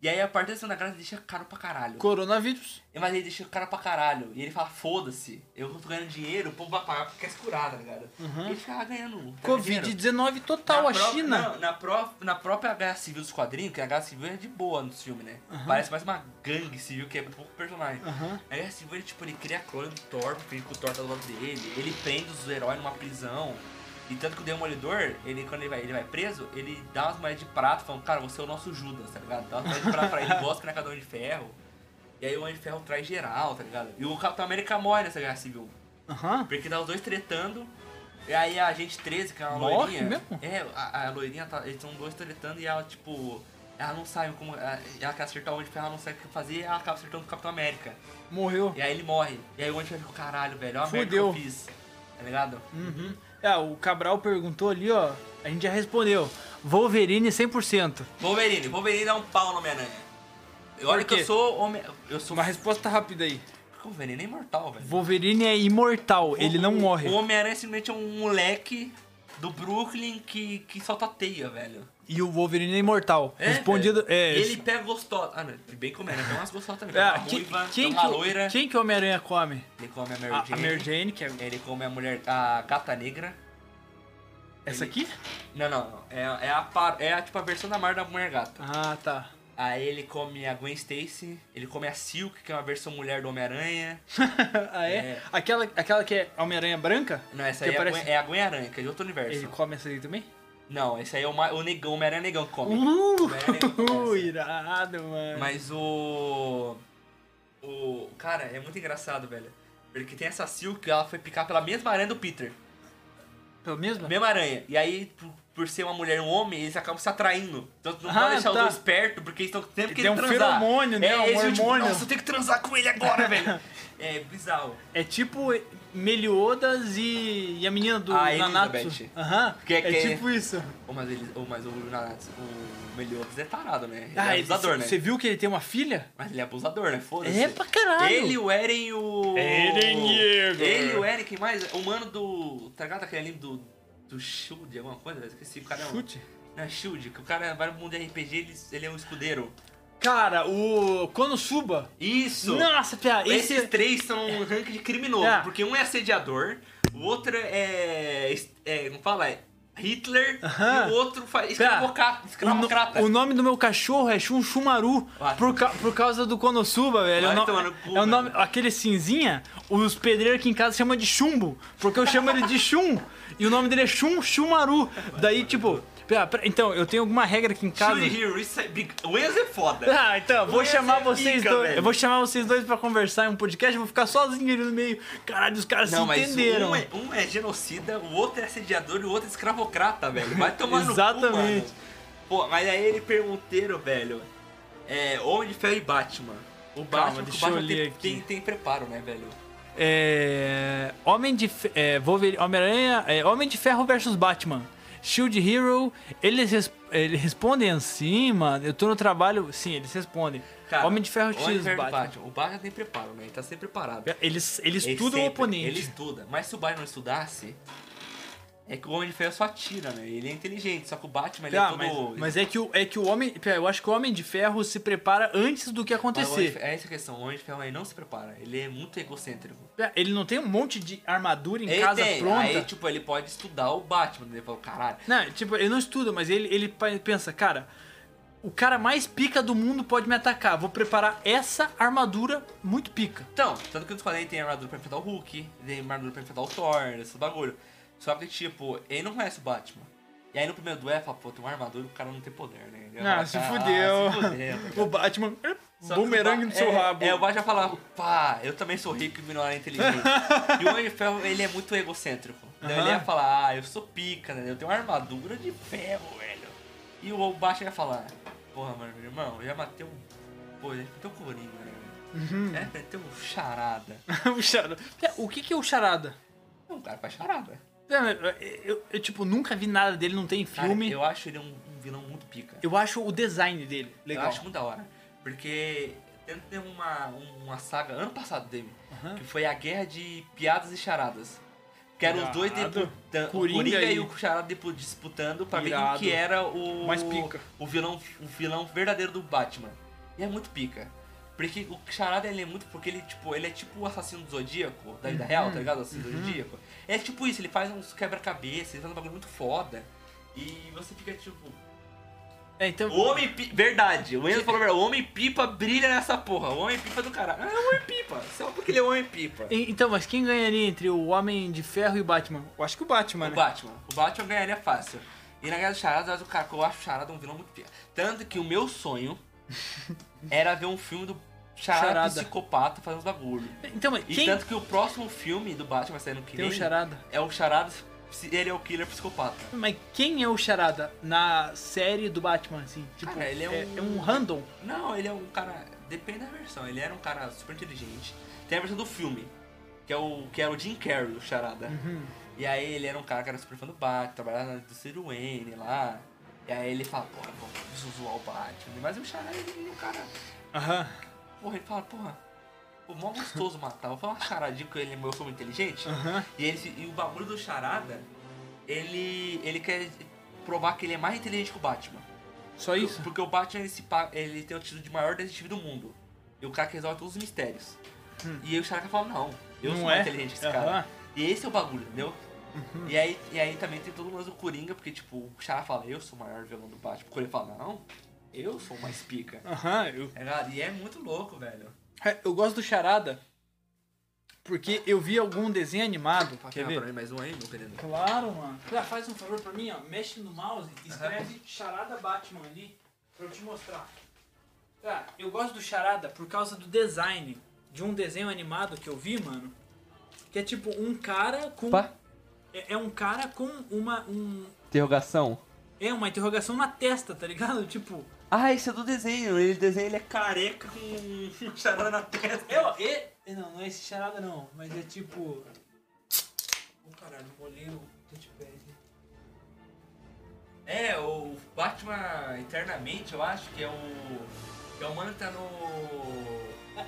Speaker 2: E aí a partir da segunda graça ele deixa caro pra caralho.
Speaker 1: Coronavírus.
Speaker 2: Mas ele deixa o cara pra caralho. E ele fala, foda-se, eu tô ganhando dinheiro, o povo vai pagar porque quer se curar, tá ligado?
Speaker 1: Uhum.
Speaker 2: E ele ficava ganhando. tá dinheiro.
Speaker 1: Covid-19 total,
Speaker 2: Na
Speaker 1: a
Speaker 2: pró-
Speaker 1: China.
Speaker 2: não, na, pró na própria guerra civil dos quadrinhos, que a guerra civil é de boa nos filmes, né?
Speaker 1: Uhum.
Speaker 2: Parece mais uma gangue civil que é pouco personagem.
Speaker 1: Aham.
Speaker 2: A guerra civil, ele, tipo, ele cria a clone do Thor, porque o Thor tá do lado dele. Ele prende os heróis numa prisão. E tanto que o Demolidor, ele, quando ele vai, ele vai preso, ele dá umas moedas de prata, falando, cara, você é o nosso Judas, tá ligado? Dá umas moedas de prata pra ele, gosta que não é cada um de ferro. E aí o Homem de Ferro traz geral, tá ligado? E o Capitão América morre nessa guerra civil.
Speaker 1: Aham.
Speaker 2: Porque dá os dois tretando. E aí a gente 13, que é uma
Speaker 1: Morre
Speaker 2: loirinha.
Speaker 1: mesmo?
Speaker 2: É, a, a loirinha, tá- eles são dois tretando e ela, tipo. Ela não sabe como. Ela, ela quer acertar o Homem de Ferro, ela não sabe o que fazer e ela acaba acertando o Capitão América.
Speaker 1: Morreu.
Speaker 2: E aí ele morre. E aí o Homem de Ferro fica, caralho, velho, olha a merda que
Speaker 1: Fudeu.
Speaker 2: eu fiz. Tá ligado?
Speaker 1: Uhum. É, o Cabral perguntou ali, ó. A gente já respondeu. Wolverine 100%.
Speaker 2: Wolverine, Wolverine dá um pau no Homem-Aranha. Olha
Speaker 1: Por
Speaker 2: que
Speaker 1: quê?
Speaker 2: eu sou homem. Eu sou.
Speaker 1: Uma resposta rápida aí.
Speaker 2: O Wolverine é imortal, velho.
Speaker 1: Wolverine é imortal, ele não
Speaker 2: O-
Speaker 1: morre.
Speaker 2: O Homem-Aranha simplesmente é um moleque do Brooklyn que, que solta teia, velvelho.
Speaker 1: E o Wolverine é imortal.
Speaker 2: É,
Speaker 1: Respondido.
Speaker 2: velho.
Speaker 1: É,
Speaker 2: Ele pega gostosa. Ah, não. Bem como é, né? Tem umas gostosas também. Tem
Speaker 1: é,
Speaker 2: uma
Speaker 1: que-
Speaker 2: ruiva,
Speaker 1: quem,
Speaker 2: tem uma
Speaker 1: que,
Speaker 2: loira.
Speaker 1: quem que o Homem-Aranha come?
Speaker 2: Ele come a Mary
Speaker 1: A,
Speaker 2: Jane.
Speaker 1: a Mary Jane, que é
Speaker 2: Ele come a mulher. A gata negra.
Speaker 1: essa
Speaker 2: ele-
Speaker 1: aqui?
Speaker 2: Não, não, não. É, é, a, par- é a, tipo a versão da Mar da mulher gata.
Speaker 1: Ah, tá. *laughs*
Speaker 2: Aí ele come a Gwen Stacy. Ele come a Silk, que é uma versão mulher do Homem-Aranha.
Speaker 1: ah, é?
Speaker 2: É.
Speaker 1: Aquela, aquela que é Homem-Aranha branca?
Speaker 2: Não, essa
Speaker 1: Que
Speaker 2: aí é,
Speaker 1: aparece-
Speaker 2: a Gwen, é a Gwen Aranha, que é de outro universo.
Speaker 1: Ele come essa aí também?
Speaker 2: Não, esse aí é o, ma- o negão, o Homem-Aranha negão que come.
Speaker 1: Uh, *laughs* irado, mano.
Speaker 2: Mas o. O. Cara, é muito engraçado, velho. Porque tem essa Silk, ela foi picar pela mesma aranha do Peter.
Speaker 1: Pelo É mesmo?
Speaker 2: Mesma aranha. E aí, por, por ser uma mulher e um homem, eles acacabam se atraindo. Então não
Speaker 1: Ah,
Speaker 2: pode deixar
Speaker 1: tá.
Speaker 2: os dois perto, porque eles estão sempre
Speaker 1: Tem um
Speaker 2: querendo transar.
Speaker 1: feromônio, né?
Speaker 2: É,
Speaker 1: Um
Speaker 2: eles ficam,
Speaker 1: hormônio.
Speaker 2: Tipo, Nossa, eu tenho que transar com
Speaker 1: *laughs*
Speaker 2: ele agora, velho. É bizarro.
Speaker 1: É tipo Meliodas e, e a menina do
Speaker 2: A
Speaker 1: Nanatsu.
Speaker 2: Ah, Elizabeth.
Speaker 1: Aham.
Speaker 2: Que-
Speaker 1: é
Speaker 2: que-
Speaker 1: tipo isso.
Speaker 2: Ô, mas, ele, ô, mas o, Nanatsu- o Meliodas é tarado, né? Ele
Speaker 1: Ah,
Speaker 2: é
Speaker 1: ele-
Speaker 2: abusador, né?
Speaker 1: Você viu que ele tem uma filha?
Speaker 2: Mas ele é abusador, né? Foda-se.
Speaker 1: É pra caralho.
Speaker 2: Ele, o Eren e o.
Speaker 1: Eren e Igor.
Speaker 2: Ele, o Eren, quem mais? O mano do. Tá ligado aquele anime do. Do Shield, alguma coisa? Eu Esqueci, o cara é um.
Speaker 1: Chute.
Speaker 2: Não, é Shield, que o cara vai no mundo de RPG, ele, ele é um escudeiro.
Speaker 1: Cara, o Konosuba.
Speaker 2: Isso!
Speaker 1: Nossa, piá, esse...
Speaker 2: Esses três são um ranking de criminoso,
Speaker 1: É.
Speaker 2: porque um é assediador, o outro é. é como fala? É Hitler,
Speaker 1: Aham.
Speaker 2: e o outro faz
Speaker 1: Pera,
Speaker 2: escravocrata.
Speaker 1: O, no-
Speaker 2: escravocrata.
Speaker 1: o nome do meu cachorro é Shun Shumaru
Speaker 2: Ah.
Speaker 1: por, ca- por causa do Konosuba, velho. É o
Speaker 2: Vai
Speaker 1: no-
Speaker 2: tomar no cu,
Speaker 1: é o nome,
Speaker 2: velho.
Speaker 1: aquele cinzinha, os pedreiros aqui em casa chamam de chumbo, porque eu chamo ele de Shun. E o nome dele é Shun Shumaru. Daí, tipo, pera, pera, então, eu tenho alguma regra aqui em casa.
Speaker 2: Shield Hero, isso é big. O Enzo é foda.
Speaker 1: *laughs* Ah, então, vou
Speaker 2: Esse
Speaker 1: chamar
Speaker 2: é
Speaker 1: vocês
Speaker 2: pica,
Speaker 1: dois.
Speaker 2: velho.
Speaker 1: Eu vou chamar vocês dois pra conversar em um podcast, eu vou ficar sozinho ali no meio. Caralho, os caras
Speaker 2: Não,
Speaker 1: se
Speaker 2: mas
Speaker 1: entenderam.
Speaker 2: um é, um é genocida, o outro é assediador e o outro é escravocrata, velho. Vai tomar no cu,
Speaker 1: Exatamente.
Speaker 2: mano. Pô, mas aí ele pergunteiro, velho. É, Homem de Ferro e Batman. O
Speaker 1: Calma,
Speaker 2: Batman,
Speaker 1: deixa
Speaker 2: o Batman
Speaker 1: eu
Speaker 2: tem,
Speaker 1: ler aqui.
Speaker 2: Tem, tem preparo, né, velho?
Speaker 1: É, Homem de Fe- é, Wolverine- Homem-Aranha, é, Homem de Ferro versus Batman. Shield Hero, eles, res- eles respondem assim, mano. Eu tô no trabalho, sim, eles respondem. Homem de Ferro
Speaker 2: Homem de
Speaker 1: X
Speaker 2: Ferro e
Speaker 1: Batman.
Speaker 2: O Batman tem preparo, né? Ele tá sempre preparado.
Speaker 1: Eles, eles
Speaker 2: Ele
Speaker 1: estudam o
Speaker 2: sempre-
Speaker 1: oponente.
Speaker 2: Ele estuda. Mas se o Batman não estudasse, é que o Homem de Ferro só atira, né? Ele é inteligente, só que o Batman ele
Speaker 1: Tá,
Speaker 2: é todo.
Speaker 1: mas, mas é que o é que o homem, pera, eu acho que o Homem de Ferro se prepara antes do que
Speaker 2: Mas o Homem de
Speaker 1: acontecer.
Speaker 2: Ferro- é essa a questão. O Homem de Ferro ele não se prepara. Ele é muito egocêntrico.
Speaker 1: Pera, Ele não tem um monte de armadura em
Speaker 2: Ele
Speaker 1: casa
Speaker 2: tem.
Speaker 1: pronta.
Speaker 2: Aí, tipo, ele pode estudar o Batman. né? Ele falou, caralho.
Speaker 1: Não, tipo, ele não estuda, mas ele, ele pa- pensa, cara, o cara mais pica do mundo pode me atacar. Vou preparar essa armadura muito pica.
Speaker 2: Então, tanto que nos quadrinhos tem armadura pra enfrentar o Hulk, tem armadura pra enfrentar o Thor, esses bagulho. Só que, tipo, ele não conhece o Batman. E aí no primeiro duelo, ele fala, pô, tem uma armadura e o cara não tem poder, né? Ele vai falar, "Ah, se *laughs* fudeu.
Speaker 1: o Batman,
Speaker 2: Só que o Ba- é, É, o Batman fala, pá, eu também sou rico e menor é inteligente. e o Homem de Ferro, ele é muito egocêntrico. Então
Speaker 1: Aham.
Speaker 2: ele ia falar, ah, eu sou pica, né? Eu tenho uma armadura de ferro, velho. E o Batman ia falar, porra, mano, meu irmão, eu já matei um... Pô, já matei um coringa, né?
Speaker 1: Uhum.
Speaker 2: velho? É, tem um charada.
Speaker 1: *laughs* o, charada. o que, que é o charada?
Speaker 2: É um cara pra charada.
Speaker 1: Eu, eu- eu, tipo, nunca vi nada dele, não tem
Speaker 2: Cara,
Speaker 1: filme. eu...
Speaker 2: eu acho ele um, um vilão muito pica.
Speaker 1: acho o design dele legal.
Speaker 2: Eu acho muito da hora. Porque tem- tem uma, uma saga ano passado dele,
Speaker 1: Aham.
Speaker 2: que foi a guerra de piadas e charadas. Que eram os dois
Speaker 4: Irado.
Speaker 2: disputando. o
Speaker 4: Coringa
Speaker 2: Coringa
Speaker 4: e-
Speaker 2: e o Charada dipu- disputando pra ver
Speaker 4: Irado.
Speaker 2: quem que era o.
Speaker 4: Mais pica.
Speaker 2: O vilão, o vilão verdadeiro do Batman. E é muito pica. Porque o Charada ele é muito. Porque ele, tipo, ele é tipo o assassino do Zodíaco, da vida real,
Speaker 4: Uhum.
Speaker 2: tá ligado? O assassino do Zodíaco. É tipo isso, ele faz uns quebra-cabeça, ele faz um bagulho muito foda. E você fica tipo.
Speaker 1: É, então.
Speaker 2: O homem pipa. Verdade, o Enzo falou verdade. O homem pipa brilha nessa porra. O homem pipa do caralho. Não, É o homem pipa. Só porque ele é o homem pipa.
Speaker 1: E- Então, mas quem ganharia entre o Homem de Ferro e o Batman?
Speaker 4: Eu acho que o Batman,
Speaker 2: O
Speaker 4: né?
Speaker 2: Batman. O Batman ganharia fácil. E na guerra do Charada, mas o cara, eu acho o Charada um vilão muito pior. Tanto que o meu *laughs* sonho era ver um filme do Charada,
Speaker 1: Charada.
Speaker 2: psicopata fazendo uns bagulho.
Speaker 1: Então, mas
Speaker 2: E
Speaker 1: quem
Speaker 2: tanto que o próximo filme do Batman vai sair no que
Speaker 1: tem
Speaker 2: vem,
Speaker 1: o Charada?
Speaker 2: é o Charada, ele é o killer psicopata.
Speaker 1: Mas quem é o Charada na série do Batman, assim? Tipo,
Speaker 2: Cara, ele é um-
Speaker 1: é um random.
Speaker 2: Não, ele é um cara. Depende da versão. Ele era um cara super inteligente. Tem a versão do filme, que é o que era o Jim Carrey, o Charada. E aí ele era um cara que era super fã do Batman, trabalhava na- do Ciro Wayne lá. E aí ele fala, porra, eu preciso zoar o Batman. Mas o Charada, ele, ele é um cara.
Speaker 4: Aham.
Speaker 2: Porra, ele fala, porra, o mó gostoso matar. Vou falar uma charadinha com ele, eu sou muito inteligente. E, ele, se- e o bagulho do Charada, ele, ele quer provar que ele é mais inteligente que o Batman.
Speaker 1: Só isso?
Speaker 2: Porque o Batman ele, se pa- ele tem o título de maior detetive do mundo. E o cara que resolve todos os mistérios. E aí o Charaka fala, não, eu
Speaker 4: Não
Speaker 2: sou mais
Speaker 4: é?
Speaker 2: inteligente que esse
Speaker 4: Aham.
Speaker 2: cara. E esse é o bagulho, entendeu? E, aí, e aí também tem todo o lance do Coringa, porque tipo, o Charaka fala, eu sou o maior vilão do Batman. O Coringa fala, não, eu sou o mais pica.
Speaker 4: Aham, eu,
Speaker 2: Tá ligado? E é muito louco, velho.
Speaker 1: É, Eu gosto do Charada porque eu vi algum desenho animado.
Speaker 2: Fala,
Speaker 1: Quer
Speaker 2: ah, pra
Speaker 1: ver?
Speaker 2: mim mais um aí, meu querido.
Speaker 1: Claro, mano. faz um favor pra mim, ó. Mexe no mouse e escreve Charada Batman ali pra eu te mostrar. Cara, eu gosto do Charada por causa do design de um desenho animado que eu vi, mano. Que é tipo um cara com. É, é um cara com uma. Um,
Speaker 2: Interrogação.
Speaker 1: é uma interrogação na testa, tá ligado? *laughs* Tipo.
Speaker 2: Ah, esse é do desenho. Ele desenho ele é careca com *laughs* um charada na testa.
Speaker 1: Eu, e, não, não é esse charada não, mas é tipo. Ô caralho, molhei o touchpad.
Speaker 2: É, o Batman internamente, eu acho que é o. É o mano que tá no.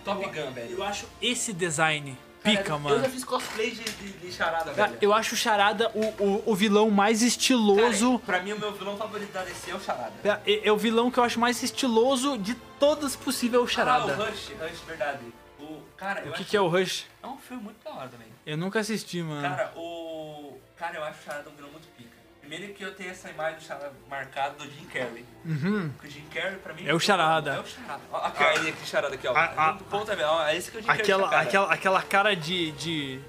Speaker 2: Top Gun, velho.
Speaker 1: Eu acho esse design
Speaker 2: Cara,
Speaker 1: pica,
Speaker 2: Eu
Speaker 1: mano.
Speaker 2: já fiz cosplay de, de, de charada,
Speaker 1: Cara,
Speaker 2: velho.
Speaker 1: eu acho o charada o, o, o vilão mais
Speaker 2: Cara,
Speaker 1: estiloso.
Speaker 2: pra mim, o meu vilão favorito da DC é o charada.
Speaker 1: É, é o vilão que eu acho mais estiloso de todas possível o
Speaker 2: Ah, o
Speaker 1: charada.
Speaker 2: Rush, Rush, verdade. O. Cara, eu
Speaker 1: O Ah. que,
Speaker 2: acho
Speaker 1: que é o Rush?
Speaker 2: É um filme muito da hora também.
Speaker 1: Eu nunca assisti, mano.
Speaker 2: Cara, o. Cara, eu acho o Charada um vilão muito pica. Primeiro que eu tenho essa imagem do Charada marcado do Jim Carrey.
Speaker 1: Uhum.
Speaker 2: Porque o Jim Carrey, pra mim.
Speaker 1: É o Charada.
Speaker 2: É o Charada. Ó, Aqui, ó, ele aqui, Charada aqui, ó.
Speaker 4: Ah, ah.
Speaker 2: Do ponto é mesmo, ó, é esse que o Jim Carrey tinha,
Speaker 1: Aquela,
Speaker 2: cara.
Speaker 1: aquela, aquela cara de, de,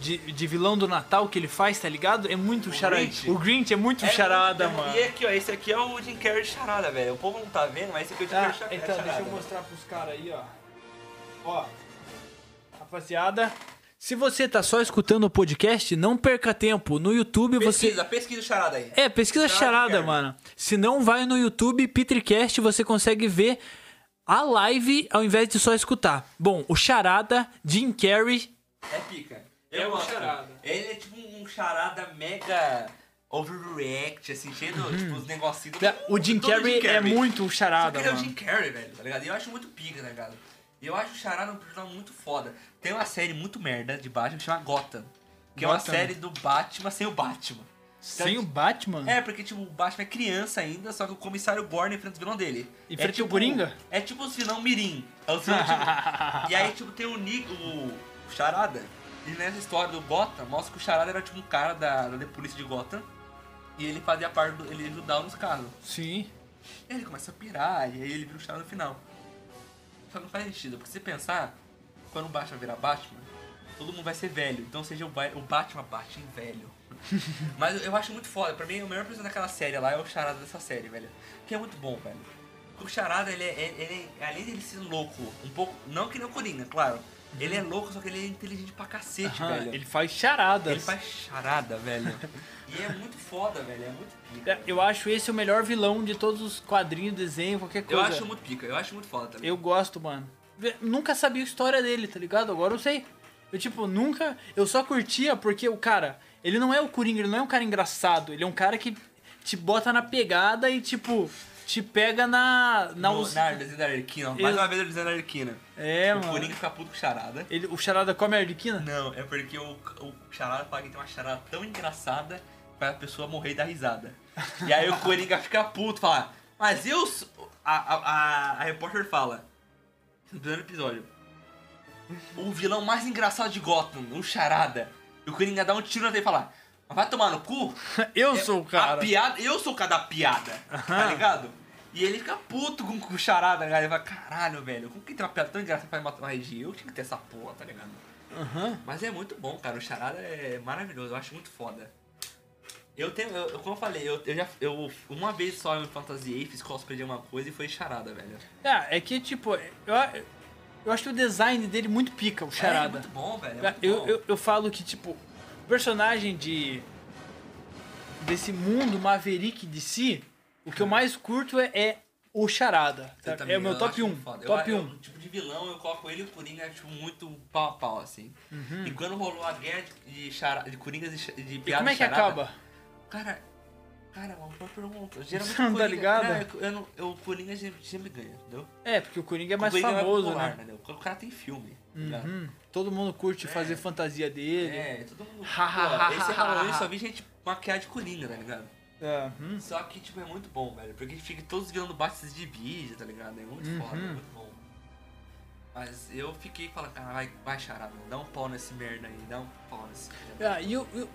Speaker 1: de, de vilão do Natal que ele faz, tá ligado? É muito charada.
Speaker 2: Grinch?
Speaker 1: O Grinch é muito
Speaker 2: É,
Speaker 1: charada,
Speaker 2: eu- eu-
Speaker 1: mano.
Speaker 2: E aqui, ó, esse aqui é o Jim Carrey de Charada, velho. O povo não tá vendo, mas esse aqui é o Jim
Speaker 1: Tá,
Speaker 2: Carrey de Charada.
Speaker 1: então, deixa eu mostrar pros caras aí, ó. Ó, rapaziada, se você tá só escutando o podcast, não perca tempo. No YouTube você.
Speaker 2: Pesquisa, pesquisa o Charada aí.
Speaker 1: É, pesquisa
Speaker 2: Charada,
Speaker 1: charada,
Speaker 2: cara.
Speaker 1: mano. Se não, vai no YouTube, Petricast, você consegue ver a live ao invés de só escutar. Bom, o Charada, Jim Carrey.
Speaker 2: É pica.
Speaker 1: É um
Speaker 2: gosto.
Speaker 1: charada.
Speaker 2: Ele é tipo um charada mega overreact, assim, cheio de tipo, os negocinhos do.
Speaker 1: Uhum. O Jim
Speaker 2: todo
Speaker 1: Carrey, é muito o
Speaker 2: Só que
Speaker 1: charada,
Speaker 2: ele é o Jim
Speaker 1: mano.
Speaker 2: Carrey, velho, tá ligado? E eu acho muito pica, tá ligado? E eu acho o Charada um personagem muito foda. Tem uma série muito merda de Batman que chama Gotham. Que é uma
Speaker 1: Gotham.
Speaker 2: série do Batman sem o Batman.
Speaker 1: Sem o Batman?
Speaker 2: É, porque, tipo, o Batman é criança ainda, só que o comissário Gordon enfrenta o vilão dele.
Speaker 1: E
Speaker 2: é,
Speaker 1: enfrenta o Coringa?
Speaker 2: É tipo os vilão mirim. É os vilão,
Speaker 1: *laughs*
Speaker 2: tipo- e aí, tipo, tem o Nick, o o Charada. E nessa história do Gotham, mostra que o Charada era, tipo, um cara da, da polícia de Gotham. E ele fazia parte do... Ele ajudava nos casos.
Speaker 1: Sim.
Speaker 2: E aí ele começa a pirar, e aí ele vira o Charada no final. Só que não faz sentido, porque se você pensar, quando o Batman virar Batman, todo mundo vai ser velho. Então seja o, Ba- o Batman Batman velho. *laughs* Mas eu- eu acho muito foda. Pra mim, o melhor personagem daquela série lá é o Charada dessa série, velho. Que é muito bom, velho. O Charada, ele é, ele- ele é- além dele ser louco, um pouco. Não que nem o Coringa, claro. Ele é louco, só que ele é inteligente pra cacete,
Speaker 1: Ah,
Speaker 2: velho.
Speaker 1: Uhum. ele faz charadas.
Speaker 2: Ele faz charada,
Speaker 1: *laughs*
Speaker 2: velho. e é muito foda, velho. É muito pica.
Speaker 1: É, Eu acho esse o melhor vilão de todos os quadrinhos, desenho, qualquer
Speaker 2: Eu
Speaker 1: coisa.
Speaker 2: acho muito pica, eu acho muito foda também.
Speaker 1: Eu gosto, mano. Vê, Nunca sabia a história dele, tá ligado? Agora eu sei. Eu, tipo, nunca. Eu só curtia porque o cara. Ele não é o Coringa, ele não é um cara engraçado. Ele é um cara que te bota na pegada e, tipo. te pega na. na
Speaker 2: No-
Speaker 1: os-
Speaker 2: Na Arlequina da Arlequina. ó. Mais
Speaker 1: Ex-
Speaker 2: uma vez ele dizendo a Arlequina.
Speaker 1: É,
Speaker 2: o Coringa
Speaker 1: mano.
Speaker 2: fica puto com charada.
Speaker 1: Ele, o charada come a arlequina?
Speaker 2: Não, é porque o, o charada fala que tem uma charada tão engraçada pra a pessoa morrer e dar risada. E aí
Speaker 1: *laughs*
Speaker 2: o Coringa fica puto, fala, mas eu. sou-" A, a, a, a repórter fala, no primeiro episódio, o vilão mais engraçado de Gotham, o charada. E o Coringa dá um tiro na tela e fala, "Mas vai tomar no cu?
Speaker 1: Eu sou o
Speaker 2: É, A
Speaker 1: cara.
Speaker 2: piada, eu sou o cara da piada, tá ligado? E ele fica puto com, com o charada, né? Ele fala, caralho, velho, como que tem uma piada tão engraçada pra matar uma regia? Eu tinha que ter essa porra, tá ligado?
Speaker 1: Aham.
Speaker 2: Mas é muito bom, cara. O charada é maravilhoso, eu acho muito foda. Eu tenho, eu, eu- como eu falei, eu, eu já, eu uma vez só eu me fantasiei, fiz cosplay de uma coisa e foi charada, velho.
Speaker 1: Ah, é que, tipo, eu, eu acho que o design dele muito pica, o
Speaker 2: É
Speaker 1: charada.
Speaker 2: muito bom, velho. É
Speaker 1: Ah,
Speaker 2: muito
Speaker 1: Eu,
Speaker 2: bom.
Speaker 1: eu, eu falo que, tipo, o personagem de. desse mundo Maverick de si, o que eu mais curto é, é o Charada.
Speaker 2: Eu
Speaker 1: tá?
Speaker 2: também,
Speaker 1: É o meu
Speaker 2: eu
Speaker 1: top
Speaker 2: acho
Speaker 1: 1.
Speaker 2: foda.
Speaker 1: Top
Speaker 2: eu,
Speaker 1: 1.
Speaker 2: eu- tipo de vilão, eu coloco ele e o Coringa, tipo, muito pau a pau, assim. E quando rolou a guerra de, de, chara- de Coringas e cha- de
Speaker 1: Uhum. e
Speaker 2: piada
Speaker 1: como é que
Speaker 2: charada,
Speaker 1: acaba?
Speaker 2: Cara, cara, uma boa
Speaker 1: *laughs*
Speaker 2: pergunta. um Geralmente
Speaker 1: Você não
Speaker 2: o
Speaker 1: tá
Speaker 2: Coringa-
Speaker 1: ligado?
Speaker 2: Não, eu, eu não, eu, o Coringa sempre, sempre ganha, entendeu?
Speaker 1: É, porque o Coringa é
Speaker 2: O
Speaker 1: mais
Speaker 2: Coringa
Speaker 1: famoso,
Speaker 2: popular,
Speaker 1: né?
Speaker 2: entendeu? O cara tem filme, tá ligado?
Speaker 1: Uhum. Todo mundo curte
Speaker 2: É.
Speaker 1: fazer fantasia dele.
Speaker 2: É, todo mundo.
Speaker 1: Ha, ha,
Speaker 2: Pô,
Speaker 1: ha,
Speaker 2: esse
Speaker 1: ha, ha,
Speaker 2: Halloween
Speaker 1: ha.
Speaker 2: só vi gente maquiada de Coringa, tá ligado?
Speaker 1: É, uhum.
Speaker 2: Só que, tipo, é muito bom, velho. Porque fica todos virando bates de vídeo, tá ligado? É muito
Speaker 1: Uhum.
Speaker 2: foda, é muito bom. Mas eu fiquei falando, cara, vai, vai charada, mano. Dá um pau nesse merda aí, dá um pau nesse merda.
Speaker 1: Ah, e o- e o-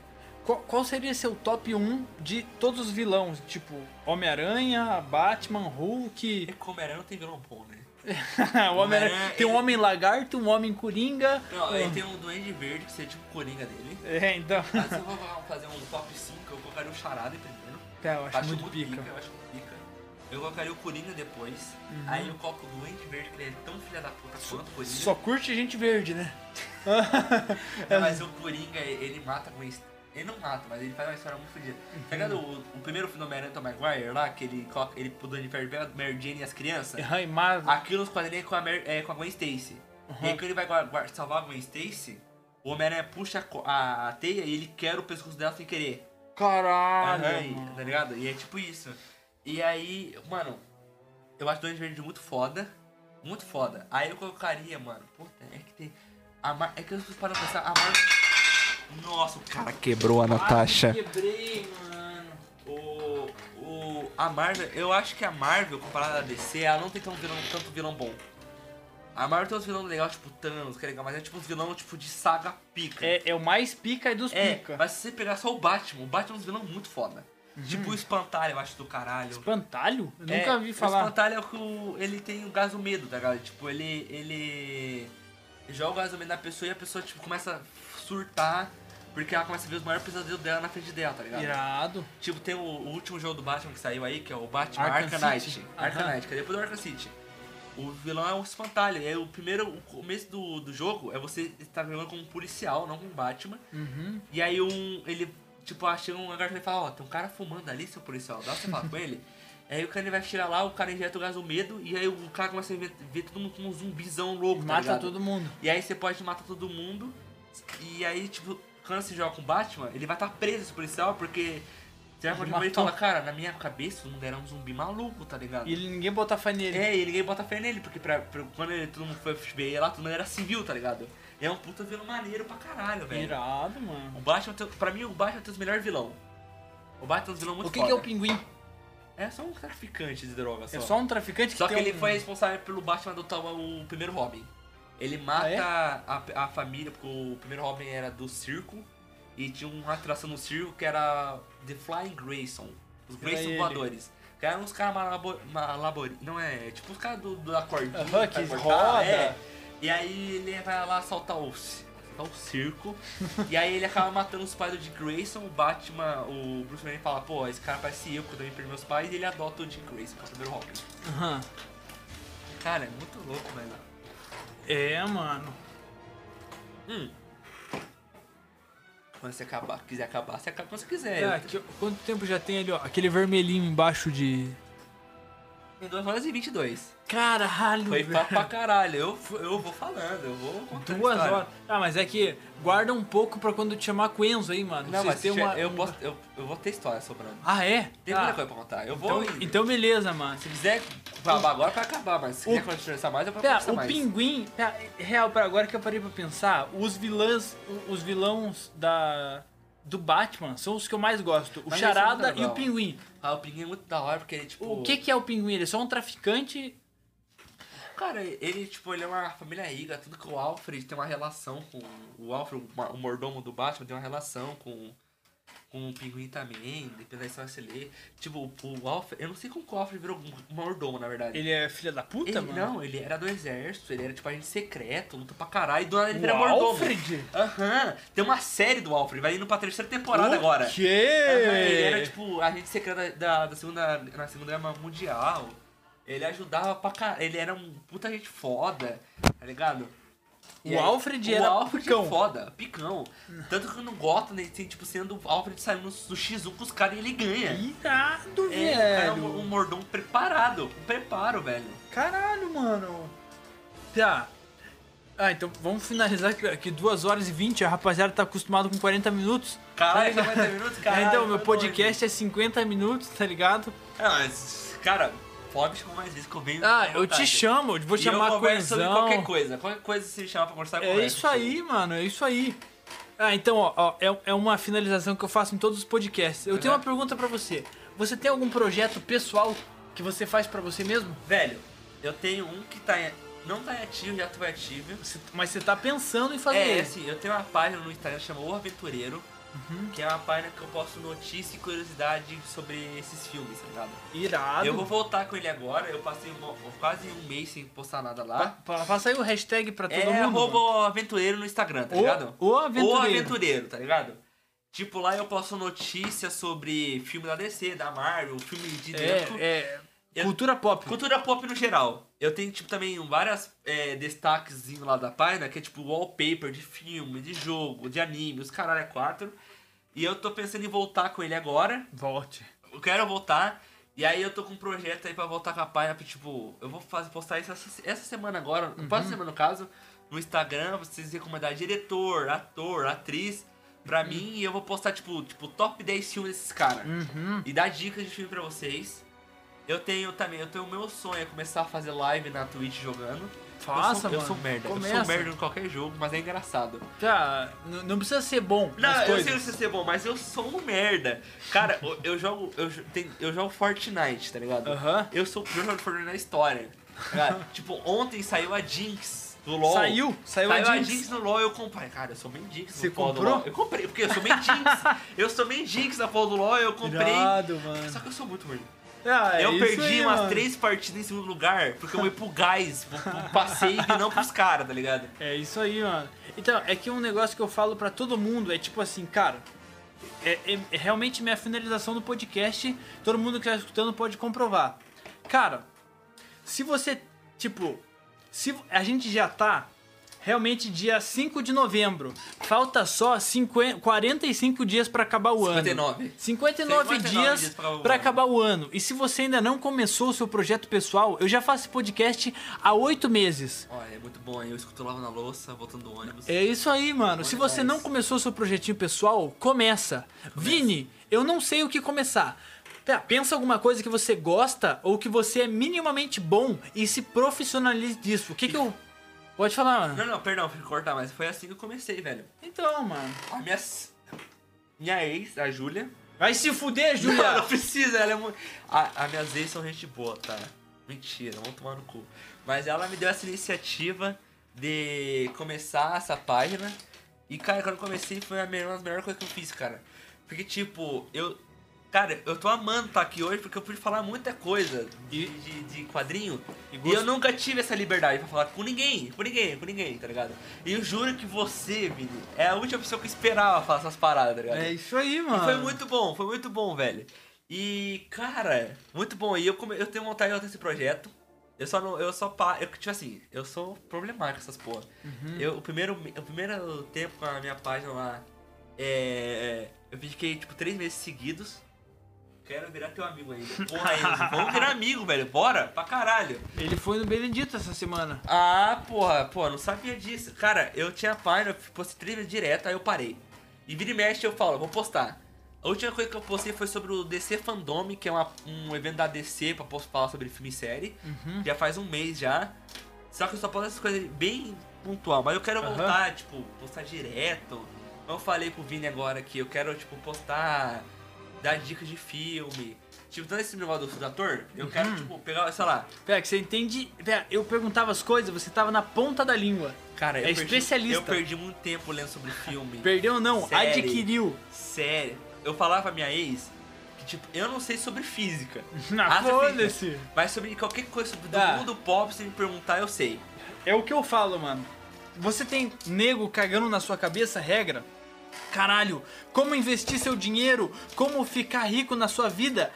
Speaker 1: qual, qual seria seu top 1 de todos os vilões? Tipo, Homem-Aranha, Batman, Hulk. *laughs*
Speaker 2: E como era, não tem vilão bom, né?
Speaker 1: o Homem
Speaker 2: Homem-Aranha,
Speaker 1: tem um
Speaker 2: ele-
Speaker 1: homem lagarto, um homem coringa.
Speaker 2: Não, aí
Speaker 1: um-
Speaker 2: tem um Duende Verde, que seria tipo o Coringa dele.
Speaker 1: É, então. *laughs*
Speaker 2: Mas eu vou fazer um top 5, eu colocaria o Charada em primeiro.
Speaker 1: Tá, eu acho,
Speaker 2: acho
Speaker 1: muito pica.
Speaker 2: Eu acho muito pica. Eu colocaria o Coringa depois.
Speaker 1: Uhum.
Speaker 2: Aí eu coloco o Duende Verde, que ele é tão filha da puta quanto o Coringa.
Speaker 1: Só curte gente verde,
Speaker 2: *laughs*
Speaker 1: né?
Speaker 2: Não,
Speaker 1: *laughs*
Speaker 2: É, mas o Coringa, ele mata com isso. Ele não mata, mas ele faz uma história muito fodida. Tá ligado o, o primeiro filme do Homem-Aranha Tom Maguire lá, que ele coloca ele pro Duende Verde pega a Mary Jane e as crianças?
Speaker 1: Aham, e mas...
Speaker 2: Aquilo nos quadrinhos é com a, Mary, é com a Gwen Stacy. E aí quando ele vai guar- guar- salvar a Gwen Stacy, o Homem-Aranha puxa a co- a, a teia e ele quebra o pescoço dela sem querer.
Speaker 1: Caralho.
Speaker 2: Aham, e-
Speaker 1: mano.
Speaker 2: tá ligado? E é tipo isso. E aí, mano, eu acho Duende Verde muito foda. Muito foda. Aí eu colocaria, mano. Puta, é que tem. a Mar- É que eu paro pra pensar, a Mar... Nossa, o cara quebrou a
Speaker 1: Ai, Quebrei, mano.
Speaker 2: O. O. A Marvel, eu acho que a Marvel, comparada à DC, ela não tem tão vilão, tanto vilão bom. A Marvel tem uns vilões legais, tipo Thanos, que é legal, mas é tipo uns vilão tipo de saga pica.
Speaker 1: É, é o mais pica dos
Speaker 2: É,
Speaker 1: pica.
Speaker 2: mas se você pegar só o Batman, o Batman é um vilão muito foda. Tipo o Espantalho, eu acho do caralho.
Speaker 1: Espantalho? Eu
Speaker 2: É,
Speaker 1: Uhum. nunca vi falar.
Speaker 2: O espantalho é o que o- ele tem o gás do medo, tá ligado? Tipo, ele. ele. joga o gás do medo na pessoa e a pessoa, tipo, começa a surtar. Porque ela começa a ver os maiores pesadelos dela na frente dela, tá ligado?
Speaker 1: Irado.
Speaker 2: Tipo, tem o, o último jogo do Batman que saiu aí, que é o Batman
Speaker 1: Arkham
Speaker 2: Arkham,
Speaker 1: City.
Speaker 2: Knight. Arkham
Speaker 1: Aham.
Speaker 2: Knight, que é depois do Arkham City. O vilão é o espantalho. É o primeiro. O começo do, do jogo é você estar jogando como um policial, não com um Batman.
Speaker 1: Uhum.
Speaker 2: E aí um. Ele, tipo, ah, chega um garçom e fala, ó, tem um cara fumando ali, seu policial, dá pra você falar com ele? *laughs* Aí o cara ele vai tirar lá, o cara injeta o gás do medo, e aí o cara começa a ver, ver todo mundo como um zumbizão louco, tá
Speaker 1: Mata
Speaker 2: ligado?
Speaker 1: todo mundo.
Speaker 2: E aí você pode matar todo mundo. E aí, tipo, quando você joga com o Batman, ele vai estar preso esse policial, porque. Você vai continuar e
Speaker 1: matou.
Speaker 2: fala, cara, na minha cabeça o mundo era um zumbi maluco, tá ligado?
Speaker 1: E ele- ninguém bota fé nele.
Speaker 2: É, e ninguém bota fé nele, porque pra, pra- quando ele, todo mundo foi pro FBI lá, todo mundo era civil, tá ligado? E é um puta vilão maneiro pra caralho, velho.
Speaker 1: Irado, mano.
Speaker 2: O Batman, tem, pra mim, o Batman tem os melhores vilão. O Batman tem os vilão muito
Speaker 1: o que,
Speaker 2: foda.
Speaker 1: que é o pinguim?
Speaker 2: É só um traficante de droga, só.
Speaker 1: É só um traficante que
Speaker 2: Só que
Speaker 1: tem
Speaker 2: ele
Speaker 1: um...
Speaker 2: foi responsável pelo Batman adotar o primeiro Robin. Ele mata
Speaker 1: Ah, é?
Speaker 2: a, a família, porque o primeiro Robin era do circo. E tinha uma atração no circo que era The Flying Grayson. Os
Speaker 1: Era
Speaker 2: Grayson
Speaker 1: ele.
Speaker 2: voadores. Que eram uns caras malabo- malabori... Não é, é tipo os caras do, do- da cordinha.
Speaker 1: Aham,
Speaker 2: pra
Speaker 1: que
Speaker 2: cortar,
Speaker 1: roda.
Speaker 2: é. E aí ele vai lá assaltar o, ci- assaltar
Speaker 1: *laughs*
Speaker 2: o circo. e aí ele acaba matando os pais do Dick Grayson. O Batman, o Bruce Wayne fala, pô, esse cara parece eu, porque eu também perdi meus pais. E ele adota o Dick Grayson, que é o primeiro Robin.
Speaker 1: Aham.
Speaker 2: Cara, é muito louco, velho.
Speaker 1: É, mano.
Speaker 2: Quando você acabar, quiser acabar, você acaba quando você
Speaker 1: É,
Speaker 2: quiser.
Speaker 1: aqui, ó, quanto tempo já tem ali, ó? Aquele vermelhinho embaixo de...
Speaker 2: em 2 horas e 22.
Speaker 5: Caralho,
Speaker 2: Foi
Speaker 5: velho.
Speaker 2: papo pra caralho. Eu, eu vou falando, eu vou contando. a
Speaker 1: Duas
Speaker 2: história.
Speaker 1: horas. Ah, mas é que guarda um pouco pra quando te chamar Quenzo aí, mano.
Speaker 2: Não,
Speaker 1: Vocês
Speaker 2: mas
Speaker 1: têm
Speaker 2: se
Speaker 1: uma-
Speaker 2: tiver- eu, posso, eu, eu vou ter história sobrando.
Speaker 1: Ah, é?
Speaker 2: Tem
Speaker 1: Tá.
Speaker 2: muita coisa pra contar. Eu vou.
Speaker 1: Então,
Speaker 2: indo.
Speaker 1: então beleza, mano.
Speaker 2: se quiser babar agora, vai acabar, mas se
Speaker 1: O-
Speaker 2: quiser conversar mais, eu vou
Speaker 1: Pera,
Speaker 2: conversar
Speaker 1: o
Speaker 2: mais.
Speaker 1: pinguim. Pera, real, pera, agora que eu parei pra pensar, os vilãs. Os vilões da. Do Batman são os que eu mais gosto. O
Speaker 2: Mas esse é
Speaker 1: Charada e
Speaker 2: muito
Speaker 1: o
Speaker 2: legal.
Speaker 1: Pinguim.
Speaker 2: Ah, o Pinguim é muito da hora, porque ele, tipo.
Speaker 1: O que, que é o Pinguim? Ele é só um traficante.
Speaker 2: Cara, ele, tipo, ele é uma família rica, tudo que o Alfred tem uma relação com. O Alfred, o ma- o mordomo do Batman, tem uma relação com. Com o pinguim também, dependendo da história que você lê. Tipo, o Alfred. Eu não sei como que o Alfred virou um mordomo, na verdade.
Speaker 1: Ele é filha da puta,
Speaker 2: Ele-
Speaker 1: mano?
Speaker 2: Não, ele era do exército, ele era tipo agente secreto, luta pra caralho, e do nada ele
Speaker 1: O
Speaker 2: vira mordomo.
Speaker 1: Alfred?
Speaker 2: Aham, tem uma série do Alfred, vai indo pra terceira temporada agora.
Speaker 1: O quê?
Speaker 2: Aham, ele era tipo agente secreto da, da segunda, na Segunda Guerra Mundial. Ele ajudava pra caralho, ele era um puta gente foda, tá ligado? E
Speaker 1: O Alfred
Speaker 2: o
Speaker 1: era
Speaker 2: Alfred
Speaker 1: picão.
Speaker 2: é foda, picão. Tanto que no Gotham, ele tem, tipo, sendo o Alfred saindo do X1 com os caras e ele ganha.
Speaker 1: Irado,
Speaker 2: É, o cara é
Speaker 1: velho.
Speaker 2: um, um mordomo preparado, um preparo, velho.
Speaker 1: Caralho, mano. Tá. Ah, então vamos finalizar que, que 2 horas e 20. A rapaziada tá acostumado com 40 minutos.
Speaker 2: Caralho,
Speaker 1: *laughs*
Speaker 2: 50 minutos, caralho.
Speaker 1: então, meu
Speaker 2: foi
Speaker 1: podcast é 50 minutos, tá ligado?
Speaker 2: doido. Ah, mas, cara, pode chamar mais vezes que eu venho.
Speaker 1: Ah,
Speaker 2: à
Speaker 1: eu te
Speaker 2: vontade.
Speaker 1: chamo, eu vou
Speaker 2: E
Speaker 1: chamar
Speaker 2: eu
Speaker 1: a
Speaker 2: converso sobre qualquer
Speaker 1: coesão.
Speaker 2: coisa. Qualquer coisa se me chamar pra conversar, eu
Speaker 1: É
Speaker 2: converso.
Speaker 1: isso aí, mano, é isso aí. Ah, então, ó, ó, é, é uma finalização que eu faço em todos os podcasts. Eu tenho uma pergunta pra você. Você tem algum projeto pessoal que você faz pra você mesmo?
Speaker 2: Velho, eu tenho um que tá em- não tá em ativo, já tô em ativo.
Speaker 1: Você- Mas você tá pensando em fazer
Speaker 2: É,
Speaker 1: ele.
Speaker 2: assim, eu tenho uma página no Instagram que chama O Aventureiro.
Speaker 1: Uhum.
Speaker 2: Que é uma página que eu posto notícia e curiosidade sobre esses filmes, tá ligado?
Speaker 1: Irado.
Speaker 2: Eu vou voltar com ele agora, eu passei uma- quase um mês sem postar nada lá.
Speaker 1: Pa- pa- Passa aí o hashtag pra Tá, todo
Speaker 2: é
Speaker 1: mundo.
Speaker 2: arroba
Speaker 1: mano.
Speaker 2: o aventureiro no Instagram, tá
Speaker 1: O-
Speaker 2: ligado?
Speaker 1: o aventureiro.
Speaker 2: O aventureiro, tá ligado? Tipo, lá eu posto notícias sobre filme da DC, da Marvel, filme de dentro.
Speaker 1: É, é
Speaker 2: tipo, Eu-
Speaker 1: cultura pop.
Speaker 2: Cultura pop no geral. Eu tenho, tipo, também várias é, destaquezinho lá da página, que é tipo wallpaper de filme, de jogo, de anime, os caralho é quatro. E eu tô pensando em voltar com ele agora.
Speaker 1: Volte.
Speaker 2: Eu quero voltar. E aí eu tô com um projeto aí pra voltar com a página, pra, tipo, eu vou fazer, postar isso essa, essa semana agora, uhum. próxima semana no caso, no Instagram, vocês recomendar diretor, ator, atriz pra mim e eu vou postar, tipo, tipo, top 10 filmes desses caras.
Speaker 1: Uhum.
Speaker 2: E dar dicas de filme pra vocês. Eu tenho também, eu tenho o meu sonho é começar a fazer live na Twitch jogando.
Speaker 1: Faça,
Speaker 2: eu
Speaker 1: mano.
Speaker 2: sou, Eu sou um merda. Eu
Speaker 1: Começa.
Speaker 2: sou merda em qualquer jogo, mas é engraçado.
Speaker 1: Tá, n- não precisa ser bom.
Speaker 2: Não,
Speaker 1: nas
Speaker 2: eu
Speaker 1: coisas.
Speaker 2: sei que você ser bom, mas eu sou um merda. Cara, eu, eu jogo. Eu, jo- tem- eu jogo Fortnite, tá ligado?
Speaker 1: Aham.
Speaker 2: Eu sou o pior jogador de Fortnite na história. Cara,
Speaker 1: *laughs*
Speaker 2: tipo, ontem saiu a Jinx do LoL.
Speaker 1: Saiu? Saiu a Jinx.
Speaker 2: no LoL eu comprei. Cara, eu sou bem Jinx
Speaker 1: Você
Speaker 2: no LoL do
Speaker 1: comprou?
Speaker 2: LoL. Eu comprei, porque eu sou bem
Speaker 1: *laughs*
Speaker 2: Jinx. eu sou bem Jinx na polo do LoL, eu comprei.
Speaker 1: Irado, mano.
Speaker 2: Só que eu sou muito ruim.
Speaker 1: Ah, é
Speaker 2: eu
Speaker 1: isso
Speaker 2: perdi
Speaker 1: aí,
Speaker 2: umas
Speaker 1: mano.
Speaker 2: três partidas em segundo lugar, porque eu fui pro gás, pro, pro passeio e não pros caras, tá ligado?
Speaker 1: É isso aí, mano. Então, é que um negócio que eu falo pra todo mundo é tipo assim, cara. É, é- é realmente minha finalização do podcast. Todo mundo que tá escutando pode comprovar. Cara, se você. Tipo, se a gente já tá realmente dia 5 de novembro. Falta só 50, 45 dias pra acabar o ano.
Speaker 2: 59.
Speaker 1: 59
Speaker 2: 59
Speaker 1: dias
Speaker 2: dias pra acabar o
Speaker 1: pra
Speaker 2: ano.
Speaker 1: acabar o ano. E se você ainda não começou o seu projeto pessoal, eu já faço esse podcast há oito meses.
Speaker 2: Olha, é muito bom, eu escuto lavando a louça, voltando do ônibus.
Speaker 1: É isso aí, mano. Se você não começou seu projetinho pessoal, começa. Vini, eu não sei o que começar. Tá, Pensa alguma coisa que você gosta ou que você é minimamente bom e se profissionalize disso. O que que eu... Pode falar, mano.
Speaker 2: Não, não, perdão, fui cortar, mas foi assim que eu comecei, velho.
Speaker 1: Então, mano.
Speaker 2: A minha. s- Minha ex, a Júlia.
Speaker 1: Vai se fuder,
Speaker 2: Não,
Speaker 1: Julia.
Speaker 2: não precisa, ela é muito. A, a minhas ex são gente boa, tá? Mentira, vamos tomar no cu. Mas ela me deu essa iniciativa de começar essa página. E, cara, quando eu comecei foi a melhor, uma das melhores coisas que eu fiz, cara. Porque, tipo, eu. Cara, eu tô amando estar aqui hoje porque eu pude falar muita coisa de, de, de quadrinho. E, eu nunca tive essa liberdade pra falar com ninguém, com ninguém, com ninguém, tá ligado? E eu juro que você, Vini, é a última pessoa que eu esperava falar essas paradas, tá ligado?
Speaker 1: É isso aí,
Speaker 2: E
Speaker 1: mano.
Speaker 2: foi muito bom, foi muito bom, velho. E, cara, muito bom. E eu, come- eu tenho vontade de ter esse projeto. Eu só não. Eu só pa... eu, Tipo assim, eu sou problemático essas porra. Eu, o, primeiro, me- o primeiro tempo com a minha página lá. É. Eu fiquei, tipo, três meses seguidos. Quero virar teu amigo ainda. Porra, Enzo, vamos virar amigo, velho. Bora? Pra caralho.
Speaker 6: Ele foi no Benedito essa semana.
Speaker 2: Ah, porra, pô, não sabia disso. Cara, eu tinha página, eu postei trilha direto, aí eu parei. E vira e mexe, eu falo, vou postar. A última coisa que eu postei foi sobre o DC Fandome, que é uma- um evento da DC pra posso falar sobre filme e série. Já faz um mês já. Só que eu só posto essas coisas bem pontual. Mas eu quero
Speaker 6: Aham.
Speaker 2: voltar, tipo, postar direto. Eu falei pro Vini agora que eu quero, tipo, postar, dar dicas de filme. Tipo, dando esse negócio do do ator, eu quero, tipo, pegar, sei lá,
Speaker 1: Pera, que você entende. Pera, eu perguntava as coisas, você tava na ponta da língua.
Speaker 2: Cara, eu
Speaker 1: É
Speaker 2: perdi-
Speaker 1: especialista.
Speaker 2: Eu perdi muito tempo lendo sobre filme.
Speaker 1: Perdeu ou não?
Speaker 2: Série.
Speaker 1: Adquiriu.
Speaker 2: Sério. Eu falava pra minha ex que, tipo, eu não sei
Speaker 1: *laughs*
Speaker 2: sobre física.
Speaker 1: Na
Speaker 2: Astrofísica.
Speaker 1: Ah, foda-se.
Speaker 2: Mas sobre qualquer coisa sobre do
Speaker 1: Tá.
Speaker 2: mundo pop, se me perguntar, eu sei.
Speaker 1: É o que eu falo, mano. Você tem nego cagando na sua cabeça regra? Caralho, como investir seu dinheiro? Como ficar rico na sua vida?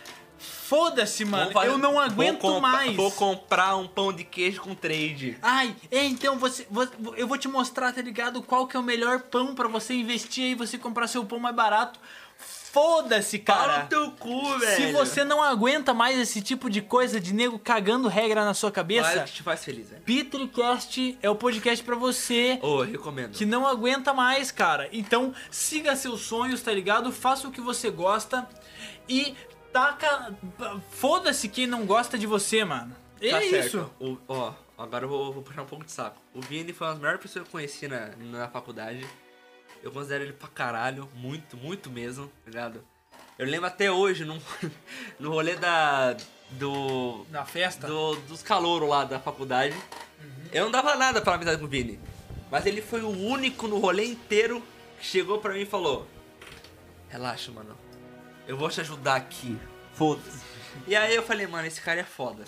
Speaker 1: Foda-se, mano.
Speaker 2: Vou fazer-
Speaker 1: eu não
Speaker 2: vou
Speaker 1: aguento
Speaker 2: compa-
Speaker 1: mais.
Speaker 2: Vou comprar um pão de queijo com trade.
Speaker 1: Ai, é, então você, vo- vo- eu vou te mostrar, tá ligado? Qual que é o melhor pão pra você investir aí, você comprar seu pão mais barato. Foda-se,
Speaker 2: Para
Speaker 1: cara.
Speaker 2: o teu cu, velho.
Speaker 1: Se você não aguenta mais esse tipo de coisa de nego cagando regra na sua
Speaker 2: Faz o
Speaker 1: cabeça,
Speaker 2: que te faz feliz, velho.
Speaker 1: Petricast é o podcast pra você
Speaker 2: Ô, eu recomendo.
Speaker 1: que não aguenta mais, cara. Então, siga seus sonhos, tá ligado? Faça o que você gosta e taca. Foda-se quem não gosta de você, mano. É
Speaker 2: Tá certo.
Speaker 1: isso.
Speaker 2: O- ó, agora eu vou, vou puxar um pouco de saco. O Vini foi uma das melhores pessoas que eu conheci na, na faculdade. Eu considero ele pra caralho, muito, muito mesmo, tá ligado? Eu lembro até hoje, num, *laughs* no rolê da. do.
Speaker 1: Na festa.
Speaker 2: do- dos calouros lá da faculdade. Eu não dava nada pra amizade com o Vini. Mas ele foi o único no rolê inteiro que chegou pra mim e falou: Relaxa, mano. Eu vou te ajudar aqui. Foda-se. E aí eu falei, mano, esse cara é foda.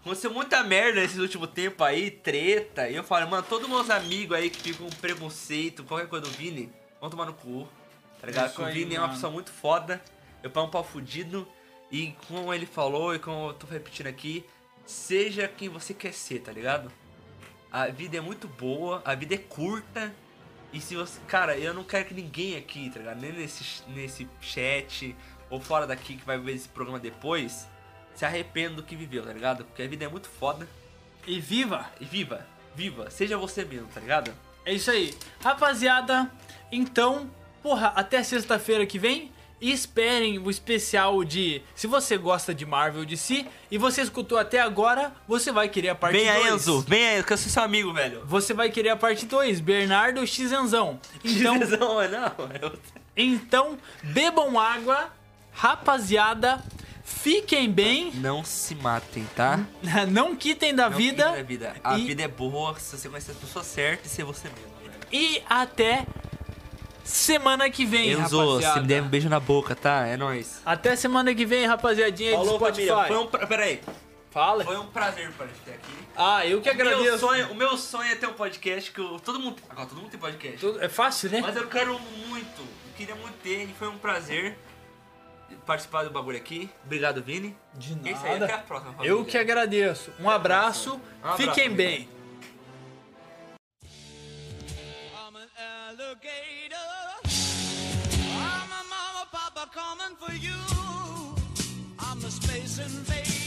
Speaker 2: Aconteceu muita merda nesses últimos tempos aí, treta. E eu falei, mano, todos meus amigos aí que ficam com preconceito, qualquer coisa do Vini, vão tomar no cu. Tá ligado?
Speaker 1: Isso
Speaker 2: Porque o
Speaker 1: aí,
Speaker 2: Vini é uma
Speaker 1: mano.
Speaker 2: pessoa muito foda. Eu pego um pau fudido. E como ele falou, e como eu tô repetindo aqui, seja quem você quer ser, tá ligado? A vida é muito boa, a vida é curta. E se você. Cara, eu não quero que ninguém aqui, tá ligado? Nem nesse, nesse chat ou fora daqui que vai ver esse programa depois, se arrependa do que viveu, tá ligado? Porque a vida é muito foda.
Speaker 1: E viva!
Speaker 2: E viva, viva, seja você mesmo, tá ligado?
Speaker 1: É isso aí. Rapaziada, então, porra, até sexta-feira que vem. E esperem o especial de se você gosta de Marvel de si e você escutou até agora, você vai querer a parte 2.
Speaker 2: vem a Enzo, que eu sou seu amigo, velho.
Speaker 1: Você vai querer a parte 2, Bernardo Xenzão. Então,
Speaker 2: *laughs* não, é não, eu...
Speaker 1: Então, bebam água, rapaziada, fiquem bem, *laughs*
Speaker 2: não se matem, tá?
Speaker 1: não quitem da
Speaker 2: Não
Speaker 1: vida
Speaker 2: fiquem na vida. A
Speaker 1: e-
Speaker 2: vida é boa se você conhecer as pessoas certas e ser você mesmo, velho.
Speaker 1: e até semana que vem,
Speaker 2: Enzo,
Speaker 1: rapaziada.
Speaker 2: se me der um beijo na boca, tá? É nóis.
Speaker 1: Até semana que vem, rapaziadinha do
Speaker 2: Falou,
Speaker 1: Spotify.
Speaker 2: família. Foi um pra... Peraí,
Speaker 1: Fala.
Speaker 2: foi um prazer parecer aqui.
Speaker 1: Ah, eu que
Speaker 2: Meu
Speaker 1: agradeço.
Speaker 2: sonho, o meu sonho é ter um podcast que eu, todo mundo. Agora todo mundo tem podcast.
Speaker 1: Tudo- É fácil, né?
Speaker 2: Mas eu quero muito, eu queria muito ter, e foi um prazer participar do bagulho aqui. Obrigado, Vini.
Speaker 1: De
Speaker 2: É isso aí, até a
Speaker 1: nada.
Speaker 2: próxima. Família.
Speaker 1: Eu que agradeço. Um abraço,
Speaker 2: abraço,
Speaker 1: fiquem
Speaker 2: família.
Speaker 1: bem.
Speaker 4: I'm an alligator. I'm a mama papa coming for you. I'm a space invader.